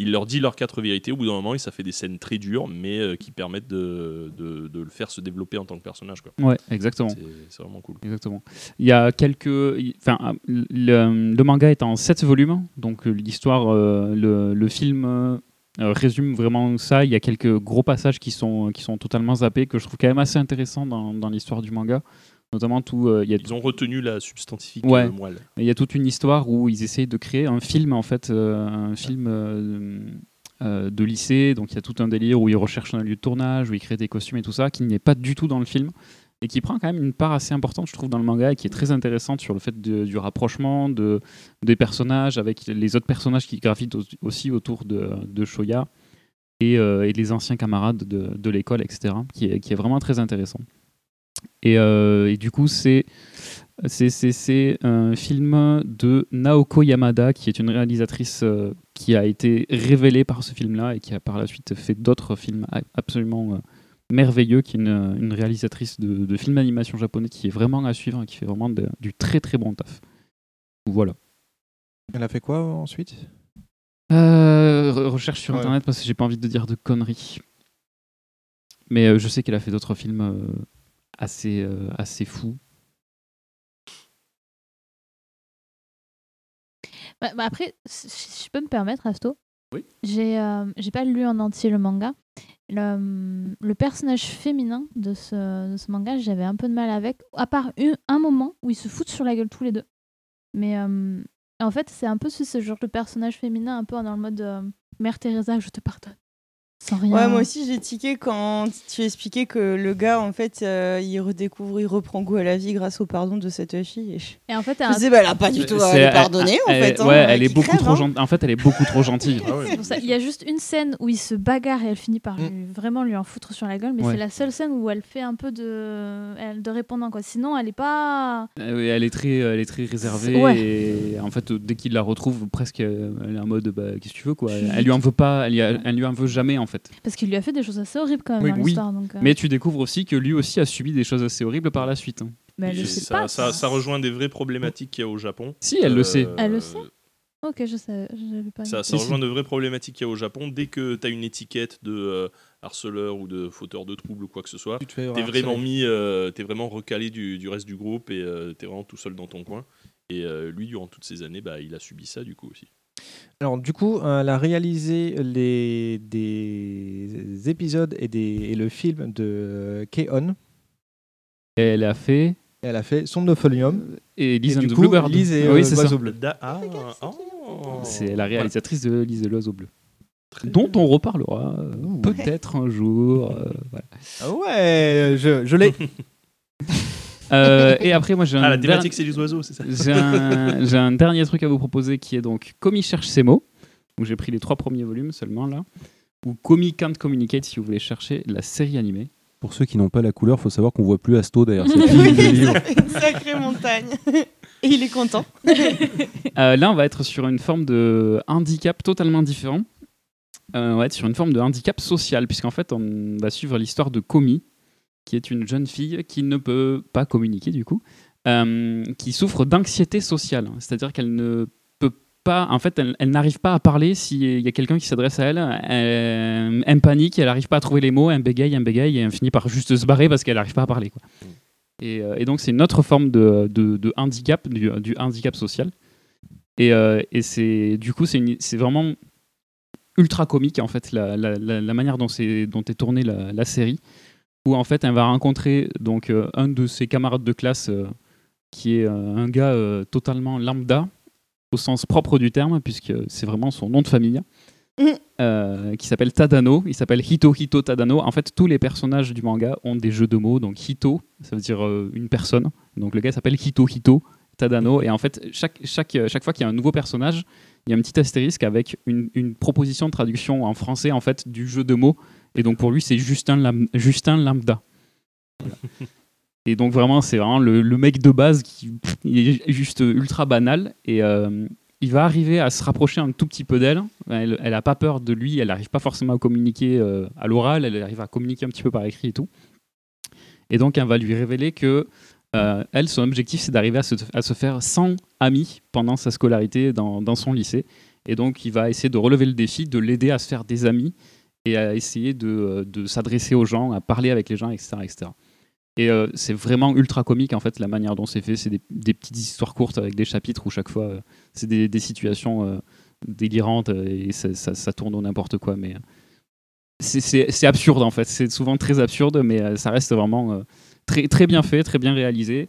S9: Il leur dit leurs quatre vérités. Au bout d'un moment, et ça fait des scènes très dures, mais euh, qui permettent de, de- de le faire se développer en tant que personnage. Quoi.
S10: Ouais, exactement.
S9: C'est c'est vraiment cool.
S10: Exactement. Il y a quelques. il- Enfin, ah, le, le manga est en 7 volumes, donc euh, l'histoire, euh, le, le film euh, résume vraiment ça. Il y a quelques gros passages qui sont, qui sont totalement zappés, que je trouve quand même assez intéressants dans, dans l'histoire du manga. Notamment, tout, euh, il y a
S9: Ils ont retenu la substantifique
S10: Ouais.
S9: euh, moelle.
S10: Mais Il y a toute une histoire où ils essayent de créer un film, en fait, euh, un film euh, euh, de lycée. Donc il y a tout un délire où ils recherchent un lieu de tournage, où ils créent des costumes et tout ça, qui n'est pas du tout dans le film. Et qui prend quand même une part assez importante, je trouve, dans le manga, et qui est très intéressante sur le fait de- du rapprochement de, des personnages avec les autres personnages qui gravitent au- aussi autour de, de Shoya et, euh, et les anciens camarades de, de l'école, etc., qui est, qui est vraiment très intéressant. Et, euh, et du coup, c'est c'est- c'est- c'est un film de Naoko Yamada, qui est une réalisatrice euh, qui a été révélée par ce film-là et qui a par la suite fait d'autres films a- absolument euh, merveilleux, qui est une, une réalisatrice de, de films d'animation japonais qui est vraiment à suivre et qui fait vraiment de- du très très bon taf. Voilà.
S2: Elle a fait quoi euh, ensuite
S10: Euh, re- recherche sur
S2: Ouais.
S10: internet parce que j'ai pas envie de dire de conneries. Mais euh, je sais qu'elle a fait d'autres films euh, assez, euh, assez fous.
S1: Bah- bah après, si- si je peux me permettre, Asto,
S10: Oui.
S1: j'ai euh, j'ai pas lu en entier le manga. Le, le personnage féminin de ce, de ce manga, j'avais un peu de mal avec, à part une- un moment où ils se foutent sur la gueule tous les deux. Mais euh, en fait, c'est un peu ce, ce genre de personnage féminin, un peu dans le mode euh, Mère Teresa, je te pardonne. Sans rien.
S7: Ouais, moi aussi j'ai tiqué quand tu expliquais que le gars en fait euh, il redécouvre, il reprend goût à la vie grâce au pardon de cette fille. Et je,
S1: Et en fait,
S7: je
S1: un-
S7: me disais, bah, elle a pas du tout à
S10: C'est-
S7: lui pardonner en
S10: elle-
S7: fait. hein,
S10: ouais, elle
S7: qui
S10: est beaucoup
S7: crève,
S10: trop
S7: hein.
S10: gentille. En fait, elle est beaucoup trop gentille.
S2: Ah
S1: C'est pour ça, Il y a juste une scène où ils se bagarrent et elle finit par lui- vraiment lui en foutre sur la gueule, mais
S10: Mm. Ouais.
S1: c'est la seule scène où elle fait un peu de, elle- de répondant. Quoi. Sinon, elle est pas.
S10: Euh, oui, elle est très, elle est très réservée.
S1: C'est- ouais.
S10: Et en fait, euh, dès qu'il la retrouve, presque, euh, elle est en mode, bah, qu'est-ce que tu veux quoi.
S1: Je suis
S10: Elle, elle lui en veut pas. Elle, y a- elle lui en veut jamais en fait.
S1: Parce qu'il lui a fait des choses assez horribles quand même dans l'histoire. donc, euh,
S10: Mais tu découvres aussi que lui aussi a subi des choses assez horribles par la suite. hein.
S1: Mais elle
S9: Et
S1: le sait
S9: ça,
S1: pas.
S9: ça, ça rejoint des vraies problématiques qu'il y a au Japon. Euh,
S10: Si, elle le sait.
S1: Elle
S2: euh,
S1: le sait Ok, je savais, j'avais pas.
S9: Ça,
S1: noté.
S9: ça rejoint de vraies problématiques qu'il y a au Japon. Dès que tu as une étiquette de euh, harceleur ou de fauteur de troubles ou quoi que ce soit,
S2: fais
S9: t'es
S2: harceler.
S9: vraiment mis, euh, t'es vraiment recalé du, du reste du groupe et tu t'es vraiment tout seul dans ton coin. Et euh, lui, durant toutes ces années, bah, il a subi ça du coup aussi.
S2: Alors, du coup, euh, elle a réalisé les, des épisodes et, des, et le film de K-On.
S10: Et elle a fait.
S2: Elle a fait Somnophonium.
S10: Et Lise and
S2: du
S10: the
S2: coup,
S10: Bluebird.
S2: Lise et
S10: Ah
S2: euh,
S10: oui, c'est ça.
S2: l'oiseau bleu.
S9: Da- ah, oh.
S10: C'est la réalisatrice de Lise et l'oiseau bleu. Dont on reparlera euh, peut-être un jour. euh, voilà.
S2: Ah ouais, je, je l'ai.
S10: Euh, et après, moi, j'ai un
S9: Ah, la thématique,
S10: derni-
S9: c'est les oiseaux, c'est ça
S10: J'ai un, j'ai un dernier truc à vous proposer qui est donc Comi cherche ses mots. Donc, j'ai pris les trois premiers volumes seulement là. Ou Comi can't communicate si vous voulez chercher la série animée.
S8: Pour ceux qui n'ont pas la couleur, faut savoir qu'on voit plus Asto derrière cette
S7: Oui,
S8: ligne de livre.
S7: ça fait une sacrée montagne. Et il est content.
S10: Euh, là, on va être sur une forme de handicap totalement différent. Euh, on va être sur une forme de handicap social, puisqu'en fait, on va suivre l'histoire de Komi, qui est une jeune fille qui ne peut pas communiquer, du coup, euh, qui souffre d'anxiété sociale. C'est-à-dire qu'elle ne peut pas. En fait, elle, elle n'arrive pas à parler s'il y a quelqu'un qui s'adresse à elle. Elle, elle panique, elle n'arrive pas à trouver les mots, elle bégaye, elle bégaye, et elle finit par juste se barrer parce qu'elle n'arrive pas à parler. Quoi. Et, euh, et donc, c'est une autre forme de, de- de handicap, du, du handicap social. Et, euh, et c'est du coup, c'est une- c'est vraiment ultra comique en fait la, la- la- la manière dont, c'est- dont est tournée la, la série où en fait elle va rencontrer donc euh, un de ses camarades de classe euh, qui est euh, un gars euh, totalement lambda au sens propre du terme puisque c'est vraiment son nom de famille
S1: Mm.
S10: euh, qui s'appelle Tadano. Il s'appelle Hito Hito Tadano. En fait, tous les personnages du manga ont des jeux de mots. Donc Hito, ça veut dire euh, une personne. Donc le gars s'appelle Hito Hito Tadano. Et en fait, chaque, chaque, euh, chaque fois qu'il y a un nouveau personnage, il y a un petit astérisque avec une, une proposition de traduction en français en fait du jeu de mots. Et donc pour lui, c'est Justin, Lam- Justin Lambda. Voilà. Et donc vraiment, c'est vraiment le, le mec de base qui pff, il est juste ultra banal. Et euh, il va arriver à se rapprocher un tout petit peu d'elle. Elle, elle a pas peur de lui, elle n'arrive pas forcément à communiquer euh, à l'oral, elle arrive à communiquer un petit peu par écrit et tout. Et donc, elle va lui révéler que euh, elle, son objectif, c'est d'arriver à se, à se faire 100 amis pendant sa scolarité dans, dans son lycée. Et donc, il va essayer de relever le défi, de l'aider à se faire des amis et à essayer de, euh, de s'adresser aux gens, à parler avec les gens, etc. etc. Et euh, c'est vraiment ultra comique, en fait, la manière dont c'est fait. C'est des, des petites histoires courtes avec des chapitres où chaque fois, euh, c'est des, des situations euh, délirantes euh, et ça, ça- ça tourne au n'importe quoi. Mais euh, c'est- c'est c'est absurde, en fait. C'est souvent très absurde, mais euh, ça reste vraiment euh, très, très bien fait, très bien réalisé.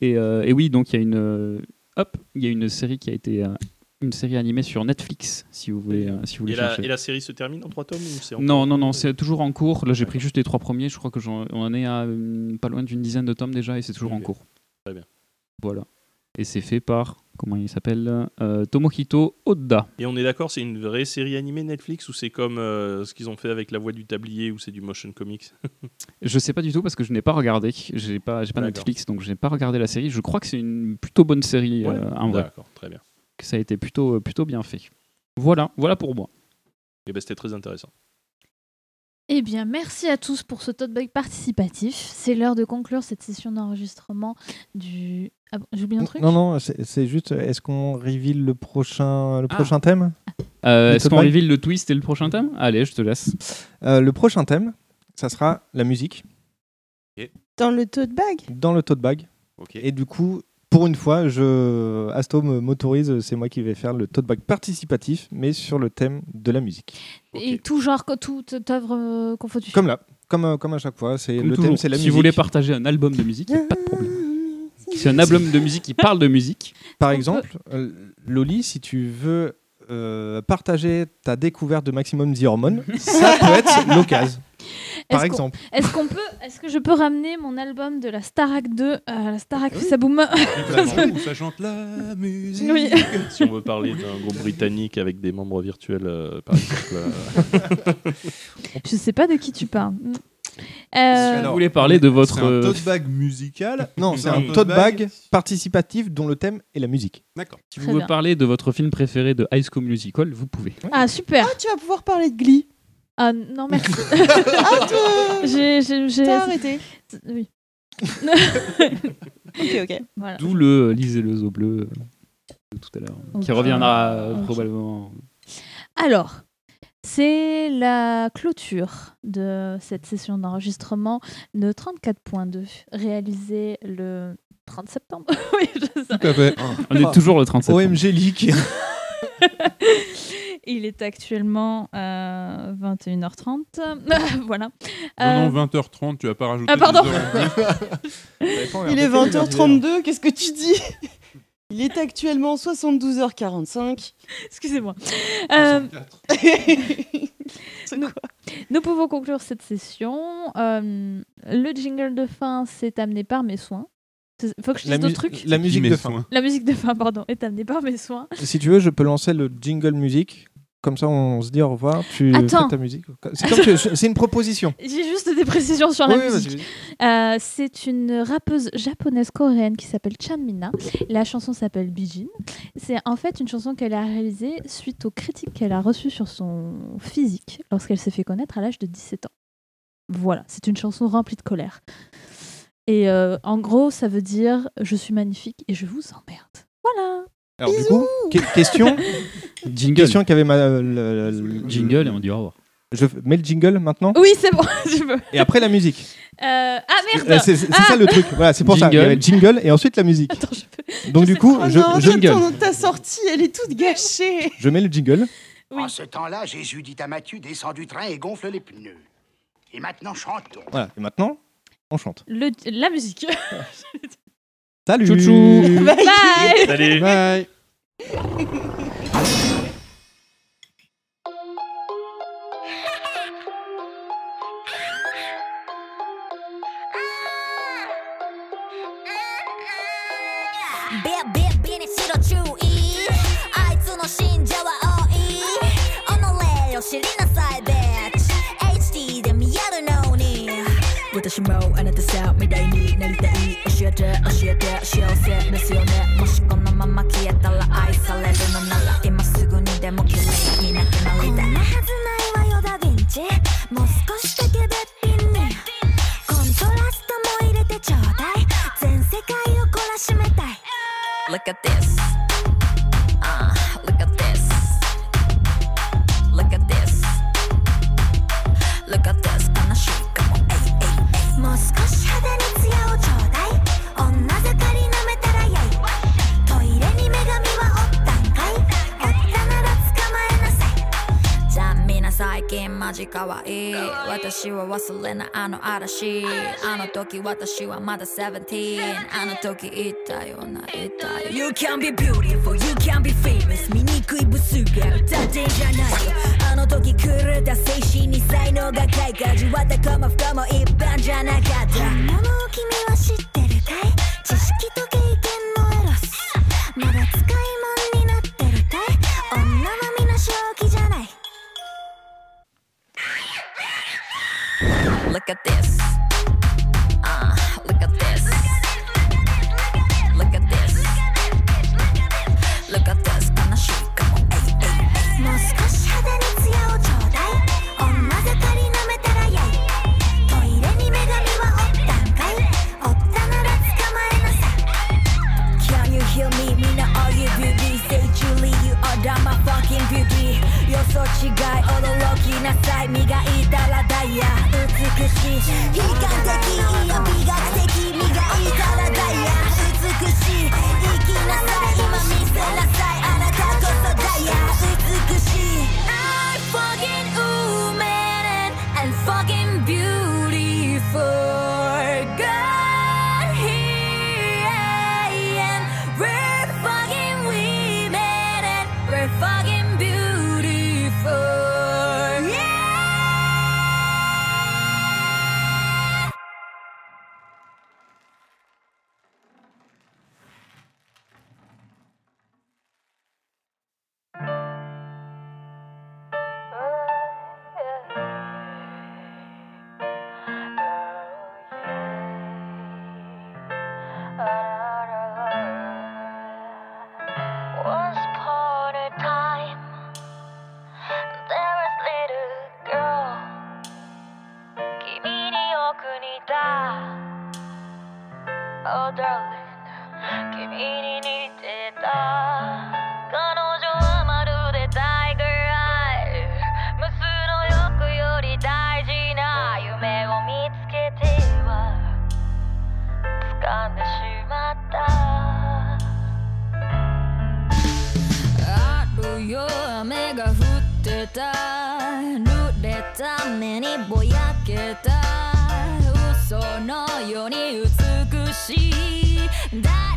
S10: Et, euh, et oui, donc il y a une... euh, hop, il y a une série qui a été... euh, une série animée sur Netflix, si vous voulez, euh, si vous voulez
S9: ah. Et la,
S10: chercher.
S9: et la série se termine en trois tomes ou c'est euh, en-
S10: Non, non, non, c'est toujours en cours. Là, j'ai pris juste les trois premiers. Je crois que j'en on en est à euh, pas loin d'une dizaine de tomes déjà et c'est toujours en cours.
S9: Très bien.
S10: Voilà. Et c'est fait par, comment il s'appelle Euh, Tomohito Oda.
S9: Et on est d'accord, c'est une vraie série animée Netflix ou c'est comme euh, ce qu'ils ont fait avec La Voix du Tablier ou c'est du motion comics
S10: Je sais pas du tout parce que je n'ai pas regardé. J'ai pas, j'ai pas
S9: D'accord.
S10: Netflix donc je n'ai pas regardé la série. Je crois que c'est une plutôt bonne série
S9: Ouais,
S10: euh, en vrai.
S9: d'accord, très bien.
S10: Que ça a été plutôt, euh, plutôt bien fait. Voilà, voilà pour moi.
S9: Et ben c'était très intéressant.
S1: Eh bien, merci à tous pour ce tote bag participatif. C'est l'heure de conclure cette session d'enregistrement du. Ah bon, J'ai oublié un truc
S2: Non, non, c'est c'est juste, est-ce qu'on reveal le prochain, le
S1: Ah.
S2: prochain thème
S10: Euh,
S2: Le
S10: Est-ce
S2: tote
S10: qu'on
S2: bag
S10: reveal le twist et le prochain thème Allez, je te laisse.
S2: Euh, Le prochain thème, ça sera la musique.
S7: Dans le tote bag
S2: dans le tote bag. Et du coup, pour une fois, je... Asto me- m'autorise, c'est moi qui vais faire le tote bag participatif, mais sur le thème de la musique.
S1: Et tout genre, co- toute œuvre euh, confondue.
S2: Comme là, comme, euh, comme à chaque fois, c'est
S10: Comme
S2: le thème,
S10: toujours,
S2: c'est la
S10: si
S2: musique.
S10: vous voulez partager un album de musique, y a pas de problème. C'est un album de musique qui parle de musique.
S2: Par exemple, euh, Loli, si tu veux euh, partager ta découverte de Maximum The Hormone, ça peut être l'occasion.
S1: Est-ce
S2: Par
S1: qu'on-
S2: exemple.
S1: Est-ce qu'on peut, est-ce que je peux ramener mon album de la Starac 2 à la
S2: Ah
S1: Starac Saboum
S17: Vraiment, où ça chante la musique.
S1: Oui.
S9: si on veut parler d'un groupe britannique avec des membres virtuels, euh, par exemple. euh,
S1: Je sais pas de qui tu parles. Euh,
S10: vous voulez parler de votre.
S2: c'est un
S10: euh,
S2: tote bag musical Non, c'est
S10: Non.
S2: un tote bag participatif dont le thème est la musique.
S17: D'accord.
S1: Très
S10: Si vous voulez
S1: bien.
S10: parler de votre film préféré de High School Musical, vous pouvez.
S1: Ah super.
S7: tu vas pouvoir parler de Glee. Ah,
S1: Ah non merci.
S7: toi
S1: J'ai- j'ai- j'ai-
S7: T'as arrêté.
S1: Oui.
S7: ok, ok.
S1: Voilà.
S10: D'où le euh, Lisez le zoo bleu euh, de tout à l'heure, qui
S1: Ok.
S10: reviendra euh,
S1: Ok.
S10: probablement.
S1: Alors, c'est la clôture de cette session d'enregistrement de 34.2, réalisée le 30 septembre. Oui, je sais.
S10: On est toujours le 37.
S2: OMG Leak.
S1: Il est actuellement euh, 21h30. voilà.
S17: Non,
S1: Euh,
S17: non, 20h30, tu vas pas rajouter.
S1: Ah, pardon.
S17: des heures.
S7: Il est 20h32, qu'est-ce que tu dis Il est actuellement 72h45.
S1: Excusez-moi. Euh, nous, nous pouvons conclure cette session. Euh, le jingle de fin, c'est amené par mes soins. C'est- Faut que je
S2: La
S1: dise d'autres
S2: mu-
S1: trucs.
S2: la musique Qui, mes de fin. soins
S1: La musique de fin, pardon, est amenée par mes soins.
S2: Si tu veux, je peux lancer le jingle musique. Comme ça, on se dit au revoir. Tu
S1: Attends.
S2: fais ta musique. C'est comme tu- c'est une proposition.
S1: J'ai juste des précisions sur la
S2: Oui, oui, vas-y,
S1: musique. Euh, c'est une rappeuse japonaise coréenne qui s'appelle Chanmina. La chanson s'appelle Bijin. C'est en fait une chanson qu'elle a réalisée suite aux critiques qu'elle a reçues sur son physique lorsqu'elle s'est fait connaître à l'âge de 17 ans. Voilà, c'est une chanson remplie de colère. Et euh, en gros, ça veut dire je suis magnifique et je vous emmerde. Voilà.
S2: Alors, du coup, que- question.
S10: jingle.
S2: Question qu'avait ma. euh, le- le- le-
S10: Jingle et on dit au revoir.
S2: Je f- mets le jingle maintenant
S1: Oui, c'est bon, je veux.
S2: Et après la musique.
S1: Euh, ah merde
S2: Euh, C'est c'est
S1: Ah
S2: ça le truc. Voilà, c'est pour ça. Il y
S10: Jingle.
S2: avait le jingle et ensuite la musique. Donc, du coup,
S7: Oh
S2: je,
S7: non,
S2: je,
S7: attends, ta sortie, elle est toute gâchée.
S2: je mets le jingle.
S15: En ce temps-là, Jésus dit à Matthieu, descends du train et gonfle les pneus. Et maintenant, chantons.
S2: Voilà. Et maintenant, on chante.
S1: Le- la musique.
S2: Salut.
S1: Tchou-tchou. Bye.
S2: Bye.
S21: 私もあなたさ未来になりたい教えて教えて幸せですよねもしこのまま消えたら愛されるのなら今すぐにでも綺麗になくなりたいこんなはずないわよダヴィンチもう少しだけべっぴんにコントラストも入れてちょうだい全世界を懲らしめたい Look at this Ah, look at this Look at this Look at this 悲しいかもえいえいえいもう少し肌にツヤをちょうだい女盛り舐めたらやいトイレに女神はおったんかいおったなら捕まえなさいじゃあみんな最近マジ可愛い私は忘れないあの嵐あの時私はまだ17あの時言ったような言ったよ You can be beautiful, you can be famous 醜いブスが歌ってんじゃないよあの時狂った青春に才能が開花味わったかも不可も一般じゃなかった本物を君は知ってるかい知識と経験のエロスまだ使い物になってるかい女は皆正気じゃない Look at this. Ah, look at this. Look at this. Look at this. 悲しいかも。えいえいえいもう少し肌にツヤをちょうだい。女盛り舐めたらやい。トイレに女神はおったんかい。おったなら捕まえなさい。Can you hear me? みんな are you beauty? Say truly you are the my fucking beauty 予想違い驚きなさい磨いたらダイヤ美しい悲観的いや美学的磨いたらダイヤ美しい生きなさい今見せなさいあなたこそダイヤ美しい I'm fucking woman and fucking beautiful God here I am We're fucking women and we're fucking beautiful Yeah
S22: Once upon a time, there was little girl. 君に奥にいた。Oh darling, 君に似てた。彼女はまるでタイガーアイ。無数の欲より大事な夢を見つけては掴んでしまった。
S21: 春よ雨が降ってた濡れた目にぼやけた嘘のように美しい大